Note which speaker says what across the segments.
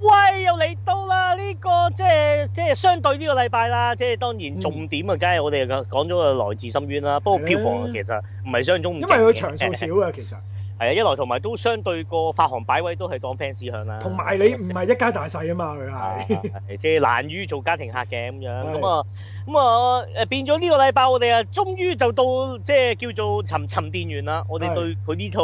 Speaker 1: 喂，又嚟到啦！呢、個即係即係相對呢個禮拜啦，即係當
Speaker 2: 嗯
Speaker 1: 然重點啊，梗係我哋講咗個來自深淵啦。不過票房其實唔係相中唔
Speaker 2: 嗯因
Speaker 1: 勁
Speaker 2: 為
Speaker 1: 嘅
Speaker 2: 佢場數少嘅其實，
Speaker 1: 係啊，一來同埋都相對個發行擺位都係當 fans 向啦，
Speaker 2: 同埋你唔係一家大細啊嘛，佢係
Speaker 1: 係即係難於做家庭客嘅咁樣，
Speaker 2: 係
Speaker 1: 咁啊咁啊誒變咗呢個禮拜我哋啊，終於就到即係叫做沉沉澱完啦。我哋
Speaker 2: 係
Speaker 1: 對佢呢套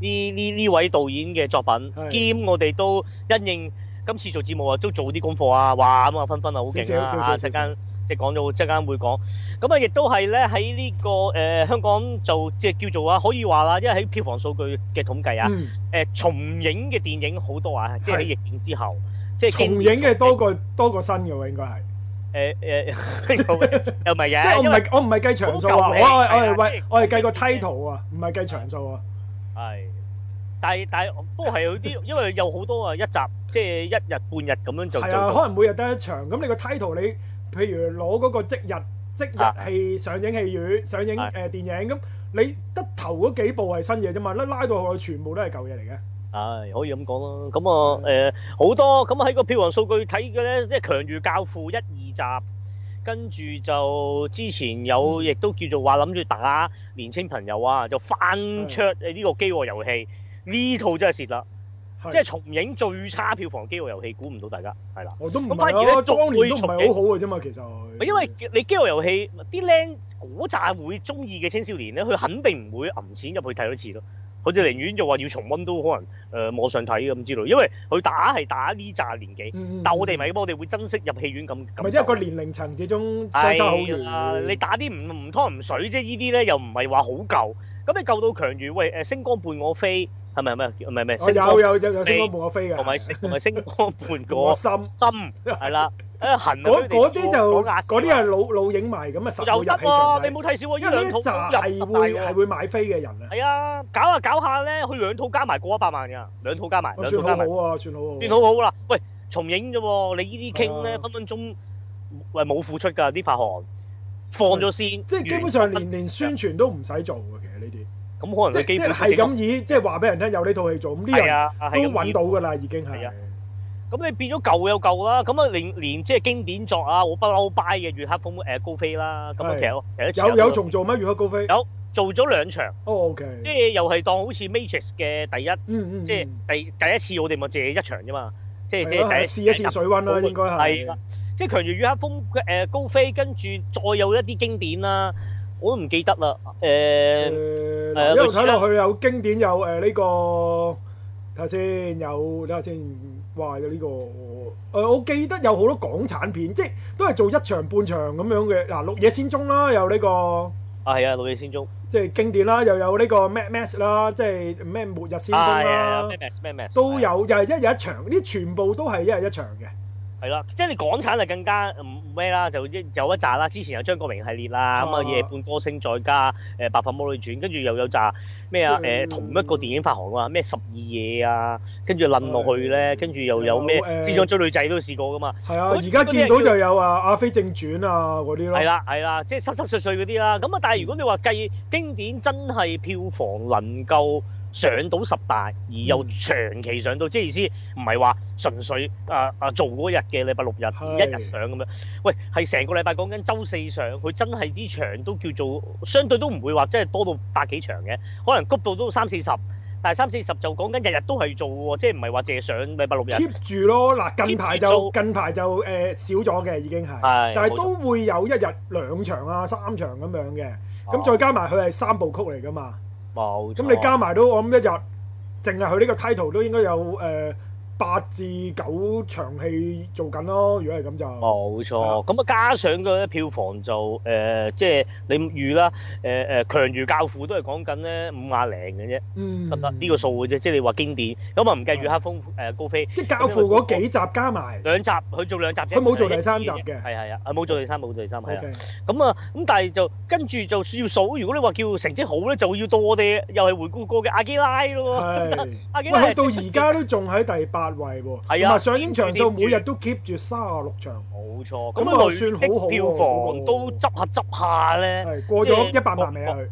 Speaker 1: 呢呢呢位導演嘅作品，
Speaker 2: 係
Speaker 1: 兼我哋都因應今次做節目啊，都做啲功課啊，哇咁啊分分啊好勁
Speaker 2: 少少少
Speaker 1: 啊，
Speaker 2: 少
Speaker 1: 啊陣間。即係講咗，即間會講，咁啊，亦都係咧喺呢個誒、呃香港就即係叫做啊，可以話啦，因為喺票房數據嘅統計啊，誒、
Speaker 2: 嗯
Speaker 1: 重影嘅電影好多啊，即係喺
Speaker 2: 係
Speaker 1: 疫症之後，即係
Speaker 2: 重
Speaker 1: 經
Speaker 2: 影嘅多過多過新嘅喎，應該係。
Speaker 1: 誒誒，呃 又又唔係
Speaker 2: 即係
Speaker 1: 嘅，
Speaker 2: 我
Speaker 1: 因
Speaker 2: 唔
Speaker 1: 為
Speaker 2: 係我唔係計場數
Speaker 1: 好
Speaker 2: 啊，
Speaker 1: 舊
Speaker 2: 我
Speaker 1: 嘅
Speaker 2: 係我
Speaker 1: 係啊
Speaker 2: 係
Speaker 1: 即
Speaker 2: 喂
Speaker 1: 係
Speaker 2: 我係計個 title 啊，唔係計場數啊。
Speaker 1: 係，但係但係不過係有啲， 因為有好多啊一集，即係一日半日咁樣就做
Speaker 2: 係啊，
Speaker 1: 到，
Speaker 2: 可能每日得一場，咁你個 title 你譬如攞嗰個即日即日
Speaker 1: 啊
Speaker 2: 係上映戲院上映
Speaker 1: 係
Speaker 2: 誒電影咁，你得頭嗰幾部係新嘢啫嘛，拉拉到去全部都係舊嘢嚟嘅。
Speaker 1: 係可以咁講咯。咁啊誒好多咁喺個票房數據睇嘅咧，即係強如教父一二集，跟住就之前
Speaker 2: 嗯
Speaker 1: 有亦都叫做話諗住打年青朋友啊，就翻
Speaker 2: 嗯
Speaker 1: 出呃呢個《飢餓遊戲》呢套真係蝕啦，
Speaker 2: 係
Speaker 1: 即係重影最差票房《飢餓遊戲》，估唔到大家係啦。
Speaker 2: 我都唔
Speaker 1: 咁反而
Speaker 2: 係
Speaker 1: 咧
Speaker 2: 啊，當年都唔
Speaker 1: 仲會
Speaker 2: 係好好嘅啫嘛，其實。
Speaker 1: 因為你機動遊戲啲僆嗰扎會中意嘅青少年咧，佢肯定唔會揞錢入去睇多次咯。佢哋寧願就話要重温都可能誒、呃、網上睇咁之類，因為佢打係打呢扎年紀，
Speaker 2: 嗯，嗯
Speaker 1: 但我哋咪，我哋會珍惜入戲院咁
Speaker 2: 唔
Speaker 1: 感
Speaker 2: 係因為個
Speaker 1: 受。
Speaker 2: 年齡層始終相差好
Speaker 1: 係
Speaker 2: 遠
Speaker 1: 啦，你打啲唔唔湯唔水啫，呢啲咧又唔係話好舊。咁你舊到強如喂誒呃星光伴我飛係咪係咪唔係唔係星
Speaker 2: 我哦有
Speaker 1: 光
Speaker 2: 有有有星光伴我飛嘅，
Speaker 1: 同埋星同埋星光伴
Speaker 2: 伴 我
Speaker 1: 個
Speaker 2: 心。
Speaker 1: 針係啦，誒痕啊
Speaker 2: 嗰嗰啲就
Speaker 1: 講亞視
Speaker 2: 嗰啲
Speaker 1: 話
Speaker 2: 係老老影迷咁啊，實
Speaker 1: 又
Speaker 2: 會入
Speaker 1: 得
Speaker 2: 戲場
Speaker 1: 喎，
Speaker 2: 睇
Speaker 1: 你冇睇少喎，
Speaker 2: 因
Speaker 1: 呢
Speaker 2: 為
Speaker 1: 兩
Speaker 2: 呢
Speaker 1: 套
Speaker 2: 一集係
Speaker 1: 都入
Speaker 2: 會
Speaker 1: 十大
Speaker 2: 係
Speaker 1: 喎。
Speaker 2: 會買飛嘅人啊，
Speaker 1: 係啊，搞下搞下咧，佢兩套加埋過一百萬㗎，兩套加埋，
Speaker 2: 我
Speaker 1: 兩
Speaker 2: 算
Speaker 1: 套加
Speaker 2: 好
Speaker 1: 埋，
Speaker 2: 好啊，算好好。
Speaker 1: 算好好啦。喂，重影啫喎，你呢啲傾
Speaker 2: 係
Speaker 1: 咧
Speaker 2: 啊
Speaker 1: 分分鐘喂冇付出㗎，啲發行放咗先，
Speaker 2: 即係基本上連連宣傳都唔使做嘅，其實呢啲
Speaker 1: 咁可
Speaker 2: 即
Speaker 1: 能佢
Speaker 2: 係
Speaker 1: 基本上
Speaker 2: 即係係咁以即係話俾人聽有呢套戲做，咁啲
Speaker 1: 係
Speaker 2: 人
Speaker 1: 啊，係
Speaker 2: 都
Speaker 1: 咁
Speaker 2: 揾到㗎啦，已經
Speaker 1: 係
Speaker 2: 係
Speaker 1: 啊。咁你變咗舊有舊啦，咁啊連連即係經典作啊，我不嬲 buy 嘅《月黑風》誒高飛啦，咁啊
Speaker 2: 係
Speaker 1: 其實其實一時
Speaker 2: 有有仲做咩？如果高飛
Speaker 1: 有做咗兩場，
Speaker 2: 哦，OK，
Speaker 1: 即係又係當好似 Matrix 嘅第一。
Speaker 2: 嗯嗯，
Speaker 1: 即係
Speaker 2: 嗯
Speaker 1: 第第一次我哋咪借一場啫嘛，即係即
Speaker 2: 係咯係
Speaker 1: 係
Speaker 2: 試
Speaker 1: 第
Speaker 2: 一
Speaker 1: 一次
Speaker 2: 試水溫啦，應該
Speaker 1: 係
Speaker 2: 係
Speaker 1: 啦。即係強如雨黑風誒高飛，跟住再有一啲經典啦，我都唔記得啦。誒
Speaker 2: 誒
Speaker 1: 係啊
Speaker 2: 嗱一路
Speaker 1: 類似
Speaker 2: 睇
Speaker 1: 啦
Speaker 2: 落去有經典有誒呢個睇下先有睇下先，哇有呢個誒我記得有好多港產片，即係都係做一場半場咁樣嘅。嗱《綠野仙蹤》啦，有呢個
Speaker 1: 啊係啊，老野仙蹤
Speaker 2: 即係經典啦，又有呢個《Mad Max》啦，即係咩《末日仙蹤》
Speaker 1: 啊係啊
Speaker 2: 啦
Speaker 1: 咩，咩咩咩
Speaker 2: 都有又係一日一場，呢啲全部都係一日一場嘅。
Speaker 1: 係啦，即係你港產就更加唔咩啦，就一有一紮啦。之前有張國榮系列啦，咁啊
Speaker 2: 啊
Speaker 1: 夜半歌聲再加誒白髮魔女傳，跟住又有紮咩啊誒
Speaker 2: 嗯
Speaker 1: 同一個電影發行啊，咩十二夜啊，跟住冧落去咧，跟住又有呃咩
Speaker 2: 有誒
Speaker 1: 《之長追女仔》都試過噶嘛。
Speaker 2: 係啊，
Speaker 1: 嗰
Speaker 2: 而家
Speaker 1: 嗰啲
Speaker 2: 見
Speaker 1: 係
Speaker 2: 到
Speaker 1: 叫
Speaker 2: 就有啊《阿飛正傳》啊嗰啲咯
Speaker 1: 係。啦，係啦，即係濕濕碎碎嗰啲啦。咁啊，但係如果你話計經典真係票房能夠上到十大，而又
Speaker 2: 嗯
Speaker 1: 長期上到，即係意思唔係話純粹啊啊做嗰日嘅禮拜六日
Speaker 2: 係
Speaker 1: 一日上咁樣。喂，係成個禮拜講緊周四上，佢真係啲場都叫做相對都唔會話真係多到百幾場嘅，可能谷到都三四十。但係三四十就講緊日日都係做喎，即係唔係話淨係上禮拜六日。
Speaker 2: keep 住咯，嗱
Speaker 1: keep À,
Speaker 2: 近排
Speaker 1: 住
Speaker 2: 就
Speaker 1: 做
Speaker 2: 近排就誒、呃少咗嘅已經係，
Speaker 1: 係
Speaker 2: 但
Speaker 1: 冇
Speaker 2: 係
Speaker 1: 錯
Speaker 2: 都會有一日兩場啊三場咁樣嘅，咁、再加埋佢係三部曲嚟噶嘛，
Speaker 1: 哦冇錯
Speaker 2: 咁你加埋都我諗一日，淨係佢呢個 title 都應該有誒、呃八至九場戲做緊咯，如果係咁就。
Speaker 1: 冇錯，咁啊加上個票房就誒、呃即係你預啦，誒、呃、誒強如教父都係講緊咧五廿零嘅啫，
Speaker 2: 嗯，
Speaker 1: 得唔得？呢、個數嘅啫，即係你話經典，咁啊唔計月黑風誒、呃高飛
Speaker 2: 即係教父嗰幾集加埋
Speaker 1: 兩集，佢做兩集啫，
Speaker 2: 佢冇做第三集嘅嗯
Speaker 1: 係係啊，啊冇做第三，冇做第三，係啊。
Speaker 2: ，OK，
Speaker 1: 咁啊，咁但係就跟住就要數，如果你話叫成績好咧，就要到我哋又係回顧過嘅阿基拉 咯喎，
Speaker 2: 係。
Speaker 1: 阿基
Speaker 2: 啊喂，
Speaker 1: 拉係
Speaker 2: 佢到而家都仲喺第八位喎，
Speaker 1: 係啊
Speaker 2: 同埋上映場數
Speaker 1: keep
Speaker 2: 每
Speaker 1: 住
Speaker 2: 日都 keep 住三十六場，
Speaker 1: 冇錯，
Speaker 2: 咁
Speaker 1: 咁
Speaker 2: 啊
Speaker 1: 啊
Speaker 2: 算
Speaker 1: 累
Speaker 2: 好好
Speaker 1: 積
Speaker 2: 喎
Speaker 1: 票
Speaker 2: 嗰個
Speaker 1: 房都執下執下咧。
Speaker 2: 係過
Speaker 1: 即係
Speaker 2: 咗一百萬未啊佢？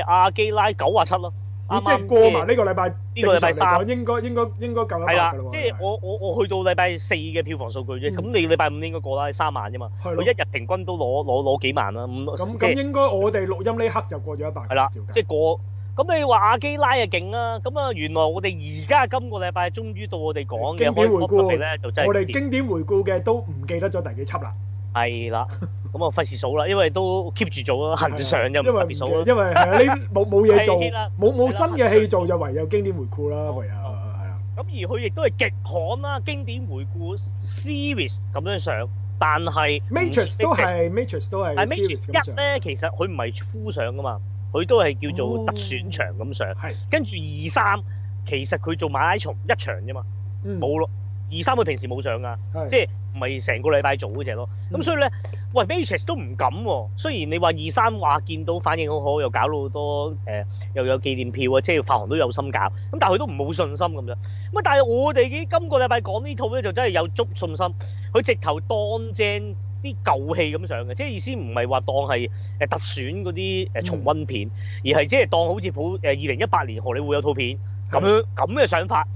Speaker 1: 誒、阿基拉九啊七咯，
Speaker 2: 咦
Speaker 1: 啱
Speaker 2: 即係
Speaker 1: 啱
Speaker 2: 過埋呢個禮拜
Speaker 1: 呢個禮拜
Speaker 2: 正常嚟講應該應該應該夠一百
Speaker 1: 係啦
Speaker 2: 㗎啦，喎
Speaker 1: 即係我我我去到禮拜四嘅票房數據啫，
Speaker 2: 嗯
Speaker 1: 咁你禮拜五應該過啦，三萬啫嘛，
Speaker 2: 係
Speaker 1: 佢
Speaker 2: 咯
Speaker 1: 一日平均都攞攞攞幾萬啦，五
Speaker 2: 咁
Speaker 1: 即係
Speaker 2: 咁應該我哋錄音呢刻就過咗一百㗎，
Speaker 1: 係啦
Speaker 2: 照計，
Speaker 1: 即係過。咁你話阿基拉啊勁啦，咁啊原來我哋而家今個禮拜終於到我哋講嘅
Speaker 2: 經
Speaker 1: 開
Speaker 2: 典回顧
Speaker 1: 波特備咧，就真
Speaker 2: 我
Speaker 1: 係
Speaker 2: 哋
Speaker 1: 經典
Speaker 2: 經典回顧嘅都唔記得咗第幾輯啦，
Speaker 1: 係啦。咁啊費事數啦，因為都 keep 住做啦，啊恒常就唔
Speaker 2: 因為
Speaker 1: 特別數啦。
Speaker 2: 啊因為係啊呢冇 冇嘢做，
Speaker 1: 係啦
Speaker 2: 冇冇
Speaker 1: 係啦
Speaker 2: 新嘅戲做就唯有經典回顧啦，唯有
Speaker 1: 好
Speaker 2: 係啦。
Speaker 1: 咁而佢亦都係極罕啦，經典回顧 series 咁樣上，但係唔
Speaker 2: Matrix 都
Speaker 1: series
Speaker 2: 係 Matrix 都係
Speaker 1: 但
Speaker 2: series
Speaker 1: Matrix
Speaker 2: 咁上
Speaker 1: 一，咧，其實佢唔係敷上噶嘛，佢都係叫做特選場咁上。
Speaker 2: 係
Speaker 1: 跟住二三，其實佢做馬拉松一場啫嘛，
Speaker 2: 嗯
Speaker 1: 冇咯。二三佢平時冇上噶，
Speaker 2: 係
Speaker 1: 即係唔係成個禮拜做嗰只咯。咁、
Speaker 2: 嗯
Speaker 1: 所以咧，喂 Matrix 都唔敢喎、雖然你話二三話見到反應好好，又搞到好多誒、呃又有紀念票啊，即係發行都有心搞。咁但係佢都唔冇信心咁樣。咁啊，但係我哋嘅今個禮拜講呢套咧，就真係有足信心。佢直頭當正啲舊戲咁上嘅，即係意思唔係話當係誒特選嗰啲誒重
Speaker 2: 嗯
Speaker 1: 温片，而係即係當好似普誒二零一八年荷里活有套片咁樣咁嘅想法。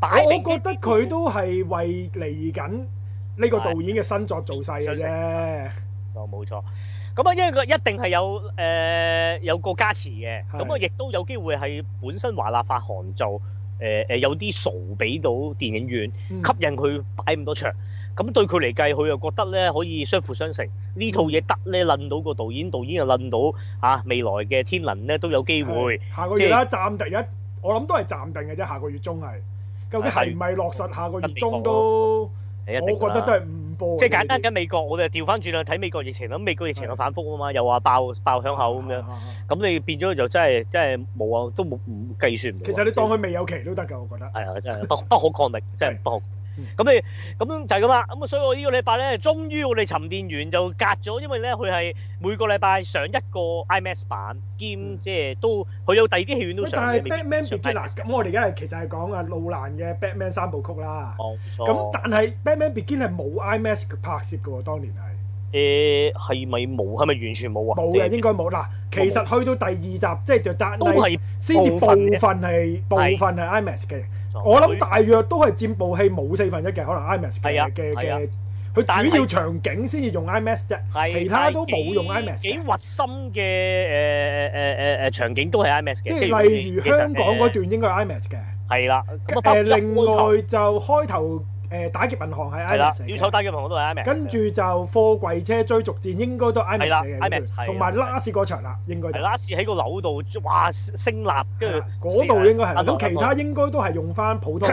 Speaker 1: 擺
Speaker 2: 我我
Speaker 1: 明
Speaker 2: 覺得佢都係為嚟緊呢個導演嘅新作做勢嘅
Speaker 1: 係
Speaker 2: 啫，
Speaker 1: 哦，冇錯。咁啊，因為佢一定係有誒、呃有個加持嘅，
Speaker 2: 係
Speaker 1: 咁啊，亦都有機會係本身華納發行就誒誒、呃有啲數俾到電影院，
Speaker 2: 嗯
Speaker 1: 吸引佢擺咁多場。咁對佢嚟計，佢又覺得咧可以相輔相成，呢套嘢得咧，論到個導演，導演又論到啊未來嘅天能咧都有機會。
Speaker 2: 係下個月啦，暫定一，我諗都係暫定嘅啫，下個月中係，究竟
Speaker 1: 啊
Speaker 2: 係唔係落實下個月中都，
Speaker 1: 係一定
Speaker 2: 我覺得
Speaker 1: 啦
Speaker 2: 都係五波嘅，
Speaker 1: 即係簡單緊美國，我哋調翻轉啦，睇美國疫情啦，咁美國疫情又反覆啊嘛，又話爆爆響口咁樣，
Speaker 2: 啊。啊啊
Speaker 1: 咁你變咗就真係真係冇啊，都冇唔計算唔到啊。
Speaker 2: 其實你當佢未有期都得㗎，我覺得。
Speaker 1: 係啊，真係不不可抗力，真係不可。咁你咁樣就係咁啦。咁啊，所以我呢個禮拜咧，終於我哋沉澱完就隔咗，因為咧佢係每個禮拜上一個 IMAX 版，兼
Speaker 2: 嗯
Speaker 1: 即係都佢有第二啲戲院都
Speaker 2: 喂，
Speaker 1: 上
Speaker 2: 但
Speaker 1: 嘅。未
Speaker 2: 係
Speaker 1: 必
Speaker 2: Batman
Speaker 1: 上
Speaker 2: Begin 嗱，
Speaker 1: IMAX
Speaker 2: 咁我哋而家係其實係講啊路蘭嘅 Batman 三部曲啦。
Speaker 1: 冇錯。
Speaker 2: 咁但係 Batman Begin 係冇 IMAX 拍攝嘅喎，當年係。
Speaker 1: 誒係咪冇？係咪完全冇啊？
Speaker 2: 冇嘅，應該冇。嗱，其實去到第二集，即係就達
Speaker 1: 都係
Speaker 2: 先至部
Speaker 1: 部
Speaker 2: 分
Speaker 1: 分嘅
Speaker 2: 係部分係 IMAX 嘅。我諗大約都係佔部戲冇四分一嘅，可能 IMAX
Speaker 1: 係啊
Speaker 2: 嘅嘅
Speaker 1: 係啊
Speaker 2: 嘅。
Speaker 1: 但
Speaker 2: 佢
Speaker 1: 係
Speaker 2: 主要場景先至用 IMAX 啫，
Speaker 1: 係
Speaker 2: 其他都冇用
Speaker 1: 但係
Speaker 2: IMAX
Speaker 1: 幾幾
Speaker 2: 嘅。
Speaker 1: 核心嘅誒誒誒誒場景都係 IMAX 嘅。
Speaker 2: 即
Speaker 1: 係
Speaker 2: 係例如
Speaker 1: 其實
Speaker 2: 香港嗰
Speaker 1: 誒
Speaker 2: 段應該係 IMAX 嘅。
Speaker 1: 係啦。咁啊，包括
Speaker 2: 誒，
Speaker 1: 一
Speaker 2: 另
Speaker 1: 開頭
Speaker 2: 外就開頭誒打劫銀行係
Speaker 1: 係啦
Speaker 2: IMAX，
Speaker 1: 要
Speaker 2: 嚟
Speaker 1: 手
Speaker 2: 嘅。
Speaker 1: 打嘅朋友都係 IMAX 嘅。
Speaker 2: 跟住就貨櫃車追逐戰應該都
Speaker 1: 係啦
Speaker 2: IMAX 嚟嘅
Speaker 1: IMAX，係
Speaker 2: 應
Speaker 1: 啊
Speaker 2: 該，同埋拉屎嗰場啦，應該就
Speaker 1: 係。啦，試喺個樓度，哇，升立，跟住
Speaker 2: 嗰度應該係啦，
Speaker 1: 啊
Speaker 2: 咁其他應該都係用翻 普通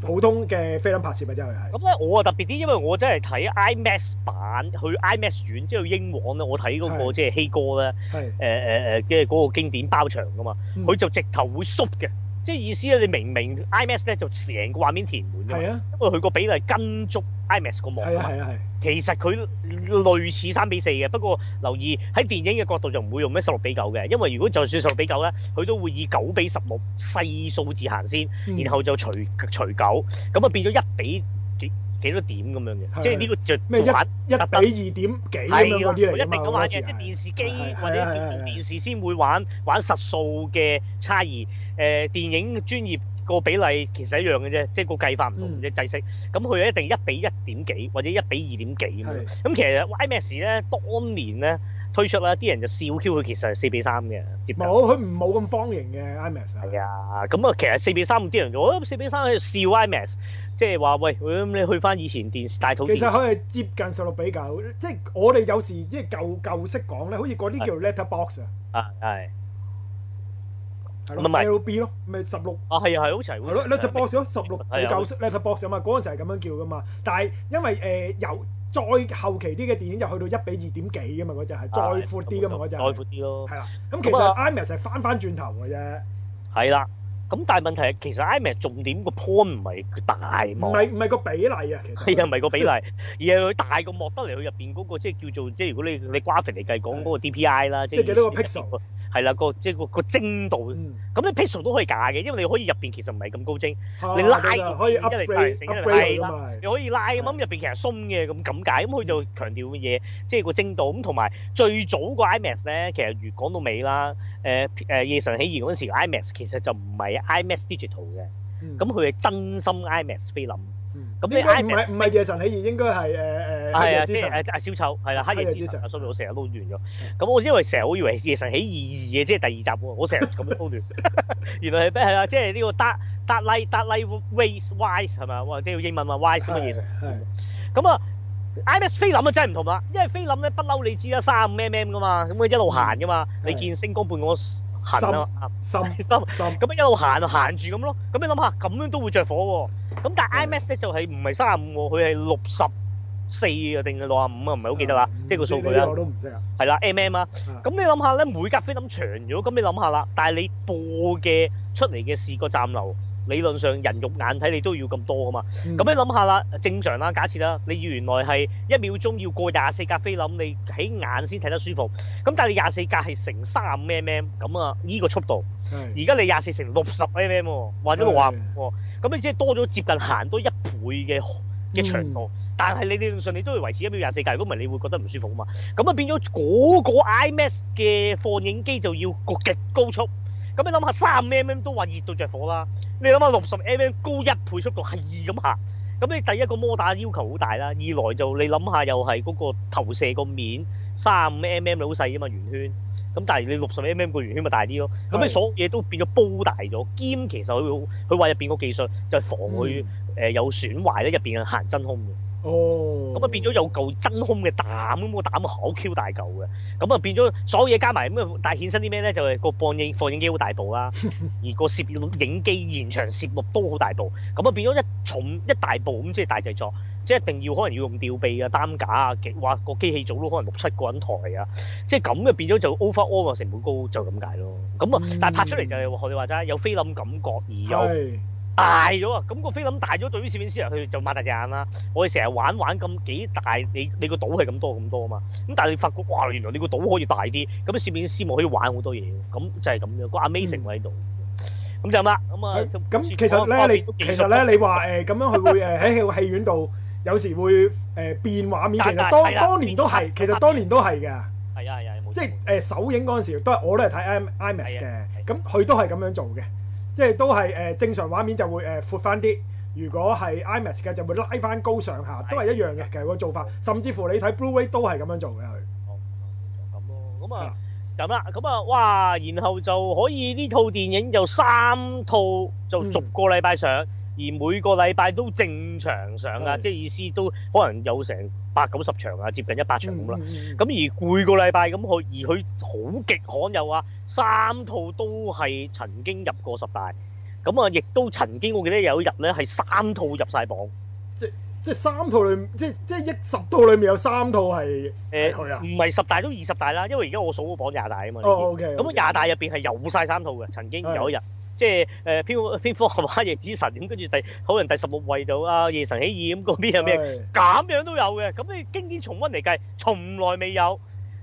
Speaker 2: 普通嘅菲林拍攝嘅啫，佢係。
Speaker 1: 咁咧，我啊特別啲，因為我真係睇 IMAX 版，去 IMAX 院即係去英皇咧，我睇嗰個
Speaker 2: 係
Speaker 1: 即係希哥咧，
Speaker 2: 係，
Speaker 1: 誒誒誒，即係嗰個經典包場噶嘛，
Speaker 2: 嗯
Speaker 1: 佢就直頭會縮嘅，即係意思咧，你明明 IMAX 咧就成個畫面填滿㗎
Speaker 2: 係
Speaker 1: 嘛，
Speaker 2: 啊，
Speaker 1: 因為佢個比例跟足 IMAX 個幕
Speaker 2: 係
Speaker 1: 啊
Speaker 2: 啊，
Speaker 1: 嘛，
Speaker 2: 係啊，係。
Speaker 1: 其實佢類似三比四嘅，不過留意喺電影嘅角度就唔會用咩十六比九嘅，因為如果就算十六比九咧，佢都會以九比十六細數字行先。
Speaker 2: 嗯
Speaker 1: 然後就除除九，咁啊變咗一比幾幾多點咁樣嘅，
Speaker 2: 係
Speaker 1: 即係呢個就
Speaker 2: 咩
Speaker 1: 玩
Speaker 2: 一比二點幾咁樣嗰
Speaker 1: 啦，
Speaker 2: 啲
Speaker 1: 啊佢
Speaker 2: 嚟㗎
Speaker 1: 一
Speaker 2: 嘛
Speaker 1: 定咁
Speaker 2: 好多
Speaker 1: 玩
Speaker 2: 時
Speaker 1: 嘅，即係
Speaker 2: 係
Speaker 1: 電視
Speaker 2: 係
Speaker 1: 機
Speaker 2: 係
Speaker 1: 或者
Speaker 2: 係
Speaker 1: 叫做
Speaker 2: 係
Speaker 1: 電視先會玩玩實數嘅差異。誒、電影專業個比例其實一樣嘅啫，即係個計法唔同
Speaker 2: 嗯
Speaker 1: 啫，制式。咁佢一定一比一點幾或者一比二點幾咁樣。
Speaker 2: 係
Speaker 1: 咁其實 IMAX 咧，當年咧推出啦，啲人就笑 Q 佢其實係四比三嘅，接近。
Speaker 2: 冇，佢唔冇咁方形嘅 IMAX 啊。
Speaker 1: 係啊，咁啊，其實四比三啲人就我四比三喺度笑 IMAX，即係話喂，咁你去翻以前電視大肚
Speaker 2: 其
Speaker 1: 電
Speaker 2: 實
Speaker 1: 視，
Speaker 2: 佢係接近十六比九，即係我哋有時即係舊舊式講咧，好似嗰啲叫 letterbox
Speaker 1: 啊
Speaker 2: 啊，
Speaker 1: 係唔
Speaker 2: 係咯
Speaker 1: 係
Speaker 2: ，LB 咯，咪十六
Speaker 1: 啊係啊係好齊
Speaker 2: 係
Speaker 1: 好
Speaker 2: 咯
Speaker 1: 齊
Speaker 2: ，letterbox 咯，十六
Speaker 1: 係
Speaker 2: 比
Speaker 1: 啊
Speaker 2: 九 letterbox 啊嘛，嗰陣時係咁樣叫噶嘛。但係因為誒由再後期啲嘅電影就去到一比二點幾噶嘛，嗰只係再闊啲噶嘛，嗰只
Speaker 1: 啊再闊啲咯，
Speaker 2: 係啦。咁其
Speaker 1: 咁
Speaker 2: 實
Speaker 1: 啊
Speaker 2: IMAX 係翻翻轉頭嘅啫，
Speaker 1: 係啦。咁但係問題係，其實 IMAX 重點個 point 唔係佢大
Speaker 2: 唔
Speaker 1: 幕，
Speaker 2: 係唔係個比例啊，其實
Speaker 1: 係啊唔係個比例，而係佢大個幕得嚟，佢入邊嗰個即係叫做即係如果你你 graphic 嚟計講嗰個 DPI 啦，
Speaker 2: 即係幾多個
Speaker 1: 意思
Speaker 2: pixel？
Speaker 1: 係啦個即係個個精度。
Speaker 2: 嗯，
Speaker 1: 咁你 pixel 都可以假嘅，因為你可以入邊其實唔係咁高精，你
Speaker 2: 啊
Speaker 1: 拉
Speaker 2: 咁就可以
Speaker 1: 一嚟
Speaker 2: upgrade
Speaker 1: 大成一嚟
Speaker 2: upgrade
Speaker 1: 係啦
Speaker 2: 㗎嘛
Speaker 1: 你可以拉咁
Speaker 2: 係
Speaker 1: 咁入邊其實鬆嘅咁咁解，咁佢就強調嘅嘢即係個精度咁，同埋最早個 IMAX 咧，其實如講到尾啦，誒誒夜神起義嗰陣時 IMAX 其實就唔係 IMAX Digital 嘅，
Speaker 2: 嗯
Speaker 1: 咁佢係真心 IMAX 菲林，
Speaker 2: 嗯
Speaker 1: 咁你
Speaker 2: 應該唔
Speaker 1: IMAX
Speaker 2: 係唔係夜神起義，應該係誒誒黑
Speaker 1: 係
Speaker 2: 夜
Speaker 1: 啊，
Speaker 2: 之
Speaker 1: 即
Speaker 2: 神
Speaker 1: 係誒誒小丑係啦，黑夜之
Speaker 2: 黑夜之
Speaker 1: 神
Speaker 2: 神
Speaker 1: 啊，所以我成日撈亂咗。咁我因為成日我以為夜神起義二嘅，即係第二集喎，我成日咁樣撈亂。 原來係咩係啦？即係呢個 Dark Dark Light Dark Light Ways Wise 係咪啊？哇！即係英文啊，Wise 咁嘅夜神。
Speaker 2: 係
Speaker 1: 咁啊，IMAX 菲林啊真係唔同啦，因為菲林咧不嬲你知啦，三五 mm 噶嘛，咁佢一路行噶嘛，
Speaker 2: 係
Speaker 1: 你見星光伴我行啊啊
Speaker 2: 係
Speaker 1: 心，
Speaker 2: 心 心
Speaker 1: 咁啊一路行就行住咁咯，咁你諗下咁樣都會着火喎，咁但係
Speaker 2: 嗯
Speaker 1: IMAX 咧就係唔係三十五喎，佢係六十四啊定係六啊五啊，唔係好記得啦，即係個數據
Speaker 2: 呢
Speaker 1: 啦
Speaker 2: 個，我都唔識啊。
Speaker 1: 係啦 mm 啊，
Speaker 2: 啊
Speaker 1: 咁你諗下咧每格菲林長咗，咁你諗下啦，但係你播嘅出嚟嘅視覺暫留，理論上人肉眼睇你都要咁多噶嘛。
Speaker 2: 嗯
Speaker 1: 咁你諗下啦，正常啦，假設啦，你原來係一秒鐘要過廿四格菲林，你喺眼先睇得舒服。咁但係你廿四格係乘三五 mm，咁啊呢個速度，
Speaker 2: 係
Speaker 1: 而家你廿四乘六十 mm 喎，或者六啊五喎，咁你即係多咗接近行多一倍嘅嘅長度。但係你理論上你都要維持一秒廿四格，如果唔係你會覺得唔舒服啊嘛。咁啊變咗嗰個 IMAX 嘅放映機就要個極高速。咁你諗下三 mm 都話熱到着火啦，你諗下六十 mm 高一倍速度係咁行。咁你第一個摩打要求好大啦，二來就你諗下又係嗰個投射個面三五 mm 你好細啊嘛圓圈，咁但係你六十 mm 個圓圈咪大啲咯，咁你
Speaker 2: 係
Speaker 1: 所有嘢都變咗煲大咗，兼其實佢佢話入邊個技術就係防佢誒、呃有損壞咧，入邊係行真空嘅。
Speaker 2: 哦，
Speaker 1: 咁啊變咗有嚿真空嘅膽，咁個膽啊好 Q 大嚿嘅，咁啊變咗所有嘢加埋咁啊，但係衍生啲咩咧？就係、個放映放映機好大部啦，而個攝影機現場攝錄都好大部，咁啊變咗一重一大部咁即係大製作，即係一定要可能要用吊臂啊、擔架啊，幾哇個機器組都可能六七個人抬啊，即係咁啊變咗就 overall 啊成本高就咁解咯。咁啊，但係拍出嚟就係學你話齋有菲林感覺而有。
Speaker 2: 係
Speaker 1: 大咗啊！咁個菲林大咗，對於攝影師嚟佢就擘大隻眼啦。我哋成日玩玩咁幾大，你你個島係咁多咁多啊嘛。咁但係你發覺哇，原來你個島可以大啲，咁攝影師咪可以玩好多嘢。咁就係咁樣，個 amazing 位喺度。咁就咁啦。咁啊，
Speaker 2: 咁其實咧，你其實咧，你話誒咁樣佢會誒喺戲戲院度有時會誒變畫面，其實當當年都係，其實當年都係嘅，
Speaker 1: 係啊係啊，冇錯
Speaker 2: 即係誒首映嗰陣時都係我都係睇
Speaker 1: 啊
Speaker 2: IMAX 嘅，咁佢都係咁樣做嘅，即係都係誒正常畫面就會誒闊翻啲。如果係 IMAX 嘅就會拉翻高上下，都係一樣嘅，其實個做法，甚至乎你睇 Blu-ray 都係咁樣做嘅佢。
Speaker 1: 咁咯。咁啊
Speaker 2: 嗯
Speaker 1: 就咁啦。咁啊哇，然後就可以呢套電影就三套就逐個禮拜上，
Speaker 2: 嗯
Speaker 1: 而每個禮拜都正常上啊，
Speaker 2: 係
Speaker 1: 即係意思都可能有成八九十場啊，接近一百場咁啦。
Speaker 2: 咁
Speaker 1: 咁而每個禮拜咁佢，而佢好極罕有啊，三套都係曾經入過十大，咁啊，亦都曾經我記得有一日咧係三套入晒榜，
Speaker 2: 即係三套裏，即即係一十套裏面有三套係
Speaker 1: 誒
Speaker 2: 係啊
Speaker 1: 唔係十大都二十大啦，因為而家我數個榜廿大啊嘛，
Speaker 2: 哦 OK，
Speaker 1: 咁啊廿大入邊係有晒三套嘅，曾經有一日。即係誒蝙蝙蝠俠啊、夜之神咁，跟住第可能第十六位就啊夜神起義咁，嗰邊有咩
Speaker 2: 咩？
Speaker 1: 咁樣都有嘅。咁你經典重温嚟計，從來未有。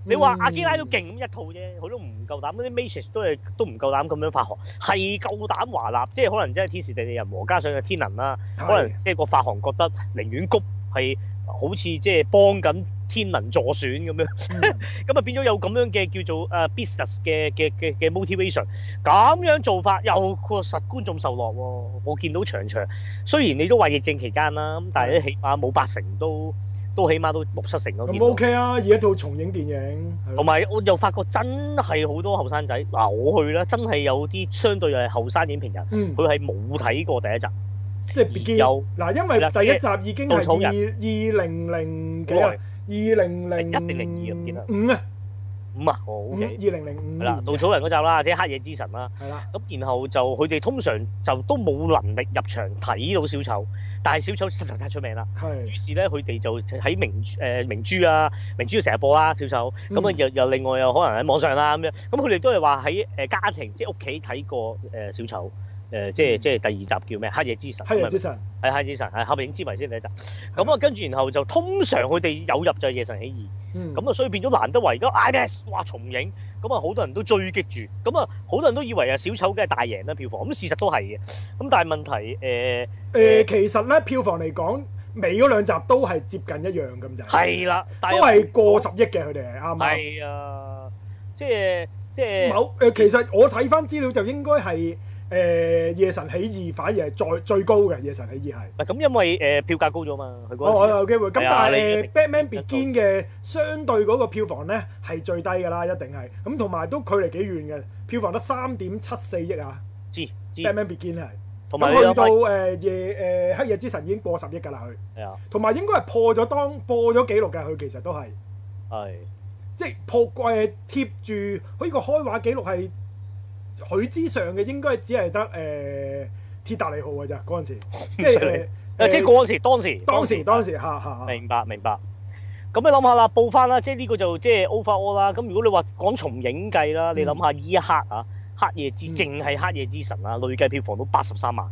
Speaker 1: 你
Speaker 2: 嗯
Speaker 1: 話阿基拉都勁咁一套啫，佢都唔夠膽，嗰啲 Matrix 都係都唔夠膽咁樣發行，係夠膽華納，即係可能真係天時地利人和，加上有天能啦，
Speaker 2: 嗯，
Speaker 1: 可能即係個發行覺得寧願谷係好似即係幫緊天能助選咁樣，
Speaker 2: 係
Speaker 1: 咁啊變咗有咁樣嘅叫做誒 business 嘅嘅嘅嘅 motivation，咁樣做法又個實觀眾受落喎，我見到場場，雖然你都話疫症期間啦，咁但係咧起碼冇八成都都起碼都六七成咯。見
Speaker 2: 咁
Speaker 1: 到
Speaker 2: OK 啊！而一套重影電影，係咯
Speaker 1: 同埋我又發覺真係好多後生仔，嗱我去啦，真係有啲相對又係後生影評人，
Speaker 2: 嗯，
Speaker 1: 佢係冇睇過第一集，
Speaker 2: 即係別見
Speaker 1: 有
Speaker 2: 嗱，因為第一集已經
Speaker 1: 稻草人
Speaker 2: 係二二零零幾
Speaker 1: 好
Speaker 2: 啊
Speaker 1: 耐，
Speaker 2: 二零零
Speaker 1: 一定零二啊唔記得
Speaker 2: 五啊，
Speaker 1: 五啊，我
Speaker 2: 五
Speaker 1: O
Speaker 2: 二
Speaker 1: K，
Speaker 2: 零零五
Speaker 1: 係啦，稻草人嗰集啦，即係黑夜之神啦，
Speaker 2: 係啦，
Speaker 1: 咁然後就佢哋通常就都冇能力入場睇到小丑，但係小丑實在太出名啦，
Speaker 2: 係
Speaker 1: 於是咧佢哋就喺明誒、呃明珠啊，明珠成日播啦小丑，咁啊
Speaker 2: 嗯
Speaker 1: 又又另外又可能喺網上啦咁樣，咁佢哋都係話喺誒家庭即係屋企睇過誒小丑。誒、即係
Speaker 2: 嗯
Speaker 1: 即係第二集叫咩？黑夜之神，
Speaker 2: 黑人之神，
Speaker 1: 係黑之神，係合影之迷先第一集。咁啊，跟住然後就通常佢哋有入就係夜神起義，
Speaker 2: 嗯
Speaker 1: 咁啊，所以變咗難得為咗 IMAX，哇重影，咁咁啊好多人都追擊住，咁啊好多人都以為啊小丑梗係大贏啦票房，咁事實都係嘅。咁但係問題誒
Speaker 2: 誒，其實咧票房嚟講，尾嗰兩集都係接近一樣咁就
Speaker 1: 係啦，但
Speaker 2: 都係過十億嘅，佢哋係啱唔啱？
Speaker 1: 係啊，即係即係
Speaker 2: 某誒，其實我睇翻資料就應該係誒夜神起義反而係再最高嘅夜神起義係。
Speaker 1: 唔係咁，因為誒票價高咗嘛，佢
Speaker 2: 我
Speaker 1: 嗰
Speaker 2: 我
Speaker 1: 陣時
Speaker 2: 哦有機會，咁
Speaker 1: 係啊
Speaker 2: 但
Speaker 1: 你
Speaker 2: 係誒 Batman Begin 嘅相對嗰個票房咧係最低㗎啦，一定係咁，同埋都距離幾遠嘅，票房得三點七四億啊
Speaker 1: 知知，
Speaker 2: ，Batman Begin 係
Speaker 1: 嗯同埋
Speaker 2: 咁
Speaker 1: 你
Speaker 2: 去
Speaker 1: 諗
Speaker 2: 到
Speaker 1: 下
Speaker 2: 誒夜呃誒黑夜之神已經過十億㗎啦，佢
Speaker 1: 係啊，
Speaker 2: 同埋應該係破咗當破咗紀錄㗎，佢其實都係
Speaker 1: 係
Speaker 2: 即係破誒貼住佢呢個開畫紀錄係佢之上嘅，應該只係得誒鐵達尼號㗎咋嗰 陣時，即係誒
Speaker 1: 誒即係嗰陣時當時
Speaker 2: 當時當時嚇嚇嚇
Speaker 1: 明白明白。咁你諗下啦，報翻啦，即係呢個就即係 over all 啦。咁如果你話講重影計啦，你諗下呢一刻啊，黑夜之
Speaker 2: 嗯
Speaker 1: 淨係黑夜之神啊，累計票房都八十三萬，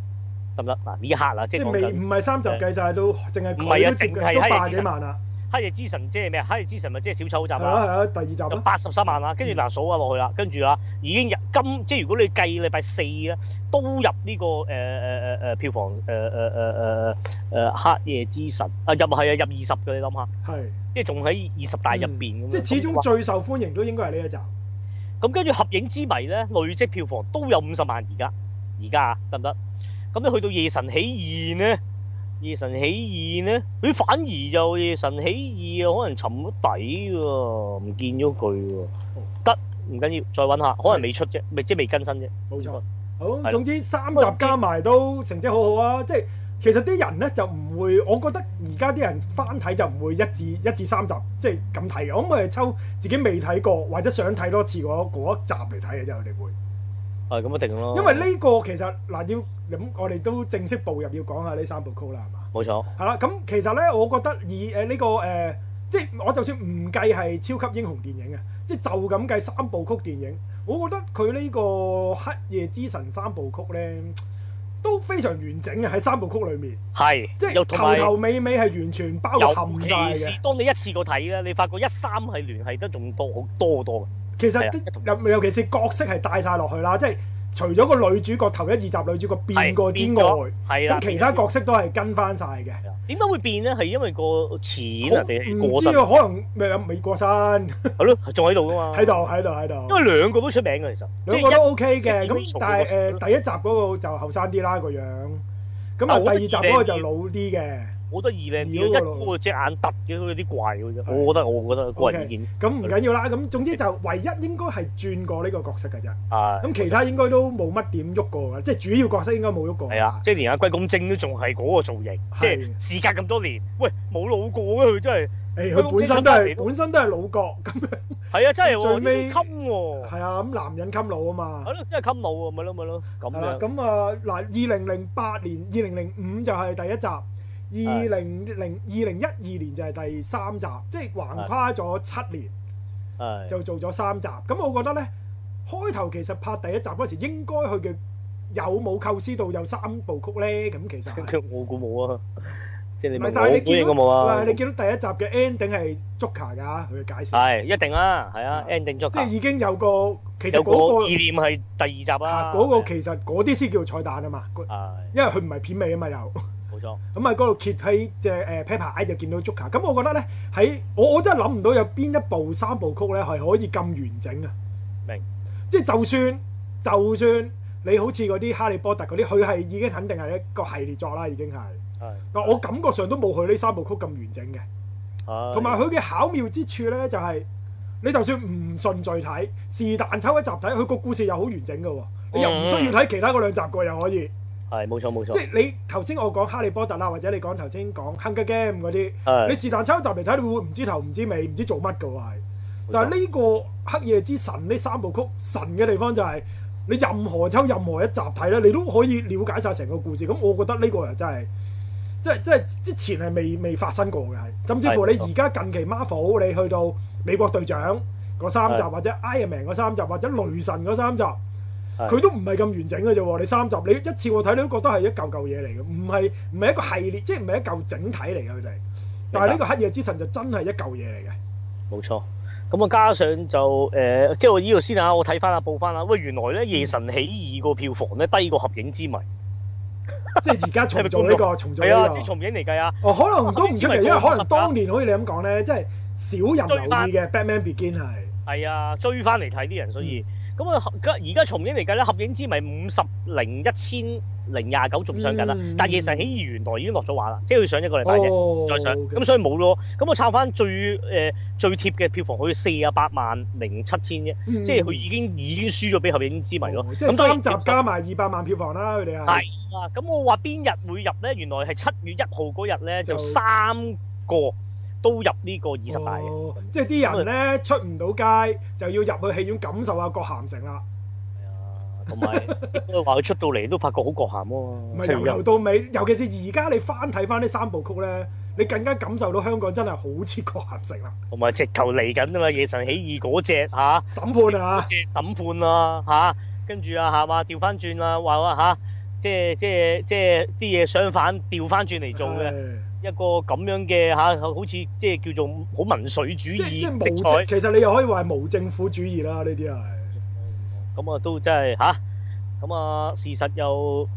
Speaker 1: 得唔得？嗱呢一刻啊，即
Speaker 2: 即
Speaker 1: 係
Speaker 2: 係
Speaker 1: 講
Speaker 2: 未
Speaker 1: 緊
Speaker 2: 唔係三集計晒都，淨係
Speaker 1: 唔係
Speaker 2: 佢
Speaker 1: 啊
Speaker 2: 都
Speaker 1: 淨
Speaker 2: 接近都
Speaker 1: 係係
Speaker 2: 百幾萬啦，
Speaker 1: 黑夜之神即係咩啊？黑啊夜之神咪即係小丑嗰
Speaker 2: 係
Speaker 1: 集
Speaker 2: 啦
Speaker 1: 啦
Speaker 2: 係。啊嗯啦，第二集
Speaker 1: 有
Speaker 2: 啦，
Speaker 1: 八十三萬啦，跟住嗱數下落去啦，跟住啦已經入今即係如果你計禮拜四咧，都入呢、個呃誒誒誒誒票房呃誒誒誒誒誒呃黑夜之神啊入係啊入二十嘅，你諗下，
Speaker 2: 係
Speaker 1: 即係仲喺二十大入邊咁樣。
Speaker 2: 嗯
Speaker 1: 啊
Speaker 2: 即係始終最受歡迎都應該係呢一集，
Speaker 1: 咁跟住合影之謎咧，累積票房都有五十萬而家，而家啊得唔得？咁你去到夜神起義呢？夜神起義呢？佢反而又夜神起義啊，可能沉咗底喎，唔見咗佢喎，得唔緊要，再揾下，可能未出啫，未即係未更新啫。
Speaker 2: 冇錯。
Speaker 1: 係啦
Speaker 2: 好，總之三集加埋都成績好好啊！即係其實啲人咧就唔會，我覺得而家啲人翻睇就唔會一至一至三集即係咁睇嘅，我諗佢係抽自己未睇過或者想睇多次嗰嗰一集嚟睇嘅啫，佢哋會。
Speaker 1: 係咁一定咯。
Speaker 2: 因為呢個其實嗱要咁，我哋都正式步入要講下呢三部曲啦，係嘛？
Speaker 1: 冇錯，
Speaker 2: 係啦，咁其實咧，我覺得以誒呢、個誒、呃即係我就算唔計係超級英雄電影啊，即係就咁計三部曲電影，我覺得佢呢個《黑夜之神》三部曲咧都非常完整嘅喺三部曲裏面，
Speaker 1: 係
Speaker 2: 即係
Speaker 1: 又同埋
Speaker 2: 頭頭尾尾係完全包括
Speaker 1: 尤
Speaker 2: 冚晒
Speaker 1: 其
Speaker 2: 嘅
Speaker 1: 是。當你一次過睇咧，你發覺一三係聯繫得仲多好多好多嘅。
Speaker 2: 其實
Speaker 1: 係啊一
Speaker 2: 啲尤尤其是角色係帶晒落去啦，即係除咗個女主角頭一二集女主角變過之
Speaker 1: 變
Speaker 2: 外
Speaker 1: 咗，係啦
Speaker 2: 咁，其他角色都係跟翻晒嘅。
Speaker 1: 啊點解會變咧？係因為個錢啊，定係
Speaker 2: 唔
Speaker 1: 過
Speaker 2: 知
Speaker 1: 身
Speaker 2: 啊，可能未未過身，喺
Speaker 1: 係咯，仲喺度噶嘛。
Speaker 2: 度喺度喺度
Speaker 1: 因。為兩個都出名嘅，其實即係
Speaker 2: 兩個
Speaker 1: 一
Speaker 2: 都 OK
Speaker 1: 飾
Speaker 2: 嘅，
Speaker 1: 演嗰
Speaker 2: 咁
Speaker 1: 個
Speaker 2: 但係
Speaker 1: 曹國
Speaker 2: 誒第一集嗰個就後生啲啦個樣，咁
Speaker 1: 但
Speaker 2: 啊第
Speaker 1: 我
Speaker 2: 二
Speaker 1: 覺得
Speaker 2: 集
Speaker 1: 二靚
Speaker 2: 嗰個就
Speaker 1: 啲
Speaker 2: 老啲嘅，
Speaker 1: 好得意靚啲，
Speaker 2: 二嗰個
Speaker 1: 一個隻眼突嘅，佢有啲怪嘅啫。
Speaker 2: 係
Speaker 1: 我覺得我覺得個人意見
Speaker 2: 咁唔緊要啦，咁總之就唯一應該係轉過呢個角色嘅啫，
Speaker 1: 啊，
Speaker 2: 咁其他應該都冇乜點喐過嘅，即係主要角色應該冇喐過。
Speaker 1: 係啊，，即係連阿龜公精都仲係嗰個造型，即係事隔咁多年，喂冇老過嘅佢真係
Speaker 2: 誒
Speaker 1: 佢
Speaker 2: 佢本身都
Speaker 1: 即係
Speaker 2: 係本身都係老角，咁
Speaker 1: 係啊，真係
Speaker 2: 最
Speaker 1: 喎，
Speaker 2: 尾
Speaker 1: 呢啲襟喎，
Speaker 2: 係啊，咁男人襟老啊嘛
Speaker 1: 係，咯，真係襟老喎，咪咯咪咯咁
Speaker 2: 係啦，
Speaker 1: 樣
Speaker 2: 咁啊嗱，二零零八年、二零零五就係第一集。二零零二零一二年就係第三集，即係橫跨咗七年。
Speaker 1: 係
Speaker 2: 就做咗三集。咁我覺得呢，開頭其實拍第一集嗰時應該佢嘅有冇構思到有三部曲呢？咁其實係
Speaker 1: 我估冇啊，即係你
Speaker 2: 唔
Speaker 1: 問
Speaker 2: 係但係
Speaker 1: 我
Speaker 2: 你
Speaker 1: 估應
Speaker 2: 見
Speaker 1: 該
Speaker 2: 到
Speaker 1: 冇
Speaker 2: 嗱，
Speaker 1: 啊
Speaker 2: 但係，你見到第一集嘅 ending 係 Joker 㗎，佢嘅解釋，
Speaker 1: 係一定啊，係啊，ending 咗
Speaker 2: 即係
Speaker 1: 㗎，
Speaker 2: 已經有個其實
Speaker 1: 有
Speaker 2: 嗰、
Speaker 1: 個意念係第二集
Speaker 2: 個
Speaker 1: 啊，
Speaker 2: 啊嗰、個其實嗰啲先叫彩蛋啊嘛，嗰
Speaker 1: 係
Speaker 2: 因為佢唔係片尾啊嘛又。
Speaker 1: 冇錯，
Speaker 2: 咁啊嗰度揭起隻誒 pair 牌就見到 Joker，咁我覺得呢，喺我我真係諗唔到有邊一部三部曲呢係可以咁完整啊！
Speaker 1: 明，
Speaker 2: 即係就算就算你好似嗰啲哈利波特嗰啲，佢係已經肯定係一個系列作啦，已經係。
Speaker 1: 係
Speaker 2: 但我感覺上都冇佢呢三部曲咁完整嘅，
Speaker 1: 係
Speaker 2: 同埋佢嘅巧妙之處呢，就係、你就算唔順序睇，是但抽一集睇，佢個故事又好完整嘅喎，你又唔需要睇其他嗰兩集個又可以。
Speaker 1: 係冇錯冇錯
Speaker 2: 即，係你頭先我講《哈利波特》啦，或者你講頭先講《Hunger Game》嗰啲，
Speaker 1: 係
Speaker 2: 你是但抽集嚟睇，你會唔知頭唔知尾，唔知做乜嘅喎係。但係呢個《黑夜之神》呢三部曲神嘅地方就係、你任何抽任何一集睇咧，你都可以了解晒成個故事。咁我覺得呢個又真係，即係即係之前係未未發生過嘅係，甚至乎你
Speaker 1: 係
Speaker 2: 而家近期 Marvel 你去到美國隊長嗰三集，
Speaker 1: 係
Speaker 2: 或者 Iron Man 嗰三集，或者雷神嗰三集。
Speaker 1: 係
Speaker 2: 佢都唔係咁完整嘅啫喎，你三集你一次過睇你都覺得係一嚿嚿嘢嚟嘅，唔係唔係一個系列，即係唔係一嚿整體嚟嘅佢哋。但係呢個黑夜之神就真係一嚿嘢嚟嘅。
Speaker 1: 冇錯。咁啊加上就誒、呃即係我呢度先啊，我睇翻啊，報翻啦。喂，原來咧《夜神起義》個票房咧低過《合影之謎》，
Speaker 2: 即係而家重做呢個，重做
Speaker 1: 係
Speaker 2: 呢
Speaker 1: 啊，即係
Speaker 2: 個。
Speaker 1: 重影嚟計啊，
Speaker 2: 哦，可能都唔出奇，因為可能當年好似你咁講咧，即係少
Speaker 1: 追
Speaker 2: 人留
Speaker 1: 翻
Speaker 2: 意嘅 Batman Begin 係。
Speaker 1: 係啊，追翻嚟睇啲人，所以
Speaker 2: 嗯
Speaker 1: 咁啊，而家而家重影嚟計咧，《合影之謎》五十零一千零廿九仲上緊啦，
Speaker 2: 嗯
Speaker 1: 但係《夜神起義》原來已經落咗畫啦，即係佢上一個禮拜啫。
Speaker 2: 哦，
Speaker 1: 再上，咁
Speaker 2: 咁
Speaker 1: 所以冇咯。咁我抄翻最誒、呃最貼嘅票房，佢四啊八萬零七千啫，即係佢已經已經輸咗俾《合影之謎》咯。
Speaker 2: 嗯哦即係
Speaker 1: 咁當然
Speaker 2: 三集加埋二百萬票房啦，佢哋
Speaker 1: 係
Speaker 2: 係。
Speaker 1: 啦，咁我話邊日會入咧？原來係七月一號嗰日咧，就
Speaker 2: 就
Speaker 1: 三個都入呢個二十啊大嘅。
Speaker 2: 哦即係啲人咧出唔到街，就要入去戲院感受下郭咸城啦。
Speaker 1: 係啊同 埋我話佢出到嚟都發覺好國鹹
Speaker 2: 唔
Speaker 1: 喎。
Speaker 2: 係由頭到尾，尤其是而家你翻睇翻呢三部曲咧，你更加感受到香港真係好似郭咸城啦。
Speaker 1: 同埋直頭嚟緊啊嘛，《夜神起義》嗰只嚇。啊
Speaker 2: 審判啊，
Speaker 1: 即係審判啦、吓，跟住啊係嘛調翻轉啦，話話吓，即係即係即係啲嘢相反調翻轉嚟做嘅
Speaker 2: 係
Speaker 1: 一個咁樣嘅吓，好似即係叫做好民粹主
Speaker 2: 即係即係
Speaker 1: 義
Speaker 2: 無
Speaker 1: 色彩，
Speaker 2: 政，其實你又可以話係無政府主義啦。呢啲係
Speaker 1: 咁啊都真係吓，咁啊事實又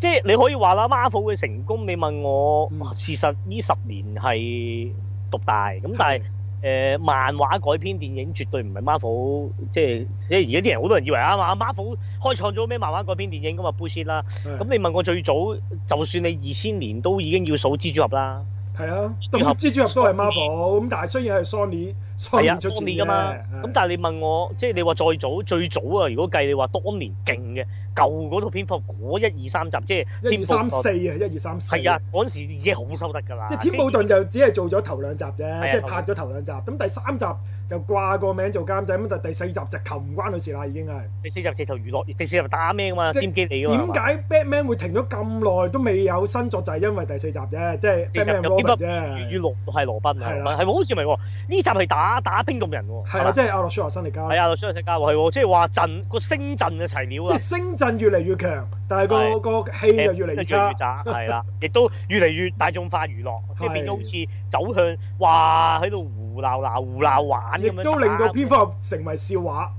Speaker 1: 即係你可以話啦，Marvel 嘅成功，你問我、
Speaker 2: 嗯
Speaker 1: 事實呢十年係獨大，咁但係。誒、呃漫畫改編電影絕對唔係 Marvel，即係即係而家啲人好多人以為啊嘛，Marvel 開創咗咩漫畫改編電影咁啊 bullshit 啦。
Speaker 2: 係
Speaker 1: 咁你問我最早，就算你二千年都已經要數蜘蛛俠啦，
Speaker 2: 係啊，
Speaker 1: 合
Speaker 2: 咁蜘蛛俠都係 Marvel 咁，但係雖然係 Sony
Speaker 1: 係啊
Speaker 2: Sony 出錢
Speaker 1: ，Sony
Speaker 2: 嘅
Speaker 1: 噶嘛。咁但係你問我，即係你話再早最早啊，如果計你話當年勁嘅舊嗰套蝙蝠嗰一二三集，即係
Speaker 2: 一二三四
Speaker 1: 天
Speaker 2: 啊，一二三四
Speaker 1: 係啊，，嗰陣時已經好收得㗎啦。
Speaker 2: 即係天布頓就只係做咗頭兩集
Speaker 1: 啊
Speaker 2: 啫，即係拍咗頭兩集。咁第三集就掛個名做監製，咁但係第四集就求唔關佢事啦，已經係。
Speaker 1: 第四集直頭娛樂，第四集打咩㗎嘛？
Speaker 2: 即係
Speaker 1: 尖機你㗎啊嘛
Speaker 2: 點？解 Batman 會停咗咁耐都未有新作，就係因為第四集啫，即係
Speaker 1: 四集
Speaker 2: Batman
Speaker 1: 有蝙
Speaker 2: Robin
Speaker 1: 蝠與與
Speaker 2: 啫，
Speaker 1: 羅係羅賓
Speaker 2: 係
Speaker 1: 係
Speaker 2: 啦
Speaker 1: 係喎好似咪喎？呢集係打打冰凍人喎。
Speaker 2: 係啊
Speaker 1: 嘛
Speaker 2: 啦，即係阿諾舒華辛力加啦。
Speaker 1: 係啊，雙世界喎係喎，即係話陣個星陣嘅齊料
Speaker 2: 即
Speaker 1: 啊
Speaker 2: 係。星陣越嚟越強，但係
Speaker 1: 係
Speaker 2: 個個戲就越嚟
Speaker 1: 越
Speaker 2: 越
Speaker 1: 嚟
Speaker 2: 差
Speaker 1: 越。渣，係 啦，亦都越嚟越大眾化娛樂，即係
Speaker 2: 係
Speaker 1: 變咗好似走向哇喺度胡鬧鬧胡鬧玩咁
Speaker 2: 亦
Speaker 1: 樣打，
Speaker 2: 都令到蝙蝠俠成為笑話，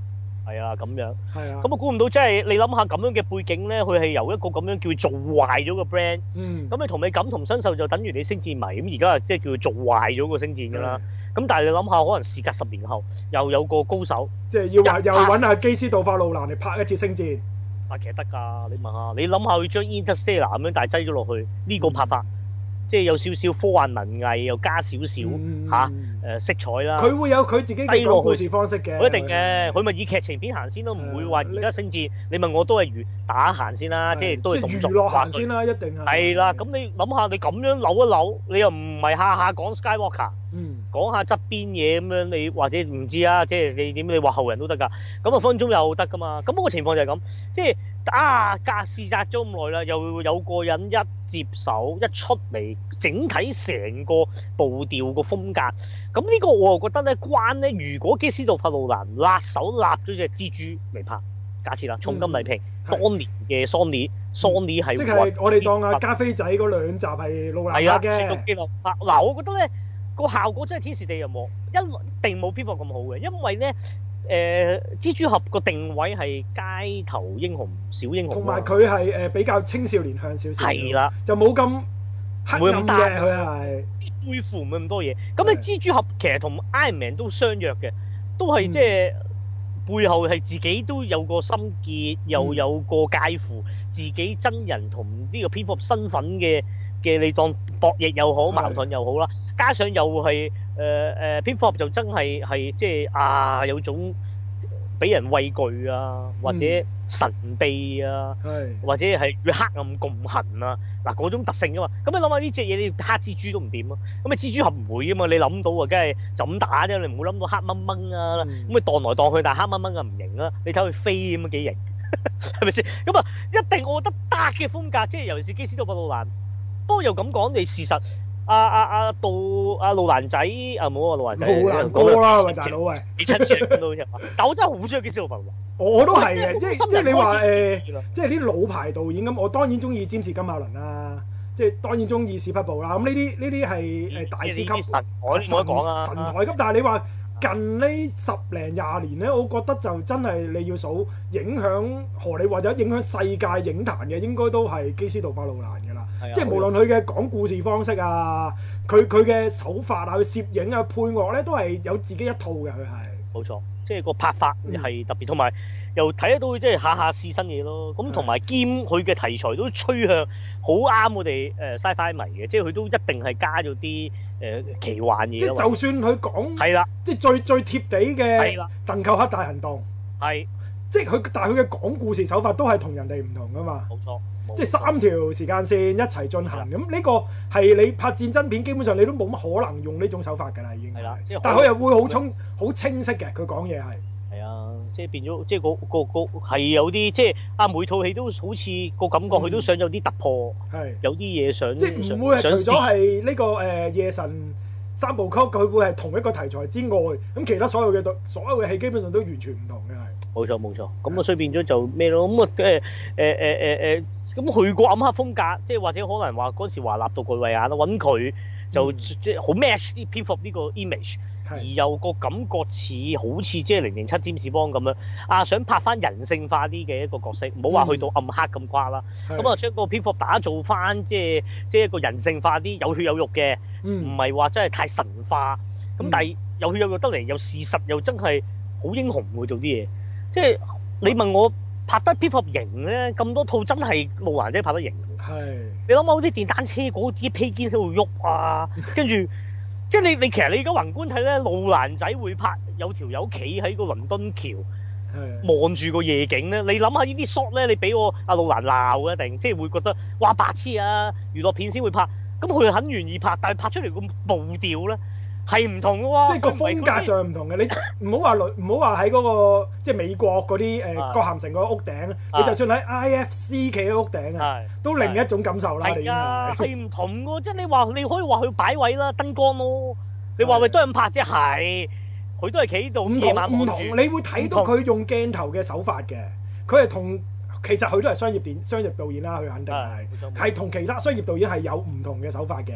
Speaker 1: 係啊咁樣。
Speaker 2: 係啊，
Speaker 1: 咁啊估唔到，即係你諗下咁樣嘅背景咧，佢係由一個咁樣叫做壞咗個 brand，
Speaker 2: 嗯，
Speaker 1: 咁你同你感同身受就等於你星戰迷，咁而家即係叫做壞咗個星戰㗎啦。咁但係你諗下，可能事隔十年後又有個高手。
Speaker 2: 即係要話
Speaker 1: 一
Speaker 2: 又揾阿基斯道化路蘭嚟拍一次星戰，
Speaker 1: 啊，其實得㗎，你問下，你諗下佢將 Interstellar 咁樣大擠咗落去，呢、
Speaker 2: 嗯
Speaker 1: 個拍法，即係有少少科幻文藝，又加少少嚇
Speaker 2: 嗯
Speaker 1: 誒色彩啦。
Speaker 2: 佢會有佢自己嘅講故事方式嘅，
Speaker 1: 佢一定嘅，佢咪以劇情片行先咯，唔會話而家星戰。你問我都係如打行先啦，
Speaker 2: 係
Speaker 1: 即係都係
Speaker 2: 即
Speaker 1: 動
Speaker 2: 係
Speaker 1: 作
Speaker 2: 娛樂
Speaker 1: 話
Speaker 2: 行
Speaker 1: 術
Speaker 2: 先。啦，一定係
Speaker 1: 係啦，咁你諗下，你咁樣扭一扭，你又唔係下下講 Skywalker。
Speaker 2: 嗯
Speaker 1: 講下側邊嘢咁樣，你或者唔知啊，即係你點你話後人都得㗎，咁啊分鐘又得㗎嘛。咁、個情況就係咁，即係啊隔試隔咗咁耐啦，又有個人一接手一出嚟，整體成個步調個風格，咁呢個我又覺得咧關咧，如果基斯道法路蘭辣手揦咗隻蜘蛛嚟拍，假設啦，重金禮聘、
Speaker 2: 嗯係
Speaker 1: 當年嘅 Sony Sony 係
Speaker 2: 即係我哋當阿
Speaker 1: 揾
Speaker 2: 加菲仔嗰兩集係路蘭
Speaker 1: 係啊，
Speaker 2: 拍
Speaker 1: 鐵道
Speaker 2: 嘅，
Speaker 1: 機動啊！嗱，我覺得咧個效果真係天時地人和，因為一定冇蝙蝠咁好嘅，因為咧誒、呃蜘蛛俠個定位係街頭英雄、小英雄啊，
Speaker 2: 同埋佢係誒比較青少年向少少，
Speaker 1: 係，啦，
Speaker 2: 就冇咁黑
Speaker 1: 會咁
Speaker 2: 暗
Speaker 1: 單
Speaker 2: 嘅佢係。
Speaker 1: 背負唔會咁多嘢。咁你
Speaker 2: 係
Speaker 1: 蜘蛛俠其實同 Iron Man 都相若嘅，都係
Speaker 2: 嗯
Speaker 1: 即係。背後係自己都有個心結，又
Speaker 2: 嗯
Speaker 1: 有個介乎自己真人同呢個蝙蝠俠身份嘅嘅，你當博弈又好，
Speaker 2: 係
Speaker 1: 矛盾又好啦。加上又係誒誒蝙蝠俠就真係係即係啊有種俾人畏懼啊，或者
Speaker 2: 嗯
Speaker 1: 神秘啊，
Speaker 2: 係
Speaker 1: 或者係與黑暗共行啊，嗱嗰種特性噶嘛。咁你諗下呢只嘢，你黑蜘蛛都唔掂啊。咁啊蜘蛛俠唔會啊嘛，你諗到啊，梗係就咁打啫，你唔好諗到黑掹掹啊。
Speaker 2: 嗯
Speaker 1: 咁啊蕩來蕩去，但係黑掹掹啊唔型啦。你睇佢飛咁啊幾型，係咪先？咁啊一定我覺得得嘅風格，即係尤其是基斯道伯路蘭。不過又咁講，你事實阿阿阿杜阿路蘭仔啊，冇啊路蘭仔，
Speaker 2: 路蘭哥啦，喂大佬喂，
Speaker 1: 你親切嚟講到啫嘛。但我真係好中意基斯道伯路蘭，
Speaker 2: 我我都係嘅，即
Speaker 1: 真係
Speaker 2: 係即係你話誒，
Speaker 1: 係啦
Speaker 2: 即係啲老牌導演咁，我當然中意占士金馬倫啦，即係當然中意史匹堡啦，咁呢啲呢啲係誒大師級
Speaker 1: 神，我都冇得講啊。
Speaker 2: 神台級，但係你話近呢十零廿年咧，我覺得就真係你要數影響荷里或者影響世界影壇嘅，應該都係基斯道法路蘭㗎啦。
Speaker 1: 係啊
Speaker 2: 即係無論佢嘅講故事方式啊，佢佢嘅手法啊，佢攝影啊、配樂咧，都係有自己一套嘅。佢係
Speaker 1: 冇錯，即係個拍法
Speaker 2: 嗯
Speaker 1: 係啊特別，同埋又睇得到佢即係下下試新嘢咯。咁同埋兼佢嘅題材都趨向好啱我哋誒 sci-fi 迷嘅，即係佢都一定係加咗啲誒奇幻
Speaker 2: 即
Speaker 1: 嘢
Speaker 2: 係
Speaker 1: 咯。
Speaker 2: 就算佢講
Speaker 1: 係啦，
Speaker 2: 即係最最貼地
Speaker 1: 係
Speaker 2: 嘅
Speaker 1: 啦，
Speaker 2: 鄧寇克大行動，
Speaker 1: 係
Speaker 2: 即係佢但係佢嘅講故事手法都係同人哋唔同㗎嘛。
Speaker 1: 冇錯，冇
Speaker 2: 即係三條時間線一齊進行，
Speaker 1: 啊
Speaker 2: 咁呢個係你拍戰爭片，基本上你都冇乜可能用呢種手法㗎啦，已經
Speaker 1: 係啦即係。
Speaker 2: 但
Speaker 1: 可
Speaker 2: 係佢
Speaker 1: 能
Speaker 2: 又會好清好清晰嘅，佢講嘢係
Speaker 1: 係啊，即係變咗，即係個個個係有啲即係啊，每套戲都好似個感覺，佢都想有啲突破，
Speaker 2: 係，
Speaker 1: 有啲嘢想
Speaker 2: 嗯即係
Speaker 1: 想
Speaker 2: 唔會係除
Speaker 1: 想
Speaker 2: 咗
Speaker 1: 試。
Speaker 2: 係呢個誒夜神三部曲，佢會係同一個題材之外，咁其他所有嘅對所有嘅戲基本上都完全唔同嘅係。
Speaker 1: 冇錯冇錯，咁啊所以變咗就咩咯，咁啊誒誒誒誒誒，咁啊去過暗黑風格，即係或者可能話嗰時華納到佢慧眼啦，揾佢就
Speaker 2: 嗯
Speaker 1: 即係好 match 啲蝙蝠呢個 image，而
Speaker 2: 係
Speaker 1: 有個感覺似好似即係零零七占士邦咁樣，啊想拍翻人性化啲嘅一個角色，唔好話去到暗黑咁誇啦，
Speaker 2: 係
Speaker 1: 咁啊將個蝙蝠打造翻即係即係一個人性化啲，有血有肉嘅。唔
Speaker 2: 嗯
Speaker 1: 係話真係太神化，咁、
Speaker 2: 嗯
Speaker 1: 但係有血有肉得嚟，又事實又真係好英雄喎做啲嘢，即係你問我拍得蝙蝠俠型咧，咁多套真係路蘭姐拍得型。
Speaker 2: 係
Speaker 1: 你諗下好啲電單車嗰啲披肩喺度喐啊，跟住即係你你其實你而家宏觀睇咧，路蘭仔會拍有條友企喺個倫敦橋
Speaker 2: 係
Speaker 1: 望住個夜景咧，你諗下呢啲 shot 咧，你俾我阿路蘭鬧一定，即係會覺得哇白痴啊！娛樂片先會拍，咁佢很願意拍，但係拍出嚟個步調咧係唔同嘅喎，
Speaker 2: 即係個
Speaker 1: 哦佢唔係
Speaker 2: 風
Speaker 1: 嗰
Speaker 2: 格
Speaker 1: 啲
Speaker 2: 上唔同 嘅，你唔好話女唔好話喺嗰個即係美國嗰啲
Speaker 1: 啊
Speaker 2: 誒葛咸城個屋頂，你就算喺 IFC 企喺屋頂啊。
Speaker 1: 係
Speaker 2: 都另一種感受啦，你已
Speaker 1: 係
Speaker 2: 經
Speaker 1: 啊，
Speaker 2: 係
Speaker 1: 係唔同嘅喎，即係你話你可以話佢擺位啦、燈光咯，你話
Speaker 2: 係
Speaker 1: 喂都係咁拍啫，係佢都係企喺度
Speaker 2: 唔
Speaker 1: 夜晚
Speaker 2: 同唔
Speaker 1: 望住，
Speaker 2: 同，你會睇到佢用鏡頭嘅手法嘅，佢係同其實佢都係商業電商業導演啦，佢肯定係
Speaker 1: 冇錯冇錯
Speaker 2: 係同其他商業導演係有唔同嘅手法嘅，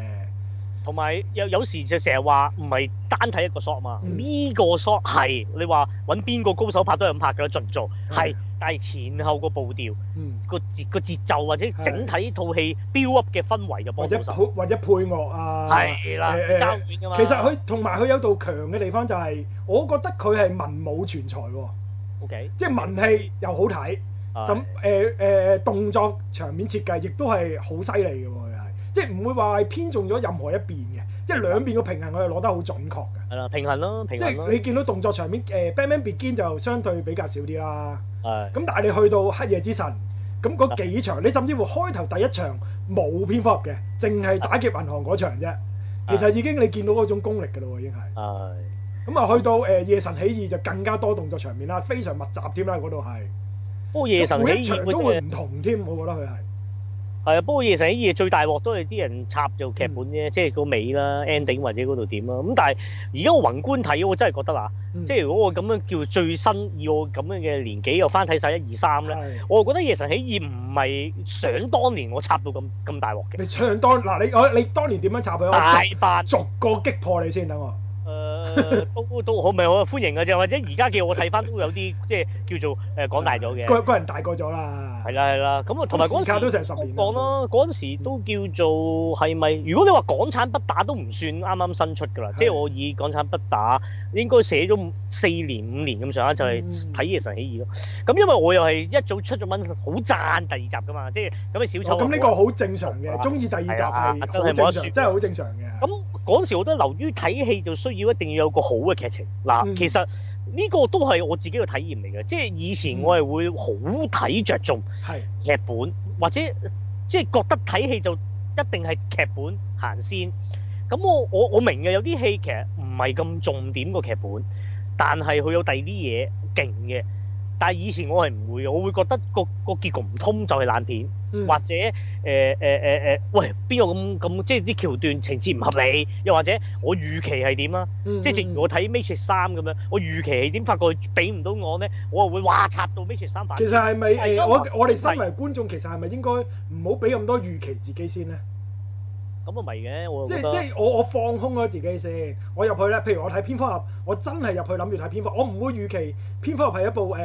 Speaker 1: 同埋有有時就成日話唔係單睇一個 shot 嘛，
Speaker 2: 嗯
Speaker 1: 呢、個 shot 係你話揾邊個高手拍都係咁拍嘅，盡做係，但係前後個步調、
Speaker 2: 嗯，
Speaker 1: 個節個節奏或者整體套戲 build up 嘅氛圍就
Speaker 2: 或
Speaker 1: 幫
Speaker 2: 者
Speaker 1: 到手，
Speaker 2: 配或者配樂啊，
Speaker 1: 係啦，
Speaker 2: 誒誒
Speaker 1: 交換㗎嘛。
Speaker 2: 其實佢同埋佢有度強嘅地方就係，我覺得佢係文武全才喎，
Speaker 1: OK，
Speaker 2: 即係文戲又好睇。咁誒誒動作場面設計亦都係好犀利嘅喎，佢係即係唔會話係偏重咗任何一邊嘅，即係兩邊嘅平衡佢係攞得好準確嘅。
Speaker 1: 係啦，平衡咯，平
Speaker 2: 即
Speaker 1: 衡咯
Speaker 2: 係，你見到動作場面誒、Batman Begin 就相對比較少啲啦，
Speaker 1: 係
Speaker 2: 咁但係你去到黑夜之神咁
Speaker 1: 啊
Speaker 2: 嗰幾場，你甚至乎開頭第一場冇蝙蝠俠嘅，淨係
Speaker 1: 啊
Speaker 2: 打劫銀行嗰場啫。其實已經你見到嗰種功力㗎咯喎，已經係
Speaker 1: 係
Speaker 2: 咁啊！去到誒、夜神起義就更加多動作場面啦，非常密集添啦，嗰度係
Speaker 1: 不過夜神起
Speaker 2: 每一
Speaker 1: 義
Speaker 2: 場
Speaker 1: 嗰
Speaker 2: 都
Speaker 1: 啲
Speaker 2: 會唔同添，我覺得佢係。
Speaker 1: 係啊，不過夜神起義最大鑊都係啲人插做劇本
Speaker 2: 嗯
Speaker 1: 啫，即係個尾啦、ending 或者嗰度點啦。咁但係而家我宏觀睇，我真係覺得啊，
Speaker 2: 嗯
Speaker 1: 即係如果我咁樣叫最新，以我咁樣嘅年紀又翻睇晒一二三咧，
Speaker 2: 係
Speaker 1: 我覺得夜神起義唔係想當年我插到咁咁大鑊嘅，
Speaker 2: 你唱當嗱你我你當年點樣插佢？
Speaker 1: 大
Speaker 2: 我
Speaker 1: 八
Speaker 2: 逐逐個擊破你先等我。
Speaker 1: 誒都都好咪好歡迎嘅啫，或者而家叫我睇翻都有啲即係叫做誒講大咗嘅。
Speaker 2: 個個人大個咗啦。
Speaker 1: 係啦係啦，咁啊同埋嗰陣
Speaker 2: 時間
Speaker 1: 時
Speaker 2: 都成十年啦
Speaker 1: 講啦，嗰陣時都叫做係咪？如果你話港產不打都唔算啱啱新出㗎啦，
Speaker 2: 係
Speaker 1: 即係我以港產不打應該寫咗四年五年咁上下，就係
Speaker 2: 嗯
Speaker 1: 睇《夜神起義》咯。咁因為我又係一早出咗文好讚第二集㗎嘛，即係咁嘅啊小
Speaker 2: 哦
Speaker 1: 丑。
Speaker 2: 咁呢個好正常
Speaker 1: 係
Speaker 2: 嘅，
Speaker 1: 啊
Speaker 2: 中意第二集
Speaker 1: 係啊
Speaker 2: 係
Speaker 1: 真
Speaker 2: 好
Speaker 1: 係
Speaker 2: 正
Speaker 1: 冇得
Speaker 2: 常，
Speaker 1: 說
Speaker 2: 真係好正常嘅。
Speaker 1: 咁嗰陣時我都流於睇戲就需要一定要有個好嘅劇情。嗱，
Speaker 2: 嗯
Speaker 1: 其實呢個都係我自己嘅體驗嚟嘅，即係以前我係會好睇着重。
Speaker 2: 係
Speaker 1: 劇本，或者即係覺得睇戲就一定係劇本行先。咁我我我明嘅，有啲戲其實唔係咁重點個劇本，但係佢有第二啲嘢勁嘅。但係以前我係唔會嘅，我會覺得個個結局唔通就係爛片，
Speaker 2: 嗯
Speaker 1: 或者誒誒誒誒，喂邊有咁咁即係啲橋段情節唔合理，又或者我預期係點啦。啊
Speaker 2: 嗯
Speaker 1: 即係正如我睇 Matrix 三咁樣，我預期係點，發覺佢俾唔到我咧，我又會哇插到 Matrix 三反
Speaker 2: 其實係咪
Speaker 1: 係
Speaker 2: 誒
Speaker 1: 啊
Speaker 2: 我
Speaker 1: 係
Speaker 2: 我哋身為觀眾，其實係咪應該唔好俾咁多預期自己先咧？
Speaker 1: 咁啊咪嘅，我又
Speaker 2: 即
Speaker 1: 覺
Speaker 2: 係
Speaker 1: 得
Speaker 2: 即係我我放空咗自己先，我入去咧，譬如我睇蝙蝠俠，我真係入去諗住睇蝙蝠，我唔會預期蝙蝠俠係一部誒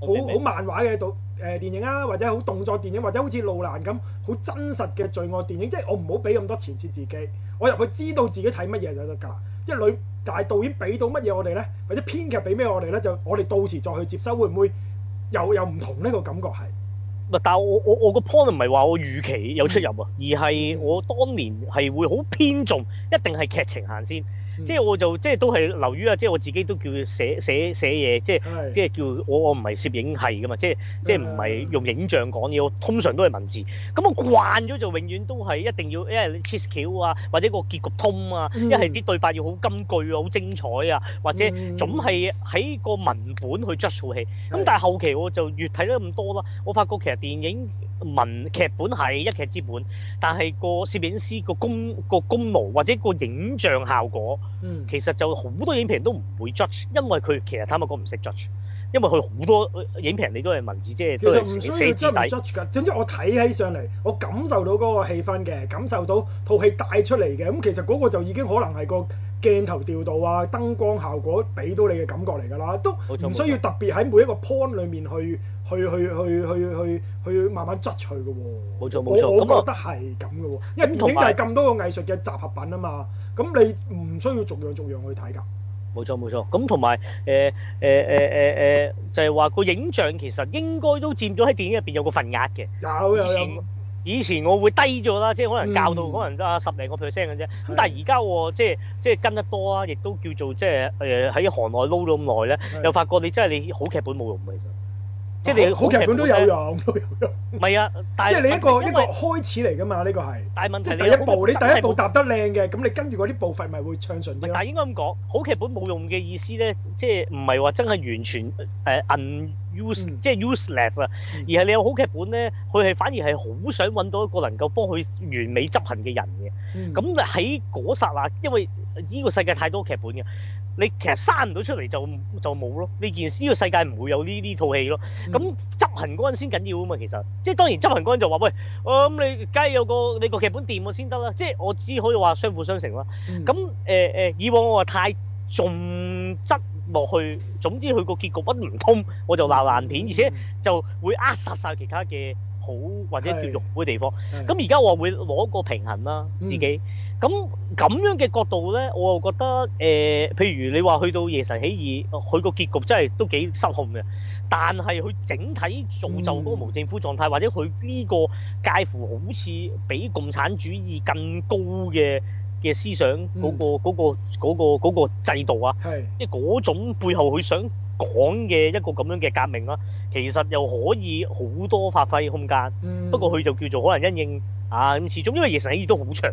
Speaker 1: 我明
Speaker 2: 誒好
Speaker 1: 明
Speaker 2: 好漫畫嘅導誒電影啊，或者好動作電影，或者好似路蘭咁好真實嘅罪惡電影，即係我唔好俾咁多前設自己，我入去知道自己睇乜嘢就得㗎啦。即係女大導演俾到乜嘢我哋咧，或者編劇俾咩我哋咧，就我哋到時再去接收，會唔會又又唔同呢個感覺係？
Speaker 1: 唔係但係我我我個 point 唔係話我預期有出入啊，
Speaker 2: 嗯
Speaker 1: 而係我當年係會好偏重，一定係劇情行先。
Speaker 2: 嗯
Speaker 1: 即係我就即係都係留於啊！即係我自己都叫寫寫寫嘢，即係
Speaker 2: 係
Speaker 1: 即係叫我我唔係攝影系噶嘛，即係即係唔
Speaker 2: 嗯
Speaker 1: 係用影像講嘢，我通常都係文字。咁我慣咗就永遠都係一定要，一係你 cheese 橋啊，或者個結局通啊，
Speaker 2: 嗯
Speaker 1: 一係啲對白要好金句啊，好精彩啊，或者
Speaker 2: 嗯
Speaker 1: 總係喺個文本去 judge 套戲。咁
Speaker 2: 係
Speaker 1: 但係後期我就越睇得咁多啦，我發覺其實電影文劇本係一劇之本，但係個攝影師個功個功勞或者個影像效果。
Speaker 2: 嗯
Speaker 1: 其實就好多影評人都唔會 judge，因為佢其實坦白講唔識 judge，因為佢好多呃影評人你都係文字，即係
Speaker 2: 其
Speaker 1: 都係
Speaker 2: 實
Speaker 1: 寫
Speaker 2: 唔需
Speaker 1: 寫字
Speaker 2: 要真唔
Speaker 1: 底。
Speaker 2: judge 㗎，總之我睇起上嚟，我感受到嗰個氣氛嘅，感受到套戲帶出嚟嘅，咁其實嗰個就已經可能係個鏡頭調度啊、燈光效果俾到你嘅感覺嚟㗎啦，都
Speaker 1: 冇錯
Speaker 2: 唔需要特別喺每一個 point 裡面去去去去去去去慢慢 judge 佢嘅喎。
Speaker 1: 冇錯
Speaker 2: 我
Speaker 1: 冇錯
Speaker 2: 我
Speaker 1: 咁啊
Speaker 2: 覺得係咁嘅喎，因為
Speaker 1: 咁
Speaker 2: 電
Speaker 1: 同
Speaker 2: 影就係
Speaker 1: 埋
Speaker 2: 咁多個藝術嘅集合品啊嘛，咁你唔需要逐樣逐樣去睇㗎。
Speaker 1: 冇錯冇錯，咁同埋呃誒誒誒誒誒，呃就係話個影像其實應該都佔咗喺電影入邊有個份額嘅。
Speaker 2: 有有
Speaker 1: 以
Speaker 2: 有
Speaker 1: 前。以前我會低咗啦，即係可能教到
Speaker 2: 嗯
Speaker 1: 可能啊十零個 percent 嘅啫。咁
Speaker 2: 係
Speaker 1: 但係而家我即係即係跟得多啊，亦都叫做即係誒喺行內撈咗咁耐咧，
Speaker 2: 係啊
Speaker 1: 又發覺你真係你好劇本冇用嘅，其實即係你
Speaker 2: 好好劇本都有
Speaker 1: 咧，
Speaker 2: 用，都有用。
Speaker 1: 唔係啊，但
Speaker 2: 即
Speaker 1: 係
Speaker 2: 係你一個
Speaker 1: 因為
Speaker 2: 一個開始嚟㗎嘛，呢個係。
Speaker 1: 但係問
Speaker 2: 即
Speaker 1: 題
Speaker 2: 係
Speaker 1: 你
Speaker 2: 第一步，你
Speaker 1: 真係
Speaker 2: 第一步
Speaker 1: 冇
Speaker 2: 踏得靚嘅，咁你跟住嗰啲步伐咪會暢順
Speaker 1: 唔係
Speaker 2: 啲，
Speaker 1: 但
Speaker 2: 咯。
Speaker 1: 係應該咁講，好劇本冇用嘅意思咧，即係唔係話真係完全誒 unuse，、
Speaker 2: 嗯
Speaker 1: 即係 useless 啊，
Speaker 2: 嗯
Speaker 1: 而係你有好劇本咧，佢係反而係好想揾到一個能夠幫佢完美執行嘅人嘅。
Speaker 2: 嗯
Speaker 1: 咁喺嗰剎那，因為呢個世界太多劇本嘅，你其實生唔到出嚟就就冇咯。呢件事呢個世界唔會有呢呢套戲咯。咁、執行嗰陣先緊要啊嘛，其實即係當然執行嗰陣就話喂，我咁、你梗係有個你個劇本掂我先得啦。即係我只可以話相輔相成啦。
Speaker 2: 嗯
Speaker 1: 咁誒誒，以往我話太重質落去，總之佢個結局揾唔通，我就鬧爛
Speaker 2: 嗯
Speaker 1: 片，而且就會扼殺晒其他嘅好或者叫做好嘅地方。
Speaker 2: 係
Speaker 1: 咁而家我會攞個平衡啦，
Speaker 2: 嗯
Speaker 1: 自己。咁咁樣嘅角度咧，我又覺得誒、呃譬如你話去到夜神起義，佢個結局真係都幾失控嘅。但係佢整體造就嗰
Speaker 2: 嗯
Speaker 1: 個無政府狀態，或者佢呢個介乎好似比共產主義更高嘅嘅思想
Speaker 2: 嗯
Speaker 1: 嗰、個嗰、個嗰、個嗰、個制度啊，
Speaker 2: 係
Speaker 1: 即係嗰種背後佢想講嘅一個咁樣嘅革命啦，其實又可以好多發揮空間。
Speaker 2: 嗯
Speaker 1: 不過佢就叫做可能因應啊咁，始終因為夜神起義都好長，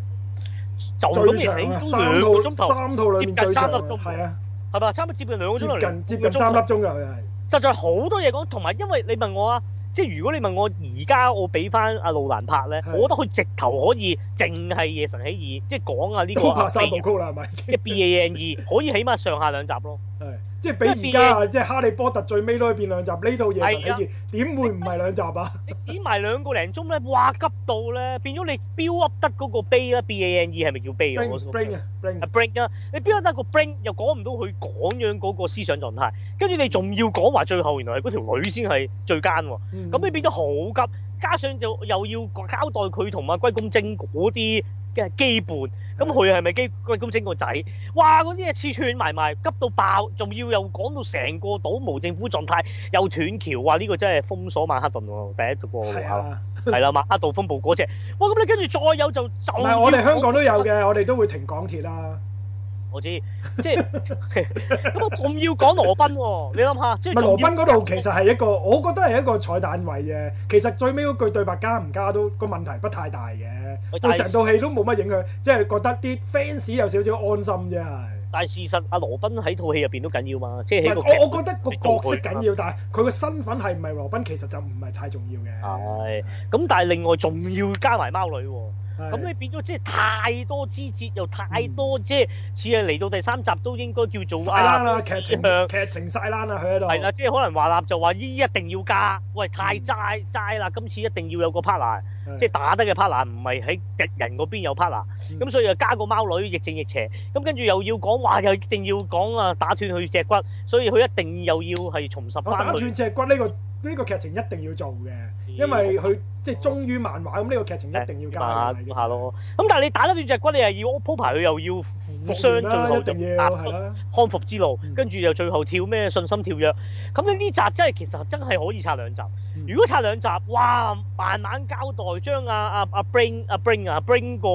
Speaker 1: 就咁
Speaker 2: 最
Speaker 1: 夜神起
Speaker 2: 長啊，
Speaker 1: 義都兩
Speaker 2: 三
Speaker 1: 個鐘
Speaker 2: 套
Speaker 1: 頭，
Speaker 2: 三套裏面
Speaker 1: 接近
Speaker 2: 最長
Speaker 1: 三粒鐘
Speaker 2: 係啊，
Speaker 1: 係嘛？差唔多接近兩個鐘頭，
Speaker 2: 接近接近
Speaker 1: 兩
Speaker 2: 三
Speaker 1: 個
Speaker 2: 粒
Speaker 1: 鐘頭
Speaker 2: 鐘㗎佢係。
Speaker 1: 實在好多嘢講，同埋因為你問我啊，即係如果你問我而家我俾翻阿路蘭拍咧，
Speaker 2: 係
Speaker 1: 我覺得佢直頭可以淨係夜神起義，即係講啊呢個
Speaker 2: 都
Speaker 1: 啊
Speaker 2: 拍三部曲啦，係咪？
Speaker 1: 即係 B A N E，可以起碼上下兩集咯。
Speaker 2: 係即係比而家啊，即係《哈利波特》最尾都可以變兩集，呢套嘢
Speaker 1: 係啊
Speaker 2: 神起義點會唔係兩集啊？
Speaker 1: 你剪埋兩個零鐘咧，哇急到咧，變咗你 build up 得嗰個悲啦，B A N E 係咪叫悲啊？我
Speaker 2: Bring bring 啊，bring
Speaker 1: 啊 break 啦，你邊有得個 break 又講唔到佢講樣嗰個思想狀態，跟住你仲要講話最後原來係嗰條女先係最奸喎，
Speaker 2: 嗯
Speaker 1: 咁你變咗好急，加上就又要交代佢同阿歸公精嗰啲嘅基本，
Speaker 2: 嗯
Speaker 1: 咁佢係咪基歸公精個仔？哇！嗰啲嘢刺串埋埋，急到爆，仲要又講到成個島無政府狀態，又斷橋，哇！呢、個真係封鎖曼克頓喎，第一個
Speaker 2: 係
Speaker 1: 係
Speaker 2: 啊，
Speaker 1: 係啦，曼克道風暴嗰只，哇！咁你跟住再有就就
Speaker 2: 唔係我哋
Speaker 1: 要
Speaker 2: 香港都有
Speaker 1: 講
Speaker 2: 嘅，我哋都會停港鐵啦。
Speaker 1: 我知，即係 咁我仲要講羅賓喎，你諗下，即
Speaker 2: 唔
Speaker 1: 係
Speaker 2: 係羅
Speaker 1: 仲要
Speaker 2: 賓嗰度其實係一個，我覺得係一個彩蛋位嘅。其實最尾嗰句對白加唔加都個問題不太大嘅，
Speaker 1: 喂但
Speaker 2: 對
Speaker 1: 係
Speaker 2: 成套戲都冇乜影響，即係覺得啲 fans 有少少安心啫。係
Speaker 1: 但係事實阿羅賓喺套戲入邊都緊要嘛，即係喺個
Speaker 2: 唔係我我覺得個角色緊要，但係佢個身份
Speaker 1: 啊
Speaker 2: 係唔係羅賓其實就唔係太重要嘅。
Speaker 1: 係咁，但係另外仲要加埋貓女喎，咁你變咗即係太多枝節，又太多即係似係嚟到第三集都應該叫做
Speaker 2: 晒嗯冷啦，
Speaker 1: 啊
Speaker 2: 劇
Speaker 1: 指
Speaker 2: 情
Speaker 1: 向。
Speaker 2: 劇情晒冷啦，佢喺度。
Speaker 1: 係啦，即係可能華納就話依一定要加，喂太齋齋啦，今次一定要有個 partner，
Speaker 2: 係，
Speaker 1: 即係打得嘅 partner，唔係喺敵人嗰邊有 partner，
Speaker 2: 嗯
Speaker 1: 咁所以又加個貓女，亦正亦邪，咁跟住又要講話，又一定要講啊打斷佢隻骨，所以佢一定又要係重拾
Speaker 2: 我哦打
Speaker 1: 翻佢。
Speaker 2: 斷隻骨呢個呢個劇情一定要做嘅，因為佢即係忠於漫畫，咁啊呢個劇情一定要加
Speaker 1: 下
Speaker 2: 埋嘅
Speaker 1: 下。咯，啊咁但係你打得斷隻骨，你又要鋪排佢又要互相最
Speaker 2: 復原啦，
Speaker 1: 後
Speaker 2: 一
Speaker 1: 就
Speaker 2: 定
Speaker 1: 踏
Speaker 2: 要
Speaker 1: 出
Speaker 2: 係啦，
Speaker 1: 康復之路
Speaker 2: 嗯，
Speaker 1: 跟住又最後跳咩信心跳躍，咁你呢集真係其實真係可以拆兩集
Speaker 2: 嗯。
Speaker 1: 如果拆兩集，哇，慢慢交代，將阿阿阿 Bring 阿 Bring 啊 Bring 個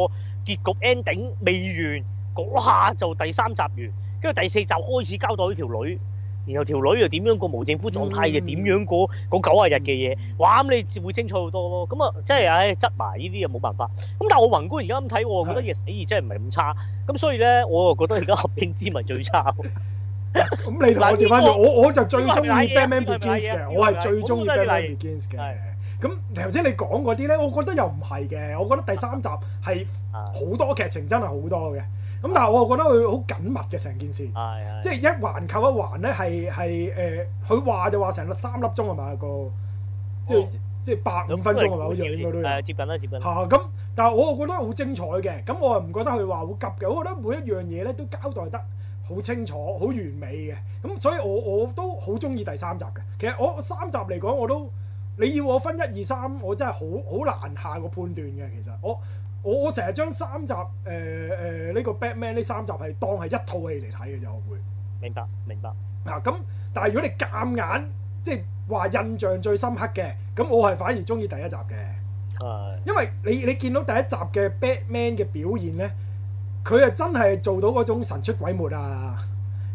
Speaker 1: 結局 ending 未完，嗰下就第三集完，跟住第四集開始交代呢條女。然後條女又點樣個無政府狀態，
Speaker 2: 嗯
Speaker 1: 又點樣嗰嗰九啊日嘅嘢，哇咁你會清楚好多咯。咁啊，即係唉，執埋呢啲又冇辦法。咁但係我宏觀而家咁睇，我覺得
Speaker 2: 係
Speaker 1: 夜死二真係唔係咁差。咁所以咧，我又覺得而家合併之民最 差。
Speaker 2: 咁你同我調翻
Speaker 1: 嗱呢
Speaker 2: 轉，
Speaker 1: 個
Speaker 2: 我我就最中意
Speaker 1: 呢個係賴嘢
Speaker 2: Batman
Speaker 1: 呢個係
Speaker 2: Begins
Speaker 1: 賴嘢
Speaker 2: 嘅，我係最中意
Speaker 1: 呢個係
Speaker 2: Batman
Speaker 1: 賴嘢
Speaker 2: Begins 嘅
Speaker 1: 係。
Speaker 2: 咁頭先你講嗰啲咧，我覺得又唔係嘅，我覺得第三集係
Speaker 1: 啊
Speaker 2: 好多劇情真係好多嘅。咁但係我又覺得佢好緊密嘅成件事，
Speaker 1: 係係
Speaker 2: 即係一環扣一環咧，係係誒，佢話就話成三粒鐘係咪個？即係
Speaker 1: 哦
Speaker 2: 即係百五分鐘係咪？好似應該都有。
Speaker 1: 係接近啦，接近啦。
Speaker 2: 嚇咁，但係我又覺得好精彩嘅，咁我又唔覺得佢話好急嘅，我覺得每一樣嘢咧都交代得好清楚、好完美嘅，咁所以我我都好中意第三集嘅。其實我三集嚟講我都，你要我分一二三，我真係好好難下個判斷嘅。其實我我我成日將三集誒誒呢個 Batman 呢三集係當係一套戲嚟睇嘅就我會。
Speaker 1: 明白，明白。
Speaker 2: 嗱咁，但係如果你夾硬即係話印象最深刻嘅，咁我係反而中意第一集嘅。
Speaker 1: 係
Speaker 2: 因為你你見到第一集嘅 Batman 嘅表現咧，佢係真係做到嗰種神出鬼沒啊！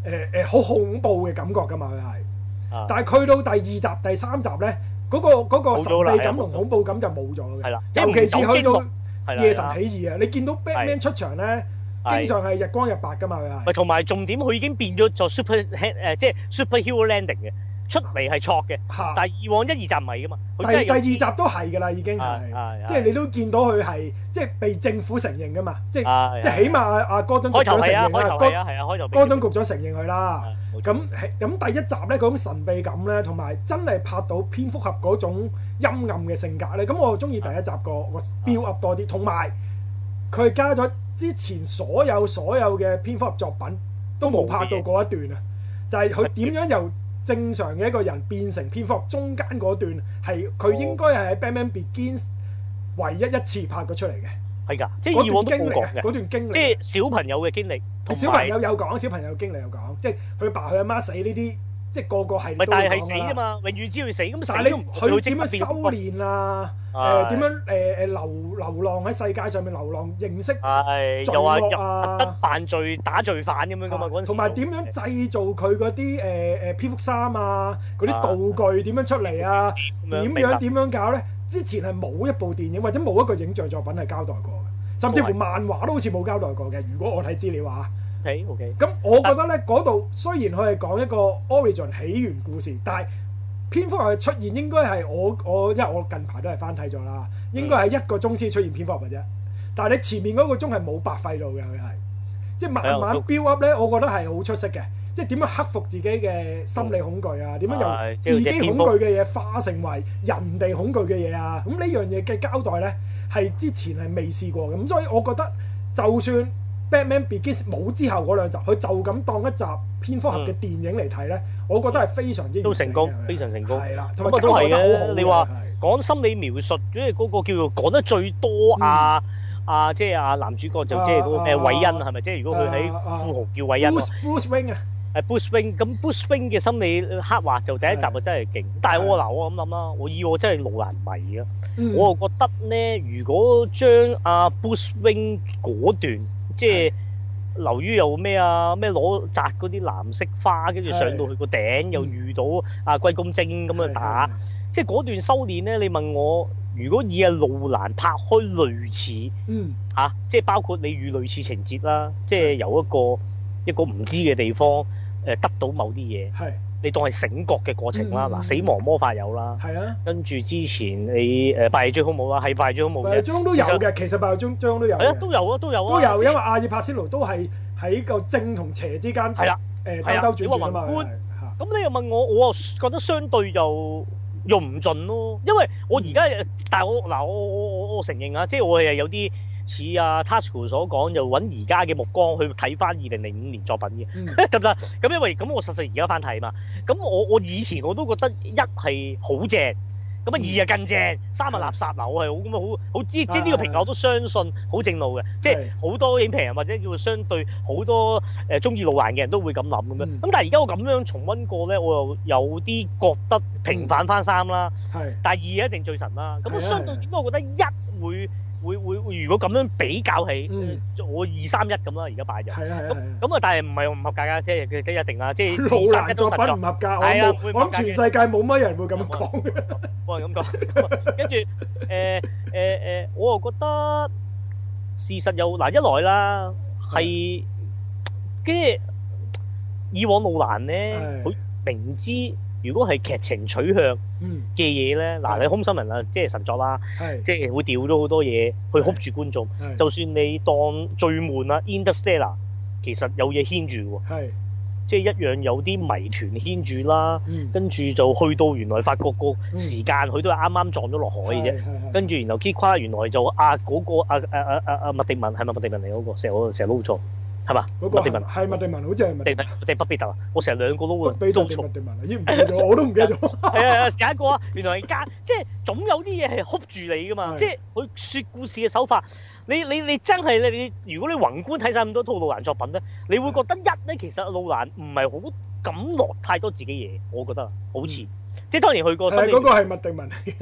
Speaker 2: 誒、誒，好、恐怖嘅感覺㗎嘛，佢係。
Speaker 1: 啊，
Speaker 2: 但係去到第二集、第三集咧，嗰、個嗰、個
Speaker 1: 冇咗啦
Speaker 2: 神
Speaker 1: 係
Speaker 2: 秘感
Speaker 1: 啊
Speaker 2: 同恐怖感就冇咗
Speaker 1: 係
Speaker 2: 嘅。
Speaker 1: 啦，即係
Speaker 2: 尤
Speaker 1: 唔
Speaker 2: 其是
Speaker 1: 走
Speaker 2: 去
Speaker 1: 經
Speaker 2: 到
Speaker 1: 路，係啦，
Speaker 2: 夜
Speaker 1: 係啦
Speaker 2: 神起義啊，你見到 Batman 出場咧，經
Speaker 1: 係
Speaker 2: 常係日光日白㗎嘛，佢係
Speaker 1: 咪。同埋重點，佢已經變咗做 super 誒，即係 superhero landing 嘅，出嚟係錯嘅，
Speaker 2: 嚇
Speaker 1: 但係以往一二集唔係噶嘛，佢
Speaker 2: 第
Speaker 1: 真係
Speaker 2: 啊第
Speaker 1: 有啊
Speaker 2: 二集都係㗎啦，已經
Speaker 1: 係
Speaker 2: 係。
Speaker 1: 係
Speaker 2: 即係你都見到佢係即係被政府承認㗎嘛，即係
Speaker 1: 啊係
Speaker 2: 即係起碼阿阿戈登
Speaker 1: 開
Speaker 2: 局
Speaker 1: 頭
Speaker 2: 長承
Speaker 1: 係啊，
Speaker 2: 認
Speaker 1: 開
Speaker 2: 啦
Speaker 1: 頭
Speaker 2: 戈
Speaker 1: 係，啊，係啊，開頭
Speaker 2: 戈登局長承認佢啦。
Speaker 1: 係冇錯
Speaker 2: 咁咁第一集咧嗰種神秘感咧，同埋真係拍到蝙蝠俠嗰種陰暗嘅性格咧，咁我中意第一集個個 build up 多啲，同埋佢加咗之前所有所有嘅蝙蝠俠作品都冇拍到嗰一段啊，就係佢點樣由正常嘅一個人變成蝙蝠俠，中間嗰段係佢
Speaker 1: 哦
Speaker 2: 應該係喺 Batman Begins 唯一一次拍咗出嚟嘅，
Speaker 1: 係㗎，即係以
Speaker 2: 嗰
Speaker 1: 往都
Speaker 2: 段
Speaker 1: 冇
Speaker 2: 經歷
Speaker 1: 講
Speaker 2: 啊，
Speaker 1: 嘅，
Speaker 2: 嗰段經歷
Speaker 1: 即
Speaker 2: 啊。
Speaker 1: 係小朋友嘅經歷，同
Speaker 2: 小朋
Speaker 1: 埋
Speaker 2: 友有講，小朋友經歷有講，即係佢爸佢阿媽死呢啲，即係個個係
Speaker 1: 咪
Speaker 2: 都
Speaker 1: 但係
Speaker 2: 會
Speaker 1: 係死
Speaker 2: 講
Speaker 1: 啊
Speaker 2: 噶啦。
Speaker 1: 嘛，永遠知道佢死，咁
Speaker 2: 但
Speaker 1: 死
Speaker 2: 係
Speaker 1: 都
Speaker 2: 你
Speaker 1: 唔
Speaker 2: 佢
Speaker 1: 即
Speaker 2: 點
Speaker 1: 刻
Speaker 2: 樣
Speaker 1: 變
Speaker 2: 修
Speaker 1: 蝙蝠俠
Speaker 2: 練啊？
Speaker 1: 係
Speaker 2: 誒點樣誒誒流流浪喺世界上面流浪，認識
Speaker 1: 係
Speaker 2: 罪
Speaker 1: 又話入
Speaker 2: 惡啊
Speaker 1: 特登犯罪打罪犯咁樣噶嘛嗰陣時，
Speaker 2: 同埋點樣製造佢嗰啲誒誒蝙蝠衫啊，嗰
Speaker 1: 啊
Speaker 2: 啲道具點樣出嚟啊？
Speaker 1: 咁
Speaker 2: 點
Speaker 1: 明白
Speaker 2: 樣點樣搞咧？之前係冇一部電影或者冇一個影像作品係交代過嘅，甚至乎
Speaker 1: 都係
Speaker 2: 漫畫都好似冇交代過嘅。如果我睇資料啊。
Speaker 1: ？OK OK，
Speaker 2: 咁我覺得咧，嗰度雖然佢係講一個 origin 起源故事，但係蝙蝠俠嘅出現應該係我我因為我近排都係翻睇咗啦，應該係一個鐘先出現蝙蝠俠嘅啫。但係你前面嗰個鐘係冇白費到嘅，佢係即係慢
Speaker 1: 係啊
Speaker 2: 慢
Speaker 1: 我
Speaker 2: build up 咧，我覺得係好出色嘅。即係點樣克服自己嘅心理恐懼啊？點樣
Speaker 1: 係
Speaker 2: 由
Speaker 1: 即係
Speaker 2: 自己
Speaker 1: 隻蝙
Speaker 2: 恐
Speaker 1: 蝠
Speaker 2: 懼嘅嘢化成為人哋恐懼嘅嘢啊？咁呢樣嘢嘅交代咧，係之前係未試過嘅。咁所以我覺得，就算 Batman Begins 冇之後嗰兩集，佢就咁當一集蝙蝠俠嘅電影嚟睇咧，我覺得係非常之
Speaker 1: 嗯都成功
Speaker 2: 完整嘅
Speaker 1: 非常成功
Speaker 2: 係啦，
Speaker 1: 咁
Speaker 2: 同埋
Speaker 1: 啊都
Speaker 2: 交代
Speaker 1: 係
Speaker 2: 得好好
Speaker 1: 嘅。
Speaker 2: 嘅
Speaker 1: 你話
Speaker 2: 係
Speaker 1: 講心理描述，因為嗰個叫做講得最多啊啊，即係啊男主角就即係嗰個
Speaker 2: 嗯啊
Speaker 1: 咩
Speaker 2: 啊
Speaker 1: 韋恩係咪？即係如果佢喺
Speaker 2: 啊啊
Speaker 1: 富豪叫韋恩咯
Speaker 2: Bruce Bruce Wayne 啊，
Speaker 1: 係 Bruce Wayne 咁 Bruce Wayne 嘅心理刻畫就第一集啊
Speaker 2: 係
Speaker 1: 真係勁。但係我
Speaker 2: 係
Speaker 1: 嗱我咁諗啦，我以我真係路難迷啊，
Speaker 2: 嗯
Speaker 1: 我又覺得咧，如果將阿 Bruce Wayne 嗰段即係。流於又咩啊咩攞摘嗰啲藍色花，跟住上到去個頂又遇到啊龜公精咁樣打，即係嗰段修練咧，你問我，如果以阿路蘭拍開類似
Speaker 2: 嗯
Speaker 1: 嚇、啊即係包括你遇類似情節啦，即係由一個一個唔知嘅地方誒、得到某啲嘢，
Speaker 2: 係
Speaker 1: 你當係醒覺嘅過程啦。
Speaker 2: 嗯
Speaker 1: 嗱，死亡魔法有啦，
Speaker 2: 係啊，
Speaker 1: 跟住之前你呃誒白夜追兇冇啦，啊係白夜追兇冇
Speaker 2: 白日
Speaker 1: 啫，
Speaker 2: 中都有嘅，其實白日中中都有
Speaker 1: 係啊，
Speaker 2: 嘅，
Speaker 1: 都有啊，都有啊，
Speaker 2: 都有，
Speaker 1: 即
Speaker 2: 因
Speaker 1: 係
Speaker 2: 為阿爾帕仙奴都係喺個正同邪之間，
Speaker 1: 係啦，係
Speaker 2: 誒
Speaker 1: 啊
Speaker 2: 兜兜轉轉啊嘛，
Speaker 1: 你話宏觀
Speaker 2: 係係
Speaker 1: 咁你又問我，我又覺得相對又用唔盡咯，因為我而家，呃但係我嗱，我我我我承認啊，即係我係有啲似啊 Tasco 所講，就揾而家嘅目光去睇翻二零零五年作品嘅。
Speaker 2: 嗯
Speaker 1: 得唔得？咁因為咁我實實而家翻睇嘛，咁我我以前我都覺得一係好正，咁啊
Speaker 2: 嗯
Speaker 1: 二啊更正，三啊垃圾嗱，我係好咁啊好好知即係呢個評價我都相信好正路嘅，即係好多影評人或者叫相對好多誒中意路環嘅人都會咁諗咁樣。
Speaker 2: 嗯
Speaker 1: 咁但係而家我咁樣重温過咧，我又有啲覺得平反翻三啦，
Speaker 2: 係
Speaker 1: 但係二一定最神啦。咁
Speaker 2: 嗯係啊
Speaker 1: 我相對
Speaker 2: 係啊
Speaker 1: 點解我覺得一會會會會如果咁樣比較係
Speaker 2: 嗯
Speaker 1: 誒我二三一咁啦，而家擺入。
Speaker 2: 係啊係啊係啊。
Speaker 1: 咁啊，但係唔係唔合格㗎，即係佢即係一定啊啦，即係
Speaker 2: 路
Speaker 1: 殺
Speaker 2: 蘭
Speaker 1: 一都
Speaker 2: 作
Speaker 1: 實
Speaker 2: 品
Speaker 1: 作
Speaker 2: 唔，合格，我
Speaker 1: 係啊
Speaker 2: 冇
Speaker 1: 會唔合
Speaker 2: 我
Speaker 1: 格嘅
Speaker 2: 諗全世界冇乜人會咁講嘅。
Speaker 1: 我係咁講。跟住誒誒誒，我又覺得事實又嗱一來啦，係跟住以往路蘭咧，
Speaker 2: 係
Speaker 1: 佢明知如果係劇情取向
Speaker 2: 嗯，
Speaker 1: 嘅嘢咧，嗱你空心人啊，即係神作啦，
Speaker 2: 係
Speaker 1: 即係會掉咗好多嘢去
Speaker 2: 係
Speaker 1: hold 住觀眾。
Speaker 2: 係
Speaker 1: 就算你當最悶啦，Interstellar 其實有嘢牽住喎，
Speaker 2: 係
Speaker 1: 即係一樣有啲謎團牽住啦。
Speaker 2: 嗯
Speaker 1: 跟住就去到原來發覺個時間，佢都係啱啱撞咗落海嘅啫。
Speaker 2: 係嗯係係
Speaker 1: 跟住然後 Kit 原來就啊嗰個啊啊啊啊啊麥迪文係咪麥迪文嚟嗰個？成日我成日撈錯係嘛？
Speaker 2: 嗯嗰個
Speaker 1: 麥迪文
Speaker 2: 係麥迪文，好似係
Speaker 1: 定
Speaker 2: 麥
Speaker 1: 係定係北比特啊？我成日兩個撈啊，
Speaker 2: 比特
Speaker 1: 撈
Speaker 2: 定
Speaker 1: 錯
Speaker 2: 麥迪文啊，咦唔記得咗，我都唔記得咗。
Speaker 1: 係啊！有一個啊，原來係間即係總有啲嘢係翕住你噶嘛，
Speaker 2: 係
Speaker 1: 即係佢説故事嘅手法。你你你真係你你，如果你宏觀睇晒咁多套路蘭作品咧，你會覺得一咧其實路蘭唔係好敢落太多自己嘢，我覺得好似、即係當然去過心
Speaker 2: 嗯係
Speaker 1: 理
Speaker 2: 嗰個係麥迪文嚟嘅，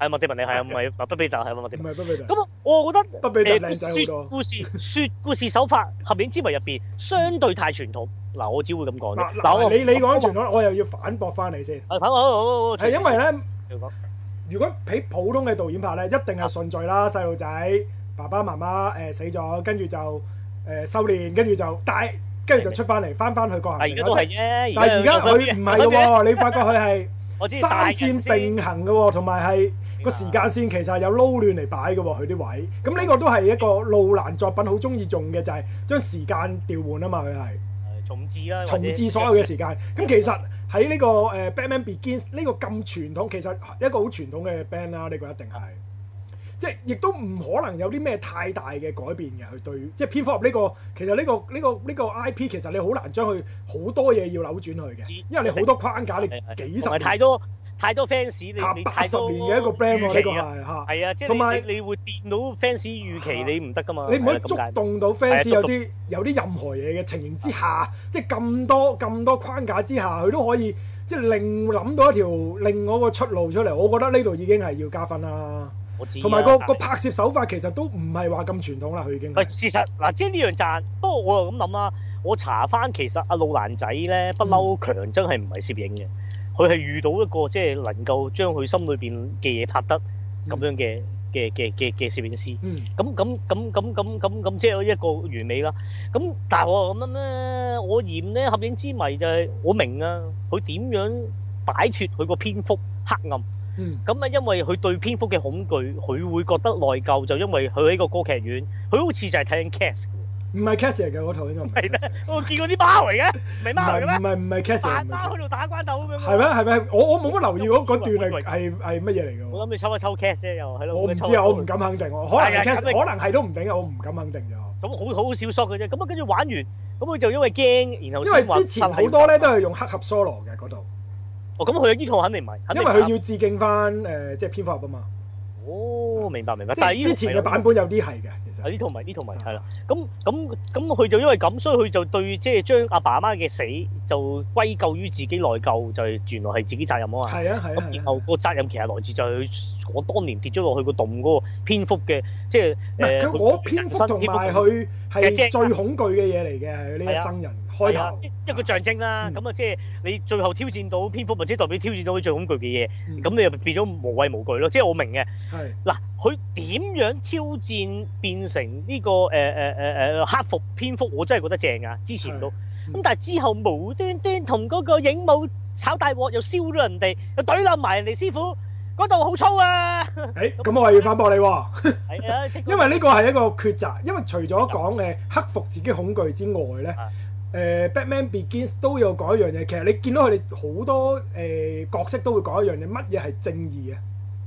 Speaker 1: 係麥迪文你係啊，唔係麥不比特係麥迪
Speaker 2: 唔
Speaker 1: 文。
Speaker 2: 係不比特。
Speaker 1: 咁我覺得
Speaker 2: 不比特
Speaker 1: 誒
Speaker 2: 靚仔
Speaker 1: 説
Speaker 2: 好多。
Speaker 1: 故事説故事手法合影之謎入邊相對太傳統，嗱我只會咁講
Speaker 2: 嗱
Speaker 1: 啫。
Speaker 2: 嗱，
Speaker 1: 我
Speaker 2: 你你講傳統，我又要反駁翻你先。
Speaker 1: 係好好好好，
Speaker 2: 係因為咧，
Speaker 1: 你講
Speaker 2: 如果俾普通嘅導演拍咧，一定係順序
Speaker 1: 啊
Speaker 2: 啦，細路仔爸爸媽媽誒死咗，跟住就誒修練，跟住就帶，跟住就出翻嚟，翻翻去個行
Speaker 1: 啊而
Speaker 2: 程啦
Speaker 1: 家都係啫，
Speaker 2: 但係而家佢唔係嘅
Speaker 1: 喎，
Speaker 2: 喎，你發覺 佢係。
Speaker 1: 我知
Speaker 2: 三
Speaker 1: 大人
Speaker 2: 線
Speaker 1: 先
Speaker 2: 並行嘅喎，同埋係個時間線其實係有撈亂嚟擺嘅喎，佢啲位。咁呢個都係一個路蘭作品好中意用嘅，就係、將時間調換啊嘛，佢係
Speaker 1: 誒重置啦，
Speaker 2: 重置所有嘅時間。
Speaker 1: 啊
Speaker 2: 咁其實喺呢個誒 Batman Begins 呢個咁傳統，其實一個好傳統嘅啊 band 啦，呢個一定係。即係亦都唔可能有啲咩太大嘅改變嘅，佢對即係蝙蝠俠呢個其實呢、個呢、個呢、個 IP 其實你好難將佢好多嘢要扭轉佢嘅，因為你好多框架，你
Speaker 1: 嗯係係
Speaker 2: 幾十
Speaker 1: 同埋
Speaker 2: 年
Speaker 1: 太多太多 fans，
Speaker 2: 嚇
Speaker 1: 你你
Speaker 2: 八
Speaker 1: 太
Speaker 2: 十
Speaker 1: 多
Speaker 2: 年嘅一個 brand 喎，呢個
Speaker 1: 預期啊
Speaker 2: 係嚇。
Speaker 1: 係啊，即
Speaker 2: 同埋
Speaker 1: 係你你你會掂到 fans 預期，你唔得噶嘛，
Speaker 2: 你唔可
Speaker 1: 係
Speaker 2: 以
Speaker 1: 啊咁解
Speaker 2: 觸動
Speaker 1: 係
Speaker 2: 到
Speaker 1: 啊
Speaker 2: fans
Speaker 1: 觸動
Speaker 2: 有啲有啲任何嘢嘅情形之下，即係咁多咁多框架之下，佢都可以即係另諗到一條另外一個出路出嚟。我覺得呢度已經係要加分啦，
Speaker 1: 我知啊
Speaker 2: 同埋個
Speaker 1: 但係
Speaker 2: 個拍攝手法其實都唔係話咁傳統啦，佢已經
Speaker 1: 喂，
Speaker 2: 係
Speaker 1: 事實嗱，即係呢樣賺。不過我又咁諗啦，我查翻其實阿路蘭仔咧，不嬲強真係唔係攝影嘅，佢係遇到一個即係能夠將佢心裏邊嘅嘢拍得咁樣嘅嘅嘅嘅嘅攝影師。
Speaker 2: 嗯
Speaker 1: 咁咁咁咁咁咁咁，即係一個完美啦。咁但係我又咁諗咧，我嫌咧合影之謎就係、我明啊，佢點樣擺脱佢個蝙蝠黑暗。
Speaker 2: 嗯
Speaker 1: 咁啊，因為佢對蝙蝠嘅恐懼，佢會覺得內疚，就因為佢喺個歌劇院，佢好似就係睇緊 cast 嘅
Speaker 2: 嗯唔係 cast 嚟嘅嗰套應該唔係
Speaker 1: 喎。係
Speaker 2: Cats
Speaker 1: 咩？ 我見過啲貓嚟嘅，唔係
Speaker 2: 唔
Speaker 1: 貓嚟
Speaker 2: 係
Speaker 1: 嘅
Speaker 2: 唔
Speaker 1: 咩？
Speaker 2: 係唔係 cast 嚟
Speaker 1: 扮
Speaker 2: 嘅
Speaker 1: 貓喺度打關鬥咁樣。
Speaker 2: 係咩？係咩？我我冇乜留意嗰嗰
Speaker 1: 我以
Speaker 2: 段
Speaker 1: 為
Speaker 2: 係係係乜嘢嚟嘅喎？
Speaker 1: 我諗你抽一抽 cast 啫，又係咯。
Speaker 2: 我
Speaker 1: 抽
Speaker 2: 唔知
Speaker 1: 一抽
Speaker 2: 啊，我唔敢肯定喎，可
Speaker 1: 係
Speaker 2: 能
Speaker 1: 啊
Speaker 2: 係 cast，
Speaker 1: 咁你
Speaker 2: 可能係都唔定啊，我唔敢肯定咗。
Speaker 1: 咁好好少索嘅啫。咁啊，跟住玩完，咁佢就因為驚，然後
Speaker 2: 因為
Speaker 1: 先話
Speaker 2: 之前好多咧都係用黑盒 solo 嘅嗰度，
Speaker 1: 哦，咁佢呢套肯定唔係，肯
Speaker 2: 因
Speaker 1: 定
Speaker 2: 為
Speaker 1: 唔
Speaker 2: 佢
Speaker 1: 係
Speaker 2: 要致敬翻誒、呃即係蝙蝠俠啊嘛，
Speaker 1: 哦，明白明白。
Speaker 2: 即
Speaker 1: 但係
Speaker 2: 係
Speaker 1: 呢套
Speaker 2: 之前嘅版本有啲係嘅，其
Speaker 1: 係
Speaker 2: 實啊
Speaker 1: 呢套唔係呢套唔係係啦。咁咁咁佢就因為咁，所以佢就對即係將阿爸阿媽嘅死就歸咎於自己內疚，就係原來係自己責任啊嘛。
Speaker 2: 係啊係啊
Speaker 1: 咁然
Speaker 2: 係啊，
Speaker 1: 後個責任其實來自就係佢我當年跌咗落去個洞嗰個蝙蝠嘅，即呃係
Speaker 2: 唔係
Speaker 1: 誒
Speaker 2: 佢嗰蝙蝠同埋佢係最恐懼嘅嘢嚟嘅，係呢一生人開
Speaker 1: 係啊
Speaker 2: 頭，
Speaker 1: 一個象徵啦。
Speaker 2: 嗯
Speaker 1: 咁啊，即係你最後挑戰到蝙蝠，或者代表挑戰到佢最恐懼嘅嘢，
Speaker 2: 嗯
Speaker 1: 咁你就變咗無畏無懼咯。即係我明嘅。
Speaker 2: 係
Speaker 1: 嗱，佢點樣挑呃戰變成呢、個誒誒誒誒克服蝙蝠？我真係覺得正啊！之前都
Speaker 2: 嗯
Speaker 1: 咁但係之後無端端同嗰個影武炒大鑊，又燒咗人哋，又懟冧埋人哋師傅，嗰度好粗 啊！
Speaker 2: 誒，咁我又要反駁你喎。
Speaker 1: 係啊，即係
Speaker 2: 因為呢個係一個抉擇，因為除咗講誒克服自己恐懼之外咧，誒、
Speaker 1: 啊
Speaker 2: Batman Begins 都有講一樣嘢，其實你見到佢哋好多誒、呃角色都會講一樣嘢，乜嘢係正義啊？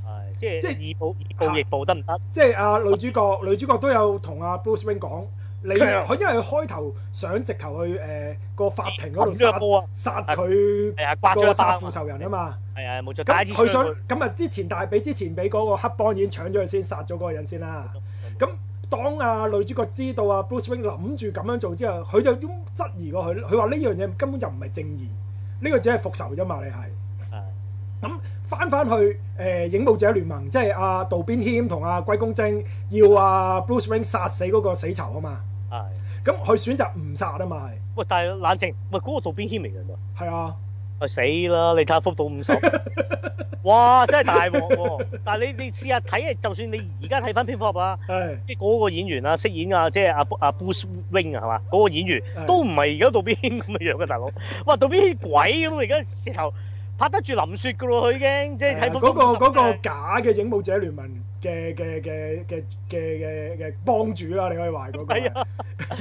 Speaker 1: 係即係
Speaker 2: 即係
Speaker 1: 以暴以暴易暴得唔得？
Speaker 2: 即係啊女主角， 女主角都有同阿 Bruce Wayne 講，你
Speaker 1: 強
Speaker 2: 佢因為佢開頭想直頭去誒、呃個法庭嗰度
Speaker 1: 冚咗個波啊！
Speaker 2: 殺殺佢
Speaker 1: 係啊刮咗一
Speaker 2: 個
Speaker 1: 包啊
Speaker 2: 殺父仇人啊嘛，
Speaker 1: 係啊，冇錯，
Speaker 2: 咁
Speaker 1: 打支槍
Speaker 2: 佢想
Speaker 1: 佢
Speaker 2: 咁啊之前但係俾之前俾嗰個黑幫已經搶咗佢先殺咗嗰個人先啦。咁當啊女主角知道啊 Bruce Wayne 諗住咁樣做之後，佢就已經質疑過佢，佢話呢樣嘢根本就唔係正義，呢、個只係復仇啫嘛，你係。
Speaker 1: 係
Speaker 2: 咁翻翻去誒、影武者聯盟，即係阿渡邊謙同阿龜公精要阿、Bruce Wayne 殺死嗰個死囚啊嘛，
Speaker 1: 係。
Speaker 2: 咁佢選擇唔殺啊嘛
Speaker 1: 喂，但係冷靜，喂，嗰個渡邊謙嚟㗎嘛？
Speaker 2: 係，係啊，
Speaker 1: 喂哎死啦！你睇下幅到 五十，哇！真係大鑊喎！但係你你試下睇，就算你而家睇翻蝙蝠俠啊，
Speaker 2: 係
Speaker 1: 即係嗰個演員啊，飾演啊，即係阿阿 Bruce Wayne 啊，係嘛？嗰個演員
Speaker 2: 係
Speaker 1: 都唔係而家渡邊謙咁嘅樣啊嘅大佬，哇！渡邊謙鬼咁，而家直頭拍得住林雪㗎咯，佢已經即係睇幅
Speaker 2: 啊嗰、個
Speaker 1: 到五十
Speaker 2: 嗰、個假嘅影武者聯盟嘅嘅嘅嘅嘅嘅嘅幫主啦，你可以話嗰個
Speaker 1: 係
Speaker 2: 係。
Speaker 1: 啊！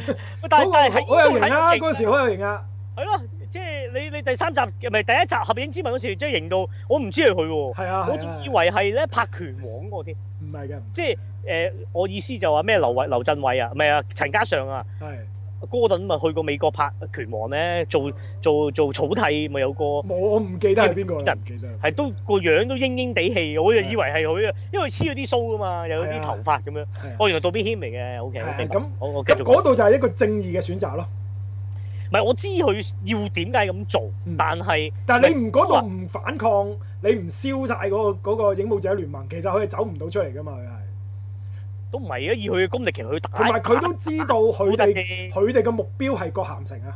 Speaker 1: 喂但
Speaker 2: 嗰
Speaker 1: 係但係
Speaker 2: 個
Speaker 1: 喺
Speaker 2: 好有型啦，
Speaker 1: 喺
Speaker 2: 嗰陣時好有型啊！
Speaker 1: 係咯，即係你你第三集唔係第一集《合影之吻》嗰時，即係型到我唔知係佢喎。
Speaker 2: 係啊，係啊
Speaker 1: 我仲以為係咧拍拳王嗰個添，
Speaker 2: 唔係嘅，唔
Speaker 1: 即係誒、呃我意思就話咩劉偉、劉振偉啊，唔係啊，陳嘉上啊，
Speaker 2: 係
Speaker 1: 哥頓咪去過美國拍拳王咧，做做做草剃咪有個
Speaker 2: 冇，我唔記得係邊個啦，唔記得啦。
Speaker 1: 係都個樣都英英地氣，我就以為係佢啊，因為黐咗啲鬚噶嘛，又有
Speaker 2: 係
Speaker 1: 啲
Speaker 2: 啊
Speaker 1: 頭髮咁樣
Speaker 2: 係啊。
Speaker 1: 哦，原來杜比謙嚟嘅，OK，
Speaker 2: 係啊
Speaker 1: 明白
Speaker 2: 咁
Speaker 1: 我我繼
Speaker 2: 咁
Speaker 1: 續講。
Speaker 2: 嗰度就係一個正義嘅選擇咯。
Speaker 1: 唔係我知佢要點解咁做
Speaker 2: 嗯，
Speaker 1: 但係
Speaker 2: 但係你唔
Speaker 1: 啊
Speaker 2: 嗰度唔反抗，你唔燒晒嗰個嗰個影武者聯盟，其實佢係走唔到出嚟噶嘛，佢係。
Speaker 1: 都唔係啊，以佢嘅功力其實佢打。
Speaker 2: 同埋佢都知道佢
Speaker 1: 打得嘅
Speaker 2: 哋佢哋嘅目標係葛咸城啊，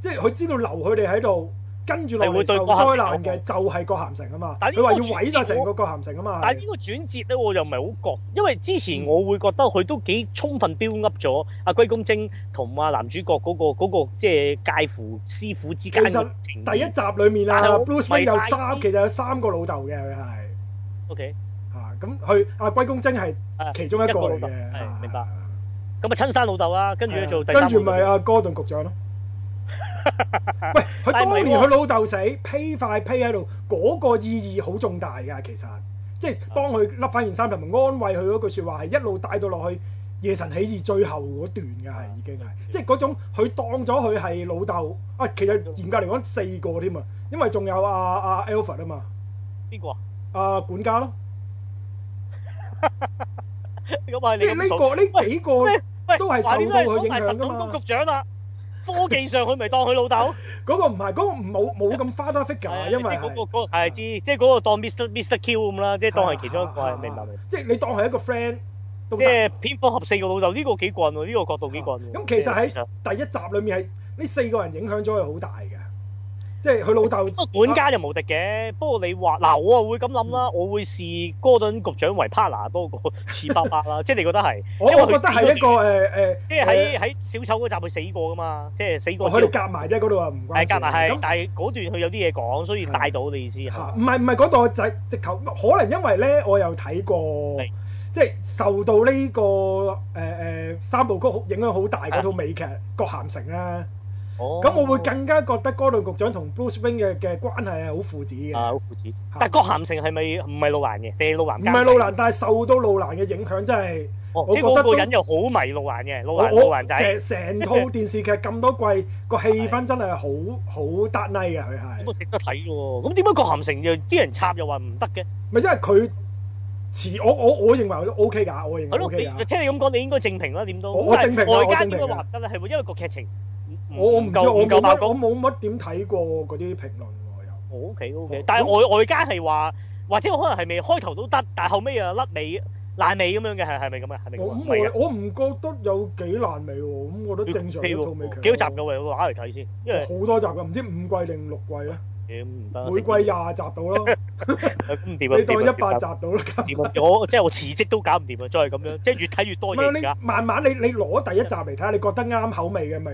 Speaker 2: 即係佢知道留佢哋喺度，跟住落
Speaker 1: 係會
Speaker 2: 嚟
Speaker 1: 對
Speaker 2: 受
Speaker 1: 葛咸城
Speaker 2: 災
Speaker 1: 有
Speaker 2: 難嘅就係葛咸城啊嘛。
Speaker 1: 但係呢
Speaker 2: 佢話要
Speaker 1: 個主
Speaker 2: 毀晒
Speaker 1: 旨
Speaker 2: 成
Speaker 1: 我
Speaker 2: 個葛咸城啊嗯嘛。
Speaker 1: 但係呢個轉折咧，我又唔係好覺，因為之前我會覺得佢都幾充分 build up 咗阿龜公精同阿男主角嗰、個嗰、個即係介乎師傅之間
Speaker 2: 其實
Speaker 1: 嘅情
Speaker 2: 第一集裡面
Speaker 1: 但
Speaker 2: 啊
Speaker 1: 係我
Speaker 2: ，Bruce Wayne 有
Speaker 1: 唔係太
Speaker 2: 三，
Speaker 1: 知
Speaker 2: 其實有三個老豆嘅佢係。
Speaker 1: O K，
Speaker 2: 啊，咁佢阿龜公精係其中一
Speaker 1: 啊一
Speaker 2: 個嚟
Speaker 1: 個老豆
Speaker 2: 嘅，
Speaker 1: 係
Speaker 2: 啊
Speaker 1: 明白咁啊親生老豆啦，跟住咧做第三
Speaker 2: 跟住咪啊
Speaker 1: 老豆
Speaker 2: 阿哥頓 局長咯。喂，佢
Speaker 1: 但係唔係
Speaker 2: 當年
Speaker 1: 喎
Speaker 2: 佢老豆死，披塊披喺度，嗰、個意義好重大㗎，其實即係幫佢笠翻件衫同埋安慰佢嗰句説話，係一路帶到落去夜神起義最後嗰段㗎，係已經係即係嗰種佢當咗佢係老豆啊，其實嚴格嚟講四個添啊，因為仲有阿、阿、Alfred 啊嘛，
Speaker 1: 邊個啊？
Speaker 2: 阿、管家咯，
Speaker 1: 咁啊，你
Speaker 2: 即係
Speaker 1: 咁
Speaker 2: 呢、
Speaker 1: 熟
Speaker 2: 個呢幾個。
Speaker 1: 喂喂，
Speaker 2: 都係
Speaker 1: 話點解
Speaker 2: 受到佢影響㗎嘛
Speaker 1: 神盾局局長啦，科技上佢咪當佢老豆？
Speaker 2: 嗰個唔係，嗰、個唔冇冇咁 father figure，啊因為
Speaker 1: 即係嗰、
Speaker 2: 係
Speaker 1: 個嗰、係知，即係嗰個當 Mr Mr Q 咁啦，即係當係其中一個係
Speaker 2: 啊
Speaker 1: 明白明白。
Speaker 2: 即係你當係一個 friend 都
Speaker 1: 即
Speaker 2: 得。
Speaker 1: 係蝙蝠俠四個老豆呢、個幾棍喎，呢、個角度幾棍喎。
Speaker 2: 咁其實
Speaker 1: 即係
Speaker 2: 喺第一集裏面係呢四個人影響咗佢好大嘅，即係佢老豆
Speaker 1: 不過管家就無敵嘅，不過你話嗱，我啊會咁諗
Speaker 2: 嗯
Speaker 1: 啦，我會視哥頓局長為 partner 多過似伯伯 啦，即係你覺得係？
Speaker 2: 我
Speaker 1: 因為
Speaker 2: 我
Speaker 1: 佢
Speaker 2: 覺得係一個呃誒誒，
Speaker 1: 即係喺喺小丑嗰集佢死過噶嘛，即係死過
Speaker 2: 哦
Speaker 1: 之後。
Speaker 2: 佢哋夾埋啫，嗰度啊唔關
Speaker 1: 係
Speaker 2: 事。
Speaker 1: 夾埋係，
Speaker 2: 咁
Speaker 1: 但係嗰段佢有啲嘢講，所以帶到你意思係
Speaker 2: 嚇
Speaker 1: 嘛？
Speaker 2: 唔係唔係嗰度就係直頭，可能因為咧我有睇過
Speaker 1: 係，
Speaker 2: 即係受到呢、個誒誒、三部曲影響好大嗰套美劇《葛咸城》啦。
Speaker 1: 哦
Speaker 2: 咁我會更加覺得哥頓局長同 Bruce Wayne 嘅嘅關係係好父子嘅。
Speaker 1: 啊好父子。但係郭咸城係咪唔係路蘭嘅？定係路蘭？
Speaker 2: 唔係路蘭，，但係受到路蘭嘅影響，真係
Speaker 1: 哦
Speaker 2: 我
Speaker 1: 即係
Speaker 2: 覺得
Speaker 1: 嗰
Speaker 2: 都
Speaker 1: 個人又好迷路蘭嘅，路
Speaker 2: 我
Speaker 1: 蘭路
Speaker 2: 我
Speaker 1: 蘭仔。
Speaker 2: 成成套電視劇咁多季，個 氣氛真係好好得 n 嘅佢係
Speaker 1: 咁，啊值得睇喎，咁點解郭咸城又啲人插又話唔得嘅？
Speaker 2: 咪因為佢似我我我認為都 OK 㗎，我認
Speaker 1: 係
Speaker 2: 為
Speaker 1: 咯，
Speaker 2: OK
Speaker 1: 你
Speaker 2: 㗎，
Speaker 1: 聽你咁講，你應該正評啦，點都。
Speaker 2: 我我正評啊
Speaker 1: 外
Speaker 2: 我
Speaker 1: 間
Speaker 2: 正評
Speaker 1: 點
Speaker 2: 啊
Speaker 1: 解話唔得咧？係咪因為個劇情唔
Speaker 2: 我我唔知
Speaker 1: 夠
Speaker 2: 我
Speaker 1: 唔夠
Speaker 2: 冇
Speaker 1: 爆
Speaker 2: 乜
Speaker 1: 谷？
Speaker 2: 我冇乜點睇過嗰啲評論喎又。
Speaker 1: O K O
Speaker 2: 我
Speaker 1: K，但係外外間係話，或者可能係未開頭都得，但係後尾又甩尾爛尾咁樣嘅，係係咪咁啊？係咪咁
Speaker 2: 我
Speaker 1: 啊？唔係
Speaker 2: 咁我我唔覺得有幾爛尾喎，咁我覺得
Speaker 1: 嘅，
Speaker 2: 正常一套美劇。
Speaker 1: 幾好集嘅喎，我攞嚟睇先，因為
Speaker 2: 好多集㗎，唔知五季定六季咧，
Speaker 1: 誒唔得啊，
Speaker 2: 每季廿集 到咯，
Speaker 1: 咁唔掂啊！
Speaker 2: 你當
Speaker 1: 唔
Speaker 2: 一
Speaker 1: 掂啊
Speaker 2: 百集到啦。
Speaker 1: 唔掂啊！我即係我辭職都搞唔掂啊！ 再係咁樣，即係越睇越
Speaker 2: 唔
Speaker 1: 多嘢
Speaker 2: 係
Speaker 1: 而家。
Speaker 2: 你慢慢你你攞第一集嚟睇下，你覺得啱口味嘅咪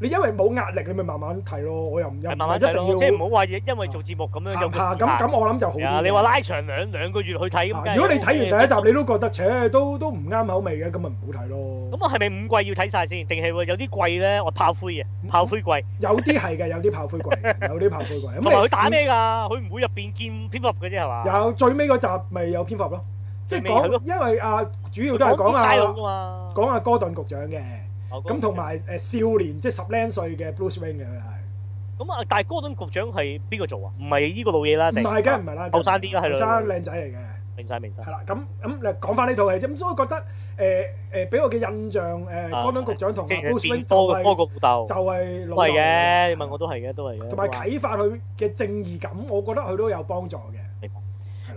Speaker 2: 你因為冇壓力，你咪慢慢睇咯。我又唔又唔
Speaker 1: 係慢慢
Speaker 2: 係
Speaker 1: 睇咯，
Speaker 2: 一
Speaker 1: 即係唔
Speaker 2: 定
Speaker 1: 好話因為做節目咁樣
Speaker 2: 要
Speaker 1: 有
Speaker 2: 行
Speaker 1: 個
Speaker 2: 下
Speaker 1: 時
Speaker 2: 咁
Speaker 1: 限。
Speaker 2: 咁，我諗就好
Speaker 1: 係啊，
Speaker 2: 啲。
Speaker 1: 你話拉長兩兩個月去睇咁，
Speaker 2: 啊如果你睇完第一集你都覺得，扯都都唔啱口味嘅，咁咪唔好睇咯。
Speaker 1: 咁啊，係咪五季要睇晒先？定係喎有啲季咧，我炮灰嘅，啊
Speaker 2: 嗯
Speaker 1: 炮灰季。
Speaker 2: 有啲係嘅，有啲炮灰貴，有啲炮灰貴。咁
Speaker 1: 同埋佢打
Speaker 2: 你
Speaker 1: 咩㗎？佢唔會入邊見蝙蝠俠嘅啫係嘛？
Speaker 2: 有最尾嗰集咪有蝙蝠俠咯，即係
Speaker 1: 最尾係咯
Speaker 2: 講，因為啊主要都係
Speaker 1: 講
Speaker 2: 講
Speaker 1: 啲差佬
Speaker 2: 啊
Speaker 1: 㗎嘛。啊
Speaker 2: 講啊哥頓局長嘅，
Speaker 1: 我講
Speaker 2: 咁同埋誒少年即係十零歲嘅 Bruce Wayne 嘅佢係。
Speaker 1: 咁啊，但係哥頓局長係邊個做啊？唔係呢個老嘢啦，
Speaker 2: 唔
Speaker 1: 定
Speaker 2: 係嘅，唔係啦，
Speaker 1: 後生啲啦係
Speaker 2: 後
Speaker 1: 咯
Speaker 2: 生靚仔嚟嘅，
Speaker 1: 明晒明晒
Speaker 2: 係。啦。咁咁嗱，講翻呢套戲啫。咁所以我覺得誒誒，俾我嘅印象誒，
Speaker 1: 啊
Speaker 2: 江頓局長同
Speaker 1: 即
Speaker 2: 阿
Speaker 1: 係
Speaker 2: Bruce
Speaker 1: 變
Speaker 2: Wayne
Speaker 1: 多
Speaker 2: 就
Speaker 1: 多
Speaker 2: 係
Speaker 1: 個老
Speaker 2: 就
Speaker 1: 豆，
Speaker 2: 係老
Speaker 1: 都
Speaker 2: 豆
Speaker 1: 係
Speaker 2: 嚟
Speaker 1: 嘅。你問我都係嘅，都係嘅。
Speaker 2: 同埋啟發佢嘅正義感，我覺得佢都有幫助嘅。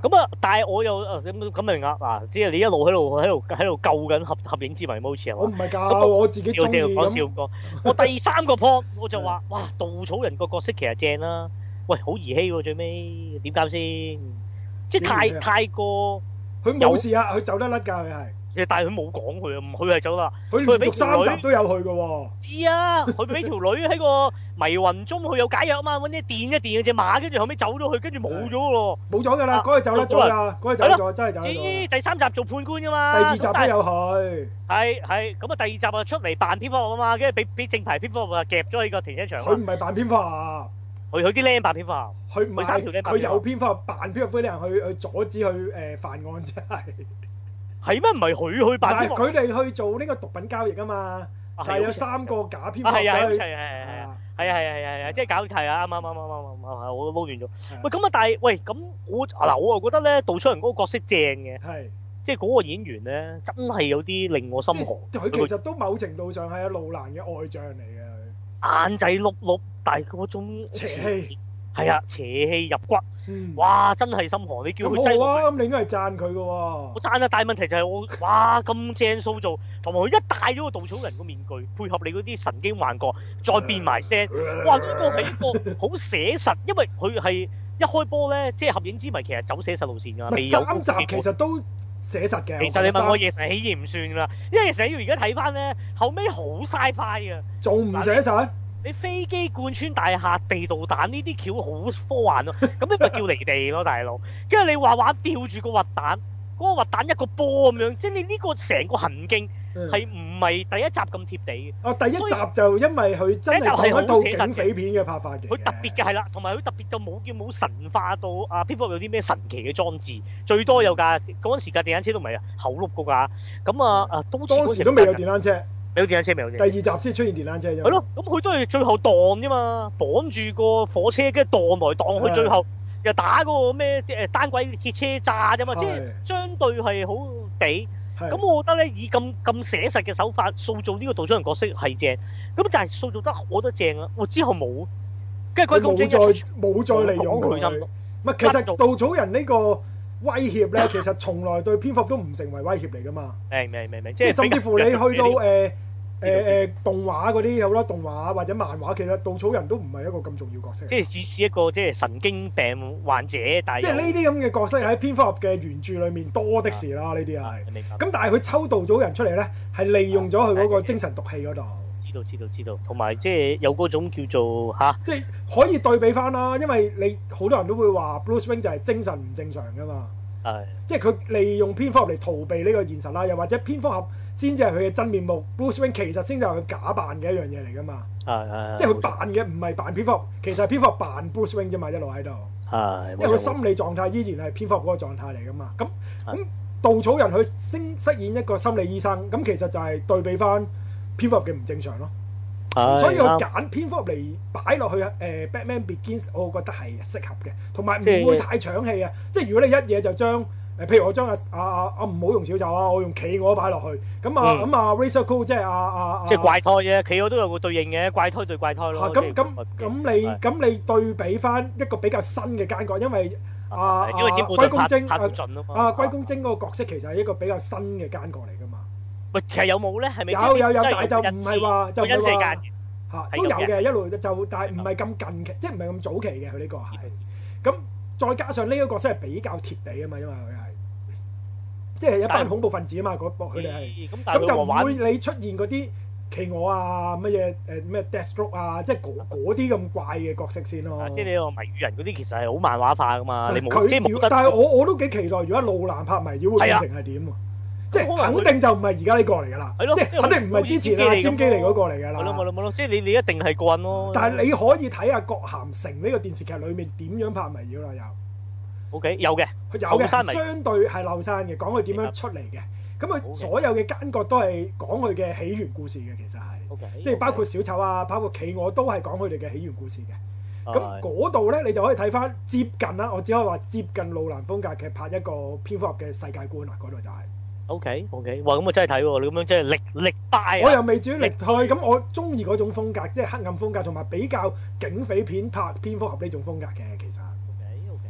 Speaker 1: 咁啊，但係我又啊咁咁明啊嗱，即係你一路喺度喺度喺度救緊合合影之迷好似係嘛
Speaker 2: 我唔係
Speaker 1: 不過
Speaker 2: 教我自己
Speaker 1: 我
Speaker 2: 中意
Speaker 1: 正講笑
Speaker 2: 咁，
Speaker 1: 講，我第三個 point 我就話：哇，稻草人個角色其實正啦、喂，好兒戲喎、最尾點搞先？即係太
Speaker 2: 點解啊
Speaker 1: 太過，
Speaker 2: 佢
Speaker 1: 有
Speaker 2: 冇事啊，佢走得甩㗎，佢係
Speaker 1: 但係佢冇講佢啊，唔佢係走啦。
Speaker 2: 佢
Speaker 1: 佢係俾
Speaker 2: 連續
Speaker 1: 條
Speaker 2: 三
Speaker 1: 女
Speaker 2: 集都有去嘅喎。
Speaker 1: 知啊，佢俾條女喺個迷魂中，佢有解藥啊嘛，揾啲電一電只馬，跟住後尾走咗去，跟住冇咗咯。
Speaker 2: 冇咗㗎啦，
Speaker 1: 啊
Speaker 2: 嗰個走甩咗㗎，嗰個走咗，真係走甩咗
Speaker 1: 咦，第三集做判官噶
Speaker 2: 啦。第
Speaker 1: 嘛，
Speaker 2: 二集啊
Speaker 1: 咁但係
Speaker 2: 都有佢，
Speaker 1: 係係咁啊，第二集啊出嚟扮蝙蝠俠啊嘛，跟住俾俾正牌蝙蝠俠啊夾咗喺個停車場啊
Speaker 2: 佢唔係扮蝙蝠俠。
Speaker 1: 佢佢啲僆扮蝙蝠俠，
Speaker 2: 佢唔
Speaker 1: 佢三
Speaker 2: 係
Speaker 1: 條靚白
Speaker 2: 佢
Speaker 1: 條
Speaker 2: 有蝙蝠俠扮蝙蝠俠嗰啲人去去阻止佢誒、呃犯案啫，係。
Speaker 1: 係咩？唔係佢去扮
Speaker 2: 但係
Speaker 1: 蝙蝠俠
Speaker 2: 佢哋去做呢個毒品交易啊嘛，
Speaker 1: 啊，
Speaker 2: 但係有
Speaker 1: 好似
Speaker 2: 三個 假蝙蝠
Speaker 1: 啊， 係啊，係
Speaker 2: 俠
Speaker 1: 好似係係
Speaker 2: 走去
Speaker 1: 係
Speaker 2: 啊
Speaker 1: 係係係係係，即係搞題啊！啱啱啱啱啱啱啱，我都撈完咗。
Speaker 2: 係
Speaker 1: 喂，
Speaker 2: 啊
Speaker 1: 咁啊，但係喂，咁我嗱，我又覺得咧，杜春人嗰個角色正嘅，
Speaker 2: 係，
Speaker 1: 即係嗰個演員咧，真係有啲令我心寒。
Speaker 2: 即係佢其實都某程度上係阿路蘭嘅外將嚟嘅，
Speaker 1: 眼仔碌碌，但係嗰種
Speaker 2: 邪氣，
Speaker 1: 係啊，邪氣入骨，
Speaker 2: 嗯，
Speaker 1: 哇，真係心寒。你叫佢擠
Speaker 2: 咁好
Speaker 1: 落去
Speaker 2: 啊，咁你應該係讚佢嘅喎
Speaker 1: 我，贊啊！但係問題就係我哇咁正塑造，同埋佢一戴咗個稻草人個面具，配合你嗰啲神經幻覺，再變埋聲，哇！呢個係一個好寫實，因為佢係一開波咧，即係合影之謎，其實走寫實路線㗎，未
Speaker 2: 咪
Speaker 1: 有
Speaker 2: 三集其實都寫實嘅，
Speaker 1: 其實你問我
Speaker 2: 覺得
Speaker 1: 夜神起義唔算㗎啦，因為夜神起義而家睇翻咧，後尾好嘥快㗎。
Speaker 2: 三仲唔寫實？
Speaker 1: 你飛機貫穿大廈、地道彈呢啲橋好科幻咯，咁你咪叫離地咯，大佬。跟住你話話吊住個核彈，嗰、個核彈一個波咁樣，即係你呢個成個行徑
Speaker 2: 嗯
Speaker 1: 係唔係第一集咁貼地嘅？
Speaker 2: 哦，第一集就因為佢真係
Speaker 1: 第一集係好
Speaker 2: 講一套
Speaker 1: 寫實嘅
Speaker 2: 警匪片嘅拍法嘅，
Speaker 1: 佢特別嘅係啦，同埋佢特別就冇叫冇神化到啊蝙蝠俠有啲咩神奇嘅裝置，最多有架嗰陣時架電單車都唔係啊後轆嗰架，咁啊啊都好似
Speaker 2: 嗯當
Speaker 1: 嗰
Speaker 2: 時都未有啊
Speaker 1: 架
Speaker 2: 電單車。
Speaker 1: 未有電單車未有電單車
Speaker 2: 第二集先出現電單車啫。
Speaker 1: 係咯，咁佢都係最後盪啫嘛，綁住個火車跟住盪來盪去，
Speaker 2: 係
Speaker 1: 最後又打嗰個咩誒單軌鐵車炸啫嘛，即係
Speaker 2: 係
Speaker 1: 相對係好地。
Speaker 2: 係，
Speaker 1: 咁我覺得咧，以咁咁寫實嘅手法塑造呢個道長人角色係正，咁但係塑造得我覺得正啊，我之後冇，跟住鬼
Speaker 2: 佢
Speaker 1: 公
Speaker 2: 冇
Speaker 1: 精
Speaker 2: 再
Speaker 1: 一出
Speaker 2: 冇再利用
Speaker 1: 講佢咁
Speaker 2: 佢
Speaker 1: 多。
Speaker 2: 唔係，其實稻草人呢個威脅 咧，其實從來對蝙蝠都唔成為威脅嚟噶嘛。
Speaker 1: 明明明明，即
Speaker 2: 即係
Speaker 1: 係
Speaker 2: 甚至乎你去到
Speaker 1: 誒
Speaker 2: 誒誒誒動畫嗰啲好多動畫或者漫畫，其實稻草人都唔係一個咁重要角色。
Speaker 1: 即係只是一個即係神經病患者，但係
Speaker 2: 即係呢啲咁嘅角色喺蝙蝠俠嘅原著裏面多的是啦，呢啲係。
Speaker 1: 明白
Speaker 2: 咁但係佢抽稻草人出嚟咧，係利用咗佢嗰個精神毒氣嗰度。
Speaker 1: 知道知道知道，同埋即係有嗰種叫做吓。
Speaker 2: 即係可以對比翻啦，因為你好多人都會話 Bruce Wayne 就係精神唔正常噶嘛，
Speaker 1: 係
Speaker 2: 即係佢利用蝙蝠俠嚟逃避呢個現實啦，又或者蝙蝠俠先至係佢嘅真面目，Bruce Wayne 其實先至係佢假扮嘅一樣嘢嚟噶嘛，
Speaker 1: 係係，
Speaker 2: 即係
Speaker 1: 冇
Speaker 2: 佢
Speaker 1: 錯
Speaker 2: 扮嘅唔係扮蝙蝠俠，其實係蝙蝠俠扮 Bruce Wayne 啫嘛，一路喺度，
Speaker 1: 係，
Speaker 2: 因為
Speaker 1: 冇錯
Speaker 2: 佢心理狀態依然係蝙蝠俠嗰個狀態嚟噶嘛，咁
Speaker 1: 係
Speaker 2: 咁稻草人佢飾飾演一個心理醫生，咁其實就係對比翻蝙蝠俠嘅唔正常咯。
Speaker 1: 冇錯
Speaker 2: 所以我
Speaker 1: 係啱
Speaker 2: 揀蝙蝠俠嚟擺落去誒、呃 Batman Begins，我覺得係適合嘅，同埋
Speaker 1: 即係
Speaker 2: 唔會太搶戲啊！即係如果你一嘢就將誒、呃譬如我將阿阿阿阿唔好用小丑啊，我用企鵝擺落去，咁
Speaker 1: 嗯
Speaker 2: 啊咁啊 Razor Cool 即係阿阿阿
Speaker 1: 即係怪胎啫，企鵝都有個對應嘅，怪胎對怪胎
Speaker 2: 嚇
Speaker 1: 咯。
Speaker 2: 咁
Speaker 1: 即係
Speaker 2: 咁
Speaker 1: 個
Speaker 2: 咁你
Speaker 1: 係
Speaker 2: 咁你對比翻一個比較新嘅奸角，因為啊啊
Speaker 1: 因為天母
Speaker 2: 龜
Speaker 1: 對
Speaker 2: 公
Speaker 1: 拍
Speaker 2: 精
Speaker 1: 拍到
Speaker 2: 啊
Speaker 1: 盡啊嘛。
Speaker 2: 啊龜公精嗰個角色其實係一個比較新嘅奸角嚟㗎嘛，
Speaker 1: 喂，其實有冇咧？係咪
Speaker 2: 有有有，但係就唔
Speaker 1: 真
Speaker 2: 係話就
Speaker 1: 有
Speaker 2: 唔
Speaker 1: 因世
Speaker 2: 係話
Speaker 1: 間。
Speaker 2: 嚇
Speaker 1: 係
Speaker 2: 都有
Speaker 1: 有嘅
Speaker 2: 嘅，一路就但係唔係咁近期，即係唔係咁早期嘅佢呢個係。咁再加上呢一個真係比較貼地啊嘛，因為佢係即係一班恐怖分子啊嘛，嗰個佢哋係
Speaker 1: 咦咁但係
Speaker 2: 咁
Speaker 1: 佢
Speaker 2: 就
Speaker 1: 話
Speaker 2: 唔
Speaker 1: 玩
Speaker 2: 會你出現嗰啲企鵝啊，乜嘢誒咩 Deathstroke 啊，即係嗰嗰啲咁怪嘅角色先咯
Speaker 1: 啊。即係你個謎語人嗰啲其實係好漫畫化噶嘛，你冇
Speaker 2: 哦啊佢
Speaker 1: 即係冇
Speaker 2: 要
Speaker 1: 得。
Speaker 2: 但係我我都幾期待，如果路南拍迷妖會
Speaker 1: 係
Speaker 2: 變
Speaker 1: 啊
Speaker 2: 成係點喎？即係
Speaker 1: 可能
Speaker 2: 肯
Speaker 1: 佢
Speaker 2: 定就唔係而家呢個嚟㗎啦，
Speaker 1: 係咯
Speaker 2: 即
Speaker 1: 即
Speaker 2: 係
Speaker 1: 係
Speaker 2: 肯定唔係之前啦，
Speaker 1: 好似
Speaker 2: 尖
Speaker 1: 尖機
Speaker 2: 機嚟
Speaker 1: 嚟
Speaker 2: 嗰
Speaker 1: 咁咯
Speaker 2: 個嚟㗎
Speaker 1: 係咯，冇
Speaker 2: 啦。
Speaker 1: 咯冇咯，即係你你一定係個人咯。
Speaker 2: 但係你可以睇下郭涵成呢個電視劇裡面點樣拍迷妖啦，又。
Speaker 1: O K 有嘅，
Speaker 2: 佢有嘅，
Speaker 1: 後生嚟啊
Speaker 2: 相對係漏山嘅，講佢點樣出嚟嘅。咁佢
Speaker 1: Okay
Speaker 2: 所有嘅奸角都係講佢嘅起源故事嘅，其實係，
Speaker 1: OK，
Speaker 2: 即係包括小丑啊，包括企鵝都係講佢哋嘅起源故事嘅。咁
Speaker 1: 係
Speaker 2: 嗰度呢，你就可以睇翻接近啦，我只可以話接近路蘭風格嘅拍一個蝙蝠俠嘅世界觀啊啦，嗰度就係。
Speaker 1: OK OK，哇咁啊我真係睇喎，你咁樣真係力力拜
Speaker 2: 我
Speaker 1: 啊！
Speaker 2: 又未至於力推，咁我中意嗰種風格，即係黑暗風格，同埋比較警匪片拍蝙蝠俠呢種風格嘅，其實
Speaker 1: OK OK，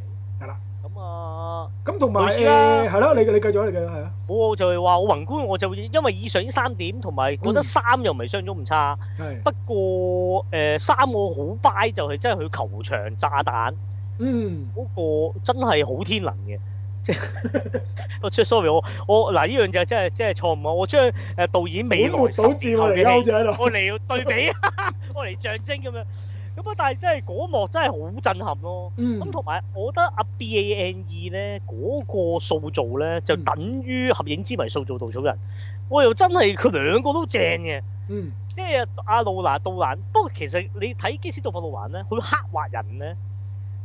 Speaker 2: 係啦，
Speaker 1: 咁啊。
Speaker 2: 咁同埋
Speaker 1: 類似啦
Speaker 2: 誒係咯，你你繼續啦，你繼續係啊，
Speaker 1: 我就係話我宏觀，我就因為以上呢三點，同埋覺得
Speaker 2: 嗯
Speaker 1: 三又唔係相中唔差。
Speaker 2: 係，
Speaker 1: 不過誒、呃三我好 buy 就係真係佢球場炸彈
Speaker 2: 嗯。
Speaker 1: 嗰、個真係好天能嘅。即係 我出 sorry 我我嗱呢樣就真係真係錯誤啊！我將誒導演未
Speaker 2: 本末
Speaker 1: 來十
Speaker 2: 倒置
Speaker 1: 年後
Speaker 2: 喎，而家好
Speaker 1: 嘅戲，
Speaker 2: 似喺度。
Speaker 1: 我嚟對比， 我嚟象徵咁樣。咁啊，但係真係嗰幕真係好震撼咯。
Speaker 2: 嗯
Speaker 1: 咁同埋，我覺得阿 B A N E 咧嗰個塑造咧，就
Speaker 2: 嗯
Speaker 1: 等於《合影之謎》塑造稻草人。我又真係佢兩個都正嘅，
Speaker 2: 嗯
Speaker 1: 即係阿路蘭杜蘭。不過其實你睇基斯道法路蘭咧，佢刻畫人咧，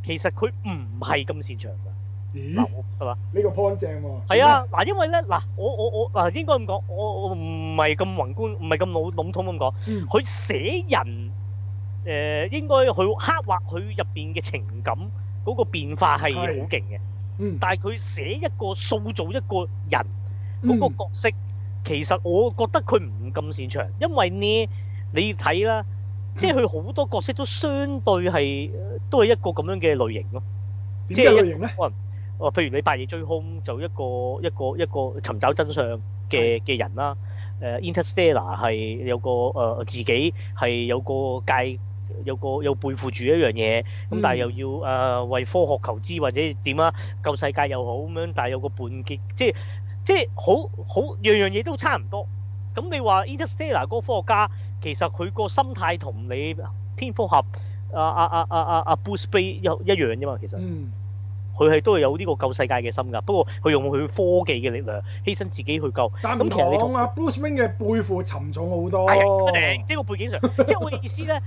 Speaker 1: 其實佢唔係咁擅長㗎。
Speaker 2: 咦？
Speaker 1: 嗱，我係嘛？
Speaker 2: 呢個 point 正喎。
Speaker 1: 係嗯啊，嗱，因為咧，嗱，我我我嗱，應該咁講，我我唔係咁宏觀，唔係咁老籠統咁講。
Speaker 2: 嗯
Speaker 1: 佢寫人誒、呃，應該佢刻畫佢入邊嘅情感嗰、個變化係好勁嘅。
Speaker 2: 嗯，
Speaker 1: 但係佢寫一個塑造一個人
Speaker 2: 嗯
Speaker 1: 嗰個角色，其實我覺得佢唔咁擅長，因為呢，你睇啦，即係佢好多角色都相對係呃都係一個咁樣嘅類型咯。
Speaker 2: 點解類型咧？
Speaker 1: 哦，譬如你白夜追兇就一個一個一個尋找真相嘅嘅人啦。誒、Interstellar 係有個誒、呃自己係有個界有個有背負住一樣嘢，咁
Speaker 2: 嗯
Speaker 1: 但係又要誒、呃、為科學求知或者點啊救世界又好咁樣，但係有個半結，即係即係好好樣樣嘢都差唔多。咁你話 Interstellar 嗰個科學家其實佢個心態同你蝙蝠俠啊啊啊啊啊啊 Bruce Bay 一一樣啫嘛，其實。
Speaker 2: 嗯
Speaker 1: 佢係都係有呢個救世界嘅心㗎，不過佢用佢科技嘅力量犧牲自己去救。
Speaker 2: 但唔
Speaker 1: 咁其實你
Speaker 2: 同
Speaker 1: 同
Speaker 2: 啊，Bruce Wayne 嘅背負沉重好多。
Speaker 1: 係啊，一定即係個背景上， 即係我嘅意思咧。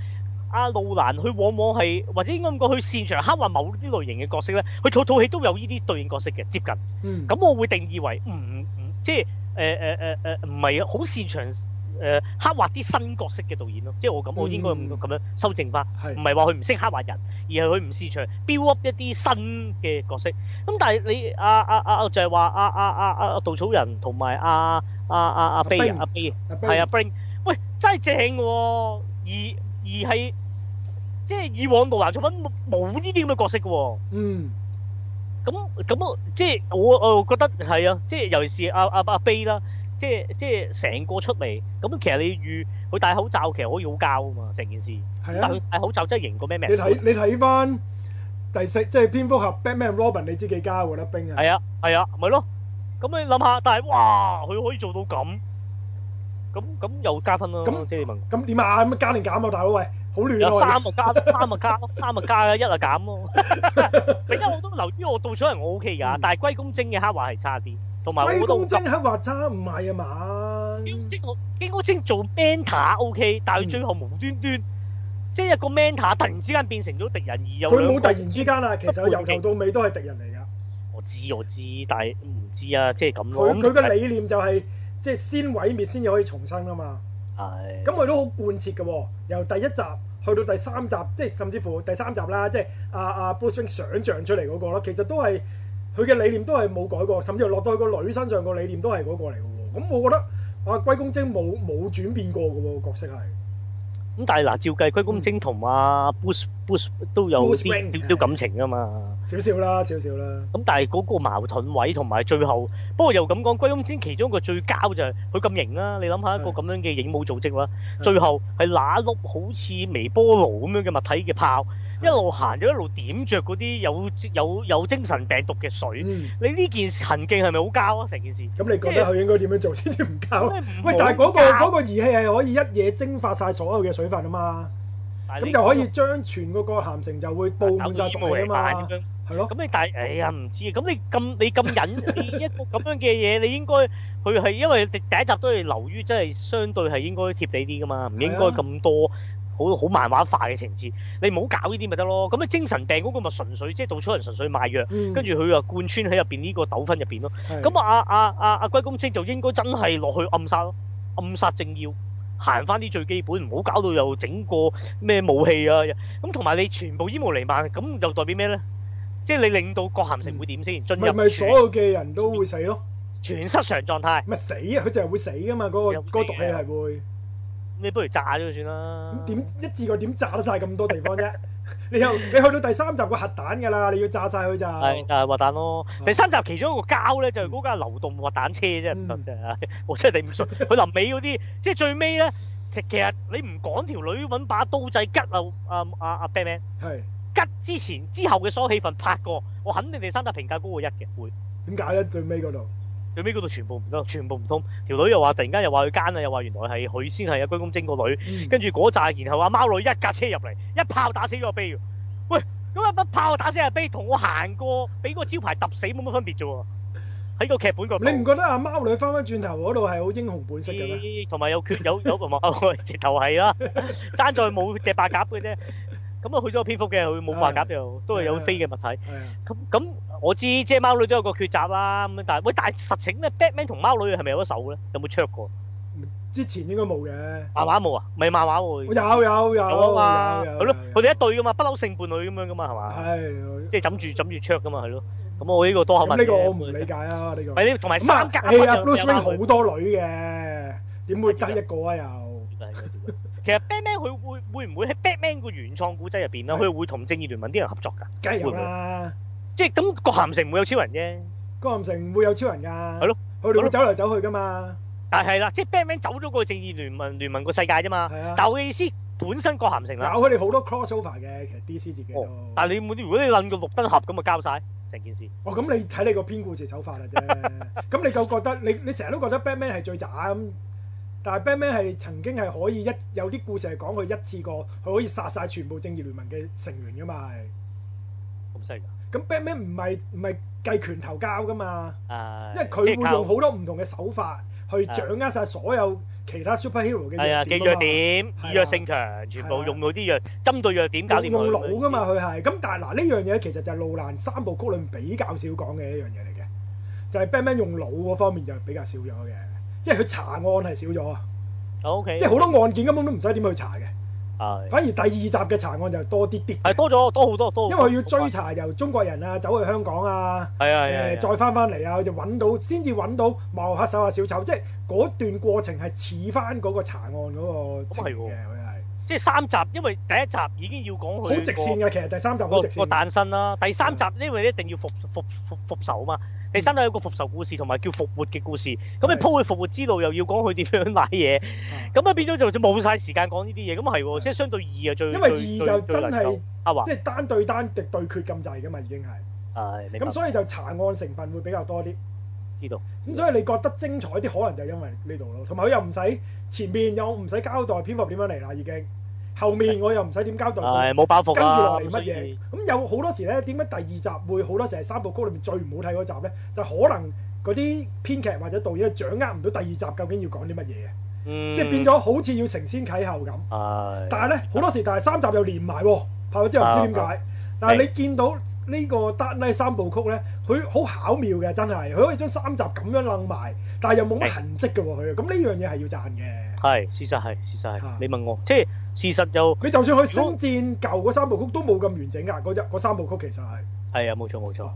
Speaker 1: 阿路蘭佢往往係或者應該咁講，佢擅長刻畫某啲類型嘅角色咧，佢套套戲都有呢啲對應角色嘅接近。
Speaker 2: 嗯，
Speaker 1: 咁我會定義為唔唔即係誒誒誒誒唔係好擅長誒、呃刻畫啲新角色嘅導演咯。即係我咁，我應該咁
Speaker 2: 嗯
Speaker 1: 咁樣修正翻。唔
Speaker 2: 係
Speaker 1: 係話佢唔識刻畫人，而係佢唔擅長 build up 一啲新嘅角色。咁但係你啊啊啊就係話啊啊啊啊稻草人同埋啊啊啊啊 B 啊 B 係啊 Bring，喂真係正喎，而而係即係以往路蘭作品冇呢啲咁嘅角色嘅喎。
Speaker 2: 嗯
Speaker 1: 咁咁我即係我我又覺得係啊，即係尤其是阿阿阿 B 啦，即係即係成個出嚟咁，其實你預佢戴口罩其實可以好膠啊嘛，成件事。
Speaker 2: 係
Speaker 1: 但係
Speaker 2: 啊
Speaker 1: 佢，戴口罩真係型過咩咩？
Speaker 2: 你睇你睇翻第四即係蝙蝠俠 Batman Robin，你知幾加喎得冰啊？
Speaker 1: 係啊，係啊，咪咯。咁你諗下，但係哇，佢可以做到咁，咁咁又加分咯。
Speaker 2: 咁
Speaker 1: 即係你問，
Speaker 2: 咁點啊？咁加定減啊，大佬喂，好亂
Speaker 1: 有
Speaker 2: 啊！
Speaker 1: 三個加，三個加，三個加，一啊減咯。 你因為我都留意我到咗人，我 O K 㗎
Speaker 2: 嗯，
Speaker 1: 但係歸公精嘅刻畫係差啲，同埋我
Speaker 2: 我哋
Speaker 1: 覺
Speaker 2: 龜
Speaker 1: 得好
Speaker 2: 公精
Speaker 1: 急。
Speaker 2: 黑話差唔係啊嘛？
Speaker 1: 精我基公精做 mentor O K，但係佢最後無端端即係一個 mentor 突然之間變成咗敵人，而有
Speaker 2: 佢
Speaker 1: 兩
Speaker 2: 冇
Speaker 1: 個
Speaker 2: 突然之間啊，其實由頭到尾都係敵人嚟㗎。
Speaker 1: 我知我知，但係唔知啊，即係咁咯。
Speaker 2: 佢佢嘅
Speaker 1: 咁
Speaker 2: 理念就係即係先毀滅先至可以重生啊嘛。
Speaker 1: 係
Speaker 2: 咁佢都好貫徹嘅喎，由第一集去到第三集，即係甚至乎第三集啦，即係阿阿 Bruce Wayne 想像出嚟嗰、個咯，其實都係佢嘅理念都係冇改過，甚至乎落到去個女身上個理念都係嗰個嚟嘅喎。咁我覺得阿龜公精冇冇轉變過嘅喎，個角色係。
Speaker 1: 咁但係嗱，照計龜公精同阿 Bruce Bruce 都有
Speaker 2: 嗯 Bruce Wayne，
Speaker 1: 啲少少感情噶嘛。
Speaker 2: 少少啦，少少啦，
Speaker 1: 咁但係嗰個矛盾位同埋最後，不過又咁講，龜公精其中一個最交就係佢咁型啦。你諗下一個
Speaker 2: 係
Speaker 1: 咁樣嘅影武組織啦，
Speaker 2: 係
Speaker 1: 最後係揦碌好似微波爐咁樣嘅物體嘅炮，一路行就一路點着嗰啲有有有精神病毒嘅水。
Speaker 2: 嗯，
Speaker 1: 你呢件行徑係咪好膠啊？成件事
Speaker 2: 咁你覺得佢應該點樣做先至唔
Speaker 1: 咁
Speaker 2: 夠？
Speaker 1: 你唔
Speaker 2: 喂，
Speaker 1: 好
Speaker 2: 但係嗰、個
Speaker 1: 膠
Speaker 2: 嗰、個儀器係可以一嘢蒸發晒所有嘅水分啊嘛，
Speaker 1: 但係
Speaker 2: 咁
Speaker 1: 你
Speaker 2: 就可以將全嗰個鹹城就會佈滿晒毒氣啊嘛，
Speaker 1: 咁樣
Speaker 2: 係咯，
Speaker 1: 咁你但係，哎呀唔知，咁你咁你咁忍 你一個咁樣嘅嘢，你應該佢係因為第一集都係流於真係相對係應該貼地啲噶嘛，唔應該咁多好好漫畫化嘅情節，你唔好搞呢啲咪得咯。咁你啊精神病嗰個咪純粹即係杜楚人純粹賣藥，
Speaker 2: 嗯，
Speaker 1: 跟住佢又貫穿喺入邊呢個糾紛入邊咯。
Speaker 2: 係
Speaker 1: 咁啊啊啊啊龜公精就應該真係落去暗殺咯，暗殺政要，行翻啲最基本，唔好搞到又整個咩武器啊！咁同埋你全部煙霧瀰漫，咁又代表咩咧？即係你令到郭咸城會點先？進
Speaker 2: 咪
Speaker 1: 入
Speaker 2: 咪所
Speaker 1: 全
Speaker 2: 有嘅人都會死咯，
Speaker 1: 全失常狀態，
Speaker 2: 咪死啊！佢就係會死噶嘛，嗰、個
Speaker 1: 有死
Speaker 2: 嗰
Speaker 1: 啊
Speaker 2: 個毒氣係會
Speaker 1: 你不如炸咗佢算啦。
Speaker 2: 咁點一次過點炸得晒咁多地方啫？ 你又你去到第三集個核彈㗎啦，你要炸晒佢就
Speaker 1: 係就係核彈咯。第三集其中一個膠咧，就係嗰架流動核彈車啫，唔得
Speaker 2: 嗯
Speaker 1: 啫。 我真係頂唔順。佢臨尾嗰啲，即係最尾咧，其其實你唔講條女揾把刀仔吉啊啊啊啊 Batman。
Speaker 2: 係
Speaker 1: 吉之前之後嘅所有戲份拍過，我肯定第三集評價高過一嘅，會
Speaker 2: 點解咧？最尾嗰度
Speaker 1: 最尾嗰度全部唔得，全部唔通。條女又話突然間又話佢奸啊，又話原來係佢先係阿居公精個女，跟
Speaker 2: 跟
Speaker 1: 住嗰扎，然後阿貓女一架車入嚟，一炮打死咗阿 B 喎。喂，咁啊一炮打死阿 B，同我行過俾個招牌揼死冇乜分別啫喎。喺個劇本個
Speaker 2: 你唔覺得阿貓女翻返轉頭嗰度係好英雄本色嘅咩？
Speaker 1: 咦同埋有缺有有同埋 直頭係 啦，爭在冇隻白鴿嘅啫。咁啊去咗蝙蝠嘅，佢冇白鴿就都係有飛嘅物體。
Speaker 2: 係啊，
Speaker 1: 咁咁我知，即係貓女都有個抉擇啦。咁但係喂，但係實情咧，Batman 同貓女係咪有得手咧？有冇 check 過？
Speaker 2: 之前應該冇嘅。
Speaker 1: 漫畫冇啊？唔係漫畫喎。
Speaker 2: 有有有
Speaker 1: 有啊嘛，
Speaker 2: 有有
Speaker 1: 係咯，
Speaker 2: 有
Speaker 1: 佢哋一對噶嘛，不嬲性伴侶咁樣噶嘛，係嘛？
Speaker 2: 係
Speaker 1: 即係枕住枕住 check 噶嘛，係咯。咁我呢個多口
Speaker 2: 咁
Speaker 1: 問
Speaker 2: 呢
Speaker 1: 嘅
Speaker 2: 個我唔理。解啊，呢個
Speaker 1: 咪呢同埋
Speaker 2: 咁啊
Speaker 1: 三家，
Speaker 2: 係啊
Speaker 1: 有
Speaker 2: ，Bruce Wayne
Speaker 1: 有
Speaker 2: 好多女嘅，點會得一個啊？又
Speaker 1: 其實 Batman 佢會會唔會喺 Batman 個原創古仔入邊啦？
Speaker 2: 係
Speaker 1: 佢會同正義聯盟啲人合作㗎，
Speaker 2: 梗係有啦，
Speaker 1: 即係咁個鹹城唔會有超人啫。
Speaker 2: 江南城唔會有超人㗎，
Speaker 1: 係咯，啊
Speaker 2: 佢哋會走嚟走去㗎嘛，
Speaker 1: 但係啦，即係 Batman 走咗個正義聯盟聯盟個世界啫嘛。
Speaker 2: 係啊，
Speaker 1: 但我嘅意思本身個鹹城
Speaker 2: 有
Speaker 1: 啦。
Speaker 2: 佢哋好多 crossover 嘅，其實 DC 自己都
Speaker 1: 哦，但係你冇啲，如果你撚個綠燈盒咁啊，交晒成件事。
Speaker 2: 哦，咁你睇你個編故事手法啦啫， 咁你夠覺得你你成日都覺得 Batman 係最渣咁，但係 Batman 係曾經係可以一有啲故事係講佢一次過佢可以殺晒全部正義聯盟嘅成員㗎嘛係。
Speaker 1: 咁犀利
Speaker 2: 咁 Batman 唔係唔係計拳頭交噶嘛，
Speaker 1: 啊！
Speaker 2: 因為佢
Speaker 1: 即係
Speaker 2: 會用
Speaker 1: 靠
Speaker 2: 好多唔同嘅手法去
Speaker 1: 啊
Speaker 2: 掌握晒所有其他 superhero 嘅
Speaker 1: 係啊嘅
Speaker 2: 弱
Speaker 1: 弱
Speaker 2: 點
Speaker 1: 點，
Speaker 2: 係啊
Speaker 1: 以弱勝強，全部用到啲弱，針對弱點搞
Speaker 2: 啊嘛，
Speaker 1: 掂
Speaker 2: 用用
Speaker 1: 佢
Speaker 2: 腦噶嘛，。佢係咁。但係嗱呢樣嘢其實就係路蘭三部曲裏面比較少講嘅一樣嘢嚟嘅，就係 Batman 用腦嗰方面就比較少咗嘅，即係佢查案係少咗啊，
Speaker 1: O K，
Speaker 2: 即係好多案件根本都唔使點去查嘅，
Speaker 1: 係
Speaker 2: 反而第二集嘅查案就多啲啲嘅，
Speaker 1: 係多咗多好多多好多。
Speaker 2: 因為佢要追查由中國人啊走去香港啊。
Speaker 1: 係啊
Speaker 2: 誒、
Speaker 1: 係啊，
Speaker 2: 再翻翻嚟啊，就揾到先至揾到幕後黑手啊小丑，即係嗰段過程係似翻嗰個查案嗰個情形嘅，佢係
Speaker 1: 即係三集，因為第一集已經要講佢
Speaker 2: 好直線
Speaker 1: 個
Speaker 2: 嘅。其實第三集好啊嗯
Speaker 1: 個
Speaker 2: 直
Speaker 1: 個
Speaker 2: 線
Speaker 1: 誕生啦，第三集
Speaker 2: 係
Speaker 1: 因為一定要復復復復仇啊嘛，第三集有個復仇故事同埋叫復活嘅故事，咁
Speaker 2: 嗯係嗯
Speaker 1: 你鋪佢復活之路又要講佢點樣賴嘢，咁啊變咗就冇晒時間講呢啲嘢，咁係喎，
Speaker 2: 係
Speaker 1: 即係相對二啊最
Speaker 2: 因
Speaker 1: 最
Speaker 2: 為二就
Speaker 1: 最最能
Speaker 2: 真
Speaker 1: 夠
Speaker 2: 係
Speaker 1: 啊話
Speaker 2: 即係單對單對對決咁滯噶嘛，已經係
Speaker 1: 係
Speaker 2: 咁，
Speaker 1: 咁
Speaker 2: 所以就查案成分會比較多啲。
Speaker 1: 知道
Speaker 2: 咁所以你覺得精彩啲，可能就因為呢度咯。同埋佢又唔使前面又唔使交代蝙蝠俠點樣嚟啦，已經後 面我又唔使點交代。
Speaker 1: 係冇包袱
Speaker 2: 跟住
Speaker 1: 啊，
Speaker 2: 落嚟
Speaker 1: 所
Speaker 2: 乜嘢
Speaker 1: 以？
Speaker 2: 咁有好多時咧，點解第二集會好多時係三部曲裏面最唔好睇嗰集咧？就可能嗰啲編劇或者導演掌握唔到第二集究竟要講啲乜嘢，
Speaker 1: 嗯
Speaker 2: 即係變咗好似要承先啟後咁。
Speaker 1: 係，
Speaker 2: 但係咧好多時，但係三集又連埋喎，拍咗之後唔知點
Speaker 1: 啊
Speaker 2: 解。但係你見到呢個《Dark Knight》三部曲咧，佢好巧妙嘅，真係佢可以將三集咁樣楞埋，但係又冇乜痕跡嘅喎佢。咁呢樣嘢係要賺嘅。
Speaker 1: 係事實係事實係
Speaker 2: 啊，
Speaker 1: 你問我即係事實就
Speaker 2: 你就算去星戰舊嗰三部曲都冇咁完整㗎，嗰一嗰三部曲其實係
Speaker 1: 係啊，冇錯冇錯。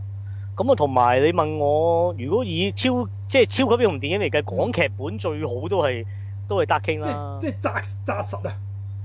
Speaker 1: 咁啊，同埋你問我，如果以超即係超級英雄電影嚟計，港劇本最好都係都係 Dark King
Speaker 2: 即係
Speaker 1: 啦。
Speaker 2: 即係扎扎實啊！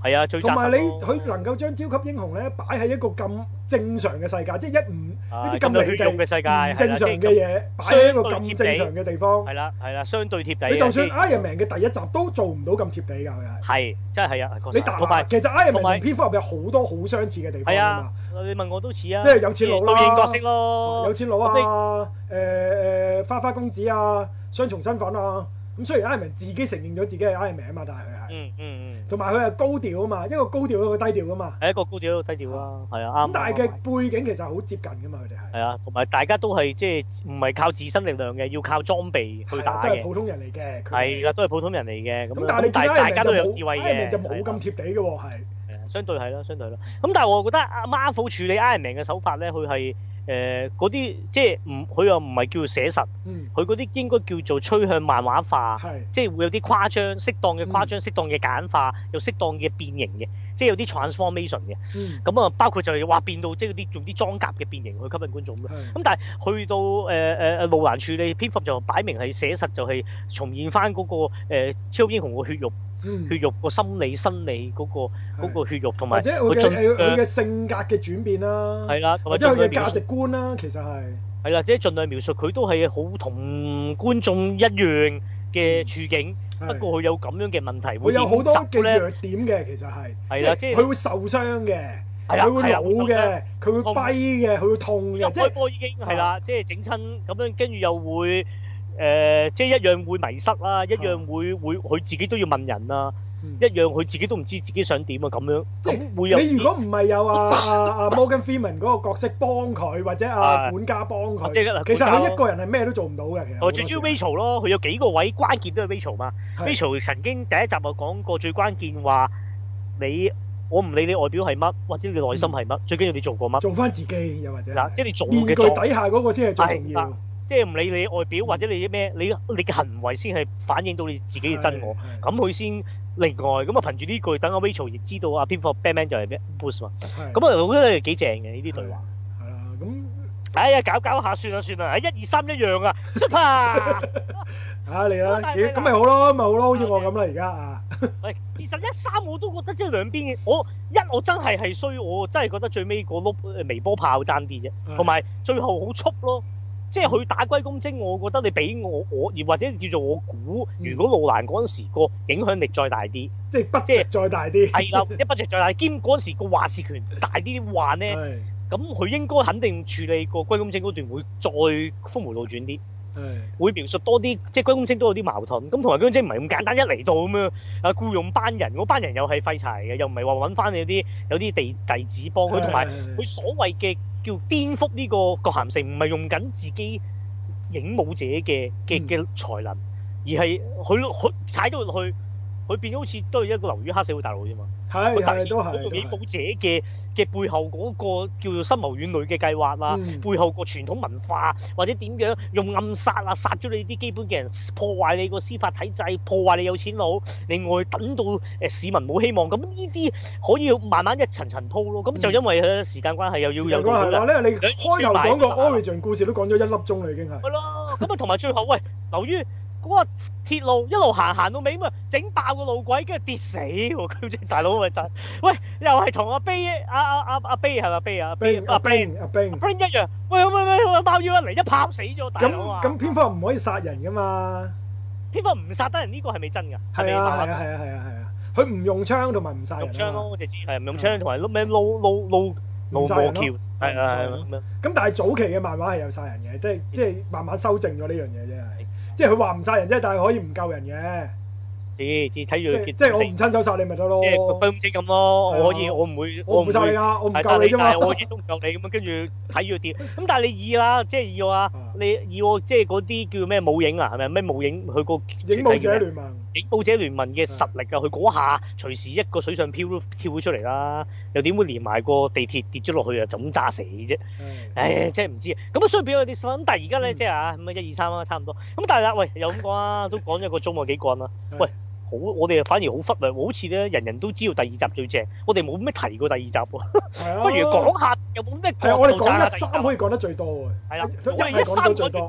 Speaker 1: 係啊，最
Speaker 2: 同埋你
Speaker 1: 紮實咯
Speaker 2: 佢能夠將超級英雄咧擺喺一個咁正常嘅世界，即係一唔
Speaker 1: 啊
Speaker 2: 呢啲咁
Speaker 1: 有
Speaker 2: 離
Speaker 1: 血肉嘅
Speaker 2: 地、
Speaker 1: 世界，
Speaker 2: 唔正常嘅
Speaker 1: 嘢，
Speaker 2: 嘢，擺喺一個
Speaker 1: 相對
Speaker 2: 咁
Speaker 1: 貼
Speaker 2: 正
Speaker 1: 地
Speaker 2: 常嘅地方
Speaker 1: 係，啦係啦，相對貼地嘅。啊
Speaker 2: 你就算啊
Speaker 1: 啲
Speaker 2: Iron Man 嘅第一集都做唔到咁貼地㗎，佢係。
Speaker 1: 係真係係啊，確
Speaker 2: 你
Speaker 1: 實
Speaker 2: 大
Speaker 1: 同埋
Speaker 2: 其實 Iron Man
Speaker 1: 同埋
Speaker 2: 同蝙蝠俠有好多好相似嘅地方
Speaker 1: 係
Speaker 2: 㗎
Speaker 1: 啊
Speaker 2: 嘛，，
Speaker 1: 你問我都似啊，
Speaker 2: 即係有錢佬啦哦
Speaker 1: 對應角色咯，
Speaker 2: 有錢佬啊，誒誒花花公子啊，雙重身份啊。咁雖然 Iron Man 自己承認咗自己係 Iron Man 啊嘛，但係佢係，
Speaker 1: 嗯嗯嗯，
Speaker 2: 同埋佢係高調啊嘛，一個高調一個低調啊嘛。
Speaker 1: 係一個高調一個低調啦，係啊
Speaker 2: 咁
Speaker 1: 啱。
Speaker 2: 但係
Speaker 1: 啱
Speaker 2: 嘅背景其實好接近㗎嘛，佢哋係。
Speaker 1: 係啊，同埋大家都係即係唔係靠自身力量嘅，要靠裝備去打
Speaker 2: 都係
Speaker 1: 嘅。
Speaker 2: 普通人嚟嘅。佢哋
Speaker 1: 係啦，都係普通人嚟嘅咁
Speaker 2: 咁
Speaker 1: 樣。
Speaker 2: 但係你
Speaker 1: 大
Speaker 2: 見
Speaker 1: 大家都
Speaker 2: Iron Man
Speaker 1: 有
Speaker 2: 就冇
Speaker 1: 智慧
Speaker 2: Iron Man
Speaker 1: 嘅，
Speaker 2: 就冇咁貼地嘅喎，係
Speaker 1: 係啊相對係啦，相對啦。咁但係我覺得啊 Marvel 處理 Iron Man 嘅手法咧，佢係誒嗰啲即係唔佢又唔係叫寫實，
Speaker 2: 嗯
Speaker 1: 佢嗰啲應該叫做趨向漫畫化。
Speaker 2: 係
Speaker 1: 即係會有啲誇張，適當嘅誇
Speaker 2: 嗯
Speaker 1: 張，適當嘅簡化，有適當嘅變形嘅，即係有啲 transformation 嘅。
Speaker 2: 嗯
Speaker 1: 咁啊，包括就係話變到即係嗰啲用啲裝甲嘅變形去吸引觀眾啦。
Speaker 2: 係
Speaker 1: 咁但係去到誒誒誒路蘭處理蝙蝠俠就擺明係寫實，就係重現翻嗰、個、呃、超英雄個血肉、
Speaker 2: 嗯
Speaker 1: 血肉個心理、生理嗰、個嗰
Speaker 2: 係
Speaker 1: 個血肉同
Speaker 2: 或
Speaker 1: 埋
Speaker 2: 者佢
Speaker 1: 佢
Speaker 2: 嘅
Speaker 1: 盡
Speaker 2: 佢
Speaker 1: 量
Speaker 2: 嘅性格嘅轉變啦，
Speaker 1: 係啦，同
Speaker 2: 或
Speaker 1: 埋
Speaker 2: 者
Speaker 1: 盡
Speaker 2: 佢
Speaker 1: 量
Speaker 2: 嘅
Speaker 1: 描
Speaker 2: 價
Speaker 1: 述
Speaker 2: 值觀啦，其實係
Speaker 1: 係啦，即係盡量描述佢都係好同觀眾一樣嘅處境，不
Speaker 2: 係
Speaker 1: 過佢有咁樣嘅問題，
Speaker 2: 會有好多
Speaker 1: 嘅
Speaker 2: 嘅弱點嘅，其實係
Speaker 1: 係啦
Speaker 2: 即
Speaker 1: 即係
Speaker 2: 係佢會受傷嘅，
Speaker 1: 係啦
Speaker 2: 佢會
Speaker 1: 係啦
Speaker 2: 老
Speaker 1: 會受傷
Speaker 2: 嘅，佢會
Speaker 1: 痛
Speaker 2: 跛嘅，佢會痛
Speaker 1: 一
Speaker 2: 嘅，即
Speaker 1: 開
Speaker 2: 係
Speaker 1: 波已經係啦，即係整親咁樣，跟住又會誒、呃即係一樣會迷失啦，一樣會會佢自己都要問人啦，
Speaker 2: 嗯
Speaker 1: 一樣佢自己都唔知自己想點啊，咁樣
Speaker 2: 即係
Speaker 1: 咁會有
Speaker 2: 你如果唔係有啊啊啊 Morgan Freeman 嗰個角色幫佢，或者啊
Speaker 1: 係
Speaker 2: 管家幫佢，
Speaker 1: 即係嗱
Speaker 2: 其實
Speaker 1: 管家
Speaker 2: 佢一個人係咩都做唔到嘅。其實
Speaker 1: 我最主要 Rachel 咯，佢有幾個位關鍵都係 Rachel 嘛。
Speaker 2: 係
Speaker 1: Rachel 曾經第一集我講過最關鍵話你，我唔理你外表係乜，或者你內心係乜，最緊要你做過乜。
Speaker 2: 做翻自己，又或者
Speaker 1: 嗱，即係你做
Speaker 2: 面具
Speaker 1: 嘅狀，
Speaker 2: 底下嗰個先係最重
Speaker 1: 係
Speaker 2: 要。
Speaker 1: 即係唔理你外表或者你咩，你你嘅行為先係反映到你自己嘅真我。
Speaker 2: 係
Speaker 1: 咁佢先另外咁啊，憑住呢句等阿 Rachel 亦知道阿蝙蝠 Batman 就係咩 Bruce 嘛。
Speaker 2: 係
Speaker 1: 咁啊，我覺得係幾正嘅呢啲對話。
Speaker 2: 係啦，咁
Speaker 1: 哎呀，搞搞下算啦算啦，哎一二三一樣啊，出發！
Speaker 2: 啊你啦，
Speaker 1: 好大
Speaker 2: 咦
Speaker 1: 劑啦
Speaker 2: 咁咪好咯，咪好咯，好似我咁啦而家啊，
Speaker 1: 喂，事實一三我都覺得即係兩邊嘅，我一我真係係衰，我真係覺得最尾個碌呃微波炮爭啲啫，
Speaker 2: 嗯
Speaker 1: 同埋最後好速咯。即係佢打歸公精，我覺得你俾我我，而或者叫做我估，如果路蘭嗰陣時個影響力再大啲，
Speaker 2: 即係不
Speaker 1: 即
Speaker 2: 值
Speaker 1: 係
Speaker 2: 再大啲，
Speaker 1: 係啦，一筆就再大，兼嗰陣時個話事權大啲啲話咧，
Speaker 2: 係
Speaker 1: 咁佢應該肯定處理過歸公精嗰段會再峰迴路轉啲，
Speaker 2: 係
Speaker 1: 會描述多啲，即係歸公精都有啲矛盾。咁同埋歸公精唔係咁簡單，一嚟到咁樣啊僱用班人，嗰班人又係廢柴嘅，又唔係話揾翻你啲有啲地弟子幫佢，同埋
Speaker 2: 係
Speaker 1: 佢所謂嘅叫顛覆呢個個鹹性，唔係用緊自己影武者嘅嘅嘅才能，而係佢佢踩到落去，佢變咗好似都係一個流於黑社會大佬啫嘛。
Speaker 2: 係
Speaker 1: 佢突
Speaker 2: 係
Speaker 1: 然
Speaker 2: 都係
Speaker 1: 嗰個影
Speaker 2: 都
Speaker 1: 武
Speaker 2: 係
Speaker 1: 者嘅嘅背後嗰個叫做深謀遠慮嘅計劃啦，
Speaker 2: 嗯
Speaker 1: 背後個傳統文化或者點樣用暗殺啊殺咗你啲基本嘅人，破壞你個司法體制，破壞你有錢佬，另外等到誒、呃市民冇希望，咁呢啲可以慢慢一層層鋪咯。咁就
Speaker 2: 嗯
Speaker 1: 因為誒時間關係，又
Speaker 2: 時
Speaker 1: 要有
Speaker 2: 間關係啦，因為你
Speaker 1: 兩
Speaker 2: 開頭講個
Speaker 1: 千萬
Speaker 2: origin 故事都講咗一粒鐘啦已經係，
Speaker 1: 係咯，咁啊同埋最後喂，由於嗰個鐵路一路行行到尾咁啊，整爆個路軌，跟住跌死喎！佢哋大佬喂，但喂又係同阿 Bay 阿阿阿阿 Bay 係咪 Bay 啊
Speaker 2: 冰
Speaker 1: 阿
Speaker 2: 阿
Speaker 1: Bay
Speaker 2: 冰阿冰，
Speaker 1: Brain 一樣，喂喂喂喂，貓妖一嚟一炮死咗大
Speaker 2: 咁
Speaker 1: 佬啊！
Speaker 2: 咁蝙蝠俠唔可以殺人噶嘛，
Speaker 1: 蝙蝠唔殺得人呢個係咪真㗎？係咪
Speaker 2: 係
Speaker 1: 漫
Speaker 2: 啊
Speaker 1: 畫
Speaker 2: 係啊係啊係啊係啊，佢唔用槍同埋唔殺
Speaker 1: 用
Speaker 2: 人啊
Speaker 1: 槍
Speaker 2: 嘛
Speaker 1: 咯，我就知係用槍同埋碌咩撈撈撈
Speaker 2: 唔殺
Speaker 1: 撈
Speaker 2: 人
Speaker 1: 過橋，
Speaker 2: 咯
Speaker 1: 係
Speaker 2: 唔
Speaker 1: 啊
Speaker 2: 殺
Speaker 1: 係啊
Speaker 2: 人咯
Speaker 1: 咁樣。
Speaker 2: 咁但係早期嘅漫畫係有殺人嘅，即係即係慢慢修正咗呢樣嘢啫，係即係佢話唔殺人啫，但係可以唔救人嘅，
Speaker 1: 知知睇
Speaker 2: 即
Speaker 1: 住佢
Speaker 2: 係
Speaker 1: 結
Speaker 2: 即係我
Speaker 1: 死
Speaker 2: 唔親手殺你咪得咯
Speaker 1: 即，係佢唔知咁咯。我可以，
Speaker 2: 係啊
Speaker 1: 我唔會，
Speaker 2: 我
Speaker 1: 我
Speaker 2: 唔
Speaker 1: 唔
Speaker 2: 會殺
Speaker 1: 會
Speaker 2: 你。㗎，我唔
Speaker 1: 係
Speaker 2: 救你啫
Speaker 1: 但係我
Speaker 2: 嘛
Speaker 1: 亦，都唔夠你咁樣，跟住睇住佢跌。咁但係你以啦，即係以我啊
Speaker 2: 啊，
Speaker 1: 你以我即係嗰啲叫咩武影啊，係咪咩武影？佢個
Speaker 2: 影武者聯盟
Speaker 1: 啊影武者聯盟嘅實力啊，佢嗰下隨時一個水上漂都跳咗出嚟啦，又點會連埋個地鐵跌咗落去啊？就咁炸死啫！
Speaker 2: 係
Speaker 1: 唉，真係唔知啊。咁啊，所以俾我哋心諗，但係而家咧，
Speaker 2: 嗯
Speaker 1: 即係啊，咁啊，一二三啦，差唔多。咁但係啦，喂，又咁講啊，都講咗個鐘啊，幾棍啦。
Speaker 2: 係
Speaker 1: 喂，好，我哋反而好忽略，好似咧人人都知道第二集最正，我哋冇咩提過第二集喎。
Speaker 2: 係啊，
Speaker 1: 不如講下有冇咩
Speaker 2: 係啊，
Speaker 1: 角
Speaker 2: 我哋
Speaker 1: 度讚下
Speaker 2: 講一
Speaker 1: 第二
Speaker 2: 三
Speaker 1: 集
Speaker 2: 可以講得最多嘅，
Speaker 1: 係啦，
Speaker 2: 一
Speaker 1: 我哋
Speaker 2: 係
Speaker 1: 一
Speaker 2: 講到
Speaker 1: 三
Speaker 2: 最
Speaker 1: 嗰
Speaker 2: 多
Speaker 1: 段，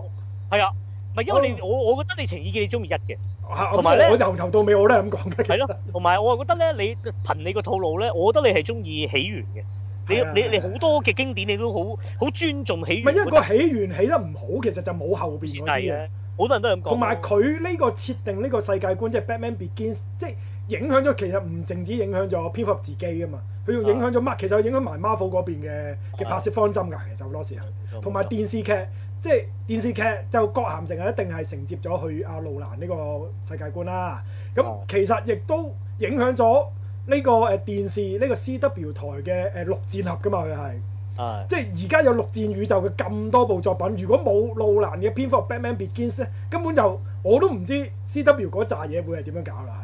Speaker 1: 係啊，唔係因為你我我覺得你情意結你中意一嘅，
Speaker 2: 啊
Speaker 1: 同埋呢
Speaker 2: 我由頭到尾我都係咁講嘅。
Speaker 1: 係咯，同埋我係覺得咧，你憑你個套路咧，我覺得你係中意起源嘅。你
Speaker 2: 係啊
Speaker 1: 你
Speaker 2: 係啊
Speaker 1: 你好多嘅經典，你都好好尊重起
Speaker 2: 其
Speaker 1: 源。
Speaker 2: 實，唔係因為個起源起得唔好，其實就冇後邊
Speaker 1: 時勢
Speaker 2: 嗰啲嘢。
Speaker 1: 嘅，好多人都係咁講。
Speaker 2: 同埋佢呢個設定呢個世界觀，即係 Batman Begins，即係影響咗其實唔淨止影響咗蝙蝠俠自己噶嘛，佢仲影響咗 Mark，其實佢影響埋 Marvel 嗰邊嘅嘅拍攝方針㗎，其實好多時候。同埋電視劇，即係電視劇就郭咸城啊係一定係承接咗佢阿路蘭呢個世界觀啦。咁
Speaker 1: 哦
Speaker 2: 其實亦都影響咗呢個誒電視呢、個 CW 台嘅誒陸戰俠噶嘛，佢係。
Speaker 1: 係
Speaker 2: 即係而家有陸戰宇宙嘅咁多部作品，如果冇路蘭嘅蝙蝠俠 Batman Begins 咧，根本就我都唔知 CW 嗰扎嘢會係點樣搞啦，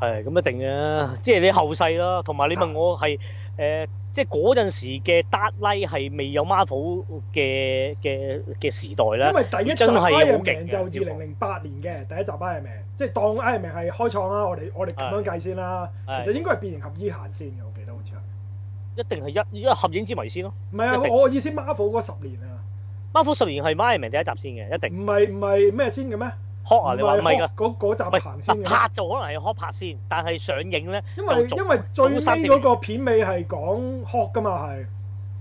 Speaker 1: 係咁一定嘅，即係你後世啦。同埋你問我係
Speaker 2: 嗯
Speaker 1: 誒，即係嗰陣時嘅 Dark Knight 係未有 Marvel 嘅嘅嘅時代
Speaker 2: 係因
Speaker 1: 咧。
Speaker 2: 為第一集
Speaker 1: 真係好
Speaker 2: Iron
Speaker 1: 勁
Speaker 2: Man
Speaker 1: 嘅
Speaker 2: 就二零零八年嘅第一集 Iron Man，即係當 Iron Man 係開創啦，我哋我哋咁樣計先啦，
Speaker 1: 係
Speaker 2: 其實應該係變形俠醫行先嘅，我記得好似係。
Speaker 1: 一定係一一合影之迷先咯。
Speaker 2: 唔係 啊
Speaker 1: 一，定
Speaker 2: 我意思 Marvel 嗰十 年啊，
Speaker 1: Marvel 十年係 Iron Man 第一集先嘅，一定。
Speaker 2: 唔係唔係咩先嘅咩？
Speaker 1: Hot 啊，你話唔係㗎？
Speaker 2: 嗰嗰
Speaker 1: 唔
Speaker 2: 集行先
Speaker 1: 係
Speaker 2: 嘅，
Speaker 1: 拍就可能係 Hot 拍先，但係上映咧
Speaker 2: 因為
Speaker 1: 就
Speaker 2: 因為最尾
Speaker 1: 早三四
Speaker 2: 嗰個片尾係講 Hawk 噶嘛係。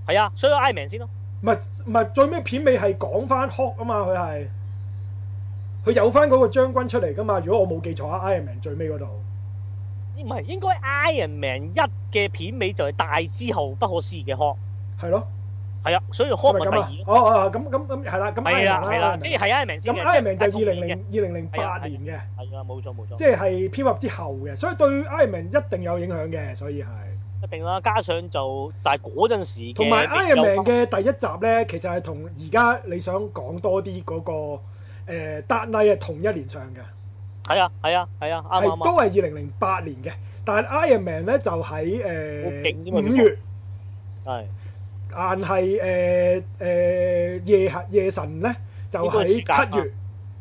Speaker 1: 係啊，所以 Iron Man 先咯。
Speaker 2: 唔係唔係，最尾片尾係講翻 Hawk 啊嘛，佢係佢有翻嗰個將軍出嚟噶嘛。如果我冇記錯啊，Iron Man 最尾嗰度
Speaker 1: 唔係應該 Iron Man 一嘅片尾就係大之後不可思議嘅 Hot，
Speaker 2: 係咯，
Speaker 1: 係啊，所以
Speaker 2: 係
Speaker 1: Hot 咪
Speaker 2: 咪
Speaker 1: 第
Speaker 2: 咁
Speaker 1: 二
Speaker 2: 啊
Speaker 1: 咯。？
Speaker 2: 哦哦，咁咁咁係啦，咁
Speaker 1: 係
Speaker 2: Iron
Speaker 1: 啦
Speaker 2: Man
Speaker 1: 係啦，即係係 Iron Man
Speaker 2: 咁
Speaker 1: 先嘅。
Speaker 2: Iron Man 就
Speaker 1: 即係
Speaker 2: 二零
Speaker 1: 大
Speaker 2: 零二零零八年嘅，
Speaker 1: 公園嘅係啊，冇錯冇錯，
Speaker 2: 即係蝙蝠之後嘅，所以對 Iron Man 一定有影響嘅，所以係。
Speaker 1: 一定啦。加上就但係嗰陣時嘅
Speaker 2: 同埋 Iron Man
Speaker 1: 嘅
Speaker 2: 嘅第一集咧，其實係同而家你想講多啲嗰個誒 Dark Knight 係同一年上嘅。
Speaker 1: 係啊係啊係啊啱
Speaker 2: 係
Speaker 1: 啱
Speaker 2: 都係二零零八年嘅，但係 Iron Man 咧就
Speaker 1: 好勁
Speaker 2: 喺誒呃
Speaker 1: 添啊
Speaker 2: 五月，
Speaker 1: 啱係
Speaker 2: 但係誒誒夜黑夜神咧就
Speaker 1: 應該
Speaker 2: 喺
Speaker 1: 係暑假啊
Speaker 2: 七月，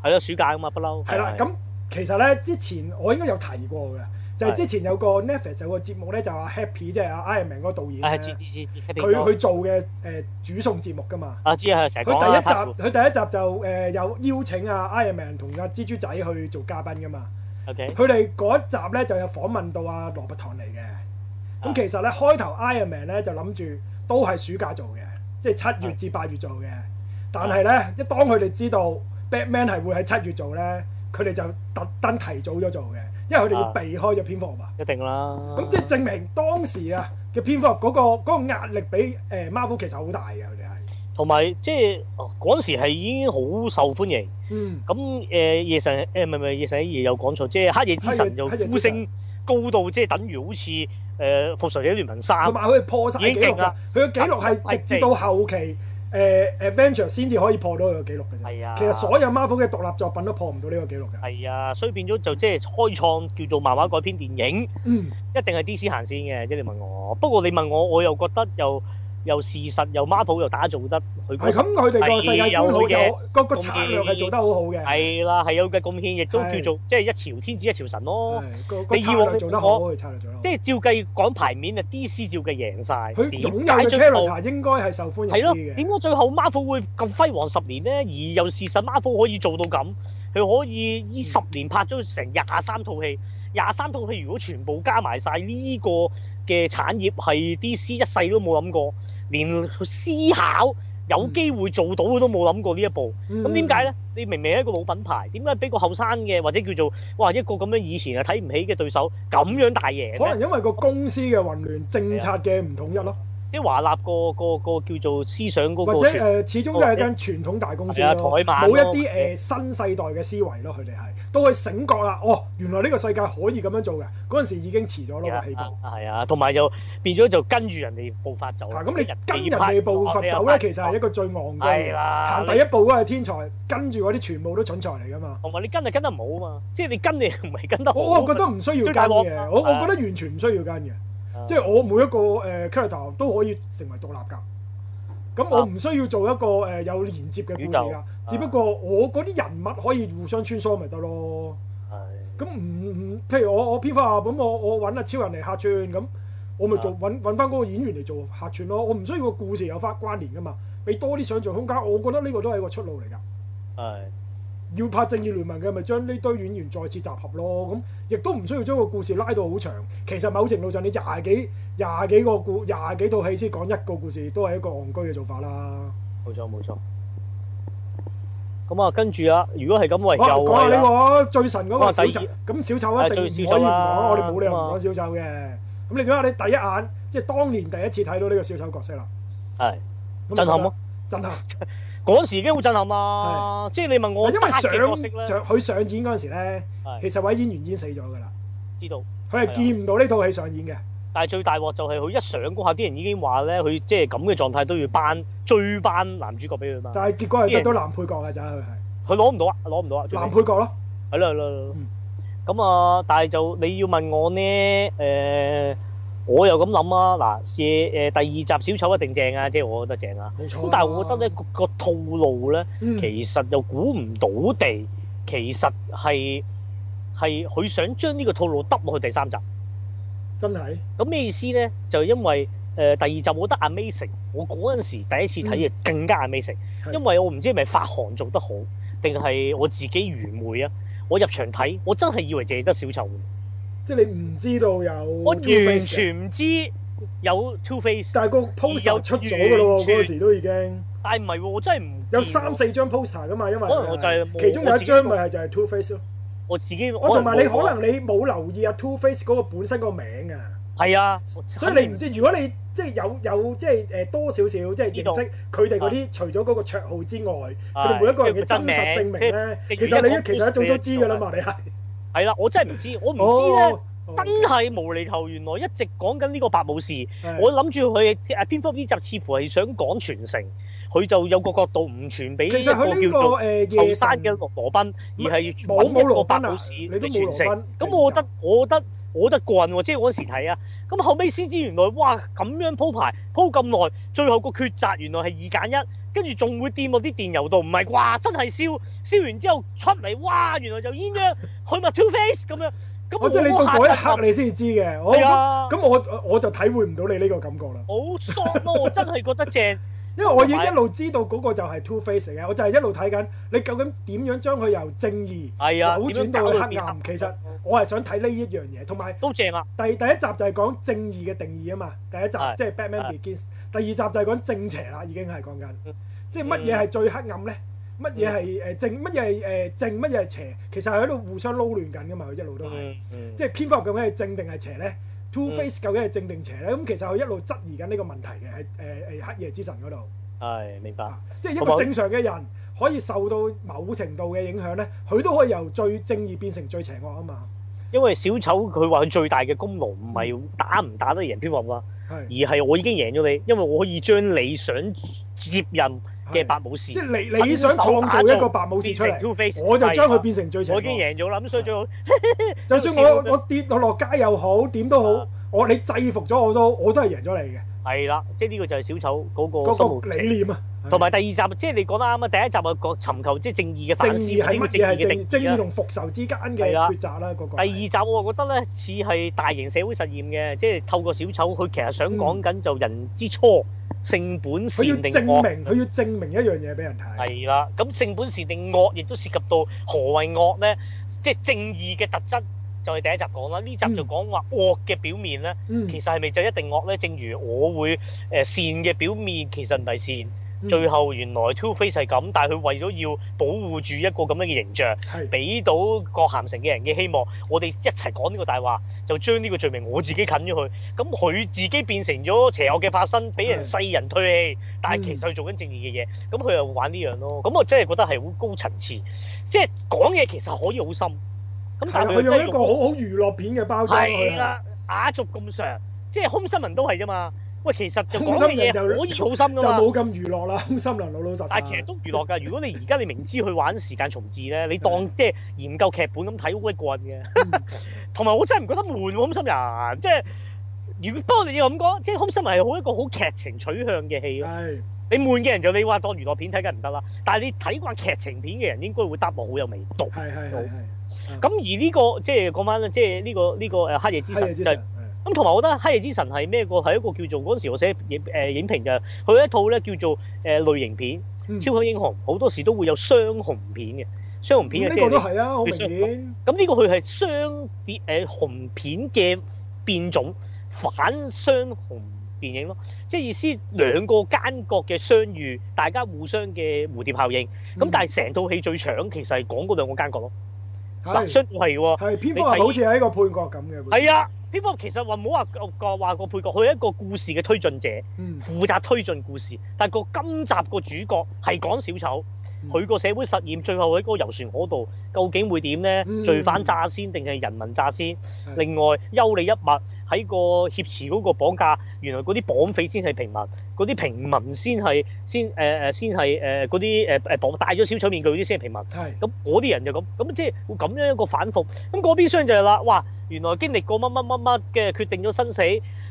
Speaker 1: 係咯，暑假啊嘛不嬲
Speaker 2: 係啦。咁其實咧之前我應該有提過嘅，就係
Speaker 1: 係
Speaker 2: 之前有個 Netflix 有個節目咧就話 Happy 即係阿 Iron Man 嗰個導
Speaker 1: 係
Speaker 2: 演咧
Speaker 1: 啊係知知知知
Speaker 2: 佢
Speaker 1: 佢
Speaker 2: 佢做嘅誒煮餸節目噶嘛。
Speaker 1: 啊知啊，成日
Speaker 2: 佢
Speaker 1: 講
Speaker 2: 第
Speaker 1: 啦
Speaker 2: 一集佢第一集就誒有邀請啊 Iron Man 同阿蜘蛛仔去做嘉賓噶嘛。
Speaker 1: ，OK
Speaker 2: 佢哋嗰一集咧就有訪問到阿羅伯唐尼嘅。咁其實咧開頭 Iron Man 咧就諗住都係暑假做嘅，即係七月至八月做嘅。但係咧，一當佢哋知道 Batman 係會喺七月做咧，佢哋就特登提早咗做嘅，因為佢哋要
Speaker 1: 啊
Speaker 2: 避開咗蝙蝠俠啊。
Speaker 1: 一定啦。
Speaker 2: 咁即係證明當時啊嘅蝙蝠俠嗰個嗰個壓力比誒 Marvel 其實好大嘅，佢哋係。
Speaker 1: 同埋即係哦嗰陣時係已經好受歡迎。
Speaker 2: 嗯，
Speaker 1: 咁誒夜神呃誒唔係唔係夜神夜有講錯，即係黑夜之
Speaker 2: 黑夜
Speaker 1: 神就
Speaker 2: 黑夜之神
Speaker 1: 呼聲高到即係等於好似誒復仇者聯盟三
Speaker 2: 同。埋佢哋破晒
Speaker 1: 已
Speaker 2: 記
Speaker 1: 經
Speaker 2: 錄
Speaker 1: 勁
Speaker 2: 㗎
Speaker 1: 啦，
Speaker 2: 佢嘅記錄係直至到後期誒 Adventure 先至可以破到佢嘅記錄嘅啫。
Speaker 1: 係啊
Speaker 2: 其實所有 Marvel 嘅獨立作品都破唔到呢個記錄㗎。
Speaker 1: 係啊，所以變咗就即係開創叫做漫畫改編電影，
Speaker 2: 嗯，
Speaker 1: 一定係 DC 行先嘅。即係你問我，不過你問我，我又覺得又又事實又 Marvel 又打造得佢
Speaker 2: 係
Speaker 1: 嗰
Speaker 2: 咁，佢哋個世界觀好
Speaker 1: 係有嘅
Speaker 2: 有個個策略係做得好好嘅。
Speaker 1: 係啦，係有嘅貢獻，亦都
Speaker 2: 係
Speaker 1: 叫做即係一朝天子一朝臣咯。
Speaker 2: 係個個
Speaker 1: 你以
Speaker 2: 策
Speaker 1: 往
Speaker 2: 略做得好，
Speaker 1: 我
Speaker 2: 佢策略做得好。
Speaker 1: 即係照計講牌面啊，DC 照計贏晒。
Speaker 2: 佢
Speaker 1: 點
Speaker 2: 擁有
Speaker 1: 解
Speaker 2: 嘅
Speaker 1: 最後
Speaker 2: character 應該係受歡迎
Speaker 1: 係咯，
Speaker 2: 啲嘅。
Speaker 1: 點解最後 Marvel 會咁輝煌十年咧？而又事實 Marvel 可以做到咁，佢可以依
Speaker 2: 嗯
Speaker 1: 十年拍咗成廿三套戲，廿三套戲如果全部加埋晒呢個嘅產業係 DC 一世都冇諗過，連思考有機會做到都冇諗過呢一步。
Speaker 2: 嗯
Speaker 1: 咁點解咧？你明明係一個老品牌，點解俾個後生嘅或者叫做哇一個咁樣以前啊睇唔起嘅對手咁樣大贏
Speaker 2: 嗯？
Speaker 1: 呢
Speaker 2: 可能因為個公司嘅混亂、政策嘅唔統一咯，
Speaker 1: 即係華納個個個叫做思想嗰個
Speaker 2: 或者
Speaker 1: 傳
Speaker 2: 誒始終都係一間傳統大公司
Speaker 1: 係哦啊
Speaker 2: 咯，
Speaker 1: 台
Speaker 2: 冇
Speaker 1: 漫咯
Speaker 2: 一啲誒呃新世代嘅思維咯，佢哋係到佢醒覺啦，哦，原來呢個世界可以咁樣做嘅，嗰陣時已經遲咗咯個起步。
Speaker 1: 啊係啊，同埋又變咗就跟住人哋步伐走。
Speaker 2: 啊嗱，咁你跟人哋步伐走咧，其實係一個最戇
Speaker 1: 係
Speaker 2: 居。
Speaker 1: 啦，
Speaker 2: 行第一步嗰個係天才，跟住嗰啲全部都蠢材嚟噶嘛。
Speaker 1: 同埋你跟就跟得唔好啊嘛，即係你跟你唔係跟得好。
Speaker 2: 我我覺得唔需要跟
Speaker 1: 最大鑊
Speaker 2: 嘅，我我覺得完全唔需要跟嘅。
Speaker 1: 啊
Speaker 2: 即係我每一個誒 character 都可以成為獨立㗎。咁我唔需要做一個誒有連接嘅故事
Speaker 1: 啊宇宙啊
Speaker 2: 㗎，只不過我嗰啲人物可以互相穿梭咪得咯。咁唔唔，譬如我我編化咁，我我揾阿超人嚟客串咁，我咪做
Speaker 1: 啊
Speaker 2: 揾揾翻嗰個演員嚟做客串咯。我唔需要個故事有翻關聯㗎嘛，俾多啲想像空間，我覺得呢個都係一個出路嚟㗎。
Speaker 1: 係
Speaker 2: 要拍正義聯盟嘅，咪將呢堆演員再次集合咯。咁亦都唔需要將個故事拉到好長。其實某程度上，你廿幾廿幾個故廿幾套戲先講一個故事，都係一個戇居嘅做法啦。
Speaker 1: 冇錯冇錯。咁啊，跟住啊，如果係咁，喂，又
Speaker 2: 哇講下
Speaker 1: 係
Speaker 2: 呢
Speaker 1: 啦，
Speaker 2: 個最神嗰個
Speaker 1: 哇
Speaker 2: 小
Speaker 1: 第
Speaker 2: 丑，咁小丑一
Speaker 1: 係
Speaker 2: 定
Speaker 1: 最小
Speaker 2: 唔可以
Speaker 1: 丑
Speaker 2: 唔
Speaker 1: 啦
Speaker 2: 講，我哋冇理由唔
Speaker 1: 咁啊
Speaker 2: 講小丑嘅。咁你點解你第一眼即係當年第一次睇到呢個小丑角色啦？
Speaker 1: 係
Speaker 2: 咁啊
Speaker 1: 震撼咯！
Speaker 2: 震撼！啊
Speaker 1: 嗰時已經好震撼啦，即係你問我
Speaker 2: 因為
Speaker 1: 單
Speaker 2: 上
Speaker 1: 嘅角色咧，
Speaker 2: 上佢上演嗰陣時咧，其
Speaker 1: 係
Speaker 2: 實位演員已經死咗㗎啦，
Speaker 1: 知道。
Speaker 2: 佢
Speaker 1: 係啊
Speaker 2: 係見唔到呢套戲上演嘅。
Speaker 1: 但係最大鑊就係佢一上嗰下，啲人已經話咧，佢即係咁嘅狀態都要班追班男主角俾佢嘛，
Speaker 2: 但係結果係得到男配角嘅咋，佢係
Speaker 1: 佢攞唔到啊，攞唔到啊，最尾
Speaker 2: 男配角咯。
Speaker 1: 係啦係啦係啦
Speaker 2: 嗯。
Speaker 1: 咁啊，但係就你要問我呢，誒、我又咁諗啊，嗱，誒誒第二集小丑一定正啊，即係我覺得正啊。
Speaker 2: 冇錯啊。
Speaker 1: 咁但係我覺得咧，個個套路咧，
Speaker 2: 嗯，
Speaker 1: 其實又估唔到地，其實係係佢想將呢個套路揼落去第三集。
Speaker 2: 真係
Speaker 1: 咁咩意思咧？就因為誒、呃第二集我覺得 Amazing，我嗰陣時第一次睇嘅更加 Amazing，、
Speaker 2: 嗯係
Speaker 1: 因為我唔知係咪發行做得好，定係我自己愚昧啊！我入場睇，我真係以為淨係得小丑，
Speaker 2: 即係你唔知道有
Speaker 1: 我
Speaker 2: Two-Face
Speaker 1: 完
Speaker 2: 嘅，
Speaker 1: 全唔知有 Two Face，
Speaker 2: 但係個
Speaker 1: 有
Speaker 2: poster 出咗㗎咯
Speaker 1: 完
Speaker 2: 喎，
Speaker 1: 全
Speaker 2: 嗰時都已經
Speaker 1: 但係唔係喎，我真係唔
Speaker 2: 有
Speaker 1: 見喎
Speaker 2: 三四張 poster 㗎嘛，因為
Speaker 1: 可能我就係冇
Speaker 2: 其中有
Speaker 1: 我
Speaker 2: 一
Speaker 1: 自己
Speaker 2: 張咪係就係 Two Face 咯。
Speaker 1: 我自己，
Speaker 2: 我同埋你可
Speaker 1: 冇
Speaker 2: 能你冇留意啊 Two Face 嗰個本身個名啊，
Speaker 1: 係啊，
Speaker 2: 所以你唔知。如果你即係有有即係誒多少少即係認識佢哋嗰啲，除咗嗰個綽號之外，佢哋每一個人嘅真實姓名咧，
Speaker 1: 即
Speaker 2: 其
Speaker 1: 係
Speaker 2: 實
Speaker 1: 即係
Speaker 2: 你其實一早都知㗎啦嘛，你係。
Speaker 1: 係啦，我真係唔知，我
Speaker 2: 哦
Speaker 1: 唔知咧，真係無厘頭。原來一直講緊呢個白武士。
Speaker 2: 係
Speaker 1: 我諗住佢誒蝙蝠俠呢集似乎係想講傳承，佢就有個角度唔傳俾一個
Speaker 2: 其實佢呢
Speaker 1: 叫
Speaker 2: 個呃
Speaker 1: 做
Speaker 2: 誒
Speaker 1: 後
Speaker 2: 夜
Speaker 1: 生
Speaker 2: 神
Speaker 1: 嘅羅羅賓，而係
Speaker 2: 冇
Speaker 1: 揾
Speaker 2: 冇
Speaker 1: 一個
Speaker 2: 羅
Speaker 1: 白
Speaker 2: 賓啊
Speaker 1: 武士，
Speaker 2: 你
Speaker 1: 嚟
Speaker 2: 都冇羅
Speaker 1: 傳承。
Speaker 2: 賓。
Speaker 1: 咁我
Speaker 2: 啊
Speaker 1: 覺得我覺得我覺得過癮喎，即係我嗰時睇啊。咁後尾先知原來哇咁樣鋪排鋪咁耐，最後個抉擇原來係二揀一，跟住仲會掂落啲電油度，唔係啩？真係燒燒完之後出嚟，哇！原來就鴛鴦，佢咪 Two Face 咁樣。咁
Speaker 2: 我即係你到
Speaker 1: 嗰下
Speaker 2: 嗰
Speaker 1: 就
Speaker 2: 一刻你先至知嘅。我
Speaker 1: 係啊
Speaker 2: 咁我我就體會唔到你呢個感覺啦，
Speaker 1: 好 short 咯，我真係覺得正。
Speaker 2: 因為我已經一路知道嗰個就係 Two Face 嚟嘅，我就係一路睇緊你究竟點樣將佢由正義
Speaker 1: 係啊，
Speaker 2: 扭
Speaker 1: 點樣
Speaker 2: 轉到去
Speaker 1: 搞
Speaker 2: 黑
Speaker 1: 變
Speaker 2: 暗。其實我係想睇呢一樣嘢，同埋
Speaker 1: 都正啊，
Speaker 2: 第第一集就係講正義嘅定義啊嘛，第一集
Speaker 1: 係
Speaker 2: 即係 Batman
Speaker 1: 係
Speaker 2: Begins，第二集就係講正邪啦，已經係講緊
Speaker 1: 嗯，
Speaker 2: 即係乜嘢係最黑暗咧？乜嘢係誒正？乜嘢係誒正？乜嘢係邪？其實係喺度互相撈亂緊噶嘛，佢一路都係，
Speaker 1: 嗯，
Speaker 2: 即係蝙蝠俠究竟係正定係邪咧？Two Face 究竟係正定邪咧？咁其實佢一路質疑緊呢個問題嘅喺誒誒黑夜之神嗰度，
Speaker 1: 係明白，
Speaker 2: 啊即係一
Speaker 1: 同埋
Speaker 2: 個
Speaker 1: 好
Speaker 2: 正常嘅人可以受到某程度嘅影響咧，佢都可以由最正義變成最邪惡啊嘛，
Speaker 1: 因為小丑佢話佢最大嘅功勞唔係打唔打得贏蝙蝠俠啊，而
Speaker 2: 係
Speaker 1: 係我已經贏咗你，因為我可以將你想接任嘅
Speaker 2: 係
Speaker 1: 白武士
Speaker 2: 即，係你你想創造一個白武士
Speaker 1: 變
Speaker 2: 出嚟
Speaker 1: 成。Two Face，
Speaker 2: 我就將佢
Speaker 1: 係啊。
Speaker 2: 變成最邪
Speaker 1: 我已經
Speaker 2: 惡。
Speaker 1: 贏咗啦，咁所以最好
Speaker 2: 就
Speaker 1: 有
Speaker 2: 算
Speaker 1: 少少
Speaker 2: 我
Speaker 1: 嘅
Speaker 2: 我跌我落街又好，點都好
Speaker 1: 啊，
Speaker 2: 我你制服咗我都，我都係贏咗你嘅。
Speaker 1: 係啦，即係呢個就係小丑嗰個心
Speaker 2: 嗰
Speaker 1: 路
Speaker 2: 個
Speaker 1: 歷
Speaker 2: 理
Speaker 1: 程。
Speaker 2: 念啊，
Speaker 1: 同埋第二集，即係你講得啱啊！第一集啊，講尋求即係正義嘅
Speaker 2: 正
Speaker 1: 反思，
Speaker 2: 義係乜嘢
Speaker 1: 正義嘅
Speaker 2: 係
Speaker 1: 定
Speaker 2: 正正
Speaker 1: 義啦啊
Speaker 2: 義同復仇之間嘅
Speaker 1: 係啦
Speaker 2: 抉擇啦，嗰個
Speaker 1: 第二集我覺得咧似係大型社會實驗嘅，即係透過小丑，佢其實想講緊就人之初性本
Speaker 2: 佢要
Speaker 1: 善定
Speaker 2: 證
Speaker 1: 惡，
Speaker 2: 明佢要證明一樣嘢俾人睇，
Speaker 1: 係啦。咁性本善定惡，亦都涉及到何謂惡咧？即係正義嘅特質，就係第一集講啦。呢集就講話惡嘅表面咧，
Speaker 2: 嗯
Speaker 1: 其實係咪就一定惡咧？正如我會誒、呃善嘅表面其實唔係善，
Speaker 2: 嗯
Speaker 1: 最後原來 Two Face 係咁，但係佢為咗要保護住一個咁樣嘅形象。
Speaker 2: 係
Speaker 1: 俾到個鹹城嘅人嘅希望，我哋一齊講呢個大話，就將呢個罪名我自己啃咗佢，咁佢自己變成咗邪惡嘅化身，俾人
Speaker 2: 係
Speaker 1: 世人唾棄，但
Speaker 2: 嗯
Speaker 1: 係其實佢做緊正義嘅嘢，咁佢又玩呢樣咯，咁我真係覺得係好高層次，即係講嘢其實可以好深，咁
Speaker 2: 係
Speaker 1: 但
Speaker 2: 啊
Speaker 1: 係
Speaker 2: 佢
Speaker 1: 佢真係
Speaker 2: 用一
Speaker 1: 用
Speaker 2: 個好好娛樂片嘅包裝
Speaker 1: 係
Speaker 2: 佢啊係
Speaker 1: 啦，雅俗咁上，即係空心人都係啫嘛，喂，其實就講
Speaker 2: 空
Speaker 1: 嘅
Speaker 2: 心人
Speaker 1: 嘢
Speaker 2: 就
Speaker 1: 可以好深
Speaker 2: 就
Speaker 1: 噶嘛。
Speaker 2: 冇啊咁娛樂啦， 空心人老老實
Speaker 1: 啊但係其實
Speaker 2: 實。
Speaker 1: 都娛樂㗎。如果你而家你明知去玩時間重置咧，你
Speaker 2: 嗯
Speaker 1: 當即係研究劇本咁睇，好鬼過癮嘅。同埋我真係唔覺得悶喎，空心人即係。如果不過你要咁講，即係空心人係好一個好劇情取向嘅戲咯。
Speaker 2: 係
Speaker 1: 你悶嘅人就你話當娛樂片睇梗係唔得啦，但係你睇慣劇情片嘅人應該會答落好有味道。
Speaker 2: 係係係
Speaker 1: 咁而呢、個即係講翻啦，即係呢、個呢、個誒黑夜之
Speaker 2: 係，黑
Speaker 1: 神
Speaker 2: 夜之
Speaker 1: 就係
Speaker 2: 神
Speaker 1: 咁同埋我覺得《黑夜之神》係咩個係一個叫做嗰陣時我寫影誒影評就係呃佢有一套咧叫做誒類型片、
Speaker 2: 嗯
Speaker 1: 超級英雄，好多時都會有雙雄片嘅。雙紅片嘅
Speaker 2: 咁呢
Speaker 1: 即
Speaker 2: 個
Speaker 1: 係
Speaker 2: 都
Speaker 1: 你。
Speaker 2: 係啊，好明
Speaker 1: 你
Speaker 2: 顯。
Speaker 1: 咁呢個佢係雙碟誒紅片嘅變種，反雙紅電影咯，即係意思兩個奸角嘅相遇，大家互相嘅蝴蝶效應。咁、
Speaker 2: 嗯
Speaker 1: 但係成套戲最長其實係講嗰兩個奸角咯，嗱
Speaker 2: 係
Speaker 1: 相對係喎。
Speaker 2: 係蝙蝠
Speaker 1: 你睇
Speaker 2: 俠好似係一個配角咁嘅。
Speaker 1: 係啊，蝙蝠俠其實話唔好話個話個配角，佢係一個故事嘅推進者，
Speaker 2: 嗯，
Speaker 1: 負責推進故事。但個今集個主角係講小丑，
Speaker 2: 嗯
Speaker 1: 佢個社會實驗最後喺嗰個遊船河度，究竟會點呢？
Speaker 2: 嗯
Speaker 1: 罪犯炸先定係人民炸先？
Speaker 2: 係
Speaker 1: 另外優利一物喺個挾持嗰個綁架，原來嗰啲綁匪先係平民，嗰啲平民先係先誒誒、呃先係誒嗰啲誒誒綁戴咗小丑面具嗰啲先係平民。
Speaker 2: 係
Speaker 1: 咁嗰啲人就咁，咁即係會咁樣一個反覆。咁嗰邊商就係啦，哇！原來經歷過乜乜乜乜嘅，決定咗生死。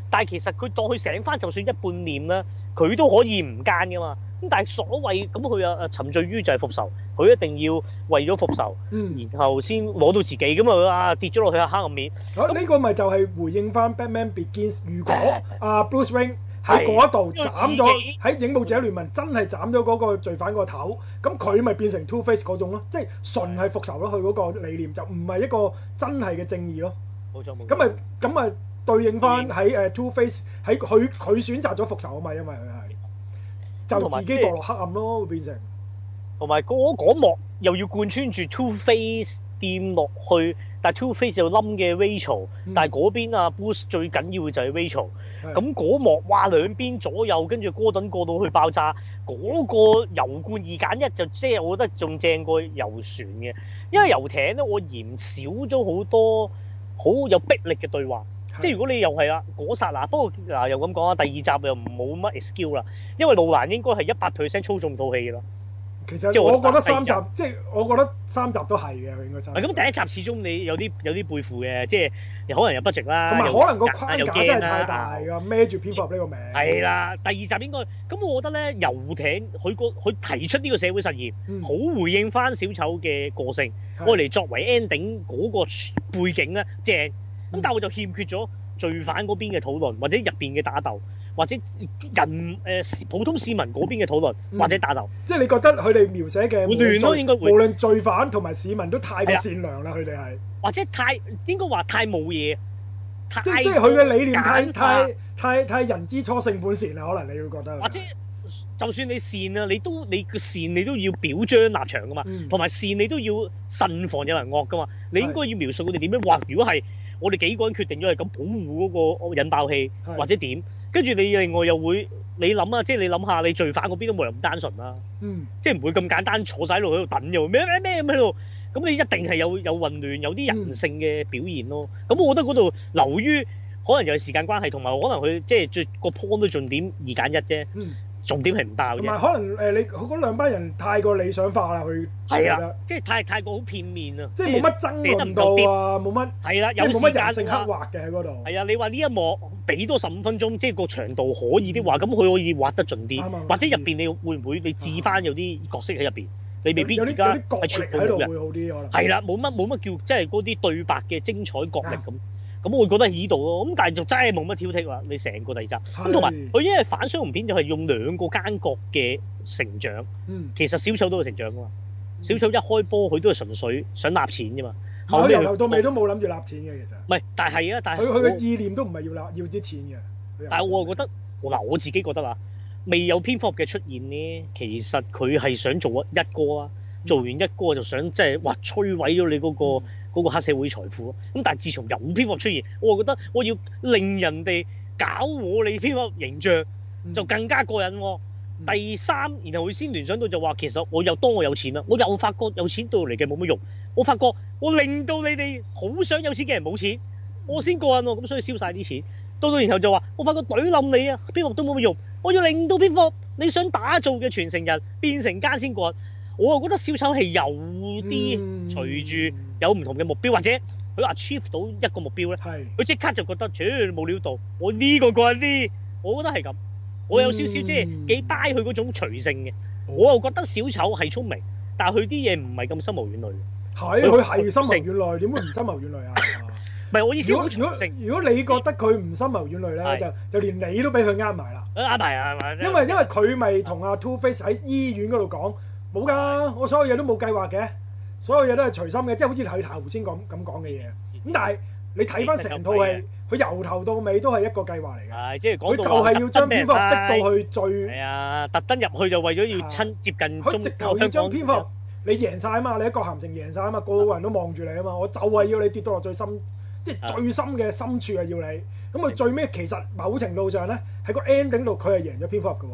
Speaker 1: 但係其實佢當佢醒翻，就算一半念啦，佢都可以唔奸噶嘛。咁但係所謂咁，佢啊啊沉醉於就係復仇，佢一定要為咗復仇，
Speaker 2: 嗯。
Speaker 1: 然後先攞到自己咁啊啊跌咗落去黑暗面。
Speaker 2: 好，呢個咪就係回應翻 Batman Begins。如果
Speaker 1: 係
Speaker 2: 阿 Bruce Wayne 喺嗰度
Speaker 1: 係
Speaker 2: 斬
Speaker 1: 因為自
Speaker 2: 咗
Speaker 1: 己
Speaker 2: 喺影武者聯盟真係斬咗嗰個罪犯個頭，咁佢咪變成 Two Face 嗰種咯，即係純係復仇咯。佢嗰個理念就唔係一個真係嘅正義咯。
Speaker 1: 冇錯冇錯。
Speaker 2: 咁咪咁咪對應
Speaker 1: 嗯
Speaker 2: 翻喺誒 Two Face 喺佢佢選擇咗復仇啊嘛，因為佢係就
Speaker 1: 同埋
Speaker 2: 自己
Speaker 1: 即係
Speaker 2: 墮落黑暗咯，會變成
Speaker 1: 同埋嗰嗰幕又要貫穿住 Two Face 掂落去，但係 Two Face 又冧嘅 Rachel，、
Speaker 2: 嗯
Speaker 1: 但係嗰邊啊 Bruce 最緊要就係 Rachel。
Speaker 2: 係
Speaker 1: 咁嗰幕哇兩邊左右，跟住戈登過到去爆炸，嗰、個油罐二揀一就即係我覺得仲正過遊船嘅，因
Speaker 2: 嗯
Speaker 1: 為遊艇咧我嫌少咗好多好有逼力嘅對話。即係如果你又係啦，嗰剎那，不過嗱又咁講啊啦，第二集又冇乜 skill 啦，因為路蘭應該係一百 percent 操縱套戲嘅啦。
Speaker 2: 其實
Speaker 1: 即係我
Speaker 2: 我覺得
Speaker 1: 第二
Speaker 2: 三集即係我覺得三集都係嘅，佢應該三
Speaker 1: 唔係啊
Speaker 2: 集。
Speaker 1: 咁第一集始終你有啲有啲背負嘅，即係可能有 budget 啦，
Speaker 2: 同埋
Speaker 1: 有
Speaker 2: 可能個
Speaker 1: 時間啦
Speaker 2: 框
Speaker 1: 啊又
Speaker 2: 架真係
Speaker 1: 驚啦
Speaker 2: 太大㗎，孭住蝙蝠俠呢個名。
Speaker 1: 係啦，第二集應該咁，我覺得咧遊艇佢個佢提出呢個社會實驗，
Speaker 2: 嗯，
Speaker 1: 好回應翻小丑嘅個性，
Speaker 2: 係
Speaker 1: 愛嚟作為 ending 嗰個背景咧正。咁
Speaker 2: 嗯
Speaker 1: 但係我就欠缺咗罪犯嗰邊嘅討論，或者入邊嘅打鬥，或者人誒、呃普通市民嗰邊嘅討論
Speaker 2: 嗯
Speaker 1: 或者打鬥。
Speaker 2: 即係你覺得佢哋描寫嘅
Speaker 1: 會亂咯
Speaker 2: 無論罪
Speaker 1: 應該會
Speaker 2: 無論罪犯同埋市民都太過
Speaker 1: 係啊
Speaker 2: 善良啦，佢哋係
Speaker 1: 或者太應該話太冇嘢，太
Speaker 2: 即係即係佢嘅理念太
Speaker 1: 簡化
Speaker 2: 太太太人之初性本善啦，可能你會覺得佢
Speaker 1: 或者就算你善啊，你都你個善你都要表彰立場噶嘛，
Speaker 2: 嗯
Speaker 1: 同埋善你都要慎防有人惡噶嘛，你應該要描述佢哋點樣話。如果係我哋幾個人決定咗係咁保護嗰個引爆器
Speaker 2: 係
Speaker 1: 或者點，跟住你另外又會你諗啊，即係你諗下你罪犯嗰邊都冇人咁單純啦，
Speaker 2: 嗯
Speaker 1: 即係唔會咁簡單坐晒喺度喺度等又咩咩咩咁喺度。咁你一定係有有混亂，有啲
Speaker 2: 嗯
Speaker 1: 人性嘅表現咯。咁、我覺得嗰度流於可能又係時間關係，同埋可能佢即係最個 point 都重點二揀一啫。
Speaker 2: 嗯，
Speaker 1: 重點係唔爆
Speaker 2: 同埋
Speaker 1: 啫，
Speaker 2: 可能呃誒你嗰兩班人太過理想化啦，佢
Speaker 1: 係
Speaker 2: 覺得
Speaker 1: 啊，即係太太過好片面啊，
Speaker 2: 即係冇乜爭
Speaker 1: 寫得唔
Speaker 2: 論
Speaker 1: 夠
Speaker 2: 到
Speaker 1: 啲
Speaker 2: 啊，冇乜
Speaker 1: 係啦，
Speaker 2: 即
Speaker 1: 有
Speaker 2: 係
Speaker 1: 時
Speaker 2: 冇乜人性
Speaker 1: 間啊
Speaker 2: 刻
Speaker 1: 啦。
Speaker 2: 畫嘅喺嗰度，
Speaker 1: 係啊，你話呢一幕俾多十五分鐘，即係個長度可以啲話，咁佢可以畫得盡
Speaker 2: 啱啊
Speaker 1: 啲，或者入邊你會唔會你置翻有啲角色喺入邊，你未必
Speaker 2: 嗯有
Speaker 1: 而
Speaker 2: 啲
Speaker 1: 家
Speaker 2: 有啲角
Speaker 1: 係全
Speaker 2: 力
Speaker 1: 部
Speaker 2: 喺度
Speaker 1: 嘅，
Speaker 2: 會好啲可能。
Speaker 1: 係啦，冇乜冇乜叫即係嗰啲對白嘅精彩角力
Speaker 2: 啊
Speaker 1: 咁，咁我覺得喺呢度咯，咁但係就真係冇乜挑剔啦，你成個第二集，咁同埋
Speaker 2: 係
Speaker 1: 佢因為反雙紅片就係用兩個奸角嘅成長。
Speaker 2: 嗯，
Speaker 1: 其實小丑都有成長噶嘛。小丑一開波佢都係純粹想納錢啫嘛。後
Speaker 2: 佢
Speaker 1: 尾
Speaker 2: 由
Speaker 1: 佢
Speaker 2: 頭到尾都冇諗住立錢嘅，其實
Speaker 1: 唔係，但係啊，但係
Speaker 2: 佢佢嘅
Speaker 1: 我
Speaker 2: 意念都唔係要立要啲錢嘅。佢又
Speaker 1: 但係我覺得嗱，我自己覺得啦，未有蝙蝠俠嘅出現呢，其實佢係想做一哥啊，
Speaker 2: 嗯
Speaker 1: 做完一哥就想即係哇摧毀咗你嗰、個
Speaker 2: 嗯
Speaker 1: 嗰、個黑社會財富咯。啊咁但係自從有蝙蝠俠出現，我覺得我要令人哋搞我你蝙蝠俠形象
Speaker 2: 嗯
Speaker 1: 就更加過癮喎、
Speaker 2: 嗯
Speaker 1: 第三，然後佢先聯想到就話，其實我又當我有錢啦，我又發覺有錢對我嚟嘅冇乜用，我發覺我令到你哋好想有錢嘅人冇錢，我先過癮喎，咁所以燒晒啲錢。到到然後就話，我發覺懟冧你啊，蝙蝠都冇乜用，我要令到蝙蝠你想打造嘅傳承人變成奸先過癮。我又覺得小丑係有啲
Speaker 2: 嗯
Speaker 1: 隨住有唔同嘅目標，或者佢 achieve 到一個目標咧。
Speaker 2: 係
Speaker 1: 佢即刻就覺得，屌冇料到，我呢個過癮啲，我覺得係咁。我有少少即係幾 buy 佢嗰種隨性嘅，我又覺得小丑係聰明，但係佢啲嘢唔係咁深謀遠慮。唔
Speaker 2: 係佢係深謀遠慮，點會唔深謀 遠慮啊？
Speaker 1: 係我意思，
Speaker 2: 如
Speaker 1: 好
Speaker 2: 果如果
Speaker 1: 隨性。
Speaker 2: 如果你覺得佢唔深謀遠慮咧，
Speaker 1: 係
Speaker 2: 就就連你都俾佢呃埋啦。
Speaker 1: 啱埋啊，係咪？
Speaker 2: 因為因為佢咪同阿 Two Face 喺醫院嗰度講冇㗎，我所有嘢都冇計劃嘅，所有嘢都係隨心嘅，即係好似佢頭先咁咁講嘅嘢。咁但係你睇翻成套戲，佢由頭到尾都係一個計劃嚟嘅。
Speaker 1: 係即係啊
Speaker 2: 佢
Speaker 1: 講
Speaker 2: 就
Speaker 1: 到話
Speaker 2: 係要將蝙蝠俠逼
Speaker 1: 特登
Speaker 2: 到去最，
Speaker 1: 咩係啊，特登入去就為咗要親接近中
Speaker 2: 佢直頭要將蝙蝠俠你贏晒啊嘛，你喺個鹹城贏晒啊嘛，個個人都望住你啊嘛，我就係要你跌到落最深，即
Speaker 1: 啊
Speaker 2: 係最深嘅深處係要你。咁佢最尾其實某程度上咧，喺個 ending 度佢係贏咗蝙蝠俠嘅喎。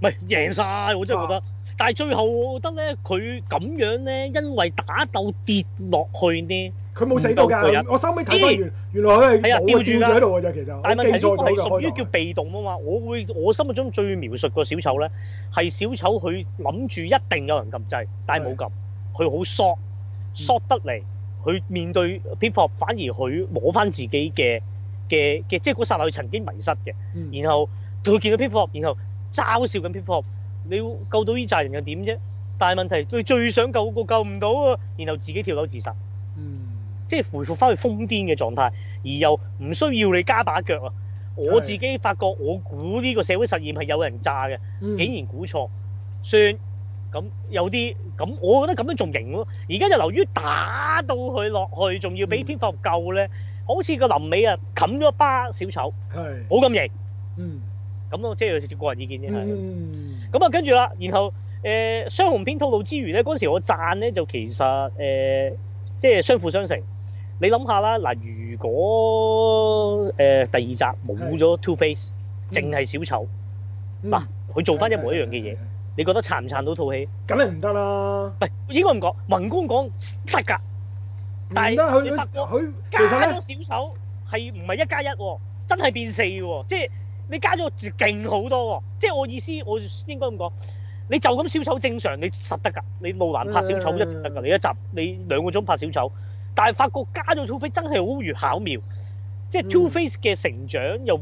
Speaker 1: 唔係贏晒，我真係覺得。但係最後我覺得咧，佢咁樣咧，因為打鬥跌落去呢。
Speaker 2: 佢冇死到
Speaker 1: 唔夠過癮
Speaker 2: 㗎，我收尾睇翻原原來佢係
Speaker 1: 係啊
Speaker 2: 冇啊
Speaker 1: 吊住㗎
Speaker 2: 吊咗喺度㗎咋，其實
Speaker 1: 但
Speaker 2: 我
Speaker 1: 係問
Speaker 2: 記
Speaker 1: 題呢個
Speaker 2: 錯咗
Speaker 1: 係
Speaker 2: 㗎
Speaker 1: 屬於
Speaker 2: 開頭
Speaker 1: 叫被動啊嘛，我會我心目中最描述個小丑咧，係小丑佢諗住一定有人撳掣，但係冇撳，佢好 short
Speaker 2: 嗯
Speaker 1: short 得嚟，佢面對 people 反而佢攞翻自己嘅嘅嘅，即係嗰剎那佢曾經迷失嘅，
Speaker 2: 嗯
Speaker 1: 然後佢見到 people，然後嘲笑緊 people，你要救到呢扎人又點啫？但係問題佢最想救個救唔到啊，然後自己跳樓自殺。
Speaker 2: 嗯
Speaker 1: 即係回復翻去瘋癲嘅狀態，而又唔需要你加把腳啊！我自己發覺，我估呢個社會實驗係有人炸嘅，
Speaker 2: 嗯
Speaker 1: 竟然估錯，算咁有啲咁，我覺得咁樣仲型咯。而家就流於打到佢落去，仲要俾
Speaker 2: 嗯
Speaker 1: 蝙蝠俠救咧，好似個臨尾啊冚咗一巴小丑，
Speaker 2: 係
Speaker 1: 冇咁型
Speaker 2: 嗯
Speaker 1: 咁咯，即係直接個人意見啫。係
Speaker 2: 嗯
Speaker 1: 咁啊，跟住啦，然後誒雙紅片套路之餘咧，嗰陣時我讚咧就其實誒、呃即係相輔相成。你諗下啦，嗱，如果誒、呃第二集冇咗 Two Face，淨係小丑，嗱
Speaker 2: 嗯
Speaker 1: 佢做翻一模一樣嘅嘢，，你覺得撐唔撐到套戲？
Speaker 2: 梗係唔得啦。
Speaker 1: 唔係應該咁講，宏觀講得㗎，但係
Speaker 2: 唔得佢
Speaker 1: 你發覺
Speaker 2: 佢佢其實
Speaker 1: 加
Speaker 2: 咧，
Speaker 1: 咗小丑係唔係一加一喎？真係變四喎，即係你加咗勁好多喎。即係我意思，我應該咁講，你就咁小丑正常，你實得㗎。你路蘭拍小丑一定得
Speaker 2: 嗯
Speaker 1: 㗎，你一集你兩個鐘拍小丑，但係發覺加咗 Two Face 真係好如巧妙，即係
Speaker 2: 嗯
Speaker 1: Two Face 嘅成長又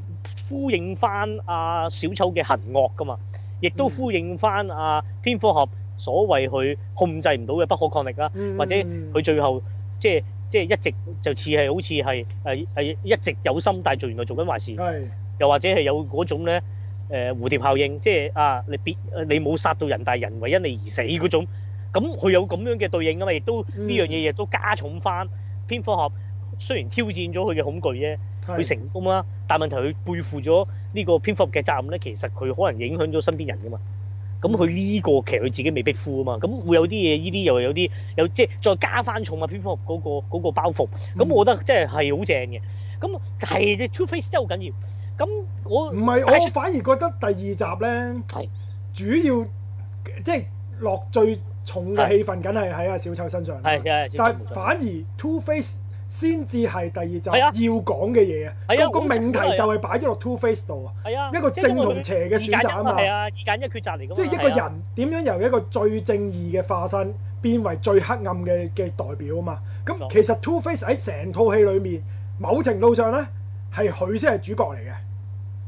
Speaker 1: 呼應翻阿小丑嘅行惡㗎嘛，亦都
Speaker 2: 嗯
Speaker 1: 呼應翻阿蝙蝠俠所謂佢控制唔到嘅不可抗力啦。
Speaker 2: 嗯
Speaker 1: 或者佢最後即係即係一直就似係好似係係係一直有心，但係做原來做緊壞事，
Speaker 2: 嗯係
Speaker 1: 又或者係有嗰種咧誒、呃蝴蝶效應，即係啊你別你冇殺到人，但係人為因你而死嗰種，咁佢有咁樣嘅對應啊嘛，亦都呢、
Speaker 2: 嗯
Speaker 1: 樣嘢亦都加重翻蝙蝠俠。雖然挑戰咗佢嘅恐懼啫，佢
Speaker 2: 係
Speaker 1: 成功啦，但係問題佢背負咗呢個蝙蝠俠嘅責任咧，其實佢可能影響咗身邊人噶嘛。咁佢
Speaker 2: 嗯
Speaker 1: 呢個其實佢自己未必負啊嘛，咁會有啲嘢，呢啲又有啲有即係再加翻重啊蝙蝠俠嗰個嗰個包袱，咁
Speaker 2: 嗯
Speaker 1: 我覺得真係係好正嘅。咁係你 Two Face 真係好緊要。咁我
Speaker 2: 唔係
Speaker 1: 解
Speaker 2: 我
Speaker 1: 釋
Speaker 2: 反而覺得第二集
Speaker 1: 係
Speaker 2: 咧，主要即係落最重嘅氣氛，梗係喺阿小丑身上。
Speaker 1: 係啊係係
Speaker 2: 但係反而 Two Face 先至係第二集
Speaker 1: 係啊
Speaker 2: 要講嘅嘢啊！
Speaker 1: 係啊
Speaker 2: 個個
Speaker 1: 好
Speaker 2: 命題
Speaker 1: 重要啊
Speaker 2: 就係擺咗落 Two Face 度啊！
Speaker 1: 係啊，
Speaker 2: 一個
Speaker 1: 即係因為
Speaker 2: 正同邪嘅選擇啊嘛
Speaker 1: 佢二揀一係啊，二揀一抉擇嚟㗎嘛。
Speaker 2: 即係一個
Speaker 1: 係啊
Speaker 2: 人點樣由一個最正義嘅化身變為最黑暗嘅嘅代表啊嘛。
Speaker 1: 冇錯
Speaker 2: 咁其實 Two Face 喺成套戲裏面，某程度上呢，係佢先係主角嚟嘅，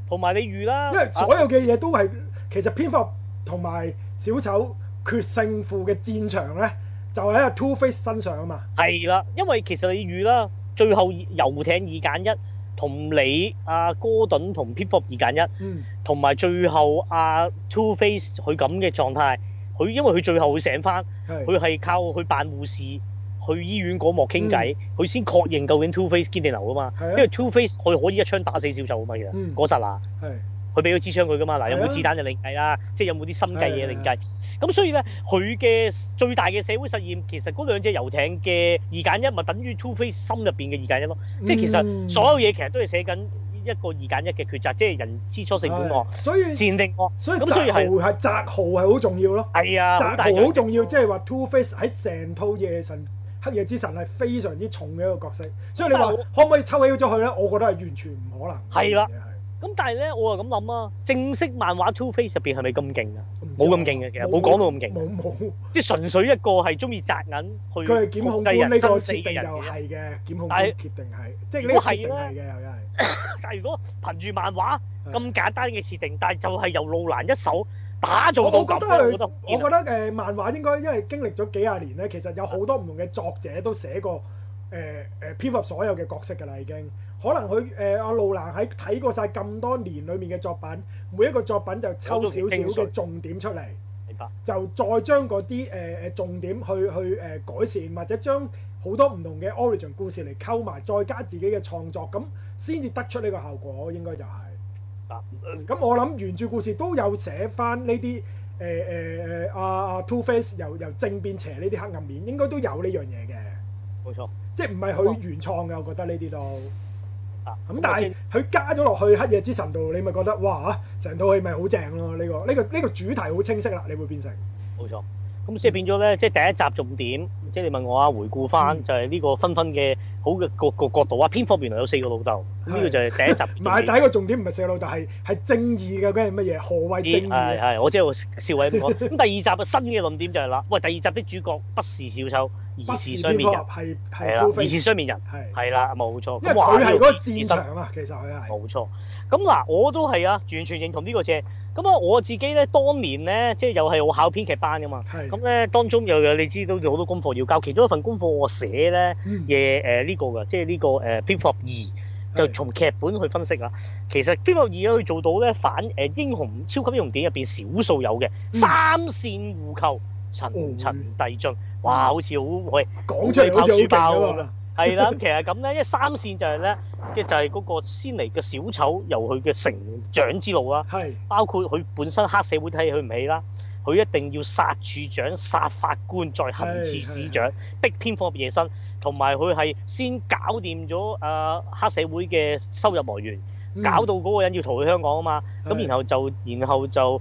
Speaker 1: 同埋你預啦，
Speaker 2: 因為所
Speaker 1: 啊
Speaker 2: 有嘅嘢都係其實蝙蝠俠同埋小丑決勝負嘅戰場呢，就喺阿 Two Face 身上啊嘛。
Speaker 1: 係啦，因為其實你預啦，最後遊艇二揀一同你阿哥頓同蝙蝠俠二揀一。
Speaker 2: 嗯，
Speaker 1: 同埋最後阿 Two Face 佢咁嘅狀態，佢因為佢最後會醒翻，
Speaker 2: 係
Speaker 1: 佢係靠佢扮護士去醫院嗰幕傾偈，佢先確認究竟 Two Face 堅定流啊嘛。
Speaker 2: 嗯係啊
Speaker 1: 因為 Two Face 佢可以一槍打死小丑啊嘛，其實
Speaker 2: 嗯
Speaker 1: 嗰剎那。
Speaker 2: 係
Speaker 1: 佢俾咗支槍佢噶嘛，嗱有
Speaker 2: 係
Speaker 1: 冇
Speaker 2: 啊
Speaker 1: 子彈就另計啦，即係有冇啲心計
Speaker 2: 係
Speaker 1: 嘢
Speaker 2: 係
Speaker 1: 另計。咁所以咧，佢嘅最大嘅社會實驗，其實嗰兩隻遊艇嘅二揀一，咪等於 Two Face 心入邊嘅二揀一咯。即係其實
Speaker 2: 嗯
Speaker 1: 所有嘢其實都係寫緊一個二揀一嘅抉擇，即係人之初性本惡
Speaker 2: 係，所以
Speaker 1: 善定惡。
Speaker 2: 所以
Speaker 1: 咁所以
Speaker 2: 澤豪
Speaker 1: 係
Speaker 2: 係澤豪係好重要咯。
Speaker 1: 係啊，
Speaker 2: 澤
Speaker 1: 好大
Speaker 2: 豪好重要，即係話 Two Face 喺成套夜神黑夜之神係非常之重嘅一個角色，所以你話
Speaker 1: 但係
Speaker 2: 可唔可以抽起咗佢咧？我覺得係完全唔可能。
Speaker 1: 係啦，咁但係咧，我又咁諗啊，正式漫畫 Two Face 入邊係咪咁勁啊？
Speaker 2: 我唔知
Speaker 1: 冇
Speaker 2: 啊
Speaker 1: 咁勁嘅其實冇講到咁勁
Speaker 2: 冇冇，
Speaker 1: 即係純粹一個係中意擲銀去
Speaker 2: 佢係檢控
Speaker 1: 控制
Speaker 2: 官
Speaker 1: 人
Speaker 2: 呢個
Speaker 1: 生
Speaker 2: 設
Speaker 1: 死
Speaker 2: 定
Speaker 1: 嘅人
Speaker 2: 就
Speaker 1: 嚟嘅。
Speaker 2: 係嘅，檢控
Speaker 1: 但
Speaker 2: 官
Speaker 1: 係
Speaker 2: 決定係，即係呢
Speaker 1: 如
Speaker 2: 個
Speaker 1: 果
Speaker 2: 設
Speaker 1: 係
Speaker 2: 定係
Speaker 1: 呢
Speaker 2: 嘅，又係。
Speaker 1: 但係如果憑住漫畫
Speaker 2: 係
Speaker 1: 咁簡單嘅設定，但係就係由路蘭一手打造
Speaker 2: 我
Speaker 1: 到
Speaker 2: 我
Speaker 1: 咁，
Speaker 2: 覺得
Speaker 1: 我啊覺
Speaker 2: 佢
Speaker 1: 得，
Speaker 2: 我覺得誒漫畫應該因為經歷咗幾廿年咧，其實有好多唔同嘅作者都寫過誒誒蝙蝠俠所有嘅角色㗎啦，已經。可能佢誒阿路蘭喺睇過晒咁多年裡面嘅作品，每一個作品就抽少少嘅重點出嚟，
Speaker 1: 得明白。
Speaker 2: 就再將嗰啲誒誒重點去去誒、呃改善，或者將好多唔同嘅 origin 故事嚟溝埋，再加自己嘅創作，咁先至得出呢個效果，應該就係、
Speaker 1: 啊
Speaker 2: 咁我諗原著故事都有寫翻呢啲誒誒誒阿阿 Two Face 由由正變邪呢啲黑暗面，應該都有呢樣嘢嘅，
Speaker 1: 冇錯。
Speaker 2: 即係唔係佢原創嘅，我覺得呢啲都。
Speaker 1: 啊，
Speaker 2: 咁但係佢加咗落去《黑夜之神》度，你咪覺得哇！成套戲咪好正咯？呢、個呢、個呢、個主題好清晰啦，你會變成。
Speaker 1: 冇錯。咁即係變咗咧，即係第一集重點，即係你問我啊，回顧翻
Speaker 2: 嗯
Speaker 1: 就係呢個紛紛嘅好嘅個個角度啊，偏方原來有四個老豆，咁呢個
Speaker 2: 係
Speaker 1: 就係第一集
Speaker 2: 唔
Speaker 1: 重
Speaker 2: 係
Speaker 1: 點。
Speaker 2: 第一個重點唔係四老豆，係係正義嘅嗰係乜嘢？何謂
Speaker 1: 係
Speaker 2: 正義？
Speaker 1: 係，我知道少偉咁講。咁第二集嘅新嘅論點就係啦，喂，第二集的主角不是小丑，
Speaker 2: 不
Speaker 1: 而是
Speaker 2: 是
Speaker 1: 雙面
Speaker 2: 蝙蝠
Speaker 1: 人，
Speaker 2: 俠係
Speaker 1: 係
Speaker 2: 係
Speaker 1: 啦
Speaker 2: Two，
Speaker 1: 而是
Speaker 2: Face
Speaker 1: 雙面人，
Speaker 2: 係，
Speaker 1: 係啦，冇錯。
Speaker 2: 因為
Speaker 1: 咁哇
Speaker 2: 佢係嗰個
Speaker 1: 呢個熱
Speaker 2: 戰場啊，其實佢係
Speaker 1: 冇錯。咁嗱，我都係啊，完全認同呢個啫。咁啊，我自己咧，當年咧，即係又係我考編劇班噶嘛。
Speaker 2: 係
Speaker 1: 咁咧，當中又有你知道有好多功課要交，其中一份功課我寫咧
Speaker 2: 嗯
Speaker 1: 嘢誒呢個嘅，即係呢個誒《蝙蝠俠二》，就
Speaker 2: 係
Speaker 1: 從劇本去分析啊。其實《蝙蝠俠二》佢做到咧反誒英雄超級英雄電影入邊少數有嘅三線互扣，
Speaker 2: 哦
Speaker 1: 層層遞進，哇！好似好喂〜
Speaker 2: 講出嚟好似好勁啊嘛，
Speaker 1: 係啦，咁其實咁咧，因為三線就係咧，嘅就係嗰個先嚟嘅小丑由佢嘅成長之路啦，啊
Speaker 2: 係
Speaker 1: 包括佢本身黑社會睇佢唔起啦，佢一定要殺處長、殺法官，再行刺市長，逼偏方夜身，同埋佢係先搞掂咗誒黑社會嘅收入來源。
Speaker 2: 嗯
Speaker 1: 搞到嗰個人要逃去香港啊嘛，咁
Speaker 2: 係
Speaker 1: 然後就然後就誒誒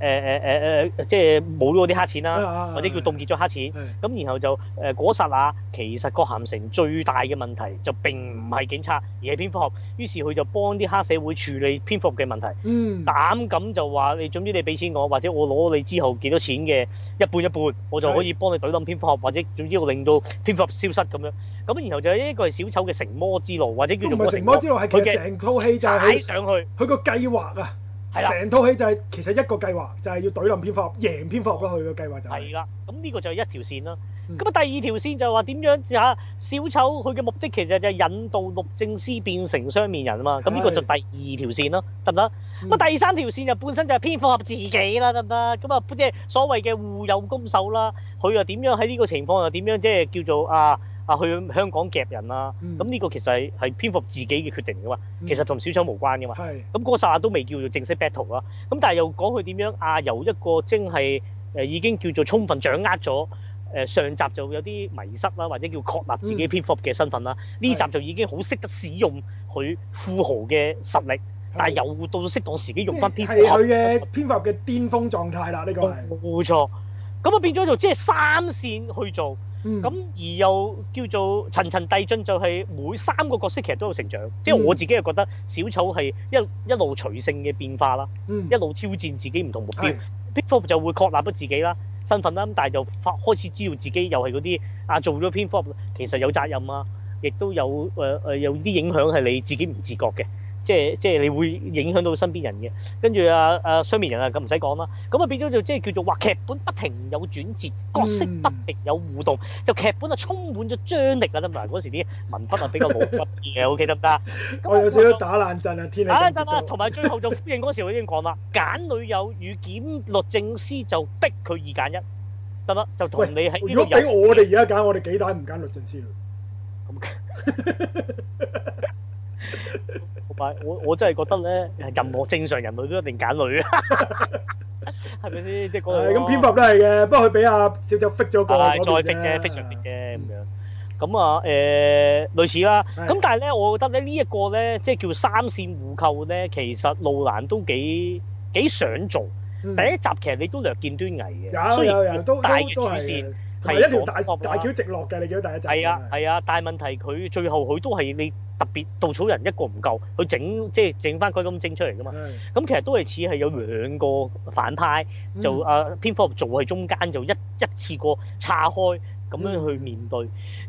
Speaker 1: 誒誒誒，即係冇咗啲黑錢啦，
Speaker 2: 啊
Speaker 1: 或者叫凍結咗黑錢。
Speaker 2: 係
Speaker 1: 咁然後就誒呃嗰剎那，啊其實郭咸城最大嘅問題就並唔係警察，而係蝙蝠俠。於是佢就幫啲黑社會處理蝙蝠俠嘅問題，
Speaker 2: 嗯
Speaker 1: 膽敢就話你總之你俾錢我，或者我攞你之後幾多錢嘅一半一半，我就可以幫你懟冧蝙蝠俠，或者總之我令到蝙蝠俠消失咁樣。咁然後就呢個係小丑嘅成魔之路，或者
Speaker 2: 都
Speaker 1: 叫
Speaker 2: 唔
Speaker 1: 做
Speaker 2: 係成魔之路，係其
Speaker 1: 佢
Speaker 2: 實
Speaker 1: 嘅
Speaker 2: 成套戲就係
Speaker 1: 踩
Speaker 2: 佢
Speaker 1: 上去，
Speaker 2: 佢個計劃啊，
Speaker 1: 係啦。
Speaker 2: 成套戲就係其實一個計劃，就係要懟冧蝙蝠俠，贏蝙蝠俠咯。佢個計劃就係
Speaker 1: 係啦，啊咁呢個就係一條線啦。
Speaker 2: 嗯
Speaker 1: 咁啊、第二條線就係話點樣嚇小丑佢嘅目的其實就係引導律政司變成雙面人啊嘛。咁呢個就第二條線啦，得唔得？
Speaker 2: 嗯
Speaker 1: 咁啊、第三條線就本身就係蝙蝠俠自己啦，得唔得？咁啊即係所謂嘅互有攻守啦。佢又點樣喺呢個情況又點樣即係叫做啊啊去香港夾人啊？
Speaker 2: 嗯
Speaker 1: 咁呢、個其實係係蝙蝠俠自己嘅決定嚟噶嘛，
Speaker 2: 嗯
Speaker 1: 其實同小丑無關噶嘛。
Speaker 2: 係
Speaker 1: 咁嗰剎那都未叫做正式 battle 啦。咁但係又講佢點樣啊？由一個精係誒已經叫做充分掌握咗。誒上集就有啲迷失啦，或者叫確立自己
Speaker 2: 嗯
Speaker 1: 蝙蝠俠嘅身份啦。呢、集就已經好識得使用佢富豪嘅實力，但係又到適當時機用翻蝙蝠
Speaker 2: 係佢
Speaker 1: 俠
Speaker 2: 嘅。蝙蝠俠嘅巔峰狀態啦。呢個係
Speaker 1: 冇錯，咁啊變咗就即係三線去做，
Speaker 2: 嗯
Speaker 1: 咁而又叫做層層遞進，就係每三個角色其實都有成長。即係我自己係覺得小丑係一一路隨性嘅變化啦。
Speaker 2: 嗯
Speaker 1: 一路挑戰自己唔同目標
Speaker 2: 係。
Speaker 1: 蝙蝠俠就會確立咗自己啦身份啦，咁但係就發開始知道自己又係嗰啲啊做咗蝙蝠俠其實有責任啊，亦都有誒誒、呃有啲影響係你自己唔自覺嘅。即係即係你會影響到身邊人嘅，跟住啊啊雙面人啊咁唔使講啦，咁啊變咗就即係叫做話劇本不停有轉折，角色
Speaker 2: 嗯
Speaker 1: 不停有互動，就劇本啊充滿咗張力啊得唔得？嗰時啲文筆啊比較老筆嘅，OK 得唔得？咁
Speaker 2: 我有
Speaker 1: 啊
Speaker 2: 少少打冷震啊，天氣
Speaker 1: 啊，
Speaker 2: 咁
Speaker 1: 真啦，同埋最後就呼應嗰時，我已經講啦， 揀女友與檢律政司就逼佢二揀一，得啦，就同
Speaker 2: 喂
Speaker 1: 你喺呢
Speaker 2: 如
Speaker 1: 度
Speaker 2: 果俾
Speaker 1: 有
Speaker 2: 我哋而家揀，我哋幾大唔揀律政司啦
Speaker 1: 同埋我我真係覺得咧，任何正常人類都一定揀女啊， 係咪先？即係嗰
Speaker 2: 係
Speaker 1: 個
Speaker 2: 咁蝙蝠俠都係嘅，不過佢俾阿小丑 fit 咗個
Speaker 1: 係
Speaker 2: 嗰邊
Speaker 1: 啊再逼啫，非常逼啫咁
Speaker 2: 嗯
Speaker 1: 樣。咁啊，誒、類似啦。
Speaker 2: 係
Speaker 1: 咁但係咧，我覺得咧呢一個咧，即係叫三線互扣咧，其實路蘭都幾幾想做。
Speaker 2: 嗯
Speaker 1: 第一集其實你都略見端倪嘅，
Speaker 2: 有
Speaker 1: 雖然
Speaker 2: 有有都都
Speaker 1: 大嘅主
Speaker 2: 都係
Speaker 1: 線
Speaker 2: 嘅，同埋一條大
Speaker 1: 係講
Speaker 2: 大橋直落嘅，你見到第一集
Speaker 1: 係啊係啊，但係問題佢最後佢都係你特別稻草人一個唔夠，佢整即係整翻佢咁整出嚟噶嘛。
Speaker 2: 係
Speaker 1: 咁其實都係啊似係有兩個反派，
Speaker 2: 嗯
Speaker 1: 就啊蝙蝠俠做喺中間，就一一次過岔開咁樣去面對。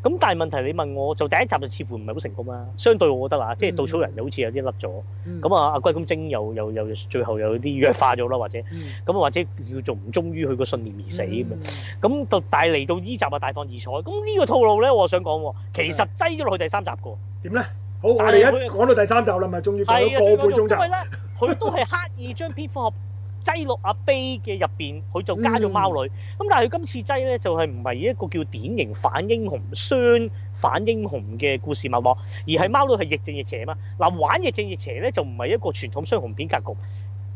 Speaker 1: 咁但係問題你問我，就第一集就似乎唔係好成功啦。相對我覺得啊，即係稻草人又好似有啲甩咗，
Speaker 2: 嗯
Speaker 1: 咁啊阿龜公精又又又最後有啲弱化咗啦，或者
Speaker 2: 嗯
Speaker 1: 咁啊或者叫做唔忠於佢個信念而死啊咁樣。
Speaker 2: 嗯
Speaker 1: 咁到但係嚟到呢集啊大放異彩，咁呢個套路咧，我想講喎，其實擠咗落去第三集個，
Speaker 2: 點咧？好，我哋
Speaker 1: 但係
Speaker 2: 一
Speaker 1: 佢
Speaker 2: 講到第三集啦，咪終於講
Speaker 1: 係啊，
Speaker 2: 咗個半鐘
Speaker 1: 因為
Speaker 2: 頭。
Speaker 1: 咧佢都係刻意將蝙蝠俠擠落阿悲嘅入邊，佢就加咗貓女。
Speaker 2: 嗯
Speaker 1: 咁、但係佢今次擠咧就係唔係一個叫典型反英雄、雙反英雄嘅故事脈絡，而係貓女係亦正亦邪嘛。嗱，玩亦正亦邪咧就唔係一個傳統雙雄片格局。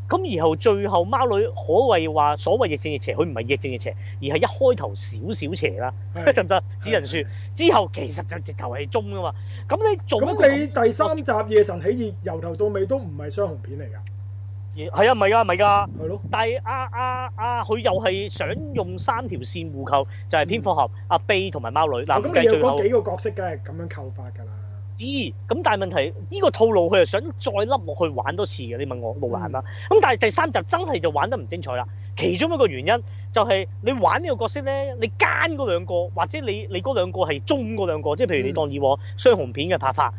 Speaker 1: 咁然後最後貓女可謂話所謂亦正亦邪，佢唔係亦正亦邪，而係一開頭少少邪啦， 得唔得？只能説之後其實就直頭係中啊噶嘛。咁你做一個
Speaker 2: 咁你第三集《夜神起義》由頭到尾都唔係雙雄片嚟㗎，
Speaker 1: 係啊，唔係㗎，唔係㗎。
Speaker 2: 係咯，
Speaker 1: 但係阿阿阿佢又係想用三條線互扣，就係、蝙蝠俠、阿悲同埋貓女。嗱，唔
Speaker 2: 哦咁你
Speaker 1: 計
Speaker 2: 有
Speaker 1: 最後
Speaker 2: 嗰幾個角色，梗係咁樣扣法㗎啦。
Speaker 1: 知，咁但係問題呢、個套路佢係想再笠落去玩多次嘅。你問我路難啦，
Speaker 2: 嗯
Speaker 1: 咁、但係第三集真係就玩得唔精彩啦。其中一個原因就係你玩呢個角色咧，你奸嗰兩個，或者你你嗰兩個係忠嗰兩個，即係譬如你
Speaker 2: 嗯
Speaker 1: 當以往雙雄片嘅拍法。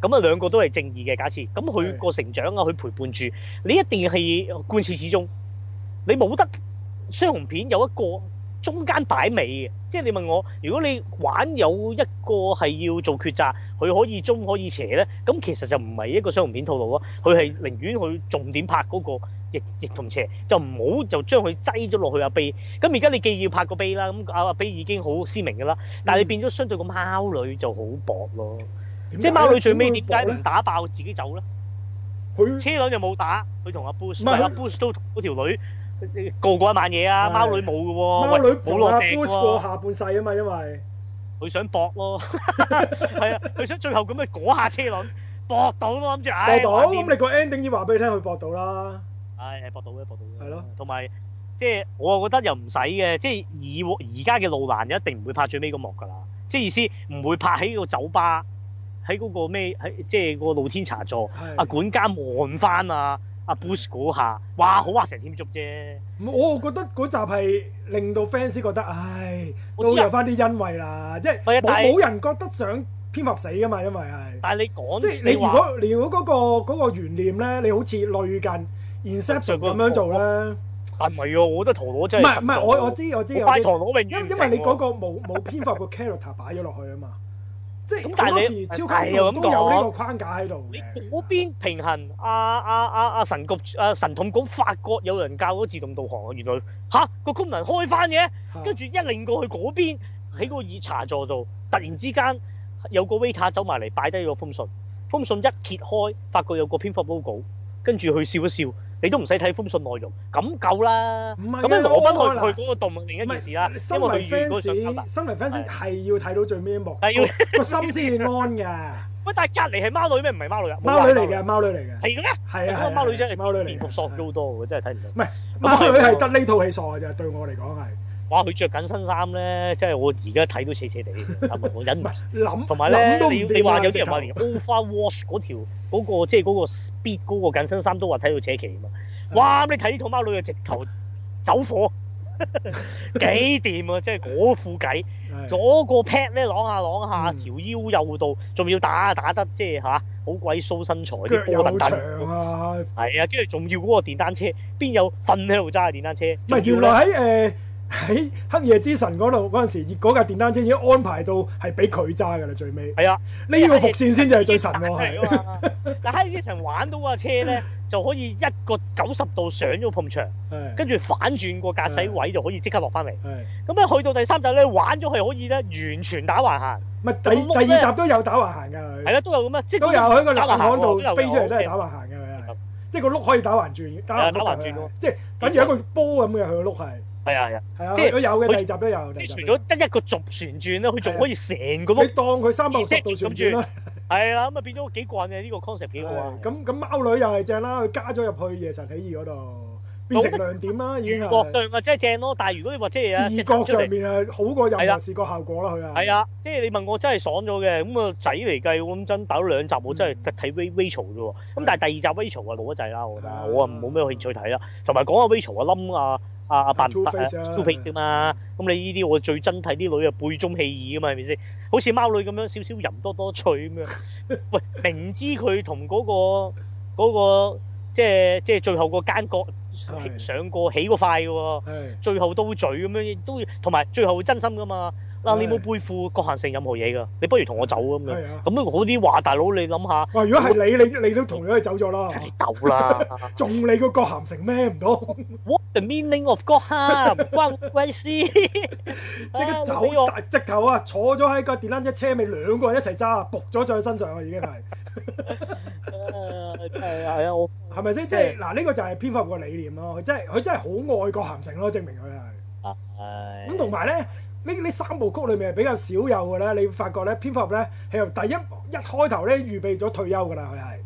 Speaker 1: 咁啊，兩個都係正義嘅假設，咁佢
Speaker 2: 係
Speaker 1: 個成長啊，佢陪伴住你，一定係貫徹始終。你冇得雙紅片有一個中間擺尾嘅，即係你問我，如果你玩有一個係要做抉擇，佢可以中可以邪咧，咁其實就唔係一個雙紅片套路咯，佢係寧願佢重點拍嗰、個。亦亦同邪就唔好就將佢擠咗落去阿悲，咁而家你既要拍個悲啦，咁阿阿悲已經好鮮明㗎啦，但係你變咗相對個貓女就好薄咯，
Speaker 2: 嗯點
Speaker 1: 即係
Speaker 2: 解
Speaker 1: 貓女最尾點
Speaker 2: 點
Speaker 1: 解
Speaker 2: 解會
Speaker 1: 唔
Speaker 2: 搏
Speaker 1: 打爆自己走咧？
Speaker 2: 咧？佢
Speaker 1: 車輪就冇打，佢同阿 Bruce，
Speaker 2: 唔係
Speaker 1: 但係阿
Speaker 2: 佢
Speaker 1: Bruce 都同嗰條女呃告過一晚嘢啊，
Speaker 2: 係
Speaker 1: 貓女冇嘅喎，
Speaker 2: 貓女
Speaker 1: 喂冇
Speaker 2: 同阿
Speaker 1: 落地
Speaker 2: Bruce 過
Speaker 1: 喎，
Speaker 2: 下半世啊嘛，因為
Speaker 1: 佢想搏咯， 係啊，佢想最後咁樣嗰下車輪搏到咯，諗住唉，
Speaker 2: 搏到，
Speaker 1: 玩掂
Speaker 2: 咁你個 ending 已話俾你聽，佢搏到啦。
Speaker 1: 唉搏到嘅搏到嘅，
Speaker 2: 係咯，
Speaker 1: 同埋。即係我覺得又唔使嘅，即係以往而家嘅路蘭一定唔會拍最尾嗰幕㗎啦，即係意思唔會拍喺個酒吧，喺嗰個咩喺即係個露天茶座，阿
Speaker 2: 係，
Speaker 1: 管家望翻啊阿 Bruce 嗰下，哇好話成添足啫。
Speaker 2: 我覺得嗰集係令到 fans 覺得，唉，
Speaker 1: 我
Speaker 2: 都
Speaker 1: 知啊
Speaker 2: 有翻啲欣慰啦，即係
Speaker 1: 係啊
Speaker 2: 冇
Speaker 1: 但係
Speaker 2: 冇人覺得想蝙蝠俠死噶嘛，因為係。
Speaker 1: 但係你講
Speaker 2: 即係你如
Speaker 1: 話
Speaker 2: 果你如果嗰個嗰個懸念咧，你好似類近 Inception 咁樣做咧，
Speaker 1: 但啊唔係喎，我覺得陀螺
Speaker 2: 唔
Speaker 1: 真係
Speaker 2: 係唔係，我我知我知
Speaker 1: 我
Speaker 2: 我
Speaker 1: 拜
Speaker 2: 知，
Speaker 1: 陀螺永
Speaker 2: 因
Speaker 1: 遠唔
Speaker 2: 因為你
Speaker 1: 停喎
Speaker 2: 嗰個冇冇蝙蝠俠個 character 擺咗落去啊嘛，即係
Speaker 1: 咁
Speaker 2: 好
Speaker 1: 但係
Speaker 2: 多
Speaker 1: 你
Speaker 2: 時超級英
Speaker 1: 係啊
Speaker 2: 雄
Speaker 1: 咁
Speaker 2: 都有呢
Speaker 1: 講
Speaker 2: 個框架喺度
Speaker 1: 你
Speaker 2: 嘅。
Speaker 1: 嗰邊平衡啊啊啊啊神局啊神統局法國有人教嗰自動導航啊，原來吓個功能開翻嘅，
Speaker 2: 嚇
Speaker 1: 跟住一令過去嗰邊喺個熱茶座度，突然之間有個 waiter 走埋嚟擺低咗封信，封信一揭開，發覺有個蝙蝠 logo，跟住佢笑一笑，你都唔使睇封信內容，咁夠啦。
Speaker 2: 唔係啊
Speaker 1: 咁你羅賓
Speaker 2: 我
Speaker 1: 去去嗰個洞係另一件事啦，
Speaker 2: 身
Speaker 1: 因為
Speaker 2: 為
Speaker 1: 佢遇嗰上交
Speaker 2: fans，身為 fans
Speaker 1: 係
Speaker 2: 係要睇到最尾一幕，
Speaker 1: 係要
Speaker 2: 個個心先安 嘅。
Speaker 1: 喂，但係隔離係貓女咩？唔係貓女啊，冇
Speaker 2: 貓
Speaker 1: 話
Speaker 2: 女嚟嘅，貓女嚟
Speaker 1: 係
Speaker 2: 嘅，
Speaker 1: 嘅咩？咁
Speaker 2: 係啊係
Speaker 1: 啊
Speaker 2: 啊，
Speaker 1: 貓女真係
Speaker 2: 貓女嚟嘅
Speaker 1: 面目索咗好多喎，真係睇唔到。
Speaker 2: 唔係貓女係得呢套戲傻嘅啫，對我嚟講係。
Speaker 1: 哇！佢着緊新衫咧，真係我而家睇都斜斜地，坦白講忍唔
Speaker 2: 唔
Speaker 1: 住。
Speaker 2: 係諗，
Speaker 1: 同埋咧，
Speaker 2: 諗都唔
Speaker 1: 你
Speaker 2: 掂啊
Speaker 1: 你話有啲人話
Speaker 2: 直
Speaker 1: 連
Speaker 2: 頭
Speaker 1: Overwatch 嗰條嗰、個即係嗰個 Speed 嗰個緊身衫都話睇到扯旗啊嘛！哇！你睇呢套貓女啊，直頭走火，幾掂啊！即係嗰副計，
Speaker 2: 係
Speaker 1: 嗰個 pad 咧啷下啷下，
Speaker 2: 嗯
Speaker 1: 條腰又到，仲要打打得即係吓，好鬼騷身材啲
Speaker 2: 腳
Speaker 1: 波
Speaker 2: 又
Speaker 1: 等等。
Speaker 2: 長啊！
Speaker 1: 係啊，跟住仲要嗰個電單車，邊有瞓喺度揸嘅電單車？
Speaker 2: 唔係原來喺 誒喺黑夜之神嗰度嗰陣時，嗰架電單車已經安排到係俾佢揸㗎啦，最尾
Speaker 1: 係啊，
Speaker 2: 呢個伏線先至係最神喎，係
Speaker 1: 嘛！ 但係呢層玩到架車咧，就可以一個九十度上咗碰牆，
Speaker 2: 係
Speaker 1: 跟住反轉個駕駛位就可以即刻落翻嚟。咁
Speaker 2: 係。
Speaker 1: 咧去到第三集咧，玩咗係可以咧完全打橫行，
Speaker 2: 唔係第
Speaker 1: 咁碌咧
Speaker 2: 第二集都有打橫行㗎，
Speaker 1: 係
Speaker 2: 佢
Speaker 1: 啦，都有咁啊，即係
Speaker 2: 嗯都有喺個冷巷度
Speaker 1: 打橫行喎
Speaker 2: 飛出嚟都係
Speaker 1: 有
Speaker 2: 打橫行嘅，佢
Speaker 1: 係
Speaker 2: 係即係個碌可以打橫轉，打
Speaker 1: 啊
Speaker 2: 橫
Speaker 1: 打橫轉
Speaker 2: 碌
Speaker 1: 咯
Speaker 2: 㗎即係等於一個波咁嘅佢個碌係
Speaker 1: 係啊係啊，
Speaker 2: 係啊，
Speaker 1: 即係
Speaker 2: 佢有嘅
Speaker 1: 佢
Speaker 2: 第二集都有，第
Speaker 1: 即
Speaker 2: 二
Speaker 1: 係除
Speaker 2: 集都有
Speaker 1: 咗得一個軸旋轉咧，佢仲可以成個
Speaker 2: 你
Speaker 1: 碌
Speaker 2: 當佢三百六十度旋轉啦。
Speaker 1: 係啦，咁啊變咗幾棍嘅呢個 concept 幾好啊！
Speaker 2: 咁咁貓女又係正啦，佢加咗入去夜神起義嗰度，變成亮點啦，已經
Speaker 1: 視覺
Speaker 2: 係
Speaker 1: 上啊真係正咯，但係如果你話即係啊，即
Speaker 2: 視
Speaker 1: 係打
Speaker 2: 覺
Speaker 1: 出嚟
Speaker 2: 上面係好過任
Speaker 1: 係啦
Speaker 2: 何視覺效果啦，佢係
Speaker 1: 係啊，即係你問我真係爽咗嘅，咁啊仔嚟計，咁真打咗兩集，我真
Speaker 2: 嗯
Speaker 1: 係睇 Ray- Rachel 啫喎。咁但係第二集 Rachel 啊老得滯啦，我覺得
Speaker 2: 啊
Speaker 1: 我啊冇咩興趣睇啦。同埋講下 Rachel 啊冧啊啊啊扮唔
Speaker 2: Two
Speaker 1: 得
Speaker 2: Face 啊
Speaker 1: 啊 Two Face 啊嘛。咁你呢啲我最憎睇啲女啊背中棄義啊嘛，係咪先？好似貓女咁樣少少淫多多趣咁樣。喂，明知佢同嗰個嗰、個即係即係最後個奸角
Speaker 2: 係
Speaker 1: 上過起嗰塊嘅喎。
Speaker 2: 係啊
Speaker 1: 最後都嘴咁樣，都要同埋最後真心噶嘛。嗱，你冇背負局限性任何嘢㗎，你不如同我走咁樣。
Speaker 2: 係啊。
Speaker 1: 咁
Speaker 2: 哦
Speaker 1: 樣好啲話，大佬你諗下，
Speaker 2: 哇！如果係你，你你都同樣係走咗啦，
Speaker 1: 梗係走 啦。
Speaker 2: 仲你個郭咸城咩唔
Speaker 1: 啊
Speaker 2: 到？
Speaker 1: What the meaning of God 哈？唔關我鬼事。即
Speaker 2: 即刻走，大直頭啊！坐咗喺個電單車車尾，兩個人一齊揸，仆咗上去身上啊！已經係
Speaker 1: 係啊係啊，我
Speaker 2: 係咪先？即係嗱，呢個就係編法個理念咯。佢真係佢真係好愛郭咸城咯，證明佢係。
Speaker 1: 係
Speaker 2: 咁同埋咧，呢呢三部曲裏面係比較少有嘅咧，你發覺咧，蝙蝠俠咧係由第一一開頭咧預備咗退休㗎啦，佢係。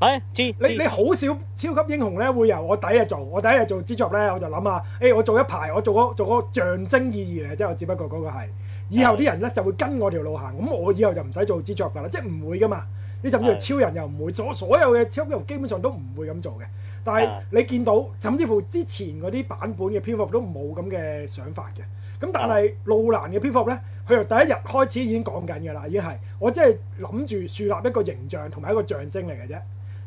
Speaker 1: 係知知
Speaker 2: 你你好少超級英雄咧會由我第一日做，我第一日做蜘蛛俠咧，我就諗下，誒、我做一排，我做個做個象徵意義嚟，即係我只不過嗰個係，以後啲人咧就會跟我條路行，咁我以後就唔使做蜘蛛俠噶啦，即係唔會噶嘛。你甚至乎
Speaker 1: 係
Speaker 2: 超人又唔會，所所有嘅超級英雄基本上都唔會咁做嘅。但係
Speaker 1: 係
Speaker 2: 你見到，甚至乎之前嗰啲版本嘅蝙蝠俠都冇咁嘅想法嘅。咁但係路蘭嘅蝙蝠俠咧，佢由第一日開始已經講緊㗎啦，已經係我真係諗住樹立一個形象同埋一個象徵嚟嘅啫。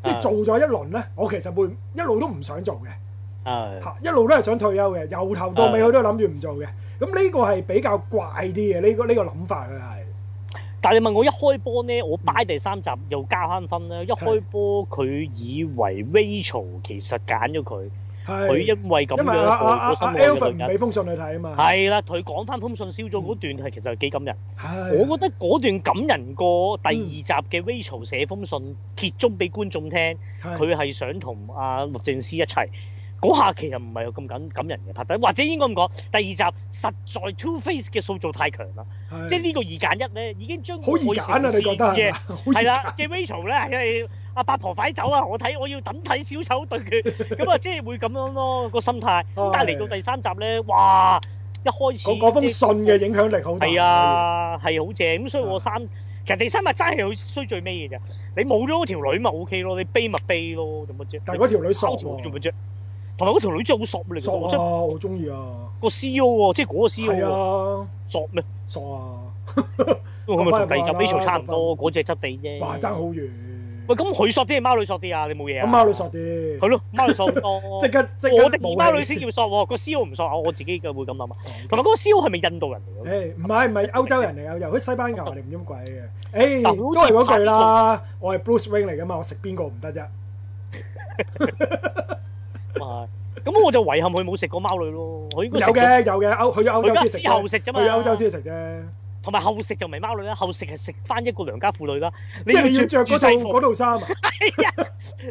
Speaker 2: 即係
Speaker 1: 啊
Speaker 2: 做咗一輪咧，我其實會一路都唔想做嘅，
Speaker 1: 係
Speaker 2: 嚇一路都係想退休嘅，由頭到尾
Speaker 1: 啊
Speaker 2: 佢都諗住唔做嘅。咁呢個係比較怪啲嘅，呢、個呢、個諗法佢係
Speaker 1: 但係你問我一開波呢，我擺第三集又加翻分啦。一開波佢以為 Rachel 其實揀咗佢，
Speaker 2: 係
Speaker 1: 佢因為咁
Speaker 2: 因為阿
Speaker 1: 樣
Speaker 2: 阿阿
Speaker 1: 害
Speaker 2: 阿
Speaker 1: 咗心愛
Speaker 2: Alvin
Speaker 1: 嘅
Speaker 2: 唔
Speaker 1: 女人。
Speaker 2: 俾封信佢睇啊嘛，
Speaker 1: 係啦，佢講翻通訊燒咗嗰段係其實係幾感人。
Speaker 2: 係
Speaker 1: 我覺得嗰段感人過第二集嘅 Rachel 寫封信揭盅俾觀眾聽，
Speaker 2: 係
Speaker 1: 佢係想同阿律政司一齊。嗰下其實唔係有咁感感人嘅拍得，或者應該咁講，第二集實在 Two Face 嘅塑造太強啦，
Speaker 2: 係
Speaker 1: 即係呢個二揀一咧已經將
Speaker 2: 嗯好易揀啊！你覺得
Speaker 1: 嘅
Speaker 2: 係嘛好易
Speaker 1: 係
Speaker 2: 揀
Speaker 1: 啦嘅 Rachel 咧係阿八婆快走啊！我睇我要等睇小丑對 決，咁啊即係會咁樣咯個心態。咁但係嚟到第三集咧，哇！一開始
Speaker 2: 嗰嗰封
Speaker 1: 即係
Speaker 2: 信嘅影響力好大。
Speaker 1: 係，啊，係好正咁，所以我三其實第三日真係佢衰最尾嘅啫。你冇咗嗰條女咪 O K 咯，你悲咪悲咯，做乜啫？
Speaker 2: 但係嗰條女傻
Speaker 1: 溝條女做
Speaker 2: 喎，
Speaker 1: 乜啫？同埋嗰條女真係好索你覺
Speaker 2: 傻
Speaker 1: 得我真係
Speaker 2: 啊！我中意啊，
Speaker 1: 個 C E O 喎，即係嗰個 C E O
Speaker 2: 係
Speaker 1: 喎
Speaker 2: 啊，
Speaker 1: 索咩？
Speaker 2: 傻啊，
Speaker 1: 咁咪同第二集
Speaker 2: 講返
Speaker 1: Rachel 差唔
Speaker 2: 講
Speaker 1: 多，嗰只質地啫。
Speaker 2: 啊哇爭好遠，
Speaker 1: 喂，咁佢索啲係貓女索啲啊？你冇嘢啊？
Speaker 2: 咁貓女傻 啲
Speaker 1: 係，咯，貓女索好多。
Speaker 2: 即刻即刻
Speaker 1: 我哋
Speaker 2: 冇
Speaker 1: 二貓女
Speaker 2: 氣
Speaker 1: 先叫索喎，個 C E O 唔索啊！我自己嘅會咁 諗啊。同埋嗰個 C E O 係咪印度人嚟嘅？
Speaker 2: 誒唔係唔係歐洲人嚟嘅，由西班牙嚟唔知乜鬼嘅。誒
Speaker 1: 但好
Speaker 2: 都
Speaker 1: 似
Speaker 2: 係嗰句啦，我係 Bruce Wayne 嚟噶嘛，我食邊個唔得啫？
Speaker 1: 係咁我就遺憾佢冇食過貓女咯。佢應該
Speaker 2: 有
Speaker 1: 食過
Speaker 2: 嘅有嘅，歐去咗歐
Speaker 1: 佢而
Speaker 2: 洲
Speaker 1: 家
Speaker 2: 先食
Speaker 1: 之後
Speaker 2: 啫，
Speaker 1: 食啫
Speaker 2: 去
Speaker 1: 嘛，
Speaker 2: 咗歐洲先食啫。
Speaker 1: 同埋後食就唔係貓女啦，後食係食翻一個良家婦女啦。
Speaker 2: 即係你要
Speaker 1: 著
Speaker 2: 着嗰
Speaker 1: 住
Speaker 2: 套
Speaker 1: 制服 哎
Speaker 2: 嗰，套衫啊，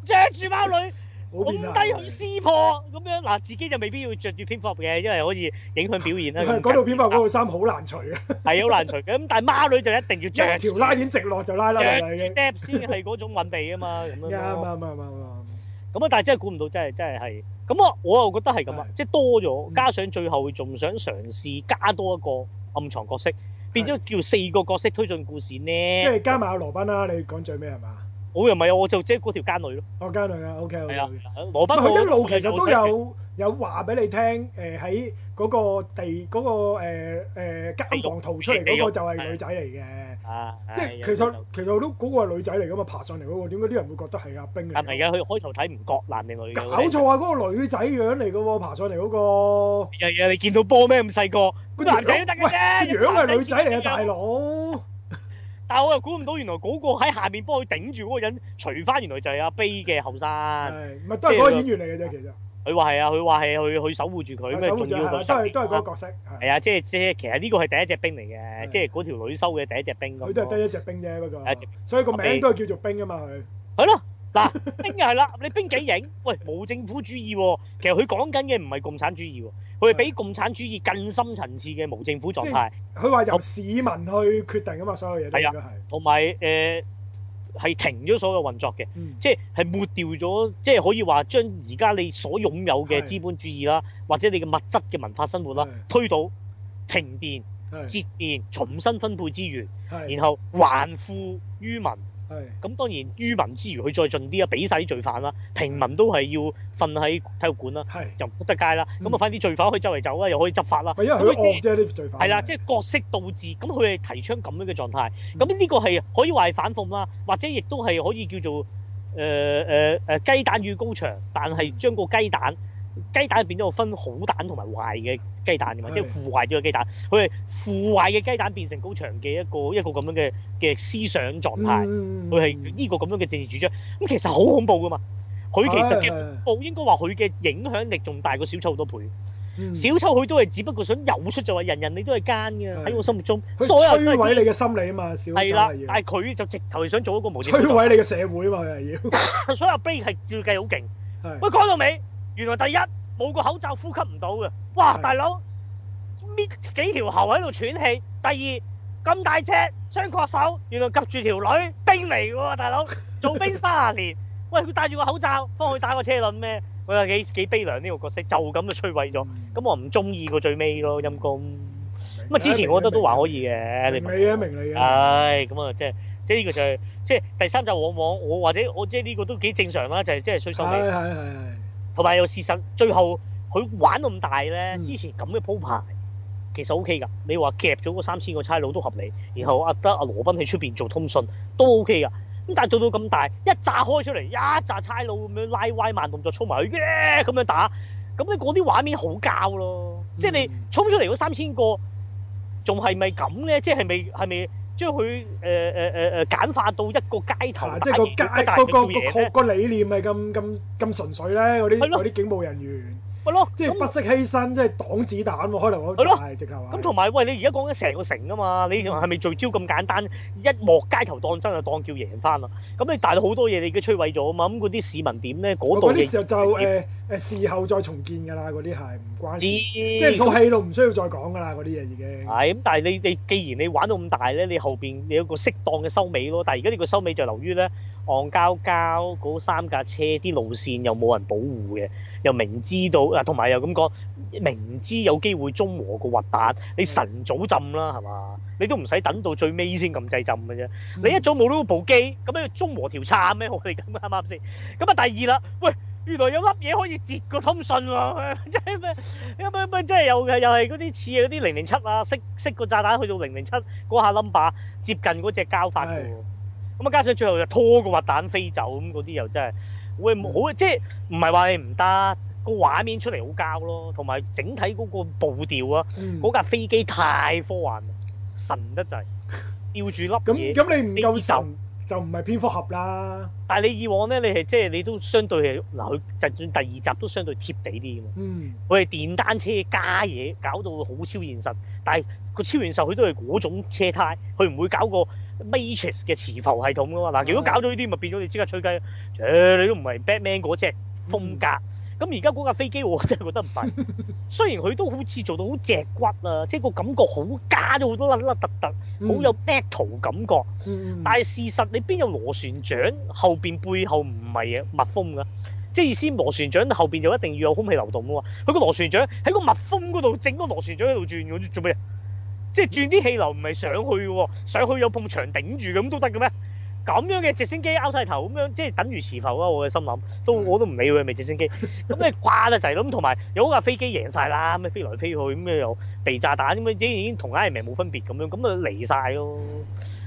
Speaker 1: 着住貓女，
Speaker 2: 好
Speaker 1: 拱
Speaker 2: 變
Speaker 1: 低佢
Speaker 2: 態。
Speaker 1: 撕破咁樣嗱，自己就未必要着住蝙蝠俠嘅，因為可以影響表現 啦。咁
Speaker 2: 嗰套片法嗰套衫好難除嘅，
Speaker 1: 係好難除嘅，咁但係貓女就一定要
Speaker 2: 一
Speaker 1: 着
Speaker 2: 條拉鏈直落就拉啦
Speaker 1: 着
Speaker 2: 啦已經。
Speaker 1: d e p 先係嗰種韻味啊嘛，咁
Speaker 2: 啱
Speaker 1: 樣咯。
Speaker 2: 啱啱啱啱。
Speaker 1: 咁啊，但係真係估唔到，真係真係係。咁啊，我又覺得係咁啊，
Speaker 2: 係
Speaker 1: 即係多咗，
Speaker 2: 嗯
Speaker 1: 加上最後仲想嘗試加多一個暗藏角色，變咗叫四個角色推進故事
Speaker 2: 即
Speaker 1: 呢。
Speaker 2: 係加埋阿羅賓啦，你講最尾係嘛？
Speaker 1: 我又唔係，我就即係嗰條奸女咯。
Speaker 2: 我加佢啊，OK
Speaker 1: 係啊
Speaker 2: OK。，
Speaker 1: 羅賓
Speaker 2: 佢一路其實都有有話俾你聽，誒喺嗰個地嗰、個誒誒監房逃出嚟嗰個就係女仔嚟嘅，
Speaker 1: 啊，
Speaker 2: 即係其實其實都嗰個係女仔嚟噶嘛，爬上嚟嗰、個點解啲人會覺得係阿冰
Speaker 1: 係咪
Speaker 2: 嚟？
Speaker 1: 㗎？佢開頭睇唔覺男定女
Speaker 2: 搞
Speaker 1: 嘅？
Speaker 2: 錯啊！嗰、個女仔樣嚟嘅喎，爬上嚟嗰、個
Speaker 1: 係啊！你見到波咩咁細個，個男仔都得㗎啫。
Speaker 2: 喂個樣係女仔嚟嘅大，佬，
Speaker 1: 但係我又估唔到，原來嗰個喺下面幫佢頂住嗰個人，除翻原來就係阿 B 嘅後生。
Speaker 2: 係咪都係嗰個演員嚟嘅啫？其實
Speaker 1: 佢話係啊，佢話係佢佢守護住佢，咁
Speaker 2: 守
Speaker 1: 啊
Speaker 2: 護
Speaker 1: 仲
Speaker 2: 者
Speaker 1: 要
Speaker 2: 係啦
Speaker 1: 佢
Speaker 2: 都係都係嗰
Speaker 1: 嗰
Speaker 2: 個角色，係
Speaker 1: 係啊，即係即係其實呢個係第一隻兵嚟
Speaker 2: 係
Speaker 1: 嘅，即係嗰條女收嘅第一隻兵咁。
Speaker 2: 佢都係得一隻冰啫，不過
Speaker 1: 係一隻兵
Speaker 2: 所以個名都係叫做冰啊嘛，佢
Speaker 1: 係咯，嗱， 兵又係啦，你兵幾型？喂，冇政府主義喎，其實佢講緊嘅唔係共產主義喎，佢係比共產主義更深層次嘅無政府狀態，
Speaker 2: 佢話由市民去決定啊嘛，所有嘢都應該係。
Speaker 1: 同埋誒係停咗所有運作嘅，
Speaker 2: 嗯
Speaker 1: 即係係抹掉咗，即係可以話將而家你所擁有嘅資本主義啦，或者你嘅物質嘅文化生活啦，推倒停電、
Speaker 2: 係
Speaker 1: 節電、重新分配資源，
Speaker 2: 係
Speaker 1: 然後還富於民。
Speaker 2: 係
Speaker 1: 咁當然於民之餘，佢再盡啲啊，俾晒啲罪犯啦，平民都係要瞓喺體育館啦，
Speaker 2: 係，
Speaker 1: 就唔出得街啦。咁啊，
Speaker 2: 嗯
Speaker 1: 快啲罪犯可以周圍走啦，啊又可以執法啦。
Speaker 2: 咪因為
Speaker 1: 咁
Speaker 2: 佢
Speaker 1: 佢
Speaker 2: 惡
Speaker 1: 即係
Speaker 2: 啫啲罪犯。
Speaker 1: 係啦，即係角色導致，咁佢係提倡咁樣嘅狀態。
Speaker 2: 嗯
Speaker 1: 咁呢個係可以話係反諷啦，或者亦都呃
Speaker 2: 嗯
Speaker 1: 係可以叫做誒誒誒雞蛋與高牆，但係將個雞蛋雞蛋變咗分好蛋同埋壞嘅雞蛋㗎嘛，
Speaker 2: 係
Speaker 1: 即係腐壞咗嘅雞蛋。佢係腐壞嘅雞蛋變成高牆嘅一個一個咁樣嘅嘅思想狀態。
Speaker 2: 嗯
Speaker 1: 佢係呢個咁樣嘅政治主張，咁其實好恐怖噶嘛。佢其實嘅
Speaker 2: 係係
Speaker 1: 恐怖應該話佢嘅影響力仲大過小丑好多倍。
Speaker 2: 嗯
Speaker 1: 小丑佢都係只不過想游出就話人人你都係奸嘅，
Speaker 2: 係
Speaker 1: 喺我心目中，
Speaker 2: 佢
Speaker 1: 所有人都
Speaker 2: 摧毀
Speaker 1: 係
Speaker 2: 你嘅心理啊嘛，小丑
Speaker 1: 係啦
Speaker 2: 係。要
Speaker 1: 但係佢就直頭係想做一個無
Speaker 2: 摧
Speaker 1: 政府
Speaker 2: 毀你嘅社會啊嘛，佢係要
Speaker 1: 黨，所以阿 Blake 係照計好勁。
Speaker 2: 係
Speaker 1: 喂，講到尾，原來第一冇個口罩呼吸唔到嘅，哇！
Speaker 2: 係
Speaker 1: 大佬搣幾條喉喺度喘氣。第二咁大隻雙角手，原來及住條女兵嚟嘅喎， 大佬做兵三十年，喂佢戴住個口罩，幫佢打個車輪咩？喂，幾幾悲涼呢個角色，就咁就摧毀咗。咁我唔中意個最尾咯，陰公。咁啊，之前我覺得都還可以嘅，你
Speaker 2: 明
Speaker 1: 明
Speaker 2: 你啊，明你啊，
Speaker 1: 唉，咁啊，即係即係呢個就係即係第三集往往我或者我即係呢個都幾正常啦，就係即係衰收尾。
Speaker 2: 係係係係，
Speaker 1: 同埋有事實，最後佢玩到咁大咧，
Speaker 2: 嗯
Speaker 1: 之前咁嘅鋪排其實 O K 㗎。你話夾咗嗰三千個差佬都合理，然後阿得阿羅賓喺出邊做通訊都 O K 㗎。咁但係做到咁大，一炸開出嚟，一炸差佬咁樣拉歪慢動作衝埋去，耶咁樣打，咁你嗰啲畫面好膠咯。即係你
Speaker 2: 嗯
Speaker 1: 衝出嚟嗰三千個，仲係咪咁咧？即係咪係咪將佢誒誒誒誒簡化到一個街頭打
Speaker 2: 啊即係個
Speaker 1: 贏
Speaker 2: 街
Speaker 1: 嗰扎
Speaker 2: 個
Speaker 1: 人
Speaker 2: 個
Speaker 1: 嘅嘢
Speaker 2: 個
Speaker 1: 咧？
Speaker 2: 個理念係咁咁咁純粹咧，嗰啲
Speaker 1: 係咯
Speaker 2: 嗰啲警務人員
Speaker 1: 咪咯，
Speaker 2: 即係
Speaker 1: 咁
Speaker 2: 不惜犧牲，即係擋子彈喎，開頭
Speaker 1: 係咯
Speaker 2: 嗰係直頭
Speaker 1: 咁
Speaker 2: 係
Speaker 1: 同埋喂，你而家講緊成個城啊嘛，你
Speaker 2: 嗯
Speaker 1: 係咪聚焦咁簡單？一幕街頭當真就啊當叫贏翻啦。咁你大陸好多嘢你已經摧毀咗啊嘛，咁嗰啲市民點咧？嗰度
Speaker 2: 嗰
Speaker 1: 你
Speaker 2: 啲時候就誒誒事後再重建㗎啦，嗰啲係唔關
Speaker 1: 知啊
Speaker 2: 事，即係套戲度唔需要再講㗎啦，嗰啲嘢已經。
Speaker 1: 係咁，但係你你既然你玩到咁大咧，你後邊你有個適當嘅收尾咯。但係而家呢個收尾就流於咧，戇交交嗰三架車啲路線又冇人保護嘅，又明知道啊，同埋又咁講，明知有機會中和個核彈，你晨早浸啦係嘛？你都唔使等到最尾先咁滯浸嘅啫。你
Speaker 2: 嗯
Speaker 1: 一早冇咗部機，咁樣中和條叉咩？我哋咁啱啱先？咁啊第二啦，喂，原來有粒嘢可以截個通訊喎， 即係咩？咩啊咩即係又又係嗰啲似嗰啲零零七啊，識識個炸彈去到零零七嗰下 number 接近嗰只交法嘅喎。咁啊加上最後就拖個核彈飛走，咁嗰啲又真係喂冇好即係唔係話你唔得，個畫面出嚟好膠咯，同埋整體嗰個步調啊，
Speaker 2: 嗯
Speaker 1: 嗰架飛機太科幻啦，神得滯，吊住粒嘢
Speaker 2: 咁。咁你唔夠
Speaker 1: 你就
Speaker 2: 神就唔係蝙蝠俠啦。
Speaker 1: 但係你以往咧，你係即係你都相對係嗱，佢就算第二集都相對貼地啲嘅啊嘛。
Speaker 2: 嗯，
Speaker 1: 佢係電單車加嘢，搞到好超現實，但係個超現實佢都係嗰種車胎，佢唔會搞個 Matrix 嘅磁浮系統噶嘛。嗱，如果搞到呢啲，咪變咗你即刻吹雞。誒、你都唔係 Batman 嗰只風格。咁而家嗰架飛機我真係覺得唔係，雖然佢都好似做到好脊骨啊，即係個感覺好加咗好多甩甩突突，
Speaker 2: 嗯
Speaker 1: 好有 battle 感覺。
Speaker 2: 嗯，嗯
Speaker 1: 但係事實你邊有螺旋槳後邊背後唔係密封㗎？即係意思螺旋槳後邊就一定要有空氣流動㗎嘛。佢個螺旋槳喺個密封嗰度整個螺旋槳喺度轉㗎，做咩啊？即係轉啲氣流唔係上去嘅喎，上去有埲牆頂住咁都得嘅咩？咁樣嘅直升機拗晒頭咁樣，即係等於磁浮啊！我嘅心諗，都我都唔理佢係咪直升機。咁你掛得滯咯，咁同埋有嗰架飛機贏晒啦，咩飛來飛去咁樣又避炸彈咁樣，已經已經同 Iron Man 冇分別咁樣，咁啊離晒咯。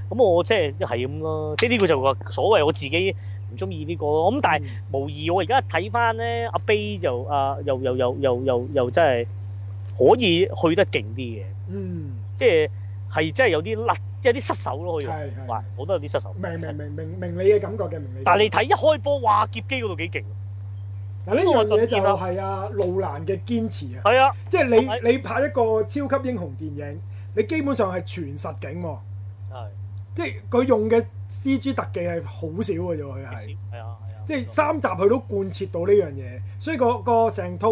Speaker 1: 咁我即係係咁咯，即係呢個就話所謂我自己唔中意呢個咯。咁但
Speaker 2: 嗯
Speaker 1: 係無疑我而家睇翻咧，阿 B 就啊又又又又又又真係可以去得勁啲嘅，
Speaker 2: 嗯，
Speaker 1: 即係係真係有啲甩，有啲失手咯，可以話
Speaker 2: 係係
Speaker 1: 話我都有啲失手。
Speaker 2: 明明明明明你嘅感覺嘅明你嘅。
Speaker 1: 但係你睇一開波，哇！劫機嗰度幾勁，
Speaker 2: 嗱呢樣嘢就係啊路蘭嘅堅持啊，
Speaker 1: 係啊，
Speaker 2: 即係你你拍一個超級英雄電影，你基本上係全實景喎，
Speaker 1: 係
Speaker 2: 即係佢用嘅 CG 特技係好少嘅啫，佢係。
Speaker 1: 係啊係啊，
Speaker 2: 即係三集佢都貫徹到呢樣嘢，所以個個成套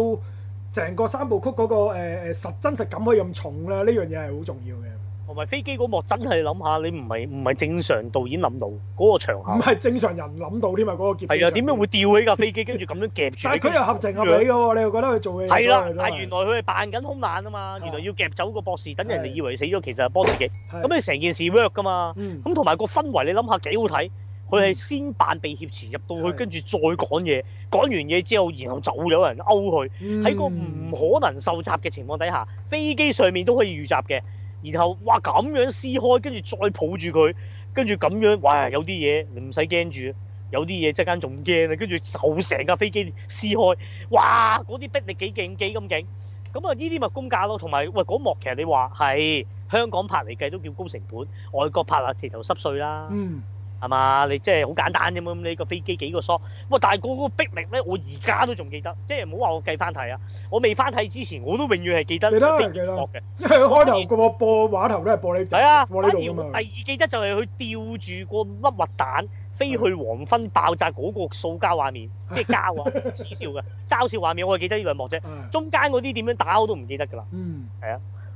Speaker 2: 成個三部曲嗰、個誒誒、呃、實真實感可以咁重啦，呢樣嘢係好重要嘅，
Speaker 1: 同埋飛機嗰幕真係諗下，你唔係唔係正常導演諗到嗰個場
Speaker 2: 唔
Speaker 1: 口，
Speaker 2: 係正常人諗到添嘛嗰個結。
Speaker 1: 係啊，點樣會？吊起架飛機，跟住咁樣夾住
Speaker 2: 嗯但係
Speaker 1: 你？
Speaker 2: 佢又啊合情合理嘅喎，你又覺得佢做嘅嘢
Speaker 1: 係啦
Speaker 2: 所有嘢，都
Speaker 1: 但係原來佢係扮緊空難啊嘛，原來要夾走個博士，等人哋以為死咗，其實係幫自己。
Speaker 2: 係
Speaker 1: 咁你成件事 work 噶嘛？
Speaker 2: 嗯
Speaker 1: 咁同埋個氛圍，你諗下幾好睇。佢係先扮被挾持入到
Speaker 2: 係
Speaker 1: 去，跟住再講嘢，講完嘢之後，然後就有人勾佢。喺個
Speaker 2: 嗯
Speaker 1: 唔可能受襲嘅情況底下，飛機上面都可以遇襲嘅。然後哇咁樣撕開，跟住再抱住佢，跟住咁樣，哇有啲嘢你唔使驚住，有啲嘢真係間仲驚啊！跟住就成架飛機撕開，哇！嗰啲逼力幾勁幾咁勁，咁啊呢啲咪公價咯。同埋喂嗰幕其實你話係香港拍嚟計都叫高成本，外國拍啊直頭濕碎啦。
Speaker 2: 嗯，
Speaker 1: 係嘛？你即係好簡單啫嘛！咁你個飛機幾個 shot，哇！但係嗰個逼力咧，我而家都仲記得，即係唔好話我計翻睇啊！我未翻睇之前，我都永遠係記得
Speaker 2: 記得
Speaker 1: 飛
Speaker 2: 記得
Speaker 1: 幕嘅。
Speaker 2: 因為開頭個播畫頭都係玻璃，
Speaker 1: 係啊，反
Speaker 2: 玻璃
Speaker 1: 而
Speaker 2: 度
Speaker 1: 我
Speaker 2: 㗎
Speaker 1: 第
Speaker 2: 嘛，
Speaker 1: 二記得就係佢吊住個粒核彈飛去黃昏爆炸嗰個塑膠畫 面，即係膠啊，恥笑嘅嘲笑畫面，我係記得呢兩幕啫。
Speaker 2: 係
Speaker 1: 中間嗰啲點樣打我都唔記得㗎啦，
Speaker 2: 嗯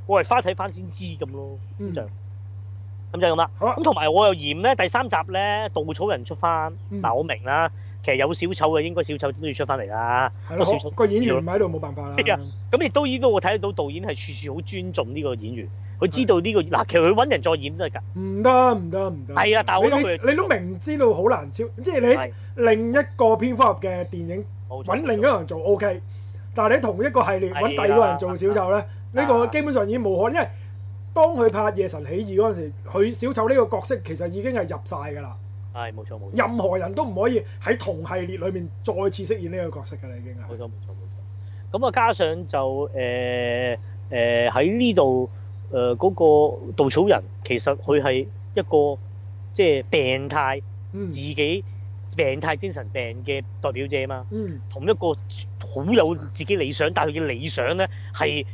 Speaker 1: 我係翻睇翻先知咁咯，
Speaker 2: 嗯，
Speaker 1: 就咁就係咁啦。
Speaker 2: 好啊
Speaker 1: 咁，同埋我又嫌咧，第三集咧稻草人出翻，
Speaker 2: 嗯
Speaker 1: 嗱我明啦，其實有小丑嘅應該小丑都要出翻嚟啦。
Speaker 2: 係
Speaker 1: 個小丑
Speaker 2: 咯，個演員唔喺度冇辦法啦，
Speaker 1: 係啊咁亦都依都我睇得到導演係處處好尊重呢個演員，佢知道呢個嗱其實佢揾人再演都得㗎，
Speaker 2: 唔得唔得唔得，
Speaker 1: 係啊但係我覺得
Speaker 2: 你
Speaker 1: 佢
Speaker 2: 你你都明知道好難超，即係
Speaker 1: 係
Speaker 2: 你另一個蝙蝠俠嘅電影
Speaker 1: 冇錯
Speaker 2: 揾另一個人做 OK，但係你同一個系列
Speaker 1: 係啦
Speaker 2: 揾第二個人做小丑咧，呢個
Speaker 1: 啊
Speaker 2: 基本上已經冇可能，因為當佢拍《夜神起義》嗰陣時，佢小丑呢個角色其實已經係入晒㗎啦，
Speaker 1: 係冇錯冇錯。
Speaker 2: 任何人都唔可以喺同系列裏面再次飾演呢個角色㗎啦，已經
Speaker 1: 冇
Speaker 2: 係。
Speaker 1: 錯冇錯冇錯。咁啊，加上就誒誒喺呢度誒嗰個稻草人，其實佢係一個即係病態，
Speaker 2: 嗯
Speaker 1: 自己病態精神病嘅代表者嘛。
Speaker 2: 嗯
Speaker 1: 同一個好有自己理想，但係佢嘅理想
Speaker 2: 嗯
Speaker 1: 咧係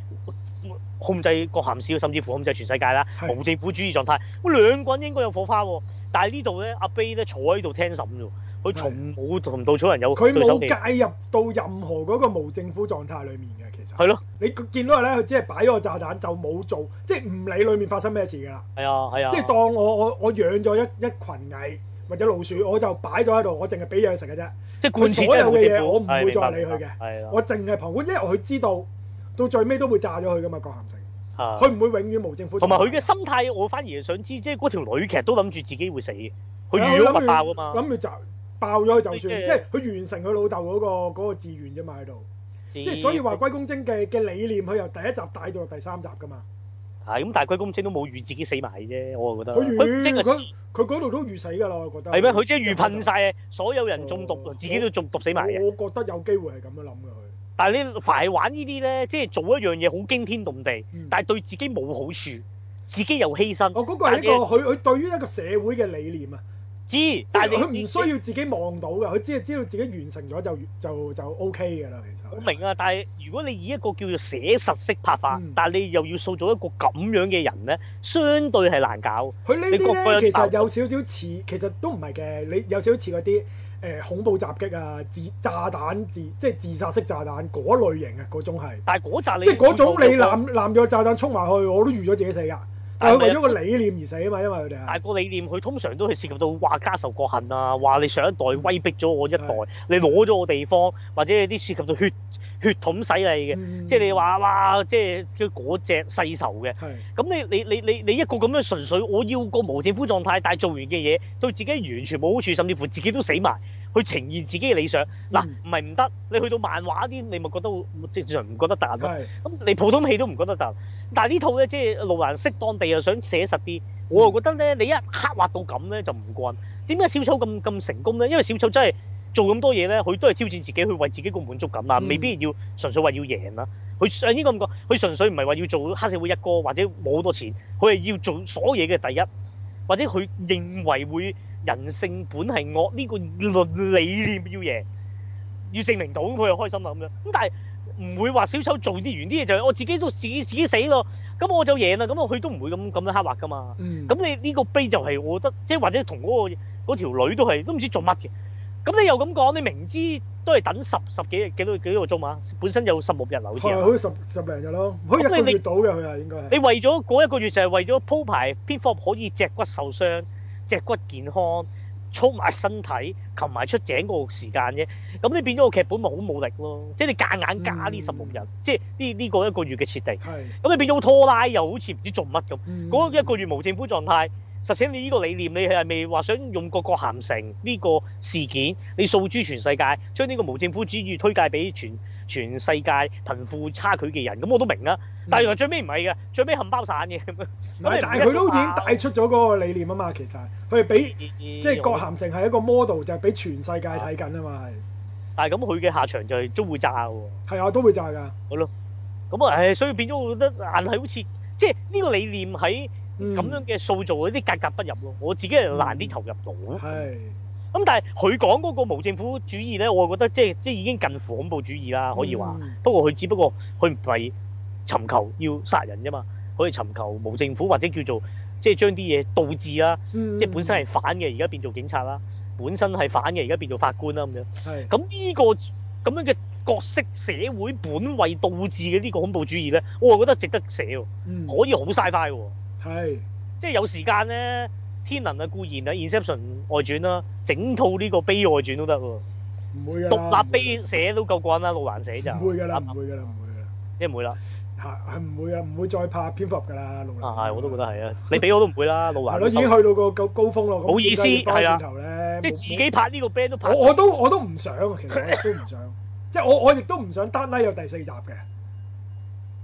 Speaker 1: 控制各鹹少，甚至乎控制全世界啦，
Speaker 2: 係
Speaker 1: 無政府主義狀態。咁兩個人應該有火花喎，但係呢度咧，阿 B 咧坐喺度聽審啫喎，佢從冇同稻草人有
Speaker 2: 佢
Speaker 1: 對手
Speaker 2: 冇
Speaker 1: 戲。
Speaker 2: 介入到任何嗰個無政府狀態裏面嘅，其實
Speaker 1: 係咯。
Speaker 2: 你見到佢咧，佢只係擺咗個炸彈就冇做，即係唔理裏面發生咩事㗎啦。
Speaker 1: 係啊，係啊，
Speaker 2: 即係當我我我養咗一一群蟻或者老鼠，我就擺咗喺度，我淨係俾嘢佢食嘅啫，
Speaker 1: 即係貫徹
Speaker 2: 所
Speaker 1: 真係冇
Speaker 2: 有嘅嘢
Speaker 1: 政府
Speaker 2: 我唔會再
Speaker 1: 係
Speaker 2: 理佢嘅
Speaker 1: 明白係啊啦，
Speaker 2: 我淨係旁觀，因為佢知道到最尾都會炸咗佢噶嘛，郭咸城，
Speaker 1: 係
Speaker 2: 佢唔會永遠無政府。
Speaker 1: 哦同埋佢嘅心態，我反而想知，即係嗰條女其實都諗住自己會死嘅，佢
Speaker 2: 係啊
Speaker 1: 預咗
Speaker 2: 佢諗
Speaker 1: 核
Speaker 2: 住
Speaker 1: 爆啊嘛，
Speaker 2: 諗住就爆咗佢就算，
Speaker 1: 即
Speaker 2: 即
Speaker 1: 係
Speaker 2: 係佢完成佢老豆嗰個嗰個志願啫嘛喺度，
Speaker 1: 即
Speaker 2: 即係所以話歸公精嘅嘅理念，佢由第一集帶到落第三集噶嘛，
Speaker 1: 係咁，但係佢公精都冇預自己死埋啫，我覺得。
Speaker 2: 佢預
Speaker 1: 佢即係
Speaker 2: 佢佢嗰度都預死㗎啦，我覺得。
Speaker 1: 係咩？佢即係預噴晒所有人中毒
Speaker 2: 哦，
Speaker 1: 自己都中毒死埋啊嘅。
Speaker 2: 我覺得有機會係咁樣諗嘅佢。
Speaker 1: 但係你凡係玩呢啲咧，即係做一樣嘢好驚天動地，
Speaker 2: 嗯
Speaker 1: 但係對自己冇好處，自己又犧牲。
Speaker 2: 我哦嗰個係一個佢佢對於一個社會嘅理念啊，
Speaker 1: 知，
Speaker 2: 即係
Speaker 1: 但係
Speaker 2: 佢
Speaker 1: 你
Speaker 2: 唔需要自己望到嘅，佢只係知道自己完成咗就就就 OK 嘅啦，其實。
Speaker 1: 我明啊，但係如果你以一個叫做寫實式拍法，
Speaker 2: 嗯
Speaker 1: 但係你又要塑造一個咁樣嘅人咧，相對係難搞。
Speaker 2: 佢呢
Speaker 1: 你覺唔覺
Speaker 2: 啲
Speaker 1: 得
Speaker 2: 咧，其
Speaker 1: 爆
Speaker 2: 實有少少似，其實都唔係嘅。你有少少似嗰啲誒恐怖襲擊啊、自炸彈自即係自殺式炸彈嗰類型啊，嗰種係，
Speaker 1: 但係嗰扎你
Speaker 2: 即係嗰種你攬攬咗個炸彈衝埋去，我都預咗自己死㗎。但係佢為咗個理念而死啊嘛，因為佢哋
Speaker 1: 大
Speaker 2: 係
Speaker 1: 個理念，佢通常都係涉及到話家仇國恨啊，話你上一代威逼咗我一代
Speaker 2: 係，
Speaker 1: 你攞咗我地方，或者有啲涉及到血血統洗禮嘅，
Speaker 2: 嗯
Speaker 1: 即係你話哇，即係佢嗰只世仇嘅。
Speaker 2: 係
Speaker 1: 咁你你你你你一個咁樣純粹，我要個無政府狀態，但係做完嘅嘢對自己完全冇好處，甚至乎自己都死埋，去呈現自己嘅理想。嗱，
Speaker 2: 嗯
Speaker 1: 唔係唔得，你去到漫畫啲，你咪覺得會正常唔覺得突兀咯。
Speaker 2: 係
Speaker 1: 咁你普通戲都唔覺得突兀，但係呢套咧即係路蘭適當地又想寫實啲，我又覺得咧你一刻畫到咁咧就唔慣。點解小丑咁咁成功咧？因為小丑真係做咁多嘢咧，佢都係挑戰自己，去為自己個滿足感啦，
Speaker 2: 嗯
Speaker 1: 未必要純粹話要贏啦。佢上應該咁講，佢純粹唔係話要做黑社會一哥或者冇好多錢，佢係要做所有嘢嘅第一，或者佢認為會人性本係惡呢、個論理念要贏，要證明到咁佢就開心啦咁樣。咁但係唔會話小丑做啲完啲嘢就係我自己都自己自己死咯，咁我就贏啦，咁我佢都唔會咁咁樣刻畫噶嘛。
Speaker 2: 嗯
Speaker 1: 咁你呢個悲就係我覺得，即係或者同嗰、個嗰條女都係都唔知做乜嘅。咁你又咁講，你明知都係等十十幾幾多幾多個鐘嘛，本身有十六日流好似
Speaker 2: 係啊
Speaker 1: 係。
Speaker 2: 好似十十零日咯，好似一
Speaker 1: 咁
Speaker 2: 個
Speaker 1: 你
Speaker 2: 月到嘅佢係應該係。
Speaker 1: 你為咗嗰一個月就係為咗鋪排蝙蝠俠可以脊骨受傷、脊骨健康、操埋身體、擒埋出井嗰個時間啫。咁你變咗個劇本咪好冇力咯，即係你夾硬加呢十六日，即係呢呢個一個月嘅設定。
Speaker 2: 係
Speaker 1: 咁你變咗好拖拉，又好似唔知做乜咁。
Speaker 2: 嗯
Speaker 1: 嗰一個月無政府狀態，實踐你呢個理念，你係咪話想用個個鹹城呢個事件，你訴諸全世界，將呢個無政府主義推介俾全全世界貧富差距嘅人，咁我都明啊。
Speaker 2: 嗯
Speaker 1: 但係原來最尾唔係嘅，最尾冚包散嘅咁樣。
Speaker 2: 唔係，但係佢都已經帶出咗嗰個理念啊嘛。其實佢係俾
Speaker 1: 即
Speaker 2: 即 係郭咸城係一個 model，就係俾全世界睇緊啊嘛。
Speaker 1: 但係咁佢嘅下場就係都會炸喎。
Speaker 2: 係係啊，都會炸㗎。
Speaker 1: 咁啊，誒，所以變咗我覺得硬係好似即係呢個理念喺
Speaker 2: 嗯
Speaker 1: 咁樣嘅塑造有啲格格不入咯。我自己係難啲投入到。
Speaker 2: 係
Speaker 1: 咁但係佢講嗰個無政府主義咧，我覺得即係即係已經近乎恐怖主義啊啦，可以話。
Speaker 2: 嗯
Speaker 1: 不過佢只不過佢唔係尋求要殺人啫嘛，佢係尋求無政府或者叫做即係將啲嘢倒置啦，
Speaker 2: 嗯
Speaker 1: 即係本身係反嘅，而家變做警察啦；本身係反嘅，而家變做法官啦咁樣。
Speaker 2: 係
Speaker 1: 咁呢、個咁樣嘅角色社會本位導致嘅呢個恐怖主義咧，我係覺得值得寫喎，
Speaker 2: 嗯
Speaker 1: 可以好嘥快喎。
Speaker 2: 係
Speaker 1: 即係有時間咧，天能啊固然啊，Inception 外傳啦，整套呢個悲外傳都得喎，
Speaker 2: 唔會㗎啦。
Speaker 1: 獨立悲寫都夠慣啦，路環寫就啊
Speaker 2: 啊唔會㗎啦，
Speaker 1: 啱
Speaker 2: 唔會㗎啦，唔會㗎啦。
Speaker 1: 即係唔會啦。
Speaker 2: 嚇係唔會啊，唔會再拍蝙蝠俠㗎啦，路蘭。
Speaker 1: 啊係，我都覺得係啊，你俾我都唔會啦，路
Speaker 2: 係
Speaker 1: 環
Speaker 2: 咯，已經去到個高高峰咯。咁
Speaker 1: 冇意思
Speaker 2: 點解要翻
Speaker 1: 係啦
Speaker 2: 轉頭咧，
Speaker 1: 即係
Speaker 2: 冇
Speaker 1: 自己拍呢個 band 都拍
Speaker 2: 我我都我都唔想啊，其實我亦都唔想，即係我我亦都唔想單拉有第四集嘅，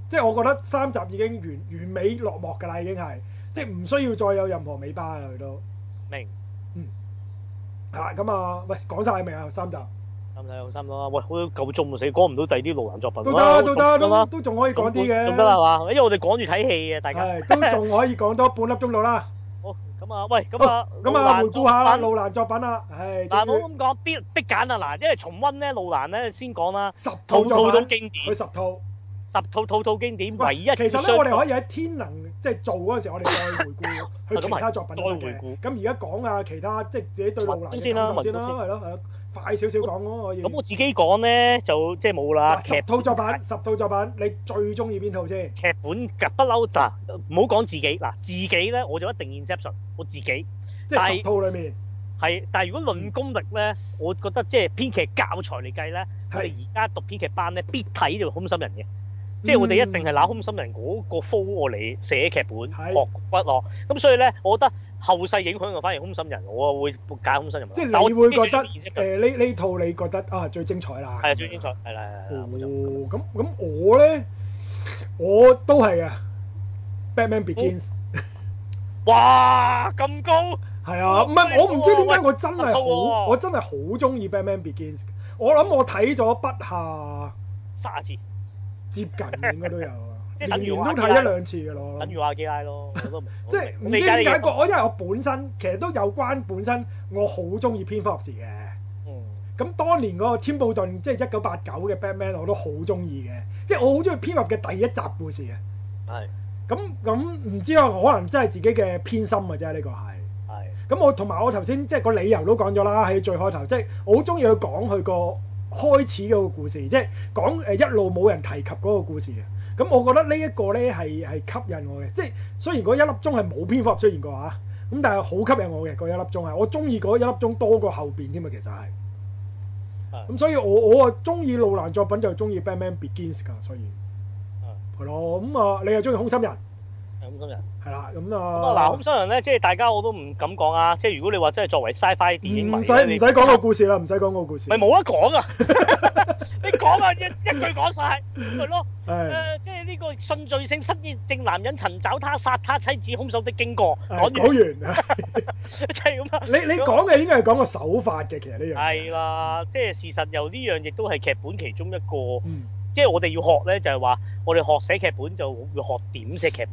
Speaker 2: 即係我覺得三集已經完完美落幕㗎啦，已經係，即係唔需要再有任何尾巴啊啦，佢都
Speaker 1: 明。
Speaker 2: 嚇咁啊！喂，講晒未啊？三集
Speaker 1: 三睇有三啦，喂，我都夠鐘啊，死講唔到第二啲路環作品
Speaker 2: 都
Speaker 1: 哇
Speaker 2: 得都得
Speaker 1: 仲啦
Speaker 2: 都都仲可以講啲嘅，
Speaker 1: 仲得啦嘛，因為我哋趕住睇戲啊，大家。
Speaker 2: 係都仲可以講多半粒鐘到啦。
Speaker 1: 好，咁啊，喂，咁啊，
Speaker 2: 咁啊，回
Speaker 1: 路環
Speaker 2: 顧下啦，
Speaker 1: 作品
Speaker 2: 路蘭作品啦，唉，
Speaker 1: 嗱，冇
Speaker 2: 終於
Speaker 1: 咁講，必必揀啊！嗱，因為重温咧，路蘭咧先講啦，
Speaker 2: 十
Speaker 1: 套
Speaker 2: 套
Speaker 1: 套
Speaker 2: 作
Speaker 1: 都
Speaker 2: 品，
Speaker 1: 經典，
Speaker 2: 佢十套。
Speaker 1: 十套套套經典，唯
Speaker 2: 喂
Speaker 1: 一
Speaker 2: 其實
Speaker 1: 缺
Speaker 2: 咧，
Speaker 1: 失
Speaker 2: 我哋可以喺天能即係做嗰陣時，我哋再回顧去其他作品都得
Speaker 1: 再回
Speaker 2: 嘅。
Speaker 1: 顧
Speaker 2: 咁而家講下其他即係自己對路蘭嘅
Speaker 1: 先啦
Speaker 2: 感受先啦，
Speaker 1: 文先
Speaker 2: 係咯，係咯快少少講咯，可以。
Speaker 1: 咁我自己講咧就即係冇啦，
Speaker 2: 嗱
Speaker 1: 劇
Speaker 2: 十套作品，十套作品，你最中意邊套先？
Speaker 1: 劇本㗎不嬲嗱，唔好講自己嗱，自己咧我就一定 inception，我自己
Speaker 2: 即係十套裡面
Speaker 1: 係，但係如果論功力咧，我覺得即係編劇教材嚟計咧，我哋
Speaker 2: 嗯係
Speaker 1: 而家讀編劇班咧必睇就空心人嘅。
Speaker 2: 嗯
Speaker 1: 即係我哋一定係攞空心人嗰個科我嚟寫劇本，學
Speaker 2: 係
Speaker 1: 骨落。咁所以咧，我覺得後世影響就反而空心人，我啊會揀空心人。
Speaker 2: 即係
Speaker 1: 但我
Speaker 2: 你
Speaker 1: 自
Speaker 2: 會
Speaker 1: 己
Speaker 2: 覺得
Speaker 1: 最中意 Inception
Speaker 2: 誒呢呢套你覺得啊最精彩啦。
Speaker 1: 係啊最精彩，係啦係啦
Speaker 2: 哦
Speaker 1: 冇錯。
Speaker 2: 咁咁我咧我都係啊，Batman Begins
Speaker 1: 哇咁高！
Speaker 2: 係
Speaker 1: 哦
Speaker 2: 啊，唔係我唔知點解我真係
Speaker 1: 十套
Speaker 2: 好，
Speaker 1: 喎
Speaker 2: 我真係好中意 Batman Begins。我諗我睇咗不下。
Speaker 1: 卅次，，
Speaker 2: 接近應該都有啊
Speaker 1: 即係
Speaker 2: 年
Speaker 1: 等於
Speaker 2: 年
Speaker 1: 玩
Speaker 2: 都
Speaker 1: 家
Speaker 2: 睇一兩次嘅咯。
Speaker 1: 等於阿基拉咯， 我都唔
Speaker 2: 即係唔
Speaker 1: 我
Speaker 2: 知
Speaker 1: 理解
Speaker 2: 點
Speaker 1: 你嘅
Speaker 2: 解嗯個，我因為我本身其實都有關本身我好中意蝙蝠俠時嘅。
Speaker 1: 嗯
Speaker 2: 咁當年嗰個添布頓即係一九八九嘅 Batman 我都好中意嘅，即係我好中意蝙蝠俠嘅第一集故事嘅。
Speaker 1: 係
Speaker 2: 咁咁唔知啊，可能真係自己嘅偏心嘅啫，呢個係。
Speaker 1: 係
Speaker 2: 咁我同埋我頭先即係個理由都講咗啦，喺最開頭即係我好中意佢講佢個開始嗰個故事，即係講誒一路冇人提及嗰個故事嘅。咁我覺得呢一個咧係係吸引我嘅，即係雖然嗰一粒鐘係冇蝙蝠俠出現過啊，咁但係好吸引我嘅嗰一粒鐘係，我中意嗰一粒鐘多過後邊添啊，其實係。
Speaker 1: 係
Speaker 2: 咁所以我我啊中意路蘭作品就中意 Batman Begins 㗎，所以係咯，咁啊你又中意空心人
Speaker 1: 係空心人。
Speaker 2: 係啦，咁
Speaker 1: 咁啊嗱，
Speaker 2: 啊
Speaker 1: 空心人咧，即係大家我都唔敢講啊。即係如果你話真係作為 Sci-Fi 電影迷
Speaker 2: 唔
Speaker 1: 呢，
Speaker 2: 使唔
Speaker 1: 啊你
Speaker 2: 使講個故事啦，唔使講個故事
Speaker 1: 咪，冇得講啊！ 你講啊，一一句講晒，咪咯。誒、
Speaker 2: 係。
Speaker 1: 即係呢個順序性失憶症男人尋找他殺他妻子兇手的經過，
Speaker 2: 誒
Speaker 1: 講 完
Speaker 2: 講完，啊
Speaker 1: 即係咁啊。
Speaker 2: 你你講嘅應該係講個手法嘅，其實呢樣嘢
Speaker 1: 係，啦，即係事實又呢樣亦都係劇本其中一個，
Speaker 2: 嗯，
Speaker 1: 即係我哋要學咧，就係話我哋學寫劇本就會學點寫劇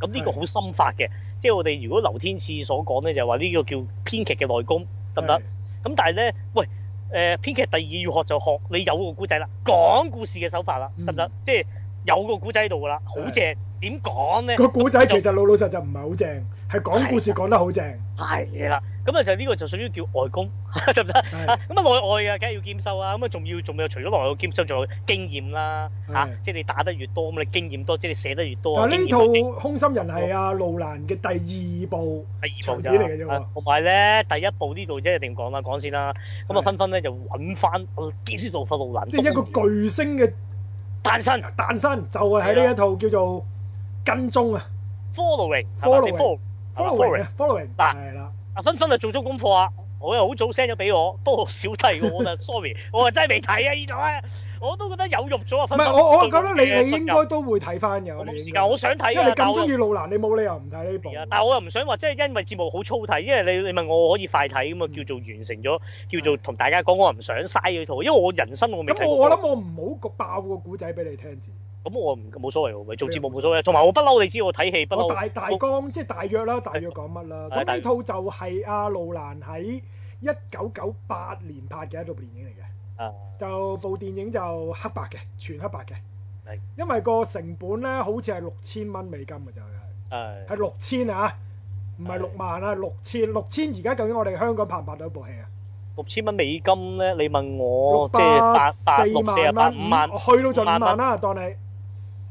Speaker 1: 本，咁呢個好心法嘅。即係我哋如果劉天賜所講咧，就係話呢個叫編劇嘅內功，得唔得？咁但係咧，喂，誒、編劇第二要學就學你有個古仔啦，講故事嘅手法啦，
Speaker 2: 嗯
Speaker 1: 得唔得？即係有個古仔喺度噶啦，好正，點講咧
Speaker 2: 係？個古仔其實老老實實唔係好正，係講故事講得好正，
Speaker 1: 係啦，咁啊就呢個就屬於叫外功， 得唔得？
Speaker 2: 係
Speaker 1: 啊咁啊內外嘅梗係要兼修啊，咁啊仲要仲有除咗內外兼修，仲有經驗啦
Speaker 2: 係
Speaker 1: 嚇，即係你打得越多，咁你經驗多，即係你寫得越多啊，
Speaker 2: 但
Speaker 1: 經
Speaker 2: 呢
Speaker 1: 驗
Speaker 2: 套
Speaker 1: 多即係
Speaker 2: 《空心人》係阿路蘭嘅第二部，
Speaker 1: 第二部
Speaker 2: 長片嚟嘅啫
Speaker 1: 咋
Speaker 2: 喎
Speaker 1: 啊同埋咧第一部呢度即係一定講啦，講先啦，咁啊
Speaker 2: 係
Speaker 1: 分分咧就揾翻基斯道法路蘭，
Speaker 2: 即係一個巨星嘅
Speaker 1: 誕生
Speaker 2: 誕生，就係喺呢一套叫做跟蹤啊
Speaker 1: following 係嘛你
Speaker 2: Following，
Speaker 1: follow 係嘛
Speaker 2: ，following 啊，following
Speaker 1: 嗱
Speaker 2: 係啦，
Speaker 1: 啊，芬芬啊做足功課啊，我又好早 send 咗俾我，不過我少睇喎，我就 sorry，我話真係未睇啊呢度啊，我都覺得有肉咗啊，
Speaker 2: 唔
Speaker 1: 分分
Speaker 2: 係
Speaker 1: 鐘
Speaker 2: 我我
Speaker 1: 對
Speaker 2: 覺得你你
Speaker 1: 嘅
Speaker 2: 應
Speaker 1: 信
Speaker 2: 該都會睇翻嘅，
Speaker 1: 任我
Speaker 2: 你
Speaker 1: 冇
Speaker 2: 應
Speaker 1: 時
Speaker 2: 該
Speaker 1: 間，我想睇
Speaker 2: 因為你
Speaker 1: 啊，但
Speaker 2: 咁
Speaker 1: 我又
Speaker 2: 中意路蘭，你冇理由唔睇呢部
Speaker 1: 係啊。但我又唔想話，即係因為節目好粗睇，因為你你問我可以快睇咁啊，叫做完成咗，叫做同大家講，我唔想嘥佢套，因為我人生我未睇
Speaker 2: 嗯咁
Speaker 1: 過。
Speaker 2: 我我諗我唔好個爆個古仔俾你聽住，
Speaker 1: 咁我唔冇所謂喎，咪做節目冇所謂。同埋我不嬲，你知我睇戲不
Speaker 2: 嗯我
Speaker 1: 嬲。
Speaker 2: 哦大大綱即係大約啦，大約講乜啦。
Speaker 1: 係
Speaker 2: 咁
Speaker 1: 大
Speaker 2: 呢套就係阿路蘭喺一九九八年拍嘅一套電影嚟嘅。
Speaker 1: 啊
Speaker 2: 就部電影就黑白嘅，全黑白嘅
Speaker 1: 係。
Speaker 2: 因為個成本咧，好似係六千蚊美金嘅就係，係
Speaker 1: 誒
Speaker 2: 六千啊，唔係
Speaker 1: 係
Speaker 2: 六萬啊，六千六千。而家究竟我哋香港拍唔拍到部戲啊？
Speaker 1: 六千蚊美金咧，你問
Speaker 2: 六
Speaker 1: 我哦即係
Speaker 2: 百
Speaker 1: 八八
Speaker 2: 四
Speaker 1: 六四啊
Speaker 2: 萬
Speaker 1: 八
Speaker 2: 蚊，
Speaker 1: 五萬
Speaker 2: 去到盡
Speaker 1: 五萬
Speaker 2: 五萬
Speaker 1: 蚊
Speaker 2: 啦，當你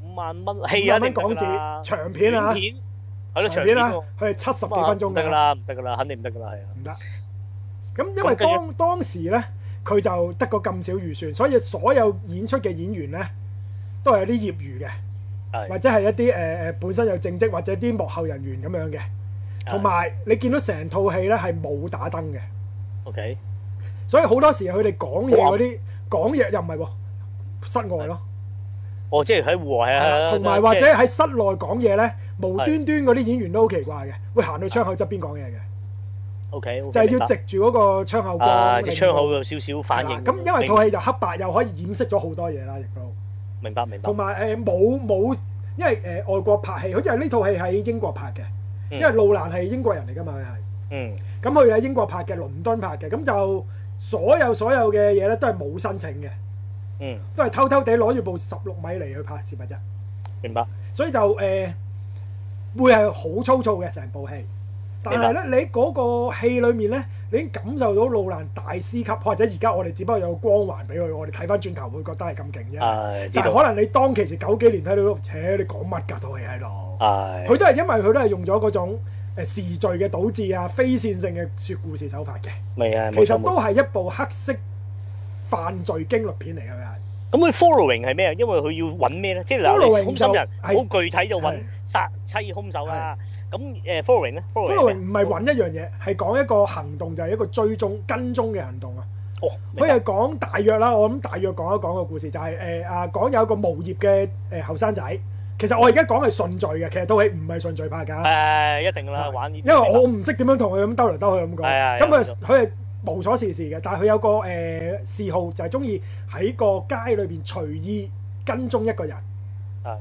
Speaker 1: 五萬蚊
Speaker 2: 五
Speaker 1: 戲啊，
Speaker 2: 萬
Speaker 1: 你
Speaker 2: 蚊港
Speaker 1: 講啦
Speaker 2: 紙，長片啊
Speaker 1: 短，片係咯長
Speaker 2: 長
Speaker 1: 片
Speaker 2: 片啊
Speaker 1: 喎，
Speaker 2: 佢係七十幾
Speaker 1: 咁啊
Speaker 2: 分
Speaker 1: 唔
Speaker 2: 鐘
Speaker 1: 得㗎
Speaker 2: 㗎，
Speaker 1: 啦，唔得㗎啦，肯定唔得㗎啦，係啊。
Speaker 2: 唔得。咁因
Speaker 1: 咁跟
Speaker 2: 為
Speaker 1: 住
Speaker 2: 當當時咧，佢就得個咁少預算，所以所有演出嘅演員咧，都係有啲業餘嘅。或
Speaker 1: 係
Speaker 2: 者係一啲誒誒本身有正職或者啲幕後人員咁樣嘅，同
Speaker 1: 啊
Speaker 2: 埋你見到成套戲咧係冇打燈嘅，
Speaker 1: OK
Speaker 2: 所以好多時佢哋講嘢嗰啲講嘢又唔係喎，室外咯，
Speaker 1: 哦，即係喺戶外
Speaker 2: 係
Speaker 1: 啊，
Speaker 2: 啦同埋
Speaker 1: 即係
Speaker 2: 或者喺室內講嘢咧，無端端嗰啲演員都好奇怪嘅，會行到窗口側邊講嘢嘅，
Speaker 1: OK，
Speaker 2: 就係要藉住嗰個窗口光
Speaker 1: 啊隻
Speaker 2: 令
Speaker 1: 窗
Speaker 2: 到
Speaker 1: 口有少少
Speaker 2: 係
Speaker 1: 反
Speaker 2: 啦
Speaker 1: 應。
Speaker 2: 咁因為套戲就黑白，又可以掩飾咗好多嘢啦，亦都。
Speaker 1: 明白明白
Speaker 2: 同。埋誒冇冇，因為誒、呃外國拍戲，好似係呢套戲喺英國拍嘅，
Speaker 1: 嗯
Speaker 2: 因為路蘭係英國人嚟㗎嘛，佢係，
Speaker 1: 嗯
Speaker 2: 咁佢喺英國拍嘅，倫敦拍嘅，咁就所有所有嘅嘢咧都係冇申請嘅，
Speaker 1: 嗯，
Speaker 2: 都係偷偷地攞住部十六米嚟去拍攝嘅啫，
Speaker 1: 明白。
Speaker 2: 所以就誒、呃、會係好粗糙嘅成部戲，但係咧你嗰個戲裡面咧，你已經感受到路蘭大師級，或者而家我哋只不過有個光環俾佢，我哋睇翻轉頭會覺得係咁勁啫。
Speaker 1: 誒啊知
Speaker 2: 但係
Speaker 1: 道。
Speaker 2: 可能你當其時九幾年睇到，切你講乜㗎套戲喺度？
Speaker 1: 誒
Speaker 2: 佢都係因為佢都係用咗嗰種誒時序嘅倒置啊、非線性嘅説故事手法嘅，
Speaker 1: 未啊，
Speaker 2: 其
Speaker 1: 冇錯
Speaker 2: 實
Speaker 1: 冇錯。
Speaker 2: 都係一部黑色犯罪驚慄片嚟嘅佢係。
Speaker 1: 咁佢 following 係咩啊？因為佢要揾咩咧？即係嗱，
Speaker 2: Following
Speaker 1: 你兇心人
Speaker 2: 就
Speaker 1: 好
Speaker 2: 係
Speaker 1: 具體就揾
Speaker 2: 係
Speaker 1: 殺妻兇手啦。咁誒 à. following 咧
Speaker 2: f o l
Speaker 1: ，following
Speaker 2: 唔係揾一樣嘢，係講一個行動，就係一個追蹤跟蹤嘅行動啊。
Speaker 1: 哦，明
Speaker 2: 佢
Speaker 1: 白
Speaker 2: 係講大約啦，我諗大約講一講個故事，就係誒啊講有一個無業嘅誒後生仔。其實我而家講係順序嘅，其實套戲唔係順序拍㗎。
Speaker 1: 誒一定㗎啦，玩呢啲
Speaker 2: 因為我唔識點樣同佢咁兜嚟兜去咁
Speaker 1: 係啊
Speaker 2: 講，咁
Speaker 1: 係啊
Speaker 2: 佢佢係無所事事嘅，但係佢有個誒、呃嗜好就係中意喺個街裏邊隨意跟蹤一個人。
Speaker 1: 係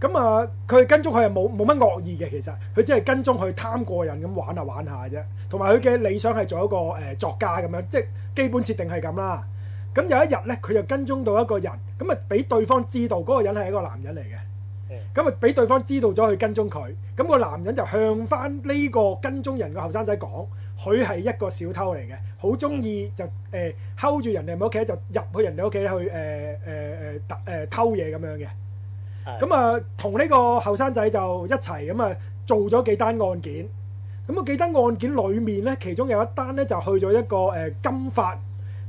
Speaker 2: 咁啊，佢跟蹤佢係冇冇乜惡意嘅，其實佢只係跟蹤佢貪過人咁玩下玩下啫。同埋佢嘅理想係做一個誒、呃作家咁樣，即係基本設定係咁啦。咁有一日咧，佢就跟蹤到一個人，咁啊俾對方知道嗰個人係一個男人嚟
Speaker 1: 嗯
Speaker 2: 嘅，咁啊俾對方知道咗佢跟蹤佢，咁個男人就向翻呢個跟蹤人個後生仔講，佢係一個小偷嚟嘅，好中意就誒睺住人哋屋企就入去呃人哋屋企去誒誒誒誒呃偷嘢咁樣嘅。
Speaker 1: 係
Speaker 2: 咁啊，同呢個後生仔就一齊咁啊，做咗幾單案件。咁啊，幾單案件裏面咧，其中有一單咧就去咗一個誒、呃金髮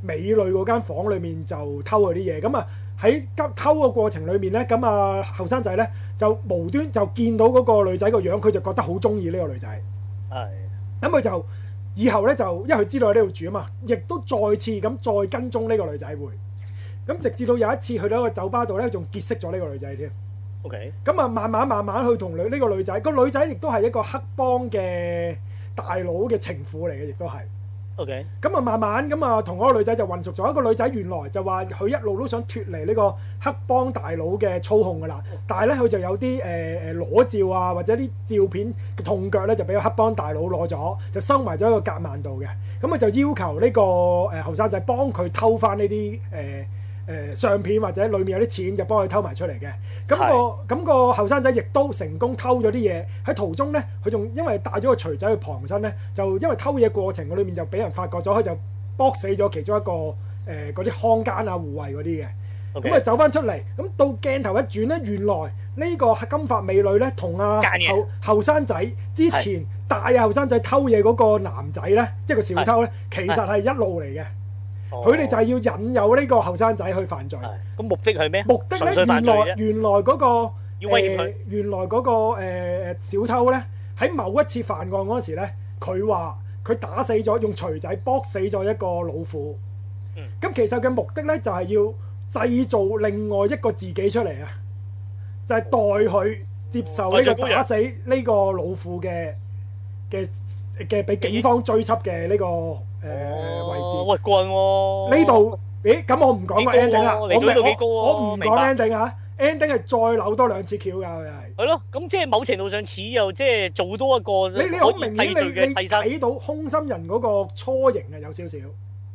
Speaker 2: 美女嗰間房裏面就偷佢啲嘢。咁啊，喺急偷嘅過程裏面咧，咁啊後生仔咧就無端就見到嗰個女仔個樣，佢就覺得好中意呢個女仔。
Speaker 1: 係
Speaker 2: 咁佢就以後咧就因為佢知道喺呢度住啊嘛，亦都再次咁再跟蹤呢個女仔會。咁直至到有一次去到一個酒吧度咧，仲結識咗呢個女仔添。
Speaker 1: OK
Speaker 2: 咁啊，慢慢慢慢去同女呢個女仔，個女仔亦都係一個黑幫嘅大佬嘅情婦嚟嘅，亦都係。
Speaker 1: OK
Speaker 2: 咁啊，慢慢咁啊，同嗰個女仔就混熟咗。一個女仔原來就話佢一路都想脱離呢個黑幫大佬嘅操控㗎啦，但係咧佢就有啲誒誒裸照啊，或者啲照片嘅痛腳咧就俾個黑幫大佬攞咗，就收埋咗喺個夾萬度嘅。咁啊就要求呢、個誒後生仔幫佢偷翻呢啲呃誒誒相片或者裡面有啲錢，就幫佢偷埋出嚟嘅。咁、個咁、個後生仔亦都成功偷咗啲嘢，喺途中咧，佢仲因為帶咗個錘仔去旁身咧，就因為偷嘢過程裏面就俾人發覺咗，佢就搏死咗其中一個誒嗰啲看更啊護衛嗰啲嘅。
Speaker 1: OK
Speaker 2: 咁啊走翻出嚟，咁到鏡頭一轉咧，原來呢個金髮美女咧同阿
Speaker 1: 奸嘢
Speaker 2: 後後生仔之前帶阿後生仔偷嘢嗰個男仔咧，即係個小偷咧，其實係一路嚟嘅。佢哋就係要引誘呢個後生仔去犯罪，
Speaker 1: 哦係咁目的係咩？
Speaker 2: 目的
Speaker 1: 純
Speaker 2: 咧
Speaker 1: 粹犯
Speaker 2: 原
Speaker 1: 罪
Speaker 2: 來
Speaker 1: 啫，
Speaker 2: 原來嗰個
Speaker 1: 要威脅
Speaker 2: 呃
Speaker 1: 佢。
Speaker 2: 原來嗰個誒小偷咧喺某一次犯案嗰時咧，佢話佢打死咗用錘仔剝死咗一個老虎
Speaker 1: 嗯。
Speaker 2: 咁其實嘅目的呢，就係、要製造另外一個自己出嚟啊，就係、代佢接受
Speaker 1: 哦
Speaker 2: 呢
Speaker 1: 代罪
Speaker 2: 個
Speaker 1: 羔羊
Speaker 2: 打死呢個老虎嘅嘅嘅俾警方追緝嘅呢個誒、呃位置。
Speaker 1: 哦喂，棍喎！
Speaker 2: 呢度，咦？咁我唔講個
Speaker 1: 幾高喎
Speaker 2: ending 啦，我
Speaker 1: 嚟到呢度幾高
Speaker 2: 唔
Speaker 1: 喎
Speaker 2: 我我唔
Speaker 1: 明白
Speaker 2: 講 ending 啊，ending 係再扭多兩次橋㗎，佢係。
Speaker 1: 係咯，咁即係某程度上似又即係做多一個
Speaker 2: 你你好
Speaker 1: 可以
Speaker 2: 明顯，
Speaker 1: 替罪
Speaker 2: 你
Speaker 1: 嘅
Speaker 2: 你
Speaker 1: 替身。
Speaker 2: 睇到空心人嗰個初形啊，有少少，即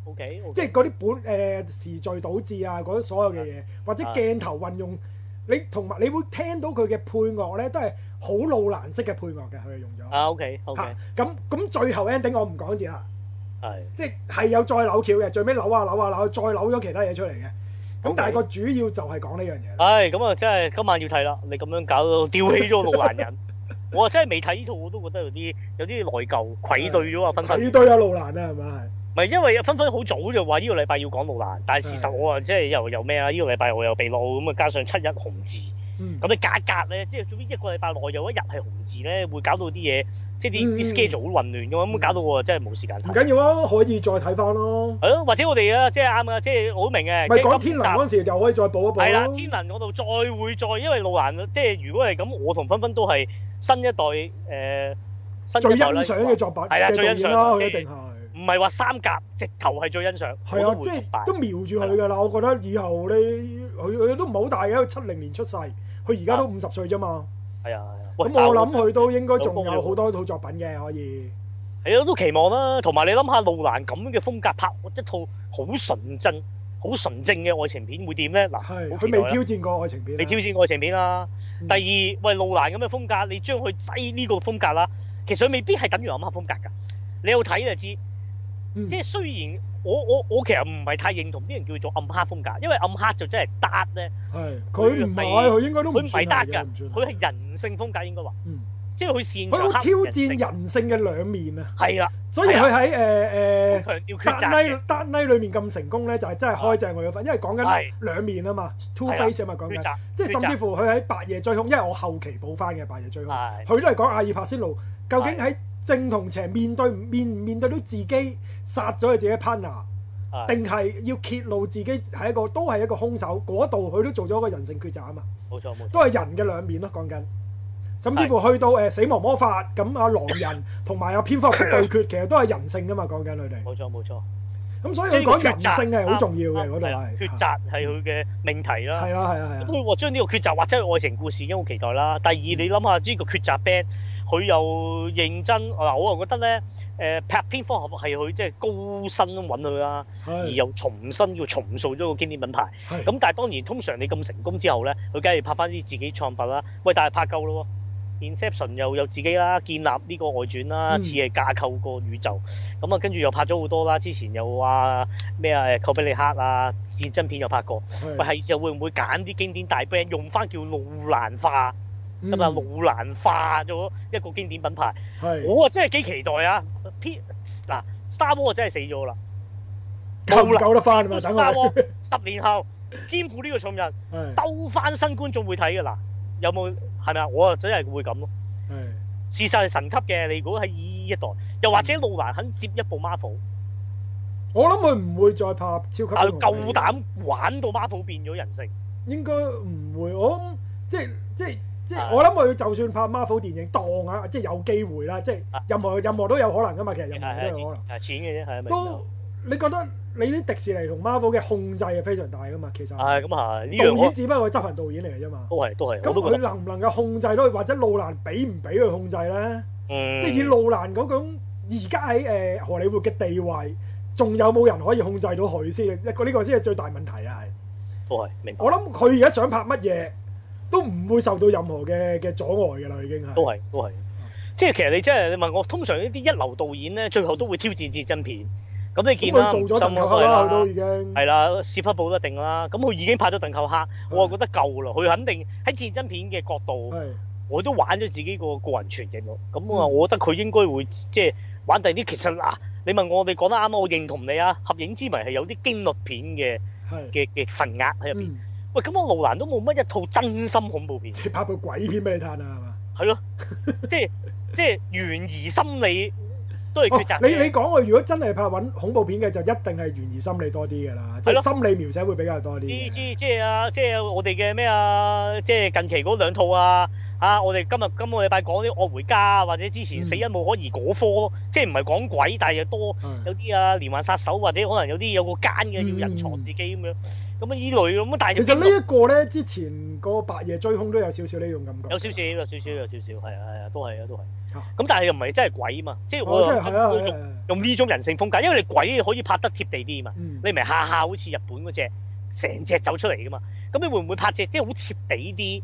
Speaker 1: O K，
Speaker 2: 係嗰啲本誒、呃、時序導致啊，嗰啲所有嘅嘢，或者
Speaker 1: 係
Speaker 2: 鏡頭運用，你同埋你會聽到佢嘅配樂咧，都係好老蘭式嘅配樂嘅，佢係用咗。
Speaker 1: 啊，O K，O
Speaker 2: 嚇
Speaker 1: K，
Speaker 2: 咁咁最後 ending 我唔講字啦。
Speaker 1: 係
Speaker 2: 即係有再扭橋嘅，最尾扭下扭下扭，再扭咗其他嘢出嚟嘅。咁
Speaker 1: OK
Speaker 2: 但係個主要就係講呢樣嘢啦。
Speaker 1: 唉，咁啊，真係今晚要睇啦！你咁樣搞到吊起咗路蘭 人，我啊真係未睇呢套，我都覺得有啲有啲內疚，
Speaker 2: 嗯
Speaker 1: 愧對咗啊，芬芬。
Speaker 2: 睇都有路難啊，係咪？係
Speaker 1: 唔係因為芬芬好早就話呢個禮拜要講路蘭，但係事實
Speaker 2: 係
Speaker 1: 我啊即係又又咩啊？呢個禮拜我又被路咁啊，加上七一紅字。
Speaker 2: 嗯
Speaker 1: 咁你隔一隔咧，即係總之一個禮拜內有一日係紅字咧，會搞到啲嘢，即係啲
Speaker 2: 嗯
Speaker 1: 啲 schedule 好混亂噶嘛，咁搞到我啊真係冇時間
Speaker 2: 唔
Speaker 1: 睇。
Speaker 2: 緊要啊，可以再睇翻咯。
Speaker 1: 係咯，或者我哋啊，即係啱啊，即係我好明嘅。
Speaker 2: 咪
Speaker 1: 即係
Speaker 2: 講
Speaker 1: 今
Speaker 2: 天
Speaker 1: 集
Speaker 2: 能嗰陣時就可以再補一
Speaker 1: 係啦，
Speaker 2: 補
Speaker 1: 天
Speaker 2: 咯。
Speaker 1: 能嗰度再會再，因為路蘭即係如果係咁，我同芬芬都係新一代誒、呃新
Speaker 2: 最
Speaker 1: 一
Speaker 2: 欣
Speaker 1: 代啦
Speaker 2: 賞嘅作品
Speaker 1: 係啦
Speaker 2: 嘅導
Speaker 1: 最欣
Speaker 2: 演
Speaker 1: 賞
Speaker 2: 啦，
Speaker 1: 啦
Speaker 2: 佢一
Speaker 1: 即係
Speaker 2: 定係。
Speaker 1: 唔係話三甲，直頭係最欣賞。
Speaker 2: 係
Speaker 1: 我
Speaker 2: 啊
Speaker 1: 都，會
Speaker 2: 即
Speaker 1: 明白
Speaker 2: 係都瞄住佢㗎啦。我覺得以後呢，佢佢都唔係好大嘅，佢七零年出世，佢而家都五十歲啫嘛。
Speaker 1: 係啊，係啊。
Speaker 2: 咁
Speaker 1: 喂
Speaker 2: 我諗佢都應該仲
Speaker 1: 老公
Speaker 2: 有好多套作品嘅可以。
Speaker 1: 係啊，都期望啦。同埋你諗下，路蘭咁嘅風格拍一套好純真、好純正嘅愛情片會點咧？嗱，
Speaker 2: 係
Speaker 1: 好
Speaker 2: 佢
Speaker 1: 期待
Speaker 2: 未
Speaker 1: 啦
Speaker 2: 挑戰過愛情片啊。
Speaker 1: 你挑戰愛情片啦。
Speaker 2: 嗯
Speaker 1: 第二，喂路蘭咁嘅風格，你將佢擠呢個風格啦，其實佢未必係等於暗黑風格㗎。你有睇就知，
Speaker 2: 嗯
Speaker 1: 即係雖然我我我其實唔係太認同啲人叫做暗黑風格，因為暗黑就真係 dark 咧，
Speaker 2: 係，佢唔係，佢應該都唔
Speaker 1: 佢唔係
Speaker 2: 算
Speaker 1: dark
Speaker 2: 係嘅
Speaker 1: 㗎
Speaker 2: 唔算，啊
Speaker 1: 佢係人性風格應該話，
Speaker 2: 嗯
Speaker 1: 即係佢
Speaker 2: 佢
Speaker 1: 擅
Speaker 2: 好
Speaker 1: 長
Speaker 2: 挑
Speaker 1: 黑人
Speaker 2: 戰
Speaker 1: 性。
Speaker 2: 人性嘅兩面啊，
Speaker 1: 係啦，
Speaker 2: 所以佢喺誒
Speaker 1: 好強調
Speaker 2: 誒《
Speaker 1: 抉
Speaker 2: 達
Speaker 1: 擇
Speaker 2: 拉
Speaker 1: 嘅
Speaker 2: 達拉》裏面咁成功咧，就係真係開正佢嗰份，因為講緊
Speaker 1: 係
Speaker 2: 兩面啊嘛，two
Speaker 1: 係啦
Speaker 2: face 啊嘛，講
Speaker 1: 抉
Speaker 2: 緊，
Speaker 1: 擇，
Speaker 2: 即係甚至
Speaker 1: 抉
Speaker 2: 乎佢喺《白夜追兇》，因為我後期補翻嘅《白夜追兇
Speaker 1: 擇》，係
Speaker 2: 佢都係講阿爾帕仙奴究竟喺正同邪面對唔面唔面對到自己殺咗佢自己 partner，
Speaker 1: 係
Speaker 2: 定係要揭露自己係一個都係一個兇手，嗰度佢都做咗一個人性抉擇啊嘛。
Speaker 1: 冇錯冇錯，
Speaker 2: 都係人嘅兩面咯，講緊。甚至乎去到誒、呃死亡魔法咁啊，狼人同埋啊蝙蝠俠嘅對決，其實都係人性噶嘛，講緊佢哋。
Speaker 1: 冇錯冇錯。
Speaker 2: 咁所以
Speaker 1: 即
Speaker 2: 佢
Speaker 1: 係個
Speaker 2: 講
Speaker 1: 抉
Speaker 2: 人
Speaker 1: 擇
Speaker 2: 性係好重要嘅
Speaker 1: 啱
Speaker 2: 嗰度係。
Speaker 1: 抉擇係佢嘅命題啦。
Speaker 2: 係啦係啦係
Speaker 1: 咁
Speaker 2: 啦。
Speaker 1: 佢話將呢個抉擇或者係愛情故事，已經好期待啦。第二，
Speaker 2: 嗯
Speaker 1: 你諗下呢個抉擇 band，佢又認真嗱，我又覺得咧，誒、拍蝙蝠俠係佢即係高薪揾佢啦，而
Speaker 2: 係
Speaker 1: 又重新要重塑咗個經典品牌。
Speaker 2: 係
Speaker 1: 咁但係當然，通常你咁成功之後咧，佢梗係拍翻啲自己創作啦。喂，但係拍夠咯喎，Inception 又有自己啦，建立呢個外傳啦，
Speaker 2: 嗯
Speaker 1: 似係架構個宇宙。咁啊，跟住又拍咗好多啦。之前又話咩啊，誒寇比利克啊，戰爭片又拍過。
Speaker 2: 係
Speaker 1: 喂，係時候會唔會揀啲經典大 band 用翻叫路蘭化咁啊？
Speaker 2: 嗯
Speaker 1: 路蘭化咗一個經典品牌，
Speaker 2: 係
Speaker 1: 我啊真係幾期待啊！P 嗱 Star Wars 真係死咗啦
Speaker 2: 夠唔夠得翻啊嘛？等
Speaker 1: ，Star
Speaker 2: 我
Speaker 1: Wars 十年後肩負呢個重任。
Speaker 2: 係
Speaker 1: 兜翻新觀眾會睇嘅嗱，有冇係咪啊？我啊真係會咁咯。
Speaker 2: 係
Speaker 1: 事實係神級嘅，你如果喺依一代，又或
Speaker 2: 嗯
Speaker 1: 者路蘭肯接一部 Marvel，
Speaker 2: 我諗佢唔會再拍超級英雄
Speaker 1: 但
Speaker 2: 嘅
Speaker 1: 佢夠膽玩到 Marvel 變咗人性，
Speaker 2: 應該唔會，我諗即係即係即係
Speaker 1: 係
Speaker 2: 我諗佢就算拍 Marvel 電影當啊，即係有機會啦，即係
Speaker 1: 係
Speaker 2: 任何任何都有可能噶嘛，其實
Speaker 1: 係
Speaker 2: 任
Speaker 1: 係
Speaker 2: 何都有可能。
Speaker 1: 係錢嘅啫，係咪？
Speaker 2: 都你覺得你啲迪士尼同 Marvel 嘅控制係非常大噶嘛？其實
Speaker 1: 係咁啊，呢樣
Speaker 2: 導演
Speaker 1: 我
Speaker 2: 只不過係執行導演嚟嘅啫嘛。
Speaker 1: 都係都係，
Speaker 2: 咁
Speaker 1: 我都覺
Speaker 2: 佢
Speaker 1: 得
Speaker 2: 能唔能夠控制到，或者路蘭俾唔俾佢控制咧？
Speaker 1: 嗯，
Speaker 2: 即係以路蘭嗰種而家喺誒呃荷里活嘅地位，仲有冇人可以控制到佢先？一個呢個先係最大問題啊！係
Speaker 1: 都係明白，
Speaker 2: 我諗佢而家想拍乜嘢都唔會受到任何嘅嘅阻礙㗎啦，已經係。
Speaker 1: 都係都係。即係其實你真係你問我，通常呢啲一流導演咧，最後都會挑戰戰爭片。咁你
Speaker 2: 咁
Speaker 1: 見啦，
Speaker 2: 佢做咗
Speaker 1: 深
Speaker 2: 鄧
Speaker 1: 刻
Speaker 2: 寇
Speaker 1: 都係
Speaker 2: 克啦，
Speaker 1: 啦
Speaker 2: 佢都已經。
Speaker 1: 係啦，史匹堡一定啦。咁佢已經拍咗鄧寇克，我啊覺得夠啦。佢肯定喺戰爭片嘅角度，
Speaker 2: 係。
Speaker 1: 我都玩咗自己個個人傳影咯。咁啊，
Speaker 2: 嗯
Speaker 1: 我覺得佢應該會即係玩第啲。其實嗱，你問我，你講得啱啊，我認同你啊。合影之謎係有啲驚慄片嘅
Speaker 2: 係。
Speaker 1: 嘅嘅份額喺入邊。
Speaker 2: 嗯，
Speaker 1: 喂，咁我路蘭都冇乜一套真心恐怖片，
Speaker 2: 即係拍 部鬼片俾你嘆啊，係嘛？
Speaker 1: 係咯，即係即係懸疑心理都係
Speaker 2: 哦
Speaker 1: 抉擇
Speaker 2: 你
Speaker 1: 嘅。
Speaker 2: 你講我如果真係拍揾恐怖片嘅，就一定係懸疑心理多啲嘅啦，即
Speaker 1: 係咯
Speaker 2: 係心理描寫會比較多啲
Speaker 1: 知
Speaker 2: 嘅。
Speaker 1: 知即係啊，即係我哋嘅咩啊，即係近期嗰兩套啊，啊，我哋今日今個禮拜講啲《惡回家》啊，或者之前《
Speaker 2: 嗯
Speaker 1: 死因無可疑》嗰科咯，即係唔係講鬼，但係又多
Speaker 2: 係
Speaker 1: 有啲啊連環殺手，或者可能有啲有個奸嘅要隱藏自己咁樣，咁啊依類咁，但係
Speaker 2: 嗯其
Speaker 1: 就
Speaker 2: 實
Speaker 1: 邊
Speaker 2: 呢
Speaker 1: 個
Speaker 2: 一個咧，之前個白夜追兇都有少少呢種感覺。
Speaker 1: 有少少有少少有少少係啊係啊，都係啊都係
Speaker 2: 啊。
Speaker 1: 咁但係又唔係真係鬼嘛，即係我
Speaker 2: 哦，
Speaker 1: 又
Speaker 2: 真係係啊係啊
Speaker 1: 用
Speaker 2: 係啊，
Speaker 1: 用呢種人性風格，因為你鬼可以拍得貼地啲嘛。
Speaker 2: 嗯
Speaker 1: 你咪下下好似日本嗰只成隻走出嚟噶嘛？咁你會唔會拍只即係好貼地啲、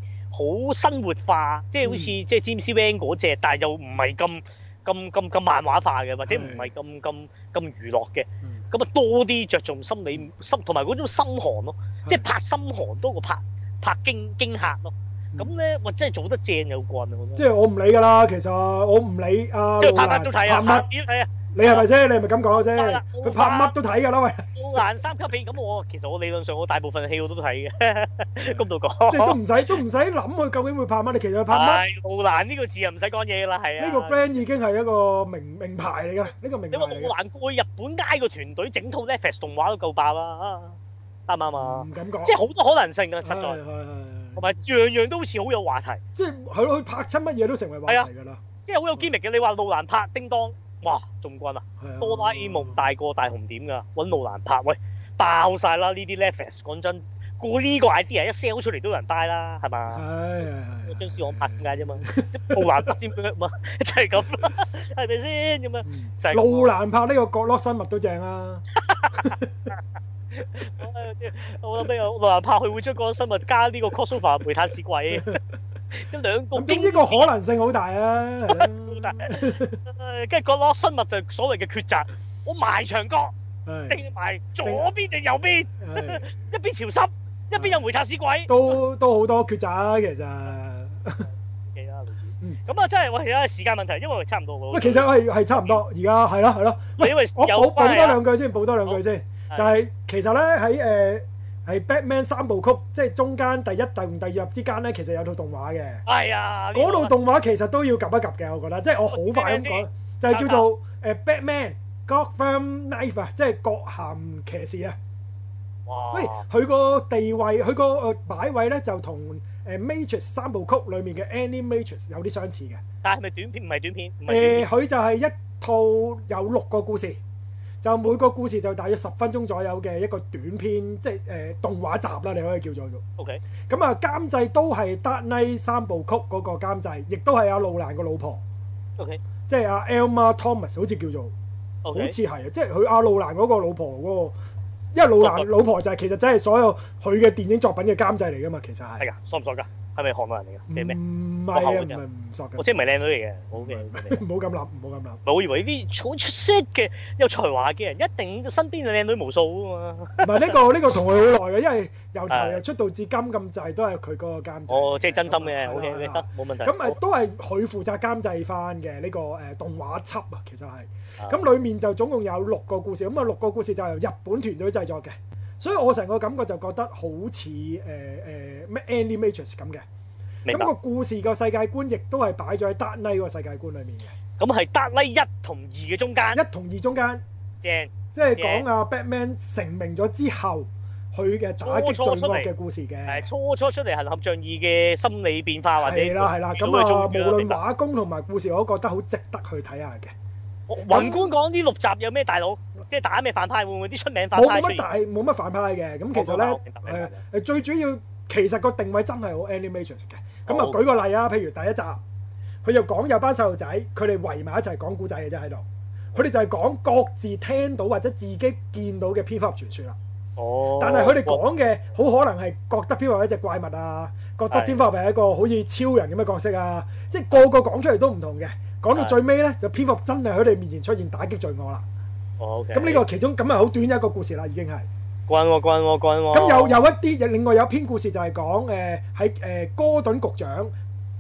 Speaker 1: 好生活化，即係好似即
Speaker 2: 嗯
Speaker 1: 係 James Wan 嗰只，但係又唔係咁咁咁咁漫畫化嘅，或者唔係咁咁咁娛樂嘅
Speaker 2: 嗯？
Speaker 1: 咁啊多啲着重心理心同埋嗰種心寒咯，即係
Speaker 2: 係
Speaker 1: 拍心寒多過拍拍驚驚嚇咯。咁咧，哇！真係做得正有棍啊！我覺
Speaker 2: 嗯即
Speaker 1: 得
Speaker 2: 係我唔理㗎啦，其實我唔理啊。
Speaker 1: 即係拍
Speaker 2: 路蘭
Speaker 1: 乜都睇啊，
Speaker 2: 拍乜
Speaker 1: 拍片都睇啊，
Speaker 2: 你係咪啫？你係咪咁講嘅
Speaker 1: 係
Speaker 2: 啫
Speaker 1: 啦？
Speaker 2: 佢拍乜都睇㗎啦，喂，
Speaker 1: 奧蘭三級片咁我其實我理論上我大部分戲我都睇嘅， 咁度
Speaker 2: 即係都
Speaker 1: 講。
Speaker 2: 唔使都唔使諗佢究竟會拍啊乜。你其實
Speaker 1: 啊
Speaker 2: 佢拍乜？
Speaker 1: 係奧蘭呢個字又唔使講嘢啦，係啊。
Speaker 2: 呢個 brand 已經係一個名名牌嚟㗎啦，呢個名
Speaker 1: 因
Speaker 2: 牌
Speaker 1: 為
Speaker 2: 嚟
Speaker 1: 奧
Speaker 2: 㗎，
Speaker 1: 蘭過去日本拉個團隊整套 Netflix 動畫都夠爆啦，啱唔啱啊？
Speaker 2: 唔敢講。
Speaker 1: 即係好多可能性啊，實
Speaker 2: 係
Speaker 1: 在，
Speaker 2: 係係
Speaker 1: 同埋樣樣都好似好有話題，
Speaker 2: 即係係咯，佢拍親乜嘢都成為話題㗎啦。
Speaker 1: 即係好有堅力嘅。你話奧蘭拍叮當，哇，中軍啊！
Speaker 2: 係啊
Speaker 1: 哆啦 A 夢大個大紅點㗎，揾路蘭拍，喂，爆晒啦！呢啲 Netflix 講真，估呢個 idea 一 sell 出嚟都有人 buy 啦，係
Speaker 2: 係
Speaker 1: 嘛？
Speaker 2: 係係。
Speaker 1: 張思昂拍點解啫嘛？路蘭拍先 work 嘛， 就係 咁啦，係咪先咁啊樣？
Speaker 2: 嗯
Speaker 1: 就係咁咯
Speaker 2: 路蘭拍呢個角落生物都正啊！
Speaker 1: 哎我諗起我羅蘭柏佢會將個生物加呢個 crossover 煤炭屎鬼， 即兩個
Speaker 2: 咁
Speaker 1: 經
Speaker 2: 總之個可能性好大啊！係啦
Speaker 1: 好大，誒跟住講攞生物就所謂嘅抉擇，我埋牆角
Speaker 2: 係
Speaker 1: 定埋左邊定右邊，
Speaker 2: 係
Speaker 1: 一邊潮
Speaker 2: 嗯
Speaker 1: 濕，一邊有煤炭屎鬼，
Speaker 2: 都都好多抉擇啊其實。
Speaker 1: 記啦類似
Speaker 2: 嗯
Speaker 1: 咁啊真係喂，而家時間問題，因為差唔多喎。
Speaker 2: 喂，其實係係差唔多，而家係啦係啦。
Speaker 1: 喂因為
Speaker 2: 我
Speaker 1: 有
Speaker 2: 補補
Speaker 1: 關
Speaker 2: 多
Speaker 1: 係啊
Speaker 2: 兩句先，補多兩句先，
Speaker 1: 好
Speaker 2: 就係其實咧喺誒係 Batman 三部曲，即係中間第一、第五、第二集之間咧，其實有套動畫嘅。
Speaker 1: 係啊，
Speaker 2: 嗰套動畫其實都要及一及嘅，我覺得，即係我好快咁講，就係叫做誒 Batman Gotham Knife 啊，即係角鹹騎士啊。喂
Speaker 1: 哇，，
Speaker 2: 佢個地位，佢個誒擺位咧就同誒 Matrix 三部曲裡面嘅 Any Matrix 有啲相似嘅。
Speaker 1: 但係咪短片？唔係短片，唔係短
Speaker 2: 誒，
Speaker 1: 片
Speaker 2: 佢就係一套有六個故事，就每個故事就大約十分鐘左右嘅一個短篇，即係誒動畫集啦，你可以叫做。
Speaker 1: ，OK，
Speaker 2: 咁啊，監製都係 Dark Knight 三部曲嗰個監製，亦都係阿路蘭個老婆。
Speaker 1: OK，
Speaker 2: 即係阿 Elma Thomas 好似叫做，好
Speaker 1: OK
Speaker 2: 似係啊，即係佢阿路蘭嗰個老婆嗰個，因為路
Speaker 1: 作
Speaker 2: 蘭
Speaker 1: 品
Speaker 2: 老婆就係其實真係所有佢嘅電影作品嘅監製嚟噶嘛，其實
Speaker 1: 係
Speaker 2: 係，
Speaker 1: 㗎，傻唔傻㗎？哎係咪韓國人嚟㗎？定係咩？
Speaker 2: 唔係
Speaker 1: 幕後
Speaker 2: 啊，
Speaker 1: 嘅
Speaker 2: 唔
Speaker 1: 啫
Speaker 2: 係唔索
Speaker 1: 我
Speaker 2: 嘅，
Speaker 1: 即係唔係靚女嚟嘅，OK OK。
Speaker 2: 唔好咁諗，唔好咁諗，
Speaker 1: 我以為呢啲好出色嘅有才華嘅人，一定身邊嘅靚女無數啊嘛。
Speaker 2: 唔係呢個呢個同佢好耐嘅，因為由頭
Speaker 1: 係
Speaker 2: 又出道至今咁滯都係佢嗰個監製，
Speaker 1: 哦，即係真心
Speaker 2: 係
Speaker 1: 嘅
Speaker 2: 啦
Speaker 1: ，OK
Speaker 2: 係
Speaker 1: OK，
Speaker 2: 啦
Speaker 1: 得冇問題。
Speaker 2: 咁誒都係佢負責監製翻嘅呢個誒動畫輯啊，其實係。
Speaker 1: 啊
Speaker 2: 咁裡面就總共有六個故事，咁啊六個故事就係由日本團隊製作嘅，所以我成個感覺就覺得好似誒誒咩 Animatrix 咁嘅。
Speaker 1: 明
Speaker 2: 咁
Speaker 1: 白
Speaker 2: 個。故事個世界觀亦都係擺咗喺 Dark Knight 個世界觀裡面嘅，
Speaker 1: 咁係德拉一同二嘅中間，
Speaker 2: 一同二中間，
Speaker 1: 正
Speaker 2: 即係講啊 Batman 成名咗之後，佢嘅打擊罪
Speaker 1: 初初出嚟
Speaker 2: 惡嘅故事嘅。
Speaker 1: 係初初出嚟行俠仗義嘅心理變化或者
Speaker 2: 係啦係啦，咁
Speaker 1: 表嘅
Speaker 2: 啊
Speaker 1: 終
Speaker 2: 無
Speaker 1: 結啦
Speaker 2: 論
Speaker 1: 明白
Speaker 2: 畫工同埋故事，我都覺得好值得去睇下嘅。
Speaker 1: 我宏觀講呢六集有咩大佬，即係打咩反派，會唔會啲出名反
Speaker 2: 冇
Speaker 1: 派
Speaker 2: 冇
Speaker 1: 出
Speaker 2: 乜
Speaker 1: 現？
Speaker 2: 大冇乜反派嘅，咁其實
Speaker 1: 我明白明白明
Speaker 2: 咧誒誒最主要其實個定位真係好 animation 嘅。咁啊
Speaker 1: 好
Speaker 2: 舉個例啊，譬如第一集，佢就講有班細路仔，佢哋圍埋一齊講古仔嘅啫喺度，佢哋就係講各自聽到或者自己見到嘅蝙蝠俠傳說啦。
Speaker 1: 哦，
Speaker 2: 但係佢哋講嘅好可能係覺得蝙蝠俠係一隻怪物啊，覺得
Speaker 1: 係
Speaker 2: 蝙蝠俠係一個好似超人咁嘅角色啊，即係個個講出嚟都唔同嘅。講到
Speaker 1: 係
Speaker 2: 最尾咧，就蝙蝠俠真係喺佢哋面前出現打擊罪惡啦。
Speaker 1: 哦，
Speaker 2: 咁呢個其中咁啊係好短一個故事啦，已經係。
Speaker 1: 個關喎關喎關喎。
Speaker 2: 咁有有一啲，另外有一篇故事就係講誒喺誒哥頓局長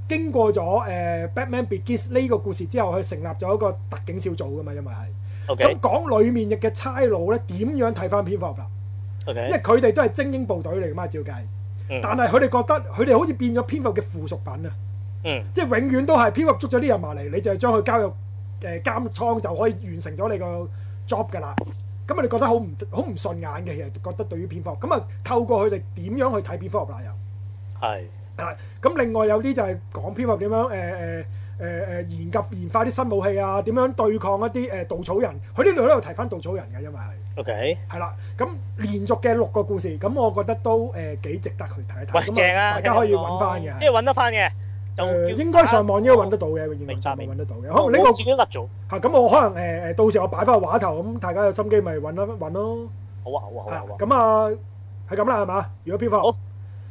Speaker 2: 經過咗誒、呃 Batman Begins 呢個故事之後，佢成立咗一個特警小組噶嘛，因為係
Speaker 1: ，OK
Speaker 2: 咁講裡面嘅差佬咧點樣睇翻蝙蝠俠啦，因為
Speaker 1: OK，
Speaker 2: 佢哋都係精英部隊嚟噶嘛，照計，
Speaker 1: 嗯
Speaker 2: 但係佢哋覺得佢哋好似變咗蝙蝠俠嘅附屬品啊，
Speaker 1: 嗯
Speaker 2: 即係永遠都係蝙蝠俠捉咗啲人埋嚟，你就係將佢交入誒監倉就可以完成咗你個 job 㗎啦。咁啊，你覺得好唔好唔順眼嘅？其實覺得對於蝙蝠俠咁啊，透過佢哋點樣去睇蝙蝠俠啦又。
Speaker 1: 係
Speaker 2: 咁另外有啲就係講蝙蝠俠點樣誒誒誒誒研究研發啲新武器啊，點樣對抗一啲誒、呃稻草人。佢呢度喺度提翻稻草人嘅，因為係
Speaker 1: OK。
Speaker 2: 係啦。咁連續嘅六個故事，咁我覺得都誒幾、值得去睇一睇。
Speaker 1: 喂，
Speaker 2: 咁啊
Speaker 1: 正啊！
Speaker 2: 大家可以揾翻嘅
Speaker 1: 因為
Speaker 2: 係。
Speaker 1: 揾得翻嘅，就
Speaker 2: 誒
Speaker 1: 叫
Speaker 2: 呃應該上網應該揾得到嘅，永
Speaker 1: 明白
Speaker 2: 遠上網
Speaker 1: 明
Speaker 2: 揾得到嘅。
Speaker 1: 我
Speaker 2: 可能呢個
Speaker 1: 我自己甩咗。
Speaker 2: 嚇咁，我可能誒誒、呃到時我擺翻個畫頭，咁大家有心機咪揾一揾咯。
Speaker 1: 好啊，好啊，好啊
Speaker 2: 係啦
Speaker 1: 好啊。
Speaker 2: 咁啊，係咁啦，係嘛？如果蝙蝠俠
Speaker 1: 好，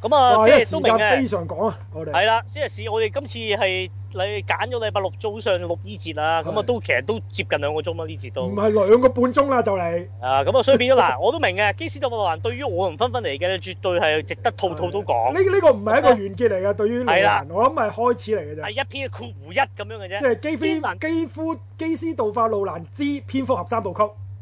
Speaker 1: 咁啊，
Speaker 2: 哇，
Speaker 1: 即
Speaker 2: 一
Speaker 1: 係
Speaker 2: 時
Speaker 1: 都明
Speaker 2: 間
Speaker 1: 嘅
Speaker 2: 非。常趕啊，我哋
Speaker 1: 係啦，即係是我哋今次係你揀咗禮拜六早上錄呢節啦，咁啊
Speaker 2: 係
Speaker 1: 都其實都接近兩個鐘啦呢節
Speaker 2: 唔
Speaker 1: 都。
Speaker 2: 係兩個半鐘啦，就嚟。
Speaker 1: 啊，咁啊，所以變咗嗱， 我都明嘅。基斯特麥蘭對於我同芬芬嚟嘅，絕對係值得套套都講。
Speaker 2: 呢呢個唔係一個完結嚟嘅，對於路
Speaker 1: 係啦
Speaker 2: 人，我諗係開始嚟嘅啫。
Speaker 1: 係一篇括弧一咁樣嘅
Speaker 2: 即
Speaker 1: 啫。
Speaker 2: 係基
Speaker 1: 天
Speaker 2: 夫
Speaker 1: 能
Speaker 2: 基夫基斯道化路蘭之蝙蝠俠三部曲，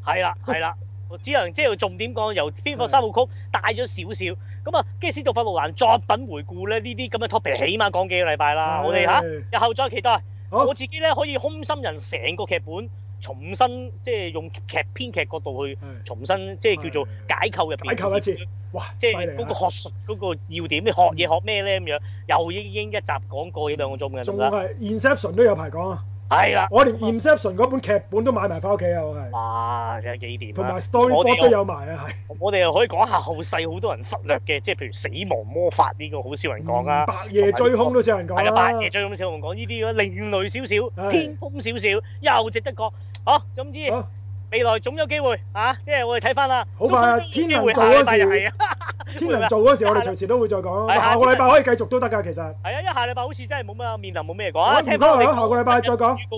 Speaker 1: 係啦，係啦。 我只能即係重點講，由蝙
Speaker 2: 嗯
Speaker 1: 蝠三部曲帶咗少少。咁啊，基斯杜法路蘭作品回顧咧，呢啲咁嘅 topic 起碼講幾個禮拜啦。
Speaker 2: 係
Speaker 1: 啊我哋吓日後再期待。
Speaker 2: 嗯好
Speaker 1: 我自己咧可以空心人成個劇本重新即係用劇編劇角度去
Speaker 2: 係
Speaker 1: 重新即係叫做解構入邊
Speaker 2: 嗯解構一次，哇！
Speaker 1: 即
Speaker 2: 犀
Speaker 1: 係
Speaker 2: 利
Speaker 1: 嗰
Speaker 2: 啊
Speaker 1: 個學術嗰個要點，你學嘢學咩咧咁樣？又已經一集講過幾兩個鐘嘅得
Speaker 2: 仲
Speaker 1: 唔得？
Speaker 2: 係 Inception 都有排講啊！
Speaker 1: 係啦，
Speaker 2: 我連 Inception 嗰本劇本都買埋翻屋企啊！我係，
Speaker 1: 哇，有幾點
Speaker 2: 同
Speaker 1: 啊
Speaker 2: 埋！
Speaker 1: 我哋
Speaker 2: Storyboard
Speaker 1: 有
Speaker 2: 都有埋啊，係。
Speaker 1: 我哋又可以講下後世好多人忽略嘅，即係譬如死亡魔法呢個好少人講啦。
Speaker 2: 嗯白夜追兇都少人講
Speaker 1: 係啦，
Speaker 2: 啦
Speaker 1: 八。爺最咁少人講呢啲咯，另類少少，
Speaker 2: 係
Speaker 1: 偏鋒少少，又值得講。好，總之
Speaker 2: 好
Speaker 1: 未來總有機會啊！即係我哋睇翻啦。
Speaker 2: 好快啊
Speaker 1: 都總有機
Speaker 2: 天能
Speaker 1: 會
Speaker 2: 做嗰
Speaker 1: 下禮拜就
Speaker 2: 時
Speaker 1: 係啊，
Speaker 2: 天能做嗰時，我哋隨時都會再講
Speaker 1: 係
Speaker 2: 啊。
Speaker 1: 下
Speaker 2: 下
Speaker 1: 次
Speaker 2: 個禮拜可以繼續都得㗎，其實。
Speaker 1: 係啊，因為下禮拜好似真係冇乜面臨冇咩講
Speaker 2: 好
Speaker 1: 啊。
Speaker 2: 唔該
Speaker 1: 聽翻我哋
Speaker 2: 啊，下個禮拜再講。
Speaker 1: 預告，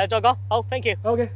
Speaker 1: 係再講。好，thank you。
Speaker 2: OK。